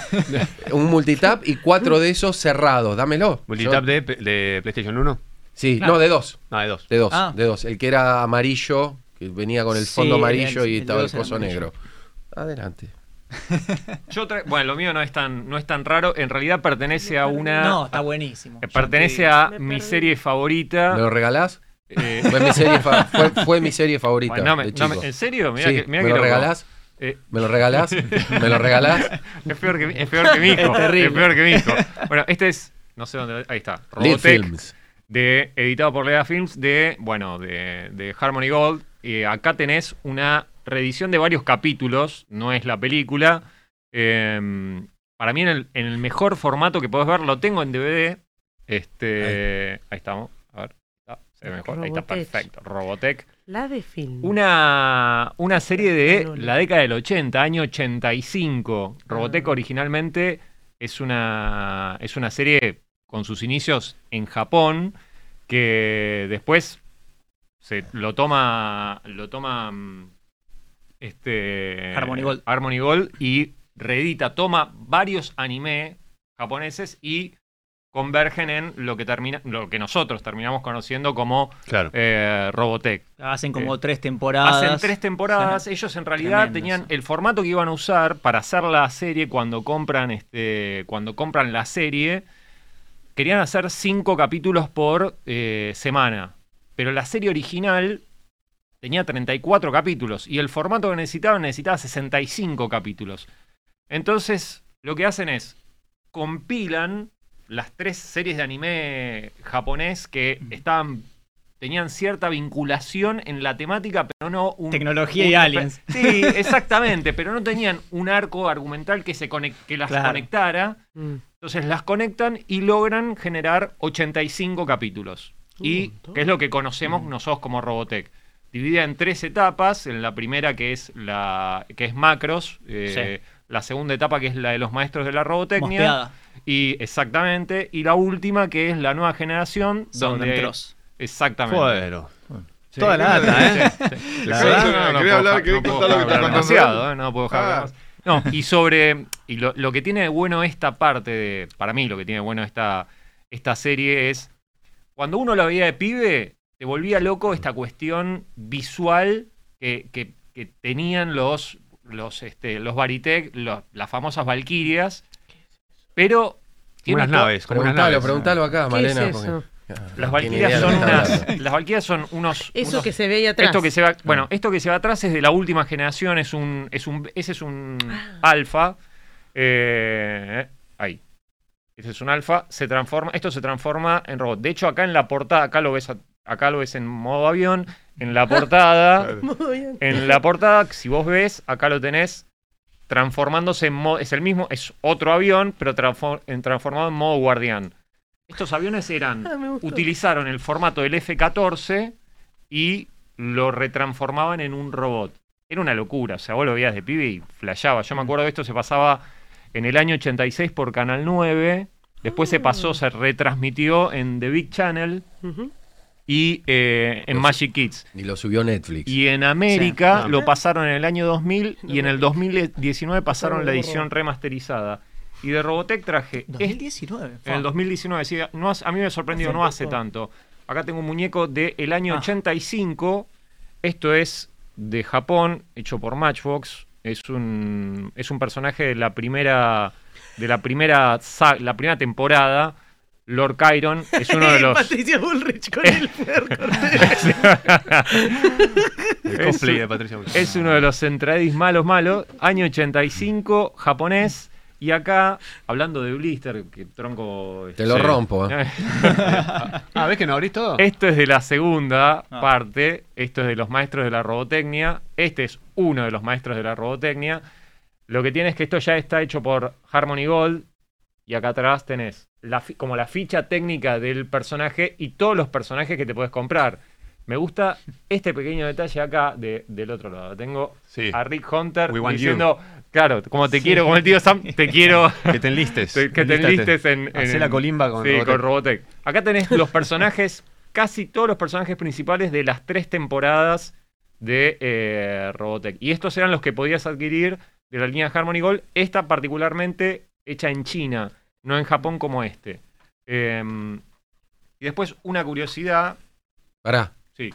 [SPEAKER 5] un multitap y cuatro de esos cerrados. Dámelo.
[SPEAKER 11] ¿Multitap
[SPEAKER 5] Yo-
[SPEAKER 11] de, de PlayStation 1?
[SPEAKER 5] Sí,
[SPEAKER 11] Claro.
[SPEAKER 5] no, de dos.
[SPEAKER 11] No, de dos.
[SPEAKER 5] De dos,
[SPEAKER 11] Ah.
[SPEAKER 5] de dos. El que era amarillo, que venía con el
[SPEAKER 11] Sí,
[SPEAKER 5] fondo
[SPEAKER 11] el-
[SPEAKER 5] amarillo
[SPEAKER 11] el
[SPEAKER 5] y
[SPEAKER 11] de
[SPEAKER 5] estaba el
[SPEAKER 11] dos era
[SPEAKER 5] coso
[SPEAKER 11] amarillo.
[SPEAKER 5] negro. Adelante.
[SPEAKER 9] Yo tra- bueno, lo mío no es tan no es tan raro. En realidad pertenece a una.
[SPEAKER 6] No, está buenísimo.
[SPEAKER 9] Eh, Pertenece a mi serie favorita.
[SPEAKER 5] ¿Me lo regalás?
[SPEAKER 9] Ah. Eh,
[SPEAKER 5] Fue, mi serie fa- fue- fue mi serie favorita.
[SPEAKER 9] Bueno, no me-
[SPEAKER 5] de
[SPEAKER 9] no me-
[SPEAKER 5] chico.
[SPEAKER 9] ¿En serio? Mirá
[SPEAKER 5] Sí,
[SPEAKER 9] que, mirá
[SPEAKER 5] ¿Me
[SPEAKER 9] que
[SPEAKER 5] lo
[SPEAKER 9] loco.
[SPEAKER 5] regalás?
[SPEAKER 9] Eh,
[SPEAKER 5] ¿Me lo regalás? ¿Me lo regalás?
[SPEAKER 9] Es peor que, mi- es peor que mi hijo.
[SPEAKER 5] Es
[SPEAKER 9] Es,
[SPEAKER 5] terrible.
[SPEAKER 9] peor que mi hijo. Bueno, este es. No sé dónde. Ahí está.
[SPEAKER 5] Lead
[SPEAKER 9] Robotech.
[SPEAKER 5] Films.
[SPEAKER 9] De, editado por Leda Films de. Bueno, de, de Harmony Gold. Y acá tenés una reedición de varios capítulos. No es la película. Eh, para mí, en el, en el mejor formato que podés ver, lo tengo en DVD. Este, ahí. estamos. A ver. ah, se ve mejor. Ahí está
[SPEAKER 3] Robotech.
[SPEAKER 9] perfecto. Robotech.
[SPEAKER 3] La de film.
[SPEAKER 9] Una, una serie de la década del 80, año 85. Robotech originalmente es una, es una serie con sus inicios en Japón que después se lo toma lo toma mm, este
[SPEAKER 6] Harmony Gold.
[SPEAKER 9] Harmony Gold y reedita toma varios anime japoneses y convergen en lo que termina lo que nosotros terminamos conociendo como eh, Robotech
[SPEAKER 6] Hacen como
[SPEAKER 9] Eh,
[SPEAKER 6] tres temporadas.
[SPEAKER 9] Hacen tres temporadas.
[SPEAKER 6] Sí.
[SPEAKER 9] Ellos en realidad
[SPEAKER 6] Tremendo
[SPEAKER 9] tenían
[SPEAKER 6] eso.
[SPEAKER 9] el formato que iban a usar para hacer la serie cuando compran este. Cuando compran la serie. Querían hacer cinco capítulos por eh, semana. Pero la serie original tenía 34 capítulos. Y el formato que necesitaban necesitaba 65 capítulos. Entonces, lo que hacen es. compilan las tres series de anime japonés que estaban tenían cierta vinculación en la temática, pero no un...
[SPEAKER 6] Tecnología
[SPEAKER 9] un-
[SPEAKER 6] y aliens.
[SPEAKER 9] Sí, exactamente, pero no tenían un arco argumental que, se conec- que las
[SPEAKER 6] Claro.
[SPEAKER 9] conectara.
[SPEAKER 3] Mm.
[SPEAKER 9] Entonces las conectan y logran generar 85 capítulos. Y que es lo que conocemos nosotros como Robotech. Dividida en tres etapas, en la primera que es la que es macros, eh, la segunda etapa que es la de los maestros de la robotecnia
[SPEAKER 6] Mospeada.
[SPEAKER 9] y exactamente y la última que es la nueva generación
[SPEAKER 6] Southern
[SPEAKER 9] donde
[SPEAKER 6] Cross.
[SPEAKER 9] exactamente.
[SPEAKER 11] Bueno.
[SPEAKER 9] Sí.
[SPEAKER 11] Toda la data, ¿eh? La
[SPEAKER 9] Sí,
[SPEAKER 11] verdad,
[SPEAKER 9] no, no, no
[SPEAKER 11] quería
[SPEAKER 9] puedo
[SPEAKER 11] hablar,
[SPEAKER 9] ja-
[SPEAKER 11] quería
[SPEAKER 9] no puedo
[SPEAKER 11] contar lo que está
[SPEAKER 9] hablar
[SPEAKER 11] contando
[SPEAKER 9] demasiado,
[SPEAKER 11] él.
[SPEAKER 9] ¿eh? no puedo dejar
[SPEAKER 11] Ah.
[SPEAKER 9] hablar más. No, y sobre. Y lo, lo que tiene de bueno esta parte de. Para mí, lo que tiene de bueno esta, esta serie es. Cuando uno la veía de pibe, te volvía loco esta cuestión visual que, que- que tenían los. Los, este, los Baritec, los- las famosas Valquirias. Pero. tiene
[SPEAKER 11] unas
[SPEAKER 9] to-
[SPEAKER 11] naves, como unas
[SPEAKER 5] Preguntalo,
[SPEAKER 11] naves.
[SPEAKER 5] preguntalo acá,
[SPEAKER 3] ¿Qué Malena, es eso?
[SPEAKER 9] Las
[SPEAKER 5] Tiene idea
[SPEAKER 9] Valquirias
[SPEAKER 5] de
[SPEAKER 9] son
[SPEAKER 5] lo que está
[SPEAKER 9] unas. Las Valquirias son unos.
[SPEAKER 3] Eso
[SPEAKER 9] unos-
[SPEAKER 3] que se ve ahí atrás.
[SPEAKER 9] Esto que se va, bueno, esto que se va atrás es de la última generación, es un, es un, ese es un
[SPEAKER 3] Ah.
[SPEAKER 9] alfa. Eh, ahí. Ese es un alfa. Se transforma, esto se transforma en robot. De hecho, acá en la portada, acá lo ves, a- acá lo ves en modo avión. En la portada, en la portada, si vos ves, acá lo tenés transformándose en modo, es el mismo, es otro avión, pero transfor- en- transformado en modo guardián. Estos aviones eran,
[SPEAKER 3] Ah, me gustó.
[SPEAKER 9] utilizaron el formato del F-14 y lo retransformaban en un robot. Era una locura, o sea, vos lo veías de pibe y flasheaba. Yo me acuerdo que esto se pasaba en el año 86 por Canal 9, después se pasó, se retransmitió en The Big Channel
[SPEAKER 3] Ujú.
[SPEAKER 9] y eh, en Magic Kids.
[SPEAKER 5] Y lo subió Netflix.
[SPEAKER 9] Y en América
[SPEAKER 5] Sí. Ah.
[SPEAKER 9] lo pasaron en el año 2000 y en el 2019 pasaron la edición remasterizada. Y de Robotech traje... este-
[SPEAKER 6] 2019.
[SPEAKER 9] en el 2019, sí, no hace- a mí me sorprendió, no hace tanto. Acá tengo un muñeco del año 85. Esto es de Japón, hecho por Matchbox. Es un, es un personaje de la primera de la primera sa- la primera temporada. Lord Kyron es uno de los
[SPEAKER 3] Patricia Bullrich con el Fer
[SPEAKER 11] El
[SPEAKER 9] Es
[SPEAKER 11] cosplay
[SPEAKER 9] un-
[SPEAKER 11] de Patricia Bullrich.
[SPEAKER 9] Es uno de los entradis malos malos, año 85, japonés. Y acá, hablando de blister, que tronco...
[SPEAKER 5] Te lo
[SPEAKER 9] sí.
[SPEAKER 5] rompo, ¿eh?
[SPEAKER 11] Ah, ¿ves que no abrís todo?
[SPEAKER 9] Esto es de la segunda
[SPEAKER 11] Ah.
[SPEAKER 9] parte. Esto es de los maestros de la robotecnia. Este es uno de los maestros de la robotecnia. Lo que tiene es que esto ya está hecho por Harmony Gold. Y acá atrás tenés la fi- como la ficha técnica del personaje y todos los personajes que te puedes comprar. Me gusta este pequeño detalle acá de- del otro lado. Tengo a Rick Hunter
[SPEAKER 11] We want
[SPEAKER 9] diciendo, claro, como te
[SPEAKER 11] Sí.
[SPEAKER 9] quiero, como el tío Sam, te quiero.
[SPEAKER 11] Que te enlistes.
[SPEAKER 9] Te- que te
[SPEAKER 11] Enlístate.
[SPEAKER 9] enlistes en.
[SPEAKER 11] Hacé
[SPEAKER 9] en-
[SPEAKER 11] la colimba con
[SPEAKER 9] sí,
[SPEAKER 11] Robotech.
[SPEAKER 9] con Robotech. Acá tenés los personajes, casi todos los personajes principales de las tres temporadas de eh, Robotech. Y estos eran los que podías adquirir de la línea Harmony Gold, esta particularmente hecha en China, no en Japón como este. Em, y después una curiosidad.
[SPEAKER 5] Pará.
[SPEAKER 9] Sí.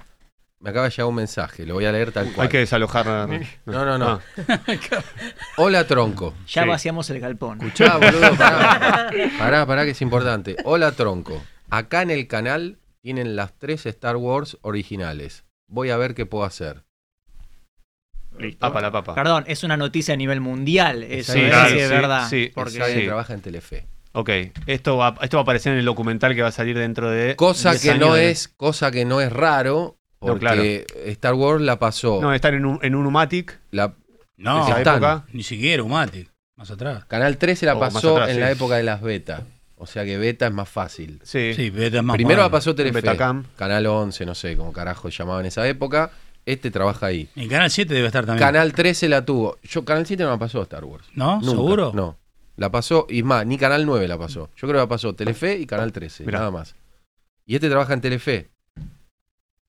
[SPEAKER 5] Me acaba de llegar un mensaje, lo voy a leer tal cual.
[SPEAKER 11] Hay que desalojar. No,
[SPEAKER 5] No, no, no.
[SPEAKER 9] Ah.
[SPEAKER 5] Hola, tronco.
[SPEAKER 6] Ya vaciamos el galpón.
[SPEAKER 5] Escuchá, boludo, pará. Pará, pará, que es importante. Hola, tronco. Acá en el canal tienen las tres Star Wars originales. Voy a ver qué puedo hacer.
[SPEAKER 9] Listo.
[SPEAKER 5] Ah,
[SPEAKER 11] Papa la papa.
[SPEAKER 6] Perdón, es una noticia a nivel mundial. Eso
[SPEAKER 11] Sí,
[SPEAKER 6] es,
[SPEAKER 11] claro,
[SPEAKER 6] sí, es
[SPEAKER 11] sí,
[SPEAKER 6] verdad.
[SPEAKER 11] sí,
[SPEAKER 6] porque
[SPEAKER 11] sí.
[SPEAKER 5] Alguien trabaja en Telefe.
[SPEAKER 11] Ok, esto va, esto va a aparecer en el documental que va a salir dentro de.
[SPEAKER 5] Cosa
[SPEAKER 11] 10
[SPEAKER 5] que
[SPEAKER 11] años
[SPEAKER 5] no
[SPEAKER 11] de-
[SPEAKER 5] es, cosa que no es raro,
[SPEAKER 11] No,
[SPEAKER 5] porque
[SPEAKER 11] claro.
[SPEAKER 5] Star Wars la pasó.
[SPEAKER 11] No, están en un, en un Umatic.
[SPEAKER 5] la-
[SPEAKER 4] No,
[SPEAKER 5] esa
[SPEAKER 4] están.
[SPEAKER 5] época.
[SPEAKER 4] ni siquiera Umate. Más atrás.
[SPEAKER 5] Canal 13
[SPEAKER 11] Oh,
[SPEAKER 5] la
[SPEAKER 4] O Oh, más
[SPEAKER 5] pasó
[SPEAKER 4] atrás,
[SPEAKER 5] en
[SPEAKER 4] sí.
[SPEAKER 5] la época de las beta. O sea que beta es más fácil.
[SPEAKER 11] Sí.
[SPEAKER 4] Sí, beta es más
[SPEAKER 5] Primero la
[SPEAKER 4] moderno.
[SPEAKER 5] pasó Telefe.
[SPEAKER 4] Betacam.
[SPEAKER 5] Canal 11, no sé cómo carajo llamaba en esa época. Este trabaja ahí.
[SPEAKER 4] En Canal 7 debe estar también.
[SPEAKER 5] Canal 13 la tuvo. Yo, Canal 7 no la pasó Star Wars.
[SPEAKER 4] ¿No?
[SPEAKER 5] Nunca.
[SPEAKER 4] ¿Seguro?
[SPEAKER 5] No. La pasó, y más, ni Canal 9 la pasó. Yo creo que la pasó Telefe y Canal 13, nada más. Y este trabaja en Telefe.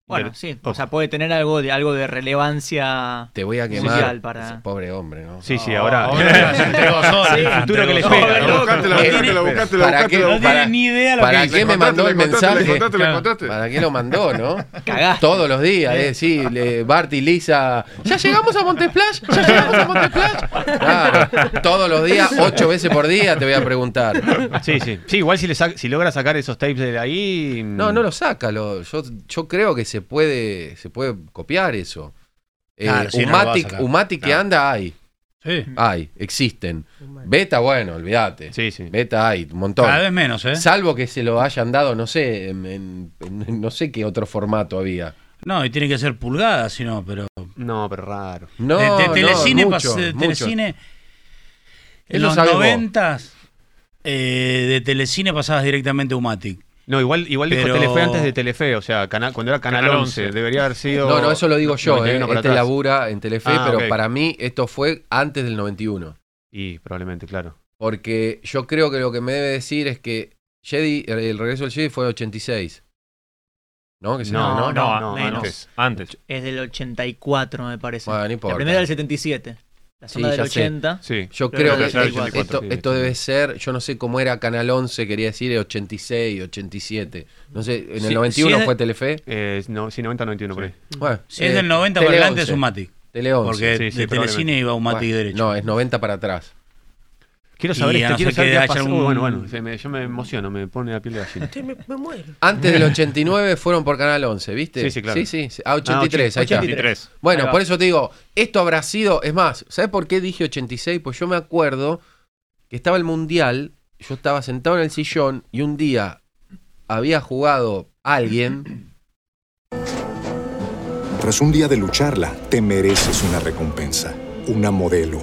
[SPEAKER 6] Bueno, sí. O sea, puede tener algo de, algo de relevancia
[SPEAKER 5] Te voy a
[SPEAKER 6] social
[SPEAKER 5] quemar.
[SPEAKER 6] para.
[SPEAKER 5] Pobre hombre, ¿no?
[SPEAKER 11] Sí, sí, ahora.
[SPEAKER 4] ahora se entregó solo,
[SPEAKER 11] el
[SPEAKER 4] se
[SPEAKER 11] futuro que le
[SPEAKER 4] entregó
[SPEAKER 11] espera.
[SPEAKER 4] solo.
[SPEAKER 11] ¿no?
[SPEAKER 4] Buscátela, buscátela, buscátela,
[SPEAKER 5] ¿Para qué-
[SPEAKER 4] buscátela, No tiene
[SPEAKER 5] para-
[SPEAKER 4] ni idea lo que
[SPEAKER 5] ¿Para
[SPEAKER 4] dice.
[SPEAKER 5] qué me
[SPEAKER 4] Le
[SPEAKER 5] mandó
[SPEAKER 4] contaste,
[SPEAKER 5] el
[SPEAKER 4] le contaste, le
[SPEAKER 5] mensaje?
[SPEAKER 4] contaste, le contaste.
[SPEAKER 5] ¿Para qué lo mandó, no?
[SPEAKER 6] Cagaste.
[SPEAKER 5] Todos los días, eh, sí. le- Bart y Lisa. Ya llegamos a Montesplash, ya llegamos a Montesplash. Claro, todos los días, ocho veces por día, te voy a preguntar.
[SPEAKER 11] Sí, sí. Sí, igual si, le sa- si logra sacar esos tapes de ahí.
[SPEAKER 5] No, no lo saca. lo- yo, yo creo que se puede, se puede copiar eso. Eh,
[SPEAKER 4] Claro, sí, no lo va a
[SPEAKER 5] Umatic,
[SPEAKER 4] sacar.
[SPEAKER 5] Umatic que
[SPEAKER 4] No.
[SPEAKER 5] anda, hay.
[SPEAKER 4] Sí.
[SPEAKER 5] Hay, existen. Beta, bueno, olvídate. Beta hay, un montón.
[SPEAKER 4] Cada vez menos, ¿eh?
[SPEAKER 5] Salvo que se lo hayan dado, no sé, en- en- en- no sé qué otro formato había.
[SPEAKER 4] No, y tiene que ser pulgada, si no, pero.
[SPEAKER 11] No, pero raro.
[SPEAKER 5] No,
[SPEAKER 4] de, de
[SPEAKER 5] no,
[SPEAKER 4] Telecine, pas-
[SPEAKER 5] mucho,
[SPEAKER 4] de
[SPEAKER 5] mucho.
[SPEAKER 4] eh, Telecine
[SPEAKER 5] Él
[SPEAKER 4] en
[SPEAKER 5] lo
[SPEAKER 4] los
[SPEAKER 5] sabe vos.
[SPEAKER 4] noventas eh, de Telecine pasabas directamente a Humatic.
[SPEAKER 11] No, igual, igual dijo
[SPEAKER 4] Pero-
[SPEAKER 11] Telefe antes de Telefe, o sea, canal, cuando era Canal,
[SPEAKER 4] Canal
[SPEAKER 11] 11,
[SPEAKER 4] 11.
[SPEAKER 11] debería haber sido.
[SPEAKER 5] No, no, eso lo digo yo,
[SPEAKER 11] 91
[SPEAKER 5] eh.
[SPEAKER 11] para
[SPEAKER 5] Este
[SPEAKER 11] atrás.
[SPEAKER 5] labura en Telefe,
[SPEAKER 11] Ah,
[SPEAKER 5] pero
[SPEAKER 11] ok.
[SPEAKER 5] para mí esto fue antes del 91.
[SPEAKER 11] Y probablemente, claro.
[SPEAKER 5] Porque yo creo que lo que me debe decir es que Jedi, el- el regreso del Jedi fue el 86. ¿No? Que se-
[SPEAKER 6] No, no, no,
[SPEAKER 5] menos.
[SPEAKER 6] antes.
[SPEAKER 9] Antes.
[SPEAKER 6] Es del 84, me parece.
[SPEAKER 5] Bueno, no importa.
[SPEAKER 6] La primera del 77. La
[SPEAKER 5] Sí,
[SPEAKER 6] segunda
[SPEAKER 5] ya
[SPEAKER 6] del
[SPEAKER 5] sé.
[SPEAKER 6] 80. Pero
[SPEAKER 5] Yo creo
[SPEAKER 6] la
[SPEAKER 5] que
[SPEAKER 6] tercera del
[SPEAKER 5] esto,
[SPEAKER 6] 84,
[SPEAKER 5] esto-
[SPEAKER 6] sí.
[SPEAKER 5] esto debe ser, yo no sé cómo era Canal 11, quería decir el 86, 87. No sé, en el
[SPEAKER 11] Si-
[SPEAKER 5] 91
[SPEAKER 11] si es-
[SPEAKER 5] fue Telefe.
[SPEAKER 11] Eh, no, sí, 90, 91 por ahí.
[SPEAKER 5] Bueno,
[SPEAKER 4] Si es
[SPEAKER 5] eh,
[SPEAKER 4] del 90 para
[SPEAKER 5] Tele
[SPEAKER 4] adelante, es
[SPEAKER 5] 11.
[SPEAKER 4] un Matic.
[SPEAKER 5] Tele 11.
[SPEAKER 4] Porque Sí, sí, de probablemente. Telecine iba un Matic derecho.
[SPEAKER 5] No, es 90 para atrás.
[SPEAKER 11] Quiero saber,
[SPEAKER 4] Y a
[SPEAKER 11] esto,
[SPEAKER 4] no
[SPEAKER 11] quiero
[SPEAKER 4] ser
[SPEAKER 11] saber
[SPEAKER 4] que
[SPEAKER 11] qué ha
[SPEAKER 4] haya
[SPEAKER 11] pasado.
[SPEAKER 4] algún-
[SPEAKER 11] Bueno, bueno, se me- yo me emociono, me pone la piel de gallina.
[SPEAKER 3] Estoy- me, me muero.
[SPEAKER 5] Antes del 89 fueron por Canal 11, ¿viste?
[SPEAKER 11] Sí, sí, claro.
[SPEAKER 5] Sí, sí. sí. Ah, 83,
[SPEAKER 11] Ah,
[SPEAKER 5] ahí está.
[SPEAKER 11] 83. Ahí
[SPEAKER 5] Bueno,
[SPEAKER 11] va.
[SPEAKER 5] por eso te digo, esto habrá sido, es más, ¿sabes por qué dije 86? Pues yo me acuerdo que estaba el Mundial, yo estaba sentado en el sillón y un día había jugado alguien,
[SPEAKER 8] Tras un día de lucharla, te mereces una recompensa, una modelo,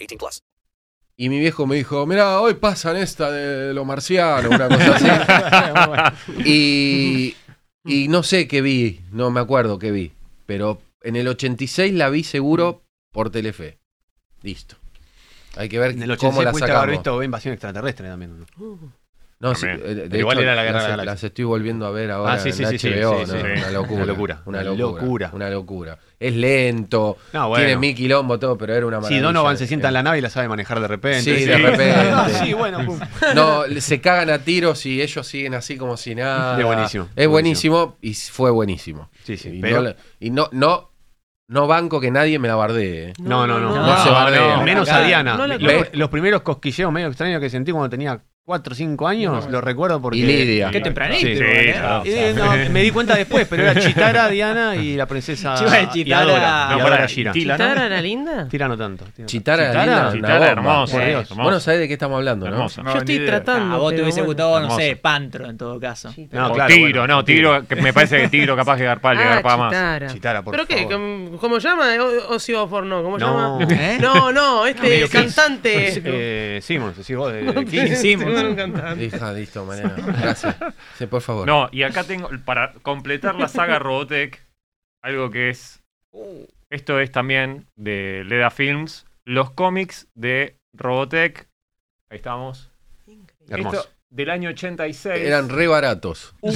[SPEAKER 13] 18 plus.
[SPEAKER 5] y mi viejo me dijo, mira, hoy pasan esta de los marcianos, una cosa así. y, y no sé qué vi, no me acuerdo qué vi, pero en el 86 la vi seguro por Telefe. Listo. Hay que ver
[SPEAKER 11] En el
[SPEAKER 5] cómo
[SPEAKER 11] 86
[SPEAKER 5] la
[SPEAKER 11] pudiste haber
[SPEAKER 5] sacamos.
[SPEAKER 11] visto invasión extraterrestre también. ¿no?
[SPEAKER 5] No, sí,
[SPEAKER 11] También.
[SPEAKER 5] eh, de
[SPEAKER 11] Pero igual
[SPEAKER 5] hecho,
[SPEAKER 11] era la guerra
[SPEAKER 5] las,
[SPEAKER 11] de la galaxia.
[SPEAKER 5] las estoy volviendo a ver ahora
[SPEAKER 11] Ah, sí, sí,
[SPEAKER 5] en
[SPEAKER 11] sí, sí,
[SPEAKER 5] HBO,
[SPEAKER 11] sí,
[SPEAKER 5] ¿no?
[SPEAKER 11] sí.
[SPEAKER 5] Una locura.
[SPEAKER 11] Una locura.
[SPEAKER 5] Una
[SPEAKER 11] Una
[SPEAKER 5] locura.
[SPEAKER 11] locura.
[SPEAKER 5] Una locura. Es lento.
[SPEAKER 11] No, bueno.
[SPEAKER 5] Tiene mil quilombo todo, pero era una
[SPEAKER 11] Si
[SPEAKER 5] maravilla.
[SPEAKER 11] Donovan se sienta en la nave y la sabe manejar de repente.
[SPEAKER 5] Sí, de repente.
[SPEAKER 11] Ah, sí, bueno. pum.
[SPEAKER 5] No, le- se cagan a tiros y ellos siguen así como si nada.
[SPEAKER 11] Es buenísimo,
[SPEAKER 5] Ah, Es buenísimo y fue buenísimo.
[SPEAKER 11] Sí, sí,
[SPEAKER 5] Y,
[SPEAKER 11] pero-
[SPEAKER 5] no, le- y no, no, no banco que nadie me la bardee. ¿eh.
[SPEAKER 11] No, no, no.
[SPEAKER 5] No, se bardea.
[SPEAKER 11] Menos a
[SPEAKER 5] Claro.
[SPEAKER 11] Diana.
[SPEAKER 5] No la-
[SPEAKER 11] los, los primeros cosquilleos medio extraños que sentí cuando tenía 4 o 5 años, los recuerdo porque.
[SPEAKER 5] Y Lidia. Qué
[SPEAKER 11] temprano.
[SPEAKER 5] tempranito, igual, ¿eh?
[SPEAKER 11] me di cuenta después, pero era Chitara, Diana y la princesa.
[SPEAKER 6] Chiva de
[SPEAKER 11] y
[SPEAKER 6] Chitara.
[SPEAKER 11] Adora, y
[SPEAKER 6] No,
[SPEAKER 11] Adora
[SPEAKER 6] pará,
[SPEAKER 11] Gira.
[SPEAKER 6] Tila, ¿no?
[SPEAKER 3] ¿Chitara era linda?
[SPEAKER 11] Tila no tanto.
[SPEAKER 5] Chitara,
[SPEAKER 11] Chitara,
[SPEAKER 5] linda, una
[SPEAKER 11] Chitara,
[SPEAKER 5] bomba.
[SPEAKER 11] hermosa,
[SPEAKER 5] Por Dios.
[SPEAKER 11] hermosa.
[SPEAKER 5] Vos no sabés de qué estamos hablando, ¿no?
[SPEAKER 9] Hermosa.
[SPEAKER 6] Yo estoy tratando. A Ah, vos te
[SPEAKER 3] pero
[SPEAKER 6] hubiese
[SPEAKER 3] bueno.
[SPEAKER 6] gustado, no
[SPEAKER 9] Hermoso.
[SPEAKER 6] sé, Pantro en todo caso.
[SPEAKER 9] O Tigro, no, Tigro, que me parece que Tigro capaz que garpa, le
[SPEAKER 3] Ah,
[SPEAKER 9] garpa más.
[SPEAKER 3] Chitara.
[SPEAKER 11] Chitara,
[SPEAKER 3] ¿Pero qué? ¿Cómo- ¿Cómo llama? O- Ozzy Osbourne, no. ¿Cómo
[SPEAKER 11] No.
[SPEAKER 3] llama?
[SPEAKER 11] ¿Eh?
[SPEAKER 3] No, no, este
[SPEAKER 11] Medio Kiss.
[SPEAKER 3] cantante.
[SPEAKER 11] Eh, Simmons, decís vos de,
[SPEAKER 3] No,
[SPEAKER 11] de
[SPEAKER 3] pero
[SPEAKER 11] Kiss.
[SPEAKER 3] este no era un cantante.
[SPEAKER 5] Hija, listo, Mariana. Gracias. Sí, por favor.
[SPEAKER 9] No, y acá tengo, para completar la saga Robotech, algo que es. Esto es también de Leda Films, los cómics de Robotech. Ahí estamos.
[SPEAKER 5] Hermoso.
[SPEAKER 9] Esto del año 86.
[SPEAKER 5] Eran re baratos.
[SPEAKER 9] Un,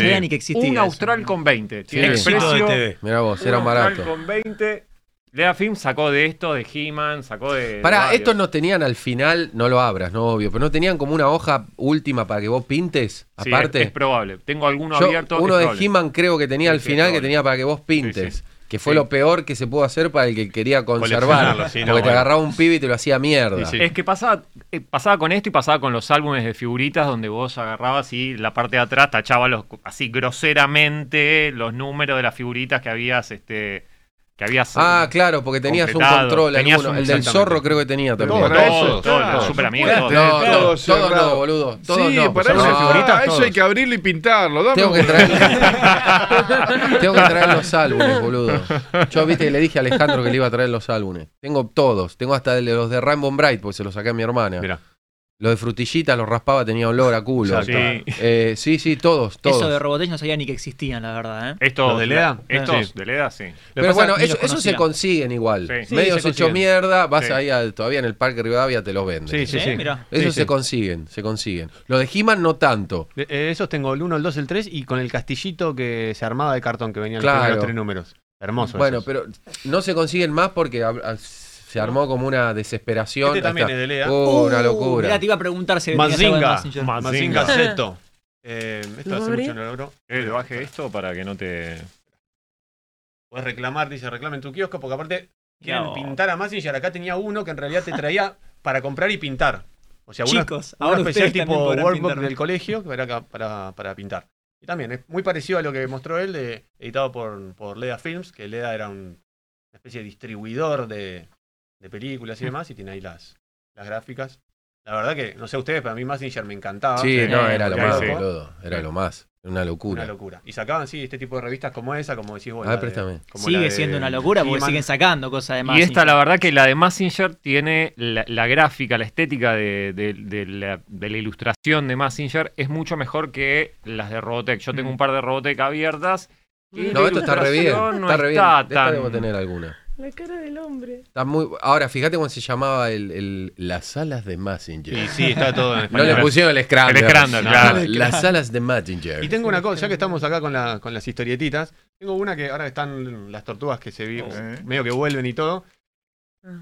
[SPEAKER 9] un austral con 20. Tiene el precio-
[SPEAKER 5] Mirá vos,
[SPEAKER 9] un
[SPEAKER 5] eran
[SPEAKER 9] austral
[SPEAKER 5] baratos.
[SPEAKER 9] con 20. Leda Films sacó de esto, de He-Man, sacó de.
[SPEAKER 5] Pará,
[SPEAKER 9] varios.
[SPEAKER 5] estos no tenían al final, no lo abras, no obvio, pero no tenían como una hoja última para que vos pintes,
[SPEAKER 9] Sí,
[SPEAKER 5] aparte.
[SPEAKER 9] es, es probable. Tengo alguno
[SPEAKER 5] Yo,
[SPEAKER 9] abierto.
[SPEAKER 5] uno
[SPEAKER 9] es
[SPEAKER 5] de
[SPEAKER 9] probable.
[SPEAKER 5] He-Man creo que tenía
[SPEAKER 9] Sí,
[SPEAKER 5] al
[SPEAKER 9] sí,
[SPEAKER 5] final
[SPEAKER 9] es
[SPEAKER 5] que tenía para que vos pintes. Que fue
[SPEAKER 9] Sí.
[SPEAKER 5] lo peor que se pudo hacer para el que quería conservarlo.
[SPEAKER 9] Coleccionarlo, sí, no,
[SPEAKER 5] porque te
[SPEAKER 9] bueno.
[SPEAKER 5] agarraba un pibe y te lo hacía mierda.
[SPEAKER 9] Sí, sí. Es que pasaba, eh, pasaba con esto y pasaba con los álbumes de figuritas donde vos agarrabas y la parte de atrás tachabas los- así groseramente los números de las figuritas que habías este que habías
[SPEAKER 5] Ah, claro, porque tenías un
[SPEAKER 9] completado.
[SPEAKER 5] control
[SPEAKER 9] Tenías
[SPEAKER 5] alguno.
[SPEAKER 9] un-
[SPEAKER 5] El del
[SPEAKER 9] exactamente.
[SPEAKER 5] zorro creo que tenía también.
[SPEAKER 9] Todo, todo, todo, los super amigos,
[SPEAKER 5] No,
[SPEAKER 9] todo.
[SPEAKER 5] no, todos
[SPEAKER 2] cerrado.
[SPEAKER 5] no, boludo. Todos
[SPEAKER 2] sí,
[SPEAKER 5] no. pues
[SPEAKER 2] para
[SPEAKER 5] Son
[SPEAKER 2] eso,
[SPEAKER 5] unas figuritas,
[SPEAKER 2] ah, eso
[SPEAKER 5] todos.
[SPEAKER 2] hay que abrirlo y pintarlo. Dame
[SPEAKER 5] Tengo
[SPEAKER 2] un-
[SPEAKER 5] que traer, tengo que traer los álbumes, boludo. Yo, viste, le dije a Alejandro que le iba a traer los álbumes. Tengo todos. Tengo hasta de los de Rainbow Bright, porque se los saqué a mi hermana. Lo de frutillitas los raspaba, tenía olor a culo.
[SPEAKER 9] Sí.
[SPEAKER 5] Eh, sí, sí, todos, todos.
[SPEAKER 6] Eso de Robotech no sabía ni que existían, la verdad. ¿eh?
[SPEAKER 9] Estos
[SPEAKER 5] ¿Los de Leda?
[SPEAKER 9] Estos
[SPEAKER 5] Sí.
[SPEAKER 9] de Leda, sí.
[SPEAKER 5] Pero bueno, eso, eso se consiguen igual.
[SPEAKER 9] Sí.
[SPEAKER 5] Medios
[SPEAKER 9] Sí, se
[SPEAKER 5] hecho
[SPEAKER 9] consiguen.
[SPEAKER 5] mierda, vas
[SPEAKER 9] Sí.
[SPEAKER 5] ahí al- todavía en el Parque Rivadavia, te los venden.
[SPEAKER 11] Sí, sí, sí. Eh, mirá.
[SPEAKER 5] Eso
[SPEAKER 11] Sí,
[SPEAKER 5] se
[SPEAKER 11] sí.
[SPEAKER 5] consiguen, se consiguen. Los de He-Man no tanto.
[SPEAKER 11] De- eh, esos tengo el 1, el 2, el 3 y con el castillito que se armaba de cartón que venían
[SPEAKER 5] Claro.
[SPEAKER 11] los primeros tres números. Hermoso.
[SPEAKER 5] Bueno,
[SPEAKER 11] esos.
[SPEAKER 5] pero no se consiguen más porque hab- a- se armó como una desesperación.
[SPEAKER 11] Este también
[SPEAKER 5] Ahí está.
[SPEAKER 11] es de Lea.
[SPEAKER 5] Oh, una
[SPEAKER 11] Uh,
[SPEAKER 5] locura.
[SPEAKER 6] Mirá, te iba a preguntar si tenías algo de
[SPEAKER 11] Mazinga.
[SPEAKER 6] Mazinger.
[SPEAKER 11] Mazinga Zeto. Eh, esto
[SPEAKER 6] ¿Lo
[SPEAKER 11] hace
[SPEAKER 6] abrí?
[SPEAKER 11] mucho no lo abro.
[SPEAKER 9] Eh, le baje esto para que no te.
[SPEAKER 11] Puedes reclamar, dice, reclama en tu kiosco, porque aparte quieren
[SPEAKER 9] No.
[SPEAKER 11] pintar a Massinger. Acá tenía uno que en realidad te traía para comprar y pintar. O sea, una-
[SPEAKER 6] Chicos,
[SPEAKER 11] una
[SPEAKER 6] ahora
[SPEAKER 11] especial
[SPEAKER 6] ustedes
[SPEAKER 11] tipo
[SPEAKER 6] también podrán
[SPEAKER 11] workbook
[SPEAKER 6] pintarme.
[SPEAKER 11] del colegio que era acá para, para pintar. Y también es muy parecido a lo que mostró él, de- editado por, por Leda Films, que Leda era un- una especie de distribuidor de, de películas y
[SPEAKER 6] Mm.
[SPEAKER 11] demás, y tiene ahí las, las gráficas. La verdad que, no sé ustedes, pero a mí Massinger me
[SPEAKER 6] Ah,
[SPEAKER 11] encantaba.
[SPEAKER 5] Sí, no,
[SPEAKER 11] Eh,
[SPEAKER 5] era lo
[SPEAKER 11] porque
[SPEAKER 5] más,
[SPEAKER 11] era loco.
[SPEAKER 5] boludo. Era lo más. Una locura.
[SPEAKER 11] Una locura. Y sacaban, sí, este tipo de revistas como esa, como decís vos.
[SPEAKER 5] A ver,
[SPEAKER 11] la de-
[SPEAKER 5] préstame.
[SPEAKER 11] como la
[SPEAKER 6] Sigue
[SPEAKER 11] de
[SPEAKER 6] siendo una locura porque
[SPEAKER 11] He-Man.
[SPEAKER 6] siguen sacando cosas de
[SPEAKER 9] Y
[SPEAKER 6] Mazinger.
[SPEAKER 9] esta, la verdad, que la de Massinger tiene la, la gráfica, la estética de, de- de la, de la ilustración de Massinger es mucho mejor que las de Robotech. Yo tengo un par de Robotech abiertas. y
[SPEAKER 5] Mm. No,
[SPEAKER 9] la
[SPEAKER 5] esto está re bien.
[SPEAKER 9] ilustración no
[SPEAKER 5] está re bien.
[SPEAKER 9] está
[SPEAKER 5] Esta
[SPEAKER 9] tan-
[SPEAKER 5] debo tener alguna.
[SPEAKER 3] La cara del hombre.
[SPEAKER 5] Está muy... Ahora, fíjate cómo se llamaba el, el- las alas de Massinger.
[SPEAKER 11] Y sí, está todo en
[SPEAKER 5] No
[SPEAKER 11] español.
[SPEAKER 5] le pusieron el Scrambler.
[SPEAKER 9] El Scrambler,
[SPEAKER 11] claro.
[SPEAKER 5] Las alas de Massinger.
[SPEAKER 11] Y tengo una cosa, ya que estamos acá con, la- con las historietitas, tengo una que ahora están las tortugas que se vi, medio que vuelven y todo.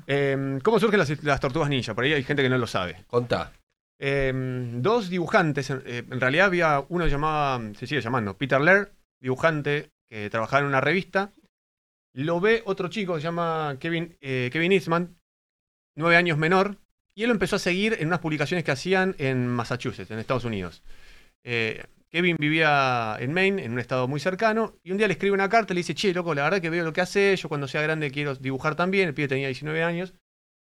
[SPEAKER 11] Eh, ¿Cómo surgen las, las tortugas ninja? Por ahí hay gente que no lo sabe.
[SPEAKER 5] Contá.
[SPEAKER 11] Eh, dos dibujantes, en, eh, en realidad había uno llamaba, se sigue llamando, Peter Laird, dibujante que trabajaba en una revista. Lo ve otro chico, se llama Kevin, eh, Kevin Eastman, nueve años menor, y él lo empezó a seguir en unas publicaciones que hacían en Massachusetts, en Estados Unidos. Eh, Kevin vivía en Maine, en un estado muy cercano, y un día le escribe una carta y le dice, che, loco, la verdad que veo lo que hace, yo cuando sea grande quiero dibujar también, el pibe tenía 19 años.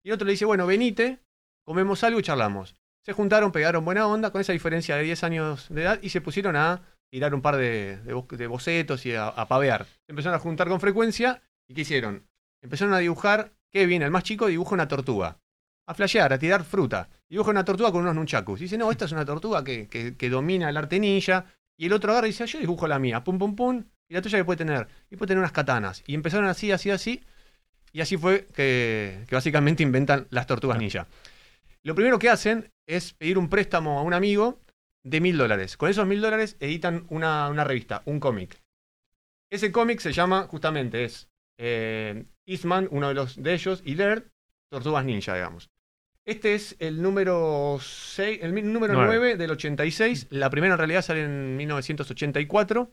[SPEAKER 11] Y el otro le dice, bueno, venite, comemos algo y charlamos. Se juntaron, pegaron buena onda, con esa diferencia de 10 años de edad, y se pusieron a tirar un par de, de bo- de bocetos y a, a pavear. Se empezaron a juntar con frecuencia, y ¿qué hicieron? Empezaron a dibujar, Kevin, el más chico, dibuja una tortuga. A flashear, a tirar fruta. Dibuja una tortuga con unos nunchakus. Y dice, no, esta es una tortuga que, que- que domina el arte ninja. Y el otro agarra y dice, "Ah, yo dibujo la mía. Pum, pum, pum. Y la tuya que puede tener. Y puede tener unas katanas. Y empezaron así, así, así. Y así fue que, que básicamente inventan las tortugas ninja. Lo primero que hacen es pedir un préstamo a un amigo de mil dólares. Con esos mil dólares editan una, una revista, un cómic. Ese cómic se llama, justamente, es eh, Eastman, uno de, los, de ellos, y Laird, Tortugas Ninja, digamos. Este es el número 6, el mi- número
[SPEAKER 9] Nueve.
[SPEAKER 11] 9 del 86. La primera en realidad sale en 1984.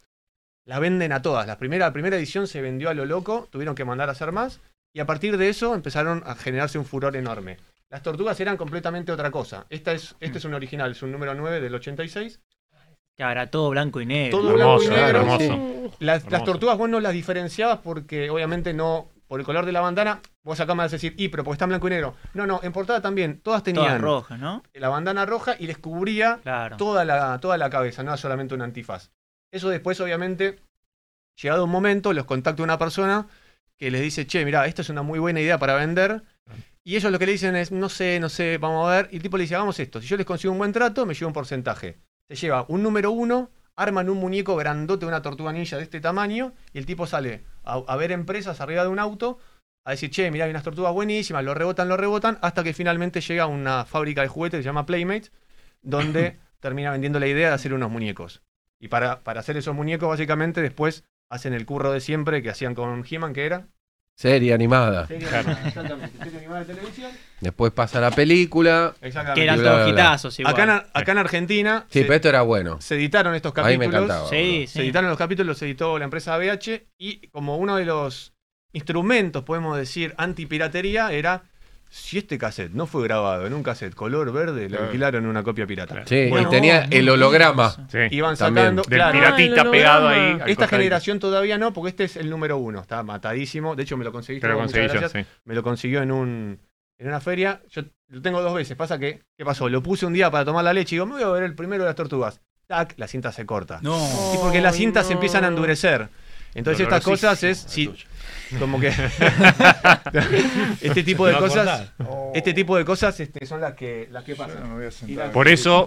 [SPEAKER 11] La venden a todas. La primera, la primera edición se vendió a lo loco, tuvieron que mandar a hacer más. Y a partir de eso empezaron a generarse un furor enorme. Las tortugas eran completamente otra cosa. Esta es, este es un original, es un número 9 del 86.
[SPEAKER 6] Que ahora todo blanco y negro.
[SPEAKER 11] Todo blanco y negro.
[SPEAKER 9] hermoso.
[SPEAKER 11] Sí. Las, las
[SPEAKER 9] Hermoso.
[SPEAKER 11] tortugas vos no las diferenciabas porque obviamente no, por el color de la bandana, vos acá me vas a decir, y, pero porque está en blanco y negro. No, no, en portada también, todas tenían
[SPEAKER 6] Todas rojas, ¿no?
[SPEAKER 11] la bandana roja y les cubría toda, la, toda la cabeza, no era solamente un antifaz. Eso después, obviamente, llegado un momento, los contacta una persona que les dice, che, mirá, esto es una muy buena idea para vender. Y ellos lo que le dicen es, no sé, no sé, vamos a ver. Y el tipo le dice, hagamos esto. Si yo les consigo un buen trato, me llevo un porcentaje. Se lleva un número uno, arman un muñeco grandote, una tortuga ninja de este tamaño, y el tipo sale a, a ver empresas arriba de un auto, a decir, che, mirá, hay unas tortugas buenísimas, lo rebotan, lo rebotan, hasta que finalmente llega a una fábrica de juguetes que se llama Playmates, donde termina vendiendo la idea de hacer unos muñecos. Y para, para hacer esos muñecos, básicamente, después hacen el curro de siempre que hacían con He-Man, que era...
[SPEAKER 5] Serie animada.
[SPEAKER 11] Serie
[SPEAKER 5] Claro.
[SPEAKER 11] animada, exactamente, serie animada de televisión.
[SPEAKER 5] Después pasa la película.
[SPEAKER 11] Exactamente.
[SPEAKER 5] y bla, bla, bla.
[SPEAKER 11] Acá en, acá en Argentina
[SPEAKER 5] Sí,
[SPEAKER 11] se,
[SPEAKER 5] pero esto era bueno.
[SPEAKER 11] se editaron estos
[SPEAKER 5] A mí
[SPEAKER 11] capítulos.
[SPEAKER 5] me encantaba, Sí, boludo.
[SPEAKER 11] Se editaron los capítulos, los editó la empresa ABH y como uno de los instrumentos, podemos decir, antipiratería era si este cassette no fue grabado en un cassette color verde, lo
[SPEAKER 5] Claro.
[SPEAKER 11] alquilaron en una copia pirata.
[SPEAKER 5] Sí, y tenía el holograma.
[SPEAKER 11] Iban
[SPEAKER 5] También.
[SPEAKER 11] sacando,
[SPEAKER 5] Del
[SPEAKER 11] claro.
[SPEAKER 5] piratita Ah, el pegado holograma. ahí, al
[SPEAKER 11] Esta
[SPEAKER 5] costadito.
[SPEAKER 11] generación todavía no, porque este es el número uno, está matadísimo. De hecho, me lo conseguiste.
[SPEAKER 9] Te lo
[SPEAKER 11] vos, muchas
[SPEAKER 9] conseguí yo,
[SPEAKER 11] gracias.
[SPEAKER 9] sí.
[SPEAKER 11] Me lo consiguió en un en una feria. Yo lo tengo dos veces. Pasa que, ¿qué pasó? Lo puse un día para tomar la leche y digo, me voy a ver el primero de las tortugas. Tac, la cinta se corta.
[SPEAKER 4] No.
[SPEAKER 9] Oh,
[SPEAKER 11] Y porque las cintas se empiezan a endurecer. Entonces estas
[SPEAKER 5] Dolorosísimo
[SPEAKER 11] cosas es si- como que este tipo de
[SPEAKER 5] No
[SPEAKER 11] cosas,
[SPEAKER 5] acordás.
[SPEAKER 11] este tipo de cosas este, son las que las que pasan. Y la-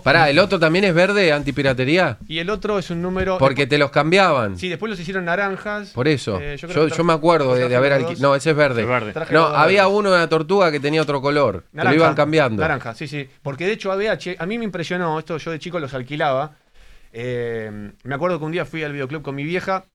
[SPEAKER 5] Pará, ¿el otro también es verde, antipiratería?
[SPEAKER 11] y el otro es un número
[SPEAKER 5] Porque te los cambiaban.
[SPEAKER 11] Sí, después los hicieron naranjas.
[SPEAKER 5] Por eso.
[SPEAKER 11] Eh,
[SPEAKER 5] yo,
[SPEAKER 11] creo que
[SPEAKER 5] yo
[SPEAKER 11] traje-
[SPEAKER 5] me acuerdo de,
[SPEAKER 11] traje
[SPEAKER 5] de haber
[SPEAKER 11] los
[SPEAKER 5] alquilado.
[SPEAKER 11] dos.
[SPEAKER 5] No, ese es verde.
[SPEAKER 11] Traje
[SPEAKER 5] No,
[SPEAKER 11] los dos
[SPEAKER 5] había
[SPEAKER 11] verdes.
[SPEAKER 5] uno de la tortuga que tenía otro color. Te
[SPEAKER 11] Naranja.
[SPEAKER 5] lo iban cambiando.
[SPEAKER 11] Naranja, sí, sí. Porque de hecho ABH, a mí me impresionó esto, yo de chico los alquilaba. Eh, me acuerdo que un día fui al videoclub con mi vieja,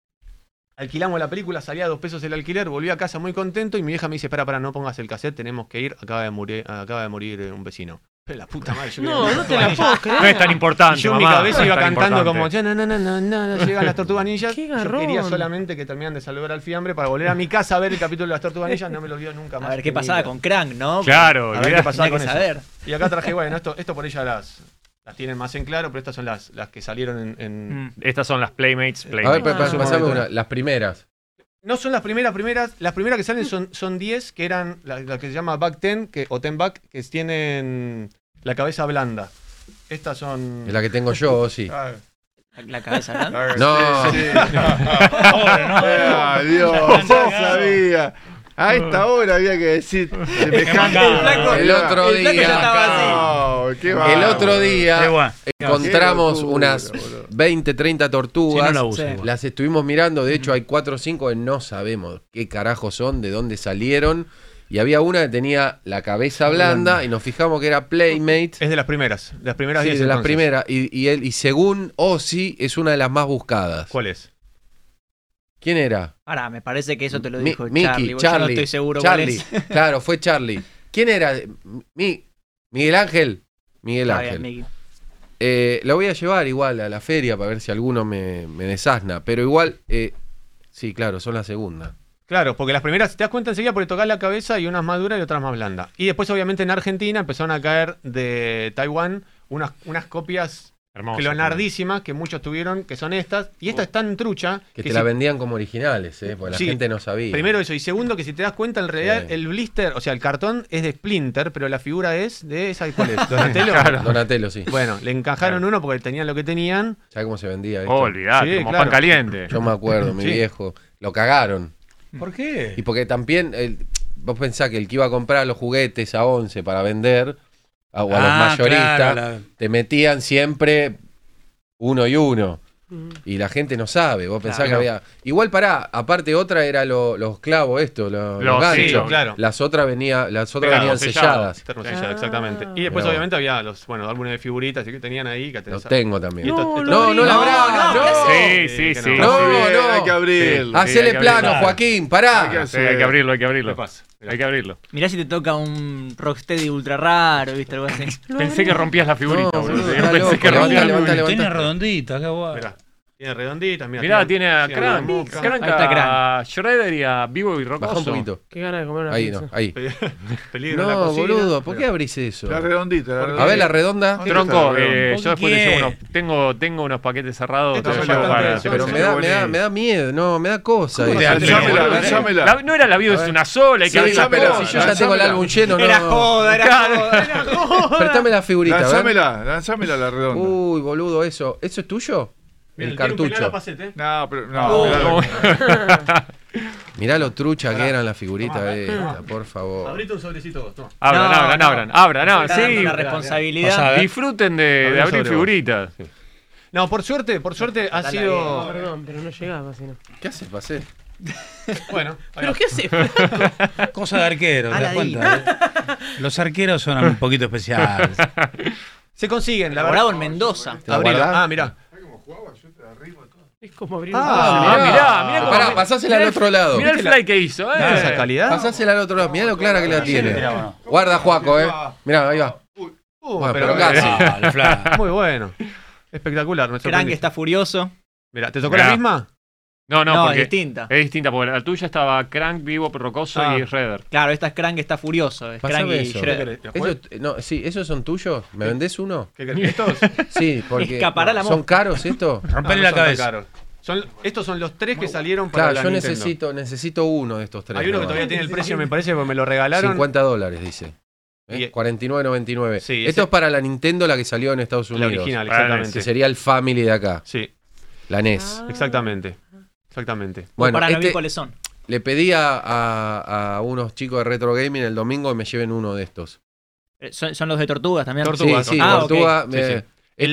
[SPEAKER 11] alquilamos la película, salía a dos pesos el alquiler, volví a casa muy contento y mi vieja me dice, espera, para, no pongas el cassette, tenemos que ir, acaba de morir, acaba de morir eh, un vecino. La puta madre, yo
[SPEAKER 3] No,
[SPEAKER 11] quería-
[SPEAKER 3] no te la puedo creer.
[SPEAKER 9] No es tan importante,
[SPEAKER 11] Yo en mi
[SPEAKER 9] mamá, no
[SPEAKER 11] cabeza
[SPEAKER 9] es
[SPEAKER 11] iba
[SPEAKER 9] tan
[SPEAKER 11] cantando
[SPEAKER 9] importante.
[SPEAKER 11] como, "Ya, na, na, na, na, na", llegan las tortugas ninjas.
[SPEAKER 3] Qué
[SPEAKER 11] Yo quería
[SPEAKER 3] garrón.
[SPEAKER 11] solamente que terminan de saludar al fiambre para volver a mi casa a ver el capítulo de las tortugas ninjas, no me lo vio nunca más.
[SPEAKER 6] A ver qué
[SPEAKER 11] en mi
[SPEAKER 6] pasaba
[SPEAKER 11] vida.
[SPEAKER 6] con Crank, ¿no?
[SPEAKER 9] Claro,
[SPEAKER 11] A ver qué pasaba
[SPEAKER 6] Tenía
[SPEAKER 11] con
[SPEAKER 6] que
[SPEAKER 11] eso.
[SPEAKER 6] saber.
[SPEAKER 11] Y acá traje, bueno, esto, esto por ella las, las tienen más en claro, pero estas son las, las que salieron en. en-
[SPEAKER 9] Estas son las Playmates.
[SPEAKER 5] A ver,
[SPEAKER 9] Playmates.
[SPEAKER 5] pa- pa-
[SPEAKER 11] Ah.
[SPEAKER 5] pasame una. Las primeras.
[SPEAKER 11] No son las primeras, primeras. Las primeras que salen son, son 10, que eran la, la que se llama Back Ten, que, o Ten Back, que tienen la cabeza blanda. Estas son.
[SPEAKER 5] La que tengo yo, sí.
[SPEAKER 11] Ah,
[SPEAKER 6] La cabeza,
[SPEAKER 11] ¿no?
[SPEAKER 5] No.
[SPEAKER 11] Sí, sí. Ah, Dios, yo sabía. A esta hora había que decir semejante.
[SPEAKER 5] El flaco- El otro el flaco ya día- estaba
[SPEAKER 11] No, qué
[SPEAKER 5] El
[SPEAKER 11] bárbaro.
[SPEAKER 5] otro
[SPEAKER 11] Qué
[SPEAKER 5] día
[SPEAKER 11] guay.
[SPEAKER 5] encontramos
[SPEAKER 11] Qué locura,
[SPEAKER 5] unas
[SPEAKER 11] boludo.
[SPEAKER 5] 20, 30 tortugas.
[SPEAKER 4] Sí, no la uso igual.
[SPEAKER 5] Las estuvimos mirando. De hecho, hay 4 o 5 que no sabemos qué carajo son, de dónde salieron. Y había una que tenía la cabeza blanda y nos fijamos que era Playmate.
[SPEAKER 11] Es de las primeras. De las primeras
[SPEAKER 5] Sí,
[SPEAKER 11] 10
[SPEAKER 5] de las
[SPEAKER 11] entonces.
[SPEAKER 5] primeras. Y, y él- y según Ozzy, es una de las más buscadas.
[SPEAKER 11] ¿Cuál es?
[SPEAKER 5] ¿Quién era?
[SPEAKER 6] Ahora, me parece que eso te lo
[SPEAKER 5] Mi-
[SPEAKER 6] dijo
[SPEAKER 5] Mickey,
[SPEAKER 6] Charlie.
[SPEAKER 5] Charlie.
[SPEAKER 6] vos Yo no estoy seguro
[SPEAKER 5] Charlie.
[SPEAKER 6] cuál es.
[SPEAKER 5] claro, fue Charlie. ¿Quién era? Mi- Miguel Ángel. Miguel
[SPEAKER 6] Está bien,
[SPEAKER 5] Ángel.
[SPEAKER 6] Mickey.
[SPEAKER 5] Eh, lo voy a llevar igual a la feria para ver si alguno me, me desasna. Pero igual, eh, sí, claro, son la segunda.
[SPEAKER 11] Claro, porque las primeras, te das cuenta enseguida porque tocás la cabeza y unas más duras y otras más blandas. Y después, obviamente, en Argentina empezaron a caer de Taiwán unas, unas copias
[SPEAKER 9] Hermoso,
[SPEAKER 11] clonardísimas que muchos tuvieron, que son estas. Y esta es tan trucha
[SPEAKER 5] Que, te
[SPEAKER 11] si-
[SPEAKER 5] la vendían como originales, ¿eh? Porque
[SPEAKER 11] Sí.
[SPEAKER 5] la gente no sabía.
[SPEAKER 11] Primero eso, y segundo, que si te das cuenta, en realidad
[SPEAKER 5] Sí.
[SPEAKER 11] el blister, o sea, el cartón es de Splinter, pero la figura es de esa, ¿cuál es? ¿Donatello?
[SPEAKER 5] Claro. Donatello, sí.
[SPEAKER 11] Bueno, le encajaron uno porque tenían lo que tenían.
[SPEAKER 5] ¿Sabes cómo se vendía esto?
[SPEAKER 9] Oh, olvidate,
[SPEAKER 11] Sí,
[SPEAKER 9] como
[SPEAKER 11] claro.
[SPEAKER 9] pan caliente.
[SPEAKER 5] Yo me acuerdo, mi
[SPEAKER 9] Sí.
[SPEAKER 5] viejo. Lo cagaron.
[SPEAKER 4] ¿Por qué?
[SPEAKER 5] Y porque también, el- vos pensás que el que iba a comprar los juguetes a 11 para vender, a- o a
[SPEAKER 4] Ah,
[SPEAKER 5] los mayoristas,
[SPEAKER 4] claro, la-
[SPEAKER 5] te metían siempre uno y uno. Y la gente no sabe, vos pensás
[SPEAKER 4] Claro.
[SPEAKER 5] que había... Igual pará, aparte otra era lo- los clavos estos, lo- los,
[SPEAKER 11] Los- sí,
[SPEAKER 5] ganchos.
[SPEAKER 11] claro.
[SPEAKER 5] Las otras venía, las otras
[SPEAKER 11] Pegados,
[SPEAKER 5] venían
[SPEAKER 11] sellados.
[SPEAKER 5] selladas.
[SPEAKER 11] Termo sellado, exactamente. Y después,
[SPEAKER 5] Mirá vos.
[SPEAKER 11] obviamente, había los bueno, álbumes de figuritas que tenían ahí. Que
[SPEAKER 5] Los tengo también.
[SPEAKER 11] No,
[SPEAKER 5] no, no la abras, no.
[SPEAKER 9] Sí, sí, sí.
[SPEAKER 5] No, no.
[SPEAKER 2] Hay que abrirlo.
[SPEAKER 9] Sí,
[SPEAKER 5] Hacele
[SPEAKER 9] hay que
[SPEAKER 5] plano,
[SPEAKER 9] abrirlo.
[SPEAKER 5] Joaquín, pará.
[SPEAKER 9] Hay que, hacer- hay que abrirlo, hay que abrirlo. Hay que abrirlo.
[SPEAKER 6] Mirá si te toca un Rocksteady ultra raro, ¿viste? Algo así.
[SPEAKER 9] Pensé que rompías la figurita,
[SPEAKER 5] No,
[SPEAKER 9] boludo.
[SPEAKER 5] boludo,
[SPEAKER 9] Yo
[SPEAKER 5] está
[SPEAKER 9] Pensé
[SPEAKER 5] loco,
[SPEAKER 9] que rompías
[SPEAKER 5] levanta,
[SPEAKER 9] la figurita.
[SPEAKER 5] levanta.
[SPEAKER 4] Tiene redondita, acá guay.
[SPEAKER 11] Tiene redonditas, mirá.
[SPEAKER 9] Mirá, tiene a
[SPEAKER 11] sí,
[SPEAKER 9] Crank,
[SPEAKER 11] alguna boca.
[SPEAKER 9] Crank,
[SPEAKER 11] Ahí está
[SPEAKER 9] a Shredder y a Vivo y Rocoso.
[SPEAKER 5] Bajá un poquito.
[SPEAKER 3] Qué ganas de comer una
[SPEAKER 5] Ahí,
[SPEAKER 3] pizza.
[SPEAKER 5] no, ahí.
[SPEAKER 11] Peligro en la
[SPEAKER 5] No,
[SPEAKER 11] cocina.
[SPEAKER 5] boludo, ¿por qué
[SPEAKER 11] Mirá.
[SPEAKER 5] abrís eso?
[SPEAKER 2] La redondita,
[SPEAKER 5] A
[SPEAKER 2] la
[SPEAKER 5] ver,
[SPEAKER 2] redondita.
[SPEAKER 5] la redonda.
[SPEAKER 2] ¿Dónde
[SPEAKER 9] Tronco,
[SPEAKER 2] está el
[SPEAKER 9] eh,
[SPEAKER 2] avión?
[SPEAKER 9] yo después te
[SPEAKER 2] ¿Quién?
[SPEAKER 9] llevo unos, tengo, tengo unos paquetes cerrados.
[SPEAKER 2] Esto
[SPEAKER 9] te
[SPEAKER 2] es
[SPEAKER 9] los llevo
[SPEAKER 2] bastante
[SPEAKER 9] para-
[SPEAKER 2] eso,
[SPEAKER 5] Pero me da, me, da, me da miedo, no, me da cosa. eso.
[SPEAKER 2] ¿Cómo te da miedo, Llámela, boludo? llámela.
[SPEAKER 9] La- no era la vida, es una sola, hay que
[SPEAKER 5] Sí,
[SPEAKER 9] abrirla
[SPEAKER 5] llámela,
[SPEAKER 9] toda.
[SPEAKER 5] si yo ya tengo el álbum lleno, no.
[SPEAKER 2] Era joda,
[SPEAKER 9] era
[SPEAKER 2] joda,
[SPEAKER 5] era joda. Prestame la figurita, a ver.
[SPEAKER 2] Lanzámela, lanzámela a la redonda.
[SPEAKER 5] Uy, boludo, eso. ¿Eso es tuyo? el cartucho.
[SPEAKER 2] No, pero
[SPEAKER 5] Oh.
[SPEAKER 2] no. mirá lo-
[SPEAKER 5] Mirá lo trucha que eran las figuritas estas, por favor.
[SPEAKER 11] Abrite un sobrecito vos, toma.
[SPEAKER 9] Abran,
[SPEAKER 5] No,
[SPEAKER 9] abran,
[SPEAKER 5] no.
[SPEAKER 9] abran, abran, abran,
[SPEAKER 11] Está dando
[SPEAKER 9] sí.
[SPEAKER 11] la responsabilidad. Vas a ver.
[SPEAKER 9] Disfruten de, de
[SPEAKER 11] Abrí un
[SPEAKER 9] abrir
[SPEAKER 11] sobre vos.
[SPEAKER 9] figuritas.
[SPEAKER 11] No, por suerte, por suerte ha
[SPEAKER 3] Dale,
[SPEAKER 11] sido.
[SPEAKER 3] ahí. Perdón, pero no llegaba, si no.
[SPEAKER 5] ¿Qué haces, pasé?
[SPEAKER 11] Bueno,
[SPEAKER 3] ¿Pero qué hace?
[SPEAKER 4] Cosa de arquero, ¿te das
[SPEAKER 3] Aladín.
[SPEAKER 4] cuenta? Los arqueros son un poquito especiales.
[SPEAKER 11] se consiguen, la verdad.
[SPEAKER 6] Laborado en Mendoza.
[SPEAKER 4] la
[SPEAKER 11] Abrilo.
[SPEAKER 4] guardás?
[SPEAKER 11] Ah, mirá.
[SPEAKER 3] Es como abrir
[SPEAKER 11] Ah,
[SPEAKER 9] mirá, mirá, mirá cómo-
[SPEAKER 5] Pará, pasásela al
[SPEAKER 9] mirá el-
[SPEAKER 5] otro lado.
[SPEAKER 9] Mirá el fly que hizo, eh.
[SPEAKER 11] esa calidad?
[SPEAKER 5] Pasásela al otro lado, mirá lo clara que la tiene.
[SPEAKER 4] Mirá, bueno.
[SPEAKER 5] Guarda, Juaco, eh. Mirá, ahí va.
[SPEAKER 11] Uh,
[SPEAKER 5] Bueno,
[SPEAKER 11] pero
[SPEAKER 5] pero casi.
[SPEAKER 4] Ah, el flaco.
[SPEAKER 11] Muy bueno. Espectacular, me
[SPEAKER 6] Crank
[SPEAKER 11] sorprendiste.
[SPEAKER 6] está furioso.
[SPEAKER 11] Mirá, ¿te tocó
[SPEAKER 9] Mirá.
[SPEAKER 11] la misma?
[SPEAKER 9] No, no,
[SPEAKER 6] No,
[SPEAKER 9] porque
[SPEAKER 6] es distinta.
[SPEAKER 9] Es distinta, porque la tuya estaba Crank, Vivo, Rocoso
[SPEAKER 11] Ah.
[SPEAKER 9] y Shredder.
[SPEAKER 6] Claro, esta es Crank está furioso. Es Crank
[SPEAKER 5] Pasame
[SPEAKER 6] y
[SPEAKER 5] eso.
[SPEAKER 6] Shredder.
[SPEAKER 5] Eso- no, sí, ¿Esos son tuyos? ¿Me vendés uno?
[SPEAKER 11] ¿Qué querés? ¿Estos?
[SPEAKER 5] Sí, porque.
[SPEAKER 6] Escapará la
[SPEAKER 5] ¿Son
[SPEAKER 6] mosca.
[SPEAKER 5] caros estos?
[SPEAKER 4] Rompele la
[SPEAKER 11] No, no son tan
[SPEAKER 4] cabeza.
[SPEAKER 11] caros. Son- estos son los tres que salieron para
[SPEAKER 5] Claro,
[SPEAKER 11] la
[SPEAKER 5] yo
[SPEAKER 11] Nintendo.
[SPEAKER 5] necesito, necesito uno de estos tres.
[SPEAKER 11] Hay uno que
[SPEAKER 5] nada
[SPEAKER 11] todavía
[SPEAKER 5] más.
[SPEAKER 11] tiene el precio, me parece, porque me lo regalaron.
[SPEAKER 5] 50 dólares, dice.
[SPEAKER 11] Y- e-
[SPEAKER 5] ¿Eh? 49.99.
[SPEAKER 11] Sí, ese-
[SPEAKER 5] Esto es para la Nintendo, la que salió en Estados
[SPEAKER 11] La
[SPEAKER 5] Unidos.
[SPEAKER 11] original,
[SPEAKER 9] Para la
[SPEAKER 11] exactamente.
[SPEAKER 5] Que sería el Family de acá,
[SPEAKER 11] Sí,
[SPEAKER 5] la NES.
[SPEAKER 11] exactamente. Exactamente.
[SPEAKER 5] Bueno,
[SPEAKER 6] para no vi
[SPEAKER 5] este-
[SPEAKER 6] cuáles son.
[SPEAKER 5] Le pedí a, a- a unos chicos de Retro Gaming el domingo que me lleven uno de estos.
[SPEAKER 6] Eh, Son, son los de Tortugas también.
[SPEAKER 5] sí, sí,
[SPEAKER 6] Ah, ok.
[SPEAKER 5] Tortuga. me- Este,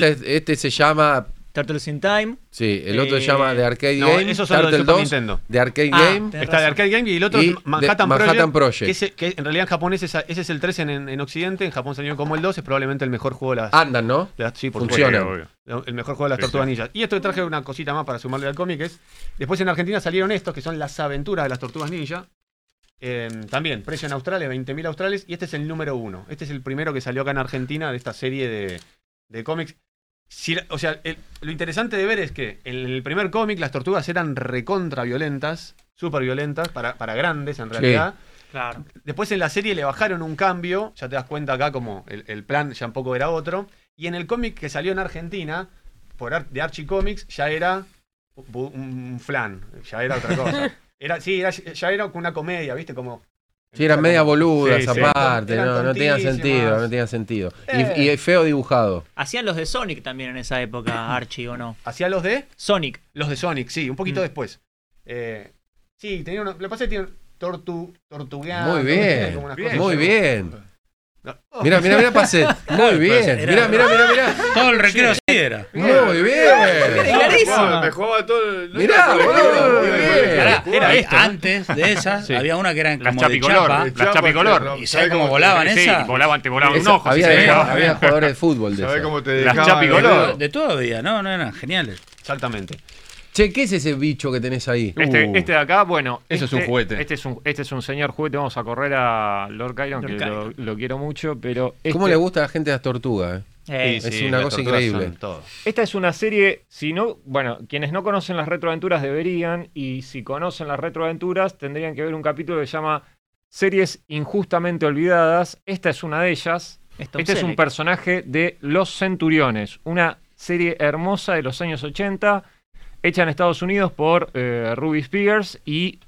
[SPEAKER 5] es- este se llama.
[SPEAKER 6] Turtles in Time.
[SPEAKER 5] Sí, el otro se
[SPEAKER 6] Eh,
[SPEAKER 5] llama The Arcade
[SPEAKER 11] no,
[SPEAKER 5] Game.
[SPEAKER 11] esos son los de
[SPEAKER 5] Turtle 2,
[SPEAKER 11] Super Nintendo.
[SPEAKER 5] De Arcade
[SPEAKER 11] Ah,
[SPEAKER 5] Game.
[SPEAKER 11] tenés Está de razón. Arcade Game y el otro
[SPEAKER 5] y
[SPEAKER 11] es Manhattan,
[SPEAKER 5] de- Manhattan
[SPEAKER 11] Project.
[SPEAKER 5] Project.
[SPEAKER 11] Que, ese- que en realidad en japonés esa- ese es el 3 en, en Occidente, en Japón salió como el 2, es probablemente el mejor juego de las.
[SPEAKER 5] Andan, ¿no?
[SPEAKER 11] de las- sí, por
[SPEAKER 5] Funcionan.
[SPEAKER 11] supuesto. Lo- El mejor juego de las
[SPEAKER 5] Sí,
[SPEAKER 11] tortugas
[SPEAKER 5] sí.
[SPEAKER 11] ninjas. Y esto traje una cosita más para sumarle al cómic, es. Después en Argentina salieron estos, que son las aventuras de las tortugas ninja. Eh, también, precio en Australia, 20.000 australes. Y este es el número uno. Este es el primero que salió acá en Argentina de esta serie de, de cómics. Si la- o sea, el- lo interesante de ver es que en el primer cómic las tortugas eran recontra violentas, súper violentas, para, para grandes en realidad.
[SPEAKER 6] Claro.
[SPEAKER 11] Después en la serie le bajaron un cambio, ya te das cuenta acá como el, el plan ya un poco era otro. Y en el cómic que salió en Argentina, por Ar- de Archie Comics, ya era bu- un flan, ya era otra cosa. Era, sí, era- ya era una comedia, ¿viste? Como
[SPEAKER 5] Sí, eran media boluda
[SPEAKER 11] Sí,
[SPEAKER 5] esa
[SPEAKER 11] sí.
[SPEAKER 5] parte.
[SPEAKER 11] Eran
[SPEAKER 5] No, no tenía
[SPEAKER 11] tontísimas.
[SPEAKER 5] sentido, no tenía sentido. Y-
[SPEAKER 6] Eh.
[SPEAKER 5] Y, es feo dibujado.
[SPEAKER 6] Hacían los de Sonic también en esa época, Archie, ¿o no?
[SPEAKER 11] ¿Hacían los de?
[SPEAKER 6] Sonic. Mm.
[SPEAKER 11] Los de Sonic, sí, un poquito después. Eh, sí, tenía uno. Lo que pasa es que tiene tortu, tortugueado.
[SPEAKER 5] Muy
[SPEAKER 11] tiene
[SPEAKER 5] bien.
[SPEAKER 11] como unas cosas
[SPEAKER 5] Muy
[SPEAKER 11] así.
[SPEAKER 5] bien.
[SPEAKER 11] No. pues,
[SPEAKER 5] Mira, mira, mira, pase. Muy bien. Mira, mira, mira, mira.
[SPEAKER 4] Todo el recreo así era.
[SPEAKER 5] Muy bien.
[SPEAKER 2] Jugaba- Me jugaba todo el.
[SPEAKER 5] Mirá, boludo, muy bien.
[SPEAKER 4] Pará,
[SPEAKER 2] Era
[SPEAKER 4] eh,
[SPEAKER 2] esto, ¿no?
[SPEAKER 4] antes de esas
[SPEAKER 9] Sí.
[SPEAKER 4] había una que eran
[SPEAKER 9] Las
[SPEAKER 4] como de
[SPEAKER 9] chapicolor, eh,
[SPEAKER 4] chapa.
[SPEAKER 9] las Chapa, chapicolor.
[SPEAKER 4] ¿Y
[SPEAKER 9] ¿Sabés
[SPEAKER 4] sabes cómo
[SPEAKER 9] cómo-
[SPEAKER 4] volaban
[SPEAKER 9] sí,
[SPEAKER 4] esas?
[SPEAKER 9] volaban, te volaban
[SPEAKER 5] Esa- había, había jugadores de fútbol de
[SPEAKER 4] ¿Sabés
[SPEAKER 5] esas.
[SPEAKER 4] cómo te
[SPEAKER 9] Las dejaban? chapicolor.
[SPEAKER 4] De todo había, no, no eran geniales.
[SPEAKER 11] Exactamente.
[SPEAKER 5] Che, ¿qué es ese bicho que tenés ahí?
[SPEAKER 9] Este,
[SPEAKER 5] Uh.
[SPEAKER 9] este de acá, bueno.
[SPEAKER 5] Eso es
[SPEAKER 9] este-
[SPEAKER 5] un juguete.
[SPEAKER 9] Este es un, este es un señor juguete. Vamos a correr a Lord Kyron,
[SPEAKER 5] Lord
[SPEAKER 9] que lo, lo quiero mucho, pero.
[SPEAKER 5] ¿Cómo
[SPEAKER 9] este-
[SPEAKER 5] le gusta a la gente las tortugas? eh? es una cosa increíble.
[SPEAKER 9] Esta es una serie, si no, bueno, quienes no conocen las retroaventuras deberían, y si conocen las retroaventuras tendrían que ver un capítulo que se llama Series injustamente olvidadas. Esta es una de ellas.
[SPEAKER 6] Tom
[SPEAKER 9] este es un
[SPEAKER 6] Selleck.
[SPEAKER 9] personaje de Los Centuriones, una serie hermosa de los años 80, hecha en Estados Unidos por eh, Ruby Spears y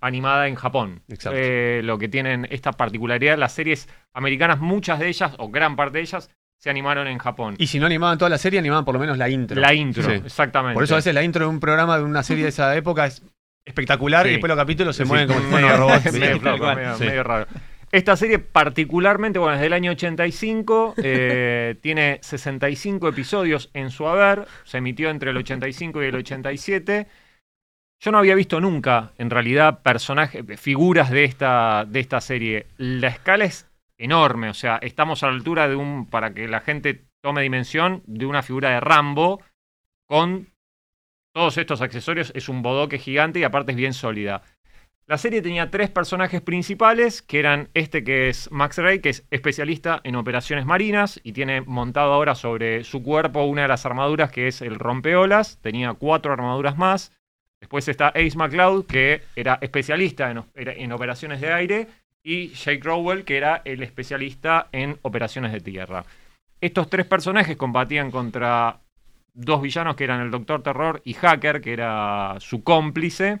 [SPEAKER 9] animada en Japón. Eh, lo que tienen esta particularidad, las series americanas, muchas de ellas, o gran parte de ellas, se animaron en Japón.
[SPEAKER 11] Y si no animaban toda la serie, animaban por lo menos la intro.
[SPEAKER 9] La intro,
[SPEAKER 11] Sí.
[SPEAKER 9] exactamente.
[SPEAKER 11] Por eso a veces la intro de un programa de una serie de esa época es espectacular
[SPEAKER 9] Sí.
[SPEAKER 11] y después los capítulos se
[SPEAKER 9] Sí,
[SPEAKER 11] mueven como si
[SPEAKER 9] medio-
[SPEAKER 11] fueran robots.
[SPEAKER 9] medio
[SPEAKER 11] Sí,
[SPEAKER 9] flojo,
[SPEAKER 11] tal cual.
[SPEAKER 9] medio-
[SPEAKER 11] Sí.
[SPEAKER 9] medio raro. Esta serie particularmente, bueno, es del año 85, eh, tiene 65 episodios en su haber, se emitió entre el 85 y el 87. Yo no había visto nunca, en realidad, personajes, figuras de esta, de esta serie. La escala es enorme, o sea, estamos a la altura de un, para que la gente tome dimensión, de una figura de Rambo con todos estos accesorios. Es un bodoque gigante y aparte es bien sólida. La serie tenía tres personajes principales, que eran este que es Max Ray, que es especialista en operaciones marinas y tiene montado ahora sobre su cuerpo una de las armaduras que es el rompeolas. Tenía cuatro armaduras más. Después está Ace McCloud, que era especialista en, o- era- en operaciones de aire, y Jake Rowell, que era el especialista en operaciones de tierra. Estos tres personajes combatían contra dos villanos que eran el Doctor Terror y Hacker, que era su cómplice.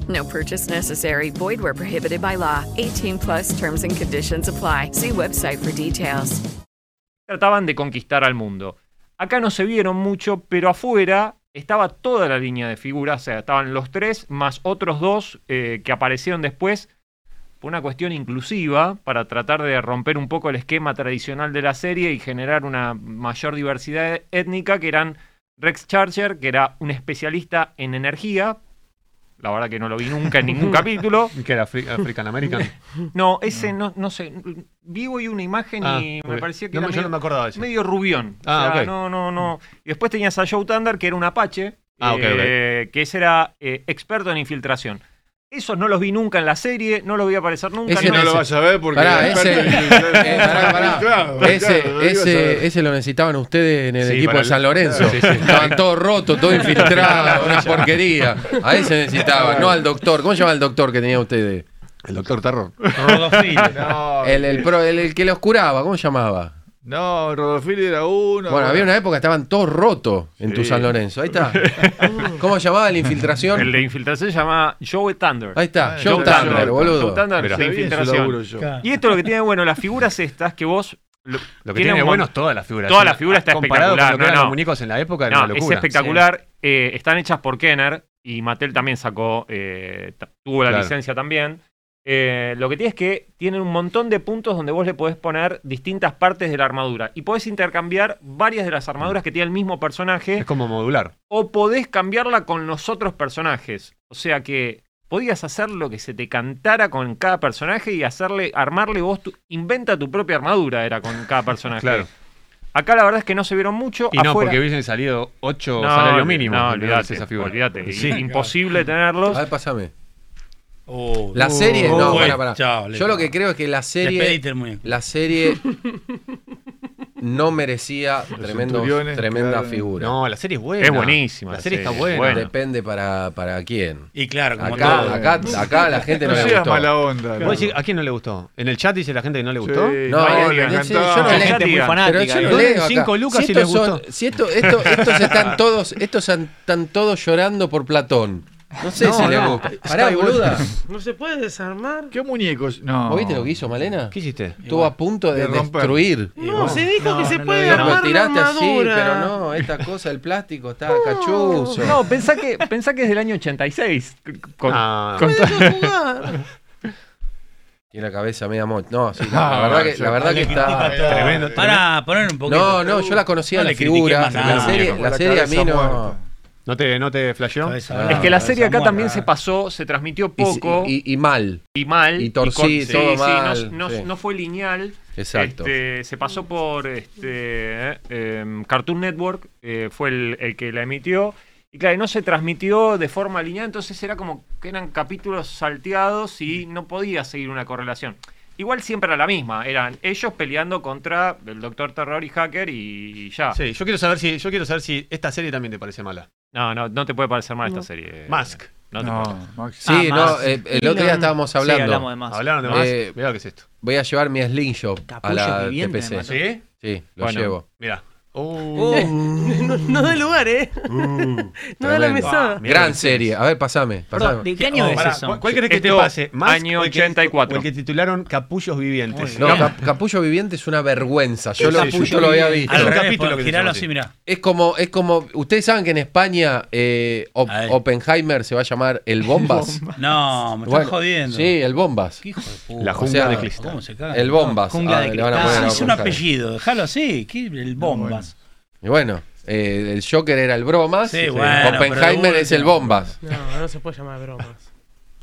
[SPEAKER 15] No purchase necessary. Void where prohibited by law. 18 plus terms and conditions apply. See website for details.
[SPEAKER 9] trataban de conquistar al mundo. Acá no se vieron mucho, pero afuera estaba toda la línea de figuras, o sea, estaban los tres más otros dos eh, que aparecieron después por una cuestión inclusiva, para tratar de romper un poco el esquema tradicional de la serie y generar una mayor diversidad étnica, que eran Rex Charger, que era un especialista en energía, La verdad que no lo vi nunca en ningún capítulo.
[SPEAKER 11] Que era Afri- African American.
[SPEAKER 9] No, ese no, no sé. Vi hoy una imagen
[SPEAKER 11] Ah,
[SPEAKER 9] y
[SPEAKER 11] muy
[SPEAKER 9] me
[SPEAKER 11] bien.
[SPEAKER 9] parecía que
[SPEAKER 11] No
[SPEAKER 9] era
[SPEAKER 11] me- yo
[SPEAKER 9] medio,
[SPEAKER 11] no me acordaba de ese.
[SPEAKER 9] medio rubión.
[SPEAKER 11] Ah,
[SPEAKER 9] o sea,
[SPEAKER 11] ok.
[SPEAKER 9] no, no, no. Y después tenías a Joe Thunder, que era un apache,
[SPEAKER 11] Ah, ok,
[SPEAKER 9] eh, que ese era eh, experto en infiltración. Esos no los vi nunca en la serie, no los vi aparecer nunca.
[SPEAKER 2] Ese no lo vas a ver porque
[SPEAKER 5] Pará,
[SPEAKER 2] el experto
[SPEAKER 5] ese,
[SPEAKER 2] en infiltración-
[SPEAKER 5] eh, pará, pará. ese,
[SPEAKER 2] Claro, claro, lo ibas a ver.
[SPEAKER 5] ese, ese lo necesitaban ustedes en el
[SPEAKER 11] Sí,
[SPEAKER 5] equipo
[SPEAKER 11] para
[SPEAKER 5] de San
[SPEAKER 11] el-
[SPEAKER 5] Lorenzo.
[SPEAKER 11] claro, sí, sí.
[SPEAKER 5] Estaban todos rotos, todos infiltrados, una porquería. A ese necesitaban, no al doctor. ¿Cómo se llama el doctor que tenía ustedes?
[SPEAKER 11] El doctor Terror.
[SPEAKER 2] No,
[SPEAKER 5] El, el, pro- el- el que los curaba, ¿cómo se llamaba?
[SPEAKER 2] no, Rodolfini era uno.
[SPEAKER 5] bueno, había una época que estaban todos rotos en tu San Lorenzo. Ahí está. ¿Cómo se llamaba la infiltración?
[SPEAKER 9] El de infiltración se llama Joe Thunder.
[SPEAKER 5] Ahí está, Ah, Joe Thunder, boludo.
[SPEAKER 9] Joe Thunder,
[SPEAKER 5] Mirá.
[SPEAKER 9] de
[SPEAKER 5] Sabía su
[SPEAKER 9] infiltración.
[SPEAKER 5] laburo yo. Claro.
[SPEAKER 9] Y esto es lo que tiene bueno, las figuras estas que vos. Lo,
[SPEAKER 11] Lo que tiene
[SPEAKER 9] un
[SPEAKER 11] bueno
[SPEAKER 9] mon-
[SPEAKER 11] es todas las figuras.
[SPEAKER 9] Todas las figuras está
[SPEAKER 11] Comparado
[SPEAKER 9] espectacular.
[SPEAKER 11] con lo que
[SPEAKER 9] no,
[SPEAKER 11] eran
[SPEAKER 9] no.
[SPEAKER 11] los muñecos en la época, era
[SPEAKER 9] No,
[SPEAKER 11] una locura.
[SPEAKER 9] Es espectacular. Eh, están hechas por Kenner y Mattel también sacó, eh, ta- tuvo la
[SPEAKER 11] Claro.
[SPEAKER 9] licencia también. Eh, lo que tiene es que tienen un montón de puntos donde vos le podés poner distintas partes de la armadura y podés intercambiar varias de las armaduras que tiene el mismo personaje
[SPEAKER 11] Mm. Es como modular.
[SPEAKER 9] o podés cambiarla con los otros personajes. O sea que podías hacer lo que se te cantara con cada personaje y hacerle, armarle vos, tu- inventa tu propia armadura era con cada personaje.
[SPEAKER 11] Claro.
[SPEAKER 9] Acá la verdad es que no se vieron mucho.
[SPEAKER 11] Y no,
[SPEAKER 9] afuera-
[SPEAKER 11] porque hubiesen salido 8
[SPEAKER 9] No,
[SPEAKER 11] salarios mínimos.
[SPEAKER 9] no,
[SPEAKER 11] ¿no?
[SPEAKER 9] olvídate,
[SPEAKER 11] Esa figura.
[SPEAKER 9] olvídate.
[SPEAKER 11] Sí.
[SPEAKER 9] I- Imposible tenerlos.
[SPEAKER 5] A ver, pásame.
[SPEAKER 4] Oh.
[SPEAKER 5] La serie, no, pará, pará. Yo lo que creo es que la serie,
[SPEAKER 4] Despedite el muñeco.
[SPEAKER 5] la serie no merecía tremendo,
[SPEAKER 11] centuriones
[SPEAKER 5] tremenda
[SPEAKER 11] quedaron-
[SPEAKER 5] figura.
[SPEAKER 11] No, la serie es buena.
[SPEAKER 5] Es buenísima,
[SPEAKER 11] La serie
[SPEAKER 5] sí,
[SPEAKER 11] está
[SPEAKER 5] es
[SPEAKER 11] buena.
[SPEAKER 5] buena. Depende para, para quién.
[SPEAKER 4] Y claro, como
[SPEAKER 5] acá,
[SPEAKER 4] todo.
[SPEAKER 5] acá, acá la gente no,
[SPEAKER 11] No
[SPEAKER 5] le
[SPEAKER 11] seas
[SPEAKER 5] gustó.
[SPEAKER 11] mala onda, ¿no? Vos decís, ¿A quién no le gustó? ¿En el chat dice la gente que no le gustó?
[SPEAKER 5] No, no, no, sí, yo no leo. Pero yo no leo acá.
[SPEAKER 11] 5 lucas
[SPEAKER 5] si
[SPEAKER 11] y les
[SPEAKER 5] estos son-
[SPEAKER 11] gustó.
[SPEAKER 5] si esto- esto- estos están todos, estos an- están todos llorando por Platón. No sé
[SPEAKER 2] No,
[SPEAKER 5] si les
[SPEAKER 2] no.
[SPEAKER 5] gusta.
[SPEAKER 2] Está
[SPEAKER 5] Pará,
[SPEAKER 2] igual.
[SPEAKER 5] boluda.
[SPEAKER 3] ¿No se puede desarmar?
[SPEAKER 2] ¿Qué muñecos? No.
[SPEAKER 5] ¿Vos viste lo que hizo Malena? ¿Qué
[SPEAKER 11] hiciste?
[SPEAKER 5] Estuvo a punto de,
[SPEAKER 2] De romper.
[SPEAKER 5] destruir.
[SPEAKER 3] No, se dijo que se puede
[SPEAKER 5] Pero
[SPEAKER 3] armar
[SPEAKER 5] tiraste
[SPEAKER 3] una
[SPEAKER 5] así,
[SPEAKER 3] armadura.
[SPEAKER 5] pero no, esta cosa, el plástico está cachuzo.
[SPEAKER 9] No, pensá que, pensá que es del año 86. C- Con,
[SPEAKER 5] Ah.
[SPEAKER 9] con-
[SPEAKER 5] Tiene la cabeza media mocha. No, sí, la,
[SPEAKER 4] Ah,
[SPEAKER 5] la verdad que,
[SPEAKER 4] sí.
[SPEAKER 5] la verdad
[SPEAKER 4] Le
[SPEAKER 5] que
[SPEAKER 4] critica todo.
[SPEAKER 5] está.
[SPEAKER 4] Tremendo, Pará, tremendo. poner un poquito.
[SPEAKER 5] No, no, yo la conocía
[SPEAKER 4] No
[SPEAKER 5] la
[SPEAKER 4] le critiqué
[SPEAKER 5] figura.
[SPEAKER 4] más nada.
[SPEAKER 5] La serie,
[SPEAKER 4] Con
[SPEAKER 5] la
[SPEAKER 4] la
[SPEAKER 5] serie a mí
[SPEAKER 4] cabeza
[SPEAKER 5] no.
[SPEAKER 4] muerta.
[SPEAKER 11] ¿No te, no te flasheó?
[SPEAKER 9] es que la serie acá
[SPEAKER 5] muerta.
[SPEAKER 9] también se pasó, se transmitió
[SPEAKER 5] Ah, Y-
[SPEAKER 9] poco.
[SPEAKER 5] Y, y mal.
[SPEAKER 9] y mal.
[SPEAKER 5] Y torcí,
[SPEAKER 9] con-
[SPEAKER 5] todo
[SPEAKER 9] sí, sí, no-
[SPEAKER 5] mal,
[SPEAKER 9] no,
[SPEAKER 5] sí.
[SPEAKER 9] no fue lineal.
[SPEAKER 5] Exacto.
[SPEAKER 9] Este, se pasó por este, eh, em, Cartoon Network, eh, fue el, el que la emitió. Y claro, no se transmitió de forma lineal, entonces era como que eran capítulos salteados y no podía seguir una correlación. Igual siempre era la misma, eran ellos peleando contra el Doctor Terror y Hacker y, y ya.
[SPEAKER 11] Sí, yo quiero saber si yo quiero saber si esta serie también te parece mala.
[SPEAKER 9] No, no, no te puede parecer mal esta serie.
[SPEAKER 11] Mask.
[SPEAKER 9] No, te
[SPEAKER 11] No,
[SPEAKER 9] puede.
[SPEAKER 3] Ah,
[SPEAKER 9] Ah,
[SPEAKER 5] Sí, no, eh, el otro día estábamos hablando.
[SPEAKER 11] Hablaron de Mask.
[SPEAKER 5] Eh,
[SPEAKER 11] Mirá lo que es esto.
[SPEAKER 5] Voy a llevar mi Sling Shop a
[SPEAKER 11] Capullo
[SPEAKER 5] la
[SPEAKER 11] viviente,
[SPEAKER 5] TPC.
[SPEAKER 11] me ¿Sí?
[SPEAKER 5] Sí, lo
[SPEAKER 11] Bueno,
[SPEAKER 5] llevo.
[SPEAKER 11] Mirá.
[SPEAKER 3] Eh,
[SPEAKER 11] Uh.
[SPEAKER 3] no, no da lugar, ¿eh? no da la
[SPEAKER 5] Tremendo.
[SPEAKER 11] Ah,
[SPEAKER 3] mesada.
[SPEAKER 5] Gran serie. A ver, pasame. pasame.
[SPEAKER 11] Oh, pará, ¿cuál- ¿Cuál crees que te
[SPEAKER 9] Esto,
[SPEAKER 11] pase? ¿Mask
[SPEAKER 9] Este año
[SPEAKER 11] o el que-
[SPEAKER 9] 84.
[SPEAKER 11] o El que titularon Capullos Vivientes.
[SPEAKER 5] No, Cap- Capullo Viviente es una vergüenza. Yo, lo,
[SPEAKER 11] Capullo
[SPEAKER 5] yo lo había
[SPEAKER 11] Viviente.
[SPEAKER 5] visto.
[SPEAKER 11] Al revés, Capítulo que se
[SPEAKER 4] Giralo
[SPEAKER 11] llama
[SPEAKER 4] así, mirá.
[SPEAKER 5] Es como, es como, ustedes saben que en España eh, Op- Oppenheimer se va a llamar el Bombas.
[SPEAKER 4] No, me estás
[SPEAKER 5] Bueno,
[SPEAKER 4] jodiendo.
[SPEAKER 5] Sí, el Bombas.
[SPEAKER 4] puta.
[SPEAKER 11] La jungla de cristal.
[SPEAKER 4] ¿Cómo se caga?
[SPEAKER 5] El Bombas.
[SPEAKER 4] Jungla
[SPEAKER 5] Ah,
[SPEAKER 4] de
[SPEAKER 5] le van a
[SPEAKER 4] cristal.
[SPEAKER 5] poner a
[SPEAKER 4] es un
[SPEAKER 5] Oppenheimer.
[SPEAKER 4] apellido, déjalo así. ¿qué? El Bombas.
[SPEAKER 5] Y bueno, eh, el Joker era el Bromas.
[SPEAKER 4] Sí, bueno, pero
[SPEAKER 5] Oppenheimer
[SPEAKER 4] de
[SPEAKER 5] es el Bombas.
[SPEAKER 3] No, no se puede llamar bromas.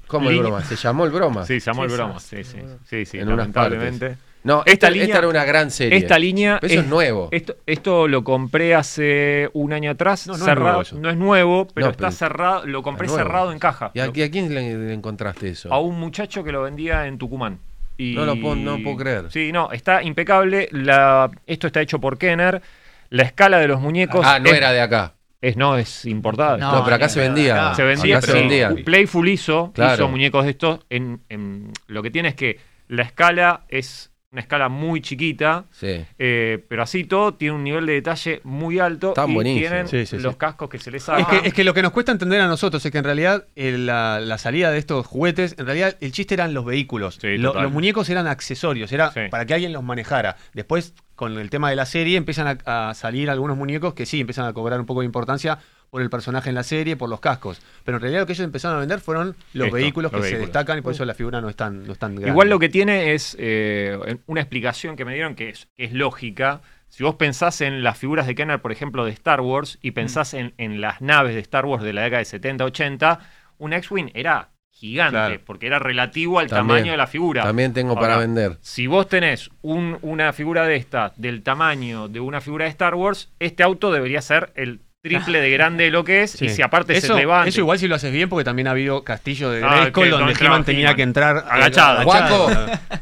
[SPEAKER 5] ¿Cómo el
[SPEAKER 9] Lin-
[SPEAKER 5] Bromas? Se llamó el Bromas.
[SPEAKER 9] Sí, se llamó el
[SPEAKER 3] Sí,
[SPEAKER 9] broma,
[SPEAKER 3] sí,
[SPEAKER 9] sí, sí. Sí, sí,
[SPEAKER 5] en unas
[SPEAKER 9] lamentablemente.
[SPEAKER 5] partes. No, esta, esta, era una gran serie.
[SPEAKER 9] Esta línea.
[SPEAKER 5] Pero eso es, nuevo.
[SPEAKER 9] Esto, esto lo compré hace un año atrás.
[SPEAKER 5] No, no es
[SPEAKER 9] cerrado.
[SPEAKER 5] nuevo eso.
[SPEAKER 9] no es nuevo, pero
[SPEAKER 5] No,
[SPEAKER 9] está
[SPEAKER 5] pero-
[SPEAKER 9] cerrado. Lo compré
[SPEAKER 5] es nuevo.
[SPEAKER 9] cerrado en caja.
[SPEAKER 5] ¿Y a, y a quién le, le encontraste eso?
[SPEAKER 9] A un muchacho que lo vendía en Tucumán. Y-
[SPEAKER 5] No lo puedo- no puedo creer.
[SPEAKER 9] Sí, no, está impecable. La, esto está hecho por Kenner. La escala de los muñecos.
[SPEAKER 5] Ah, no
[SPEAKER 9] es-
[SPEAKER 5] era de acá.
[SPEAKER 9] Es, no, es importada.
[SPEAKER 5] No, pero acá se vendía.
[SPEAKER 9] Se vendía,
[SPEAKER 5] Acá se
[SPEAKER 9] pero
[SPEAKER 5] vendía.
[SPEAKER 9] Playful hizo,
[SPEAKER 5] Claro.
[SPEAKER 9] hizo muñecos de estos. En, en- lo que tiene es que la escala es una escala muy chiquita,
[SPEAKER 5] Sí.
[SPEAKER 9] eh, pero así todo tiene un nivel de detalle muy alto.
[SPEAKER 5] Están
[SPEAKER 9] y
[SPEAKER 5] buenísimos.
[SPEAKER 9] tienen
[SPEAKER 11] Sí, sí, sí.
[SPEAKER 9] los cascos que se les
[SPEAKER 11] Es
[SPEAKER 9] sacan.
[SPEAKER 11] que, es que lo que nos cuesta entender a nosotros es que en realidad eh, la, la salida de estos juguetes, en realidad el chiste eran los vehículos. Lo-
[SPEAKER 9] total.
[SPEAKER 11] los muñecos eran accesorios, era para que alguien los manejara. Después, con el tema de la serie, empiezan a, a salir algunos muñecos que sí, empiezan a cobrar un poco de importancia por el personaje en la serie, por los cascos. Pero en realidad lo que ellos empezaron a vender fueron los
[SPEAKER 9] Esto,
[SPEAKER 11] vehículos
[SPEAKER 9] los
[SPEAKER 11] que se
[SPEAKER 9] vehículos.
[SPEAKER 11] destacan y
[SPEAKER 5] Mm.
[SPEAKER 11] por eso la figura no es tan, no es tan grande.
[SPEAKER 9] Igual lo que tiene es eh, una explicación que me dieron que es, que es lógica. Si vos pensás en las figuras de
[SPEAKER 5] Mm.
[SPEAKER 9] Kenner, por ejemplo, de Star Wars, y pensás en, en las naves de Star Wars de la década de 70, 80, un X-Wing era gigante,
[SPEAKER 5] Claro.
[SPEAKER 9] porque era relativo al
[SPEAKER 5] También,
[SPEAKER 9] tamaño de la figura.
[SPEAKER 5] También tengo para
[SPEAKER 9] Ahora,
[SPEAKER 5] vender.
[SPEAKER 9] Si vos tenés un- una figura de esta, del tamaño de una figura de Star Wars, este auto debería ser el triple de grande de lo que es, y si aparte
[SPEAKER 11] eso,
[SPEAKER 9] se levanta.
[SPEAKER 11] Eso igual si lo haces bien, porque también ha habido castillos de
[SPEAKER 9] Ah,
[SPEAKER 11] Grayskull
[SPEAKER 9] que
[SPEAKER 11] donde
[SPEAKER 9] no entraba
[SPEAKER 11] He-Man tenía
[SPEAKER 9] He-Man.
[SPEAKER 11] que entrar eh,
[SPEAKER 9] Agachado.
[SPEAKER 5] Guaco,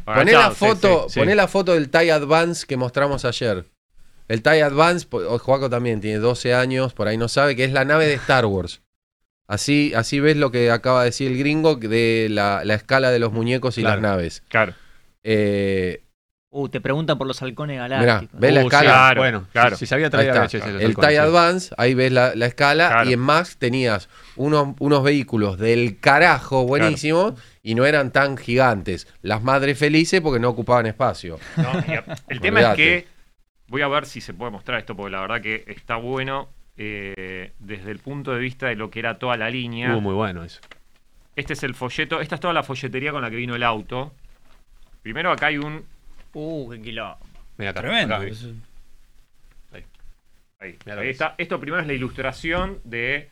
[SPEAKER 5] poné la
[SPEAKER 9] Agachado, sí,
[SPEAKER 5] foto,
[SPEAKER 9] sí, sí.
[SPEAKER 5] poné la foto del TIE Advance que mostramos ayer. El TIE Advance, po- o Juaco también tiene 12 años, por ahí no sabe, que es la nave de Star Wars. Así, así ves lo que acaba de decir el gringo de la, la escala de los muñecos y
[SPEAKER 6] Claro.
[SPEAKER 5] las naves. Eh,
[SPEAKER 9] Claro.
[SPEAKER 6] Uh, te pregunta por los halcones
[SPEAKER 5] Mirá,
[SPEAKER 6] galácticos.
[SPEAKER 5] ves la escala.
[SPEAKER 11] bueno, Uh, claro. si- si sabía
[SPEAKER 5] Ahí
[SPEAKER 11] traer
[SPEAKER 5] está.
[SPEAKER 11] a veces los
[SPEAKER 5] El
[SPEAKER 11] halcones,
[SPEAKER 5] TIE
[SPEAKER 11] sí.
[SPEAKER 5] Advance, ahí ves la, la escala. Y en más tenías unos, unos vehículos del carajo buenísimos y no eran tan gigantes. Las madres felices porque no ocupaban espacio.
[SPEAKER 9] No, mira, el tema es
[SPEAKER 5] Olvídate.
[SPEAKER 9] que voy a ver si se puede mostrar esto, porque la verdad que está bueno eh, desde el punto de vista de lo que era toda la línea.
[SPEAKER 11] Estuvo muy bueno eso.
[SPEAKER 9] Este es el folleto, esta es toda la folletería con la que vino el auto. Primero acá hay un...
[SPEAKER 6] Uh, qué quilombo.
[SPEAKER 11] Mira acá.
[SPEAKER 9] Tremendo.
[SPEAKER 11] acá.
[SPEAKER 9] Ahí, ahí está. Esto primero es la ilustración de,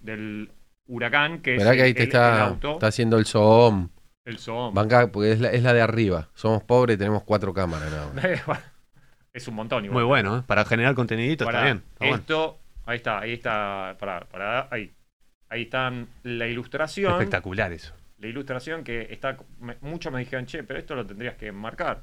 [SPEAKER 9] del huracán, que
[SPEAKER 5] Verá
[SPEAKER 9] es
[SPEAKER 5] que ahí
[SPEAKER 9] el,
[SPEAKER 5] te
[SPEAKER 9] el- el
[SPEAKER 5] está,
[SPEAKER 9] auto.
[SPEAKER 5] está haciendo el zoom.
[SPEAKER 9] El zoom.
[SPEAKER 5] Banca, porque es la, es la de arriba. Somos pobres y tenemos cuatro cámaras. nada más.
[SPEAKER 9] es un montón igual.
[SPEAKER 11] Muy bueno, ¿eh? Para eh, generar contenidito
[SPEAKER 9] Pará,
[SPEAKER 11] está bien. está bueno.
[SPEAKER 9] esto, ahí está, ahí está, para, para, ahí. Ahí están la ilustración.
[SPEAKER 11] Espectacular eso.
[SPEAKER 9] La ilustración que está, me- muchos me dijeron, che, pero esto lo tendrías que marcar.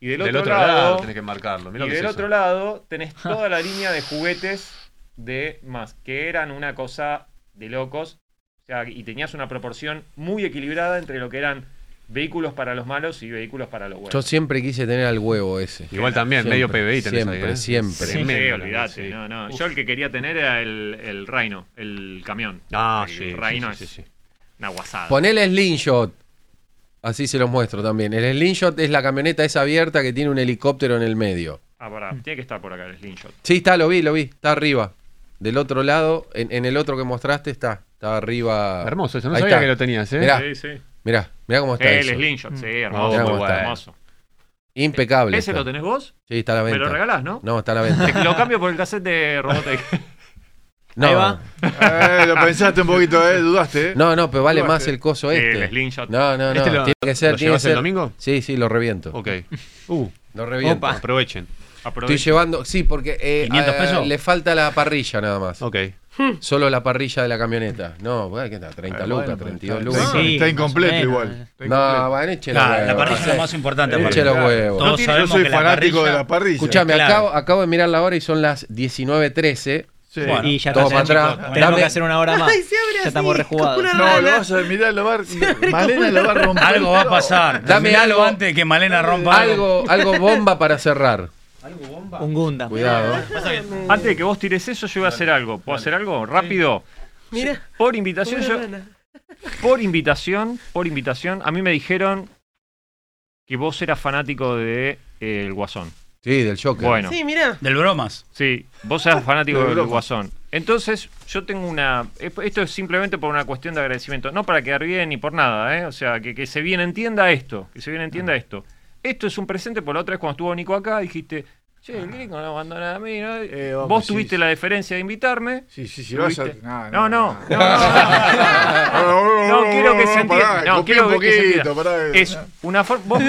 [SPEAKER 9] Y del,
[SPEAKER 11] Del
[SPEAKER 9] otro, lado,
[SPEAKER 11] otro lado tenés que marcarlo, mirá
[SPEAKER 9] Y
[SPEAKER 11] lo que
[SPEAKER 9] del
[SPEAKER 11] es
[SPEAKER 9] otro
[SPEAKER 11] eso.
[SPEAKER 9] lado tenés toda la línea de juguetes de más, que eran una cosa de locos. O sea, y tenías una proporción muy equilibrada entre lo que eran vehículos para los malos y vehículos para los buenos.
[SPEAKER 5] Yo siempre quise tener al huevo ese.
[SPEAKER 11] Igual también, medio PBI tenés ahí,
[SPEAKER 5] Siempre,
[SPEAKER 11] ¿eh?
[SPEAKER 5] siempre.
[SPEAKER 9] Sí,
[SPEAKER 11] Tremendo,
[SPEAKER 9] olvidate.
[SPEAKER 11] sí.
[SPEAKER 9] No, no.
[SPEAKER 11] Uf.
[SPEAKER 9] Yo el que quería tener era el, el Rhino, el camión.
[SPEAKER 11] Ah,
[SPEAKER 9] el
[SPEAKER 11] sí,
[SPEAKER 9] Rhino
[SPEAKER 11] sí,
[SPEAKER 9] es
[SPEAKER 11] sí,
[SPEAKER 9] una guasada.
[SPEAKER 5] Ponele slingshot. Así se los muestro también. El slingshot es la camioneta esa abierta que tiene un helicóptero en el medio.
[SPEAKER 9] Ah, pará, tiene que estar por acá el slingshot.
[SPEAKER 5] Sí, está, lo vi, lo vi. Está arriba. Del otro lado, en, en el otro que mostraste, está. Está arriba.
[SPEAKER 11] Hermoso eso, no
[SPEAKER 5] Ahí
[SPEAKER 11] sabía
[SPEAKER 5] está.
[SPEAKER 11] que lo tenías, ¿eh?
[SPEAKER 5] Mirá,
[SPEAKER 9] Sí, sí.
[SPEAKER 5] mirá, mirá cómo está.
[SPEAKER 9] El
[SPEAKER 5] eso.
[SPEAKER 9] slingshot, sí,
[SPEAKER 5] Mirá
[SPEAKER 9] hermoso,
[SPEAKER 5] cómo
[SPEAKER 9] muy
[SPEAKER 5] está.
[SPEAKER 9] bueno, hermoso.
[SPEAKER 5] Impecable.
[SPEAKER 9] ¿Ese
[SPEAKER 5] está.
[SPEAKER 9] lo tenés vos?
[SPEAKER 5] Sí, está a la
[SPEAKER 9] Me
[SPEAKER 5] venta.
[SPEAKER 9] lo regalás, ¿no?
[SPEAKER 5] No, está a la venta.
[SPEAKER 9] Te lo cambio por el cassette de Robotech.
[SPEAKER 5] No.
[SPEAKER 9] Ahí va.
[SPEAKER 2] Eh, lo pensaste un poquito, ¿eh? Dudaste, ¿eh?
[SPEAKER 5] No, no, pero vale
[SPEAKER 2] Dudaste.
[SPEAKER 5] más el coso este.
[SPEAKER 9] El slingshot.
[SPEAKER 5] No, no, no.
[SPEAKER 11] ¿Este lo-
[SPEAKER 5] tiene que ser. tiene
[SPEAKER 11] lo
[SPEAKER 5] que
[SPEAKER 11] llevas el
[SPEAKER 5] ser-
[SPEAKER 11] domingo?
[SPEAKER 5] Sí, sí, lo reviento.
[SPEAKER 11] Ok. Uh,
[SPEAKER 5] Lo reviento.
[SPEAKER 11] opa, Aprovechen.
[SPEAKER 5] Estoy llevando. Sí, porque. eh,
[SPEAKER 11] 500
[SPEAKER 5] eh,
[SPEAKER 11] pesos.
[SPEAKER 5] le falta la parrilla nada más.
[SPEAKER 11] Ok.
[SPEAKER 6] Hmm.
[SPEAKER 5] Solo la parrilla de la camioneta. No, bueno, ¿qué está? 30
[SPEAKER 11] Eh,
[SPEAKER 5] lucas,
[SPEAKER 11] bueno,
[SPEAKER 5] 32
[SPEAKER 11] está-
[SPEAKER 5] lucas.
[SPEAKER 11] está- Sí, está incompleto más o menos. igual. Está
[SPEAKER 5] No,
[SPEAKER 11] incompleto.
[SPEAKER 5] bueno, eche los
[SPEAKER 11] Claro, la
[SPEAKER 5] huevos.
[SPEAKER 11] parrilla es lo más importante,
[SPEAKER 5] Eche
[SPEAKER 11] aparte.
[SPEAKER 5] los
[SPEAKER 11] Claro.
[SPEAKER 5] huevos.
[SPEAKER 11] Todos No tiene- yo sabemos soy que la fanático parrilla- de la parrilla.
[SPEAKER 5] Escuchame,
[SPEAKER 11] Claro.
[SPEAKER 5] acabo, acabo de mirar la hora y son las 19.13.
[SPEAKER 2] Sí. Bueno,
[SPEAKER 6] y ya
[SPEAKER 5] Todo
[SPEAKER 6] está,
[SPEAKER 5] para atrás.
[SPEAKER 6] chicos. Tenemos
[SPEAKER 5] Dame-
[SPEAKER 6] que hacer una hora más.
[SPEAKER 2] Ay, se abre
[SPEAKER 6] ya estamos
[SPEAKER 2] así,
[SPEAKER 6] rejugados.
[SPEAKER 2] No, lo vas a mirar, lo va a... Malena lo va a romper.
[SPEAKER 4] Algo va a pasar.
[SPEAKER 5] Dame
[SPEAKER 4] Terminalo
[SPEAKER 5] algo-
[SPEAKER 4] antes de que Malena rompa
[SPEAKER 5] Algo, algo bomba para cerrar.
[SPEAKER 6] Un Gunda.
[SPEAKER 5] Cuidado.
[SPEAKER 9] Antes de que vos tires eso, yo voy a hacer algo. ¿Puedo hacer algo? Rápido.
[SPEAKER 3] Mira.
[SPEAKER 9] Por invitación, yo, por invitación, por invitación, a mí me dijeron que vos eras fanático de eh, el Guasón.
[SPEAKER 5] Sí, del Joker.
[SPEAKER 9] Bueno.
[SPEAKER 3] Sí, mirá.
[SPEAKER 4] Del bromas.
[SPEAKER 9] Sí, vos eras fanático
[SPEAKER 4] Del
[SPEAKER 9] del
[SPEAKER 4] Bromas.
[SPEAKER 9] Guasón. Entonces, yo tengo una. Esto es simplemente por una cuestión de agradecimiento. No para quedar bien ni por nada, ¿eh? O sea, que, que se bien entienda esto. Que se bien
[SPEAKER 4] Ah.
[SPEAKER 9] entienda esto. Esto es un presente, por la otra vez cuando estuvo Nico acá, dijiste. Che, el gringo no mandó nada a mí, ¿no?
[SPEAKER 2] Eh, vamos,
[SPEAKER 9] vos
[SPEAKER 2] sí,
[SPEAKER 9] tuviste la deferencia de invitarme.
[SPEAKER 2] Sí, sí, sí, vas a-
[SPEAKER 9] Tuviste-
[SPEAKER 2] no,
[SPEAKER 9] No,
[SPEAKER 2] no,
[SPEAKER 9] no.
[SPEAKER 2] no.
[SPEAKER 9] No, no, no, no, quiero que se
[SPEAKER 2] no, pará,
[SPEAKER 9] entienda. No,
[SPEAKER 2] copié
[SPEAKER 9] quiero
[SPEAKER 2] un
[SPEAKER 9] que se
[SPEAKER 2] poquito,
[SPEAKER 9] entienda.
[SPEAKER 2] pará.
[SPEAKER 9] Es una for- vos-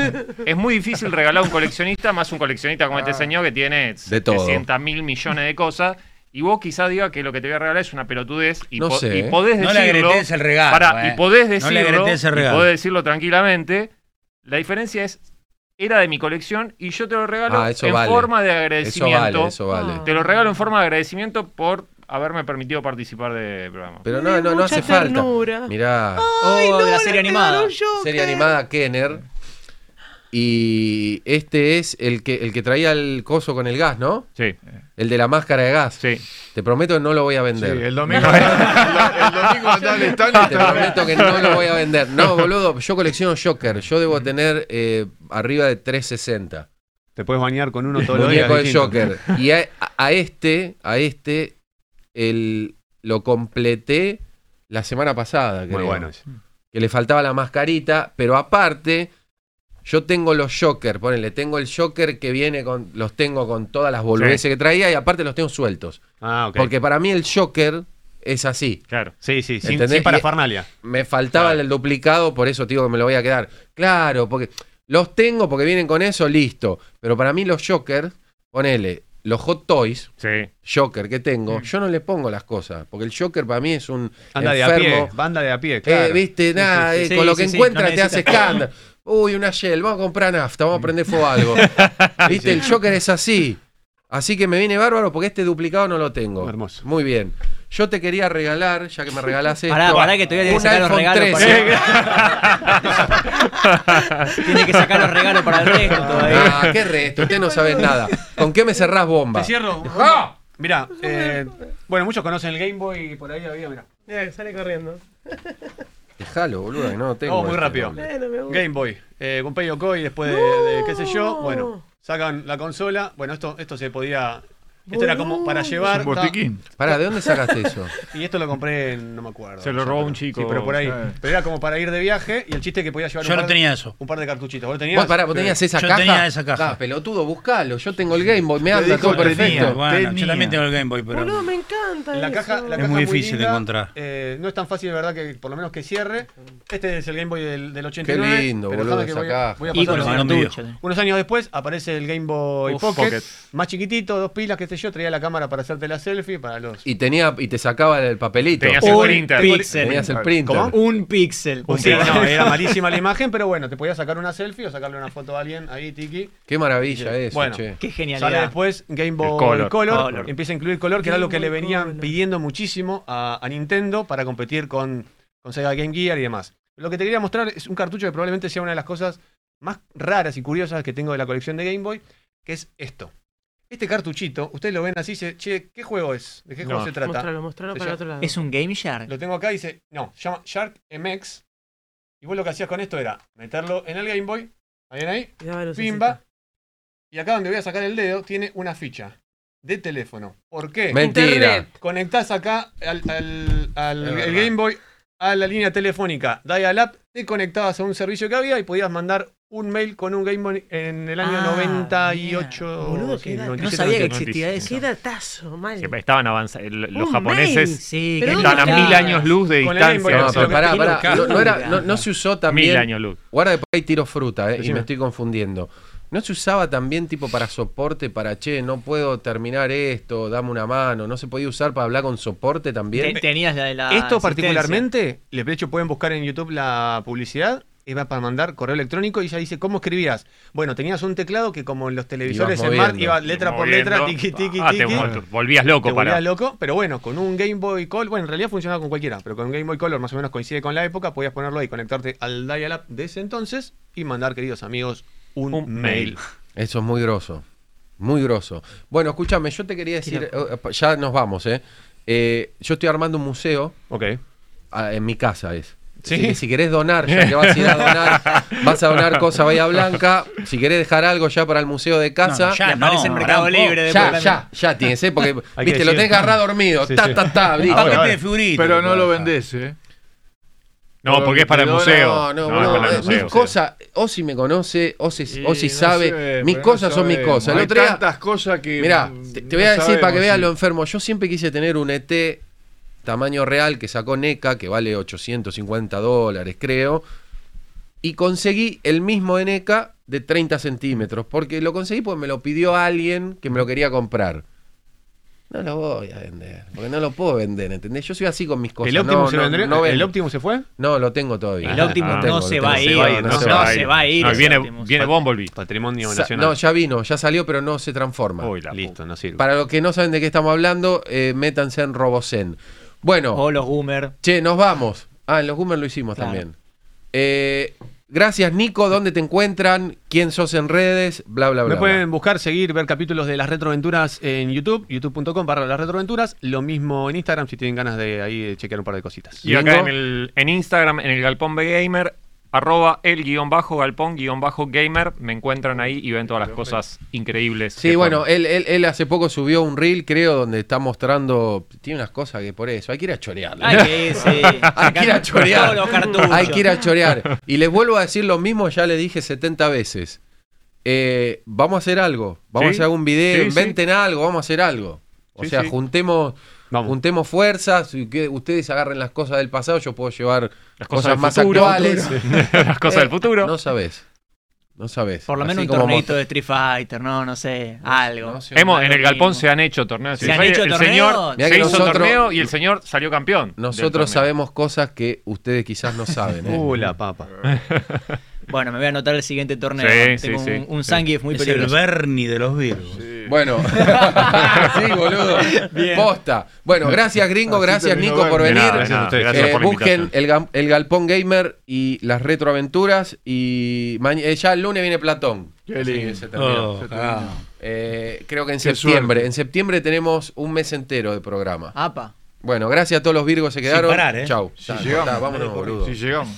[SPEAKER 9] Es muy difícil regalar a un coleccionista, más un coleccionista como
[SPEAKER 2] Ah.
[SPEAKER 9] este señor que tiene
[SPEAKER 5] De todo.
[SPEAKER 9] 700 mil millones de cosas. Y vos quizás digas que lo que te voy a regalar es una pelotudez y,
[SPEAKER 5] No
[SPEAKER 9] po-
[SPEAKER 5] sé.
[SPEAKER 9] y podés
[SPEAKER 4] No
[SPEAKER 9] decirlo.
[SPEAKER 4] le agretes el regalo,
[SPEAKER 9] Pará,
[SPEAKER 4] eh.
[SPEAKER 9] y podés
[SPEAKER 4] No le
[SPEAKER 9] decirlo.
[SPEAKER 4] agretes el
[SPEAKER 9] y
[SPEAKER 4] regalo.
[SPEAKER 9] podés decirlo tranquilamente. La diferencia es, era de mi colección y yo te lo regalo
[SPEAKER 5] Ah, eso
[SPEAKER 9] en
[SPEAKER 5] vale.
[SPEAKER 9] forma de
[SPEAKER 5] Eso vale,
[SPEAKER 9] agradecimiento.
[SPEAKER 5] eso vale.
[SPEAKER 9] Te lo regalo en forma de agradecimiento por haberme permitido participar del programa.
[SPEAKER 5] Pero no, no, no hace falta. Mirá.
[SPEAKER 6] Oh, de la serie animada.
[SPEAKER 5] Serie animada Kenner. Y este es el que, el que traía el coso con el gas, ¿no?
[SPEAKER 9] Sí.
[SPEAKER 5] El de la máscara de gas.
[SPEAKER 9] Sí.
[SPEAKER 5] Te prometo que no lo voy a vender.
[SPEAKER 2] Sí, el domingo. el, el domingo andá al stand y
[SPEAKER 5] Te
[SPEAKER 2] está-
[SPEAKER 5] prometo que no lo voy a vender. No, boludo, yo colecciono Joker. Yo debo tener eh, arriba de 360.
[SPEAKER 11] Te puedes bañar con uno todos los días.
[SPEAKER 5] Muñeco de
[SPEAKER 11] distinto.
[SPEAKER 5] Joker. Y a, a este, a este, el, lo completé la semana pasada, creo.
[SPEAKER 11] Muy bueno.
[SPEAKER 5] Que le faltaba la mascarita, pero aparte, yo tengo los Joker, ponele, tengo el Joker que viene con, los tengo con todas las boludeces
[SPEAKER 11] Sí.
[SPEAKER 5] que traía y aparte los tengo sueltos.
[SPEAKER 11] Ah, ok.
[SPEAKER 5] Porque para mí el Joker es así.
[SPEAKER 9] Claro.
[SPEAKER 11] Sí, sí, sin-
[SPEAKER 5] ¿Entendés?
[SPEAKER 11] sin parafernalia.
[SPEAKER 5] farnalia Me faltaba el duplicado, por eso te digo que me lo voy a quedar. Claro, porque los tengo porque vienen con eso, listo. Pero para mí los Joker, ponele, los Hot Toys, Joker que tengo, yo no le pongo las cosas, porque el Joker para mí es un
[SPEAKER 11] Mm. Anda de a
[SPEAKER 5] enfermo.
[SPEAKER 11] pie, banda de a pie, claro.
[SPEAKER 5] Eh, viste,
[SPEAKER 11] Sí,
[SPEAKER 5] nada,
[SPEAKER 11] sí,
[SPEAKER 5] eh,
[SPEAKER 11] sí.
[SPEAKER 5] con
[SPEAKER 11] Sí,
[SPEAKER 5] lo que
[SPEAKER 11] sí, sí,
[SPEAKER 5] encuentra
[SPEAKER 11] no
[SPEAKER 5] te hace
[SPEAKER 11] necesitas-
[SPEAKER 5] escándalo. Uy, una Shell, vamos a comprar nafta, vamos a prender fuego a algo. Viste, el Joker es así. Así que me viene bárbaro porque este duplicado no lo tengo. Hermoso. Muy bien. Yo te quería regalar, ya que me regalás esto.
[SPEAKER 6] Pará, pará, que todavía tenés que sacar los regalos Tiene que sacar los regalos para el resto todavía.
[SPEAKER 5] Ah, qué resto, usted no sabe nada. ¿Con qué me cerrás bomba?
[SPEAKER 11] Te cierro. Mirá, eh, bueno, muchos conocen el Game Boy y por ahí había, mirá.
[SPEAKER 3] Mira, que sale corriendo.
[SPEAKER 5] Déjalo, boludo, que no lo tengo.
[SPEAKER 11] Vamos Oh, muy
[SPEAKER 5] este
[SPEAKER 11] rápido.
[SPEAKER 5] nombre.
[SPEAKER 3] Bueno, me gusta.
[SPEAKER 11] Game Boy. Eh, con Peyo Koi, después de, de qué sé yo. Bueno, sacan la consola. Bueno, esto, esto se podía. Esto era como para llevar.
[SPEAKER 2] Es un botiquín.
[SPEAKER 5] Pará, ¿de dónde sacaste eso?
[SPEAKER 11] Y esto lo compré, en- no me acuerdo.
[SPEAKER 9] Se lo robó un chico.
[SPEAKER 11] Sí, pero por ahí.
[SPEAKER 9] Sí.
[SPEAKER 11] Pero era como para ir de viaje y el chiste que podía llevar
[SPEAKER 9] Yo
[SPEAKER 11] un
[SPEAKER 9] no
[SPEAKER 11] par de-
[SPEAKER 9] tenía eso.
[SPEAKER 11] Un par de cartuchitos. ¿Vos lo tenías?
[SPEAKER 5] Vos, pará, vos tenías esa caja. Ah, pelotudo, buscalo. Yo tengo el Game Boy, me anda todo perfecto.
[SPEAKER 4] Bueno, yo también tengo el Game Boy, pero.
[SPEAKER 3] Boludo, me encanta.
[SPEAKER 11] La caja, la
[SPEAKER 4] Es
[SPEAKER 11] caja
[SPEAKER 4] muy difícil de
[SPEAKER 11] linda,
[SPEAKER 4] encontrar.
[SPEAKER 11] eh, no es tan fácil, de verdad, que por lo menos que cierre. Este es el Game Boy del, del 89.
[SPEAKER 5] Qué lindo,
[SPEAKER 11] pero
[SPEAKER 5] boludo,
[SPEAKER 11] dejame que
[SPEAKER 5] esa
[SPEAKER 11] voy a-
[SPEAKER 5] caja.
[SPEAKER 11] voy a
[SPEAKER 5] Y
[SPEAKER 11] pasar
[SPEAKER 5] con
[SPEAKER 11] los
[SPEAKER 5] los
[SPEAKER 11] cartuchos.
[SPEAKER 5] cartuchos.
[SPEAKER 11] Unos años después aparece el Game Boy
[SPEAKER 5] Uf,
[SPEAKER 11] Pocket,
[SPEAKER 5] Pocket.
[SPEAKER 11] Más chiquitito, dos pilas, qué sé yo. Traía la cámara para hacerte la selfie para los...
[SPEAKER 5] Y tenía y te sacaba el papelito.
[SPEAKER 11] Tenías el Un printer. píxel.
[SPEAKER 5] Tenías el printer.
[SPEAKER 11] ¿Cómo?
[SPEAKER 6] Un píxel.
[SPEAKER 11] O sea, no, era malísima la imagen, pero bueno, te podías sacar una selfie o sacarle una foto a alguien ahí, Tiki.
[SPEAKER 5] Qué maravilla eso,
[SPEAKER 11] Bueno,
[SPEAKER 5] che.
[SPEAKER 6] Qué
[SPEAKER 11] Sale
[SPEAKER 6] genialidad.
[SPEAKER 11] después Game Boy
[SPEAKER 5] Color.
[SPEAKER 11] Color.
[SPEAKER 5] Color.
[SPEAKER 11] Empieza a incluir color, que era lo que le venían pidiendo muchísimo a, a Nintendo para competir con, con Sega Game Gear y demás. Lo que te quería mostrar es un cartucho que probablemente sea una de las cosas más raras y curiosas que tengo de la colección de Game Boy, que es esto. Este cartuchito, ustedes lo ven así, dice, che, ¿qué juego es? ¿De qué
[SPEAKER 6] No.
[SPEAKER 11] juego se trata?
[SPEAKER 3] Mostralo, mostralo
[SPEAKER 11] Se
[SPEAKER 3] para el
[SPEAKER 11] llama-
[SPEAKER 3] otro lado.
[SPEAKER 6] Es un Game Shark.
[SPEAKER 11] Lo tengo acá, dice, no, se llama Shark MX. Y vos lo que hacías con esto era meterlo en el Game Boy, ahí en ahí, pimba. Y acá donde voy a sacar el dedo tiene una ficha de teléfono. ¿Por qué?
[SPEAKER 5] Mentira. Internet.
[SPEAKER 11] Conectás acá al, al- al-
[SPEAKER 5] Es
[SPEAKER 11] el
[SPEAKER 5] verdad.
[SPEAKER 11] Game Boy a la línea telefónica Dial-Up, te conectabas a un servicio que había y podías mandar un mail con un Game Boy en el año
[SPEAKER 3] Ah,
[SPEAKER 11] 98.
[SPEAKER 3] Boludo,
[SPEAKER 11] sí,
[SPEAKER 3] qué data-
[SPEAKER 11] 97, Ah,
[SPEAKER 3] Qué datazo, mal.
[SPEAKER 9] Sí, Estaban avanzando. Los
[SPEAKER 3] Un
[SPEAKER 9] japoneses
[SPEAKER 3] mail. Sí,
[SPEAKER 9] están
[SPEAKER 3] ¿pero
[SPEAKER 9] a
[SPEAKER 3] dónde
[SPEAKER 9] mil
[SPEAKER 3] está?
[SPEAKER 9] años luz de
[SPEAKER 5] Con el
[SPEAKER 9] distancia.
[SPEAKER 5] Game Boy, no, pero pará, pará. No, no era- no- no se usó también.
[SPEAKER 9] Mil años luz.
[SPEAKER 5] Guarda que por ahí tiro fruta, eh, y
[SPEAKER 9] Decime.
[SPEAKER 5] me estoy confundiendo. ¿No se usaba también tipo para soporte, para che, no puedo terminar esto, dame una mano? ¿No se podía usar para hablar con soporte también?
[SPEAKER 6] Te- Tenías la de la.
[SPEAKER 11] Esto
[SPEAKER 6] asistencia.
[SPEAKER 11] particularmente, les- de hecho pueden buscar en YouTube la publicidad, iba para mandar correo electrónico y ella dice, ¿cómo escribías? Bueno, tenías un teclado que como en los televisores
[SPEAKER 9] Ibas
[SPEAKER 11] en mar,
[SPEAKER 9] moviendo.
[SPEAKER 11] iba letra por
[SPEAKER 9] Moviendo.
[SPEAKER 11] letra, tiqui, tiqui,
[SPEAKER 9] Ah, te
[SPEAKER 11] tiqui.
[SPEAKER 9] vol- volvías loco
[SPEAKER 11] Te
[SPEAKER 9] para-
[SPEAKER 11] volvías loco, pero bueno, con un Game Boy Color, bueno, en realidad funcionaba con cualquiera, pero con un Game Boy Color más o menos coincide con la época, podías ponerlo ahí, conectarte al dial-up de ese entonces y mandar, queridos amigos, un, mail.
[SPEAKER 5] Eso es muy grosso. Muy grosso. Bueno, escúchame, yo te quería decir, eh, ya nos vamos, ¿eh? Eh, yo estoy armando un museo. Ah,
[SPEAKER 11] Ok.
[SPEAKER 5] en mi casa es.
[SPEAKER 11] ¿Sí?
[SPEAKER 5] Así que si querés donar, ya que vas a ir a donar, vas a donar cosa a Bahía Blanca. Si querés dejar algo ya para el museo de casa.
[SPEAKER 6] No, no, ya Y aparece no, en Mercado tampoco. Libre después
[SPEAKER 5] Ya,
[SPEAKER 6] también.
[SPEAKER 5] ya, ya tienes, ¿eh? Porque,
[SPEAKER 6] Hay que
[SPEAKER 5] viste, lo
[SPEAKER 6] decir.
[SPEAKER 5] tenés agarrado dormido.
[SPEAKER 2] Sí,
[SPEAKER 5] ta,
[SPEAKER 2] sí. Ah,
[SPEAKER 5] ta, ta, listo.
[SPEAKER 2] Ahora, Pero no lo vendés, ¿eh?
[SPEAKER 9] No, porque es para el
[SPEAKER 5] No,
[SPEAKER 9] museo.
[SPEAKER 5] No, no,
[SPEAKER 9] No, es
[SPEAKER 5] no,
[SPEAKER 9] para el
[SPEAKER 5] eh,
[SPEAKER 9] museo.
[SPEAKER 5] Mis cosas, o si me conoce, o si, o si
[SPEAKER 2] no
[SPEAKER 5] sabe.
[SPEAKER 2] sé,
[SPEAKER 5] mis
[SPEAKER 2] pero
[SPEAKER 5] cosas
[SPEAKER 2] no
[SPEAKER 5] son mis
[SPEAKER 2] sabemos.
[SPEAKER 5] cosas. El
[SPEAKER 2] Hay
[SPEAKER 5] otro día-
[SPEAKER 2] tantas cosas que.
[SPEAKER 5] Mirá,
[SPEAKER 11] mm,
[SPEAKER 5] te, te voy a
[SPEAKER 2] no
[SPEAKER 5] decir para que
[SPEAKER 2] sabemos,
[SPEAKER 5] veas
[SPEAKER 2] sí.
[SPEAKER 5] lo enfermo. Yo siempre quise tener un ET tamaño real que sacó NECA, que vale 850 dólares, creo. Y conseguí el mismo de NECA de 30 centímetros. Porque lo conseguí porque me lo pidió alguien que me lo quería comprar. No lo voy a vender. Porque no lo puedo vender, ¿entendés? Yo soy así con mis cosas.
[SPEAKER 11] ¿El Optimus
[SPEAKER 5] no,
[SPEAKER 11] se
[SPEAKER 5] no,
[SPEAKER 11] vendría?
[SPEAKER 5] no
[SPEAKER 11] ¿El
[SPEAKER 5] vendo.
[SPEAKER 11] Optimus se fue?
[SPEAKER 5] No, lo tengo todavía.
[SPEAKER 6] El Optimus
[SPEAKER 5] Lo
[SPEAKER 6] no
[SPEAKER 5] tengo,
[SPEAKER 6] se
[SPEAKER 5] lo
[SPEAKER 6] va
[SPEAKER 5] tengo.
[SPEAKER 6] a ir, no se va a ir. No, viene-
[SPEAKER 9] viene Bumblebee.
[SPEAKER 11] Patrimonio
[SPEAKER 5] Sa-
[SPEAKER 11] nacional.
[SPEAKER 5] No, ya vino, ya salió, pero no se transforma.
[SPEAKER 11] Listo, no sirve.
[SPEAKER 5] Para los que no saben de qué estamos hablando, eh, métanse en Robosen. Bueno.
[SPEAKER 6] O los Goomer.
[SPEAKER 5] Che, nos vamos. Ah, en los Goomer lo hicimos
[SPEAKER 6] Claro.
[SPEAKER 5] también. Eh, gracias, Nico. ¿Dónde te encuentran? ¿Quién sos en redes? Bla, bla, bla. bla.
[SPEAKER 11] Me pueden buscar, seguir, ver capítulos de las retroaventuras en YouTube, youtube.com barra las retroaventuras. Lo mismo en Instagram si tienen ganas de ahí de chequear un par de cositas.
[SPEAKER 9] Y acá en, el, en Instagram, en el Galpón B Gamer, arroba el guión bajo galpón guión bajo gamer, me encuentran ahí y ven todas las cosas increíbles.
[SPEAKER 5] Sí,
[SPEAKER 9] que
[SPEAKER 5] bueno,
[SPEAKER 9] ponen.
[SPEAKER 5] él, él- él hace poco subió un reel, creo, donde está mostrando. Tiene unas cosas que por eso. Hay que ir a chorear.
[SPEAKER 6] Hay que ir, sí.
[SPEAKER 5] Hay que ir a
[SPEAKER 6] Sacar
[SPEAKER 5] chorear.
[SPEAKER 6] todos los cartuchos.
[SPEAKER 5] Hay que ir a chorear. Y les vuelvo a decir lo mismo, ya le dije 70 veces. Eh, vamos a hacer algo. Vamos
[SPEAKER 9] Sí,
[SPEAKER 5] a hacer algún video.
[SPEAKER 9] sí, sí.
[SPEAKER 5] inventen algo. Vamos a hacer algo. O
[SPEAKER 11] Sí,
[SPEAKER 5] sea,
[SPEAKER 11] sí.
[SPEAKER 5] juntemos, juntemos fuerzas, y que ustedes agarren las cosas del pasado, yo puedo llevar las
[SPEAKER 9] cosas
[SPEAKER 5] cosas,
[SPEAKER 9] del
[SPEAKER 5] más
[SPEAKER 9] futuro.
[SPEAKER 5] actuales.
[SPEAKER 9] Las cosas del
[SPEAKER 5] Eh, futuro. No sabes. No sabes.
[SPEAKER 6] Por lo menos un
[SPEAKER 5] Así como
[SPEAKER 6] torneito de Street Fighter, no, no sé, algo.
[SPEAKER 9] Hemos, en el Galpón se han hecho torneos.
[SPEAKER 6] ¿Se
[SPEAKER 9] de
[SPEAKER 6] han
[SPEAKER 9] Street
[SPEAKER 6] hecho
[SPEAKER 9] Fighter. el
[SPEAKER 6] torneos?
[SPEAKER 9] señor
[SPEAKER 5] Mirá
[SPEAKER 9] se
[SPEAKER 5] que
[SPEAKER 9] hizo
[SPEAKER 5] nosotros-
[SPEAKER 9] torneo y el señor salió campeón. del
[SPEAKER 5] Nosotros
[SPEAKER 9] torneo.
[SPEAKER 5] sabemos cosas que ustedes quizás no saben. ¿eh?
[SPEAKER 11] Uh, la papa.
[SPEAKER 6] Bueno, me voy a anotar el siguiente torneo.
[SPEAKER 5] Sí,
[SPEAKER 6] Tengo
[SPEAKER 5] sí,
[SPEAKER 6] un,
[SPEAKER 5] sí.
[SPEAKER 6] un
[SPEAKER 5] Sí.
[SPEAKER 6] Zangief muy
[SPEAKER 5] Es el
[SPEAKER 6] peligroso.
[SPEAKER 4] Bernie de los Virgos.
[SPEAKER 5] Bueno, sí, boludo.
[SPEAKER 4] Bien.
[SPEAKER 5] Posta. Bueno, gracias, gringo.
[SPEAKER 4] Así
[SPEAKER 5] gracias,
[SPEAKER 4] terminó
[SPEAKER 5] Nico, por
[SPEAKER 4] Bernie.
[SPEAKER 5] venir.
[SPEAKER 4] De nada, gracias a ustedes. Gracias
[SPEAKER 5] Eh,
[SPEAKER 4] por la
[SPEAKER 5] busquen
[SPEAKER 4] invitación.
[SPEAKER 5] el, Gam- el Galpón Gamer y las retroaventuras. Y ma- eh, ya el lunes viene Platón.
[SPEAKER 4] Qué
[SPEAKER 5] Así
[SPEAKER 4] lindo.
[SPEAKER 5] que se terminó.
[SPEAKER 4] Oh,
[SPEAKER 5] Se terminó.
[SPEAKER 4] ah.
[SPEAKER 5] Eh, creo que en
[SPEAKER 4] Qué
[SPEAKER 5] septiembre.
[SPEAKER 4] suerte.
[SPEAKER 5] En septiembre tenemos un mes entero de programa.
[SPEAKER 6] Apa.
[SPEAKER 5] Bueno, gracias a todos los virgos que se quedaron.
[SPEAKER 4] parar, ¿eh?
[SPEAKER 5] Chau.
[SPEAKER 4] Si
[SPEAKER 5] Ya,
[SPEAKER 4] llegamos,
[SPEAKER 5] cortá, vámonos,
[SPEAKER 4] dale,
[SPEAKER 5] boludo.
[SPEAKER 4] si
[SPEAKER 2] llegamos.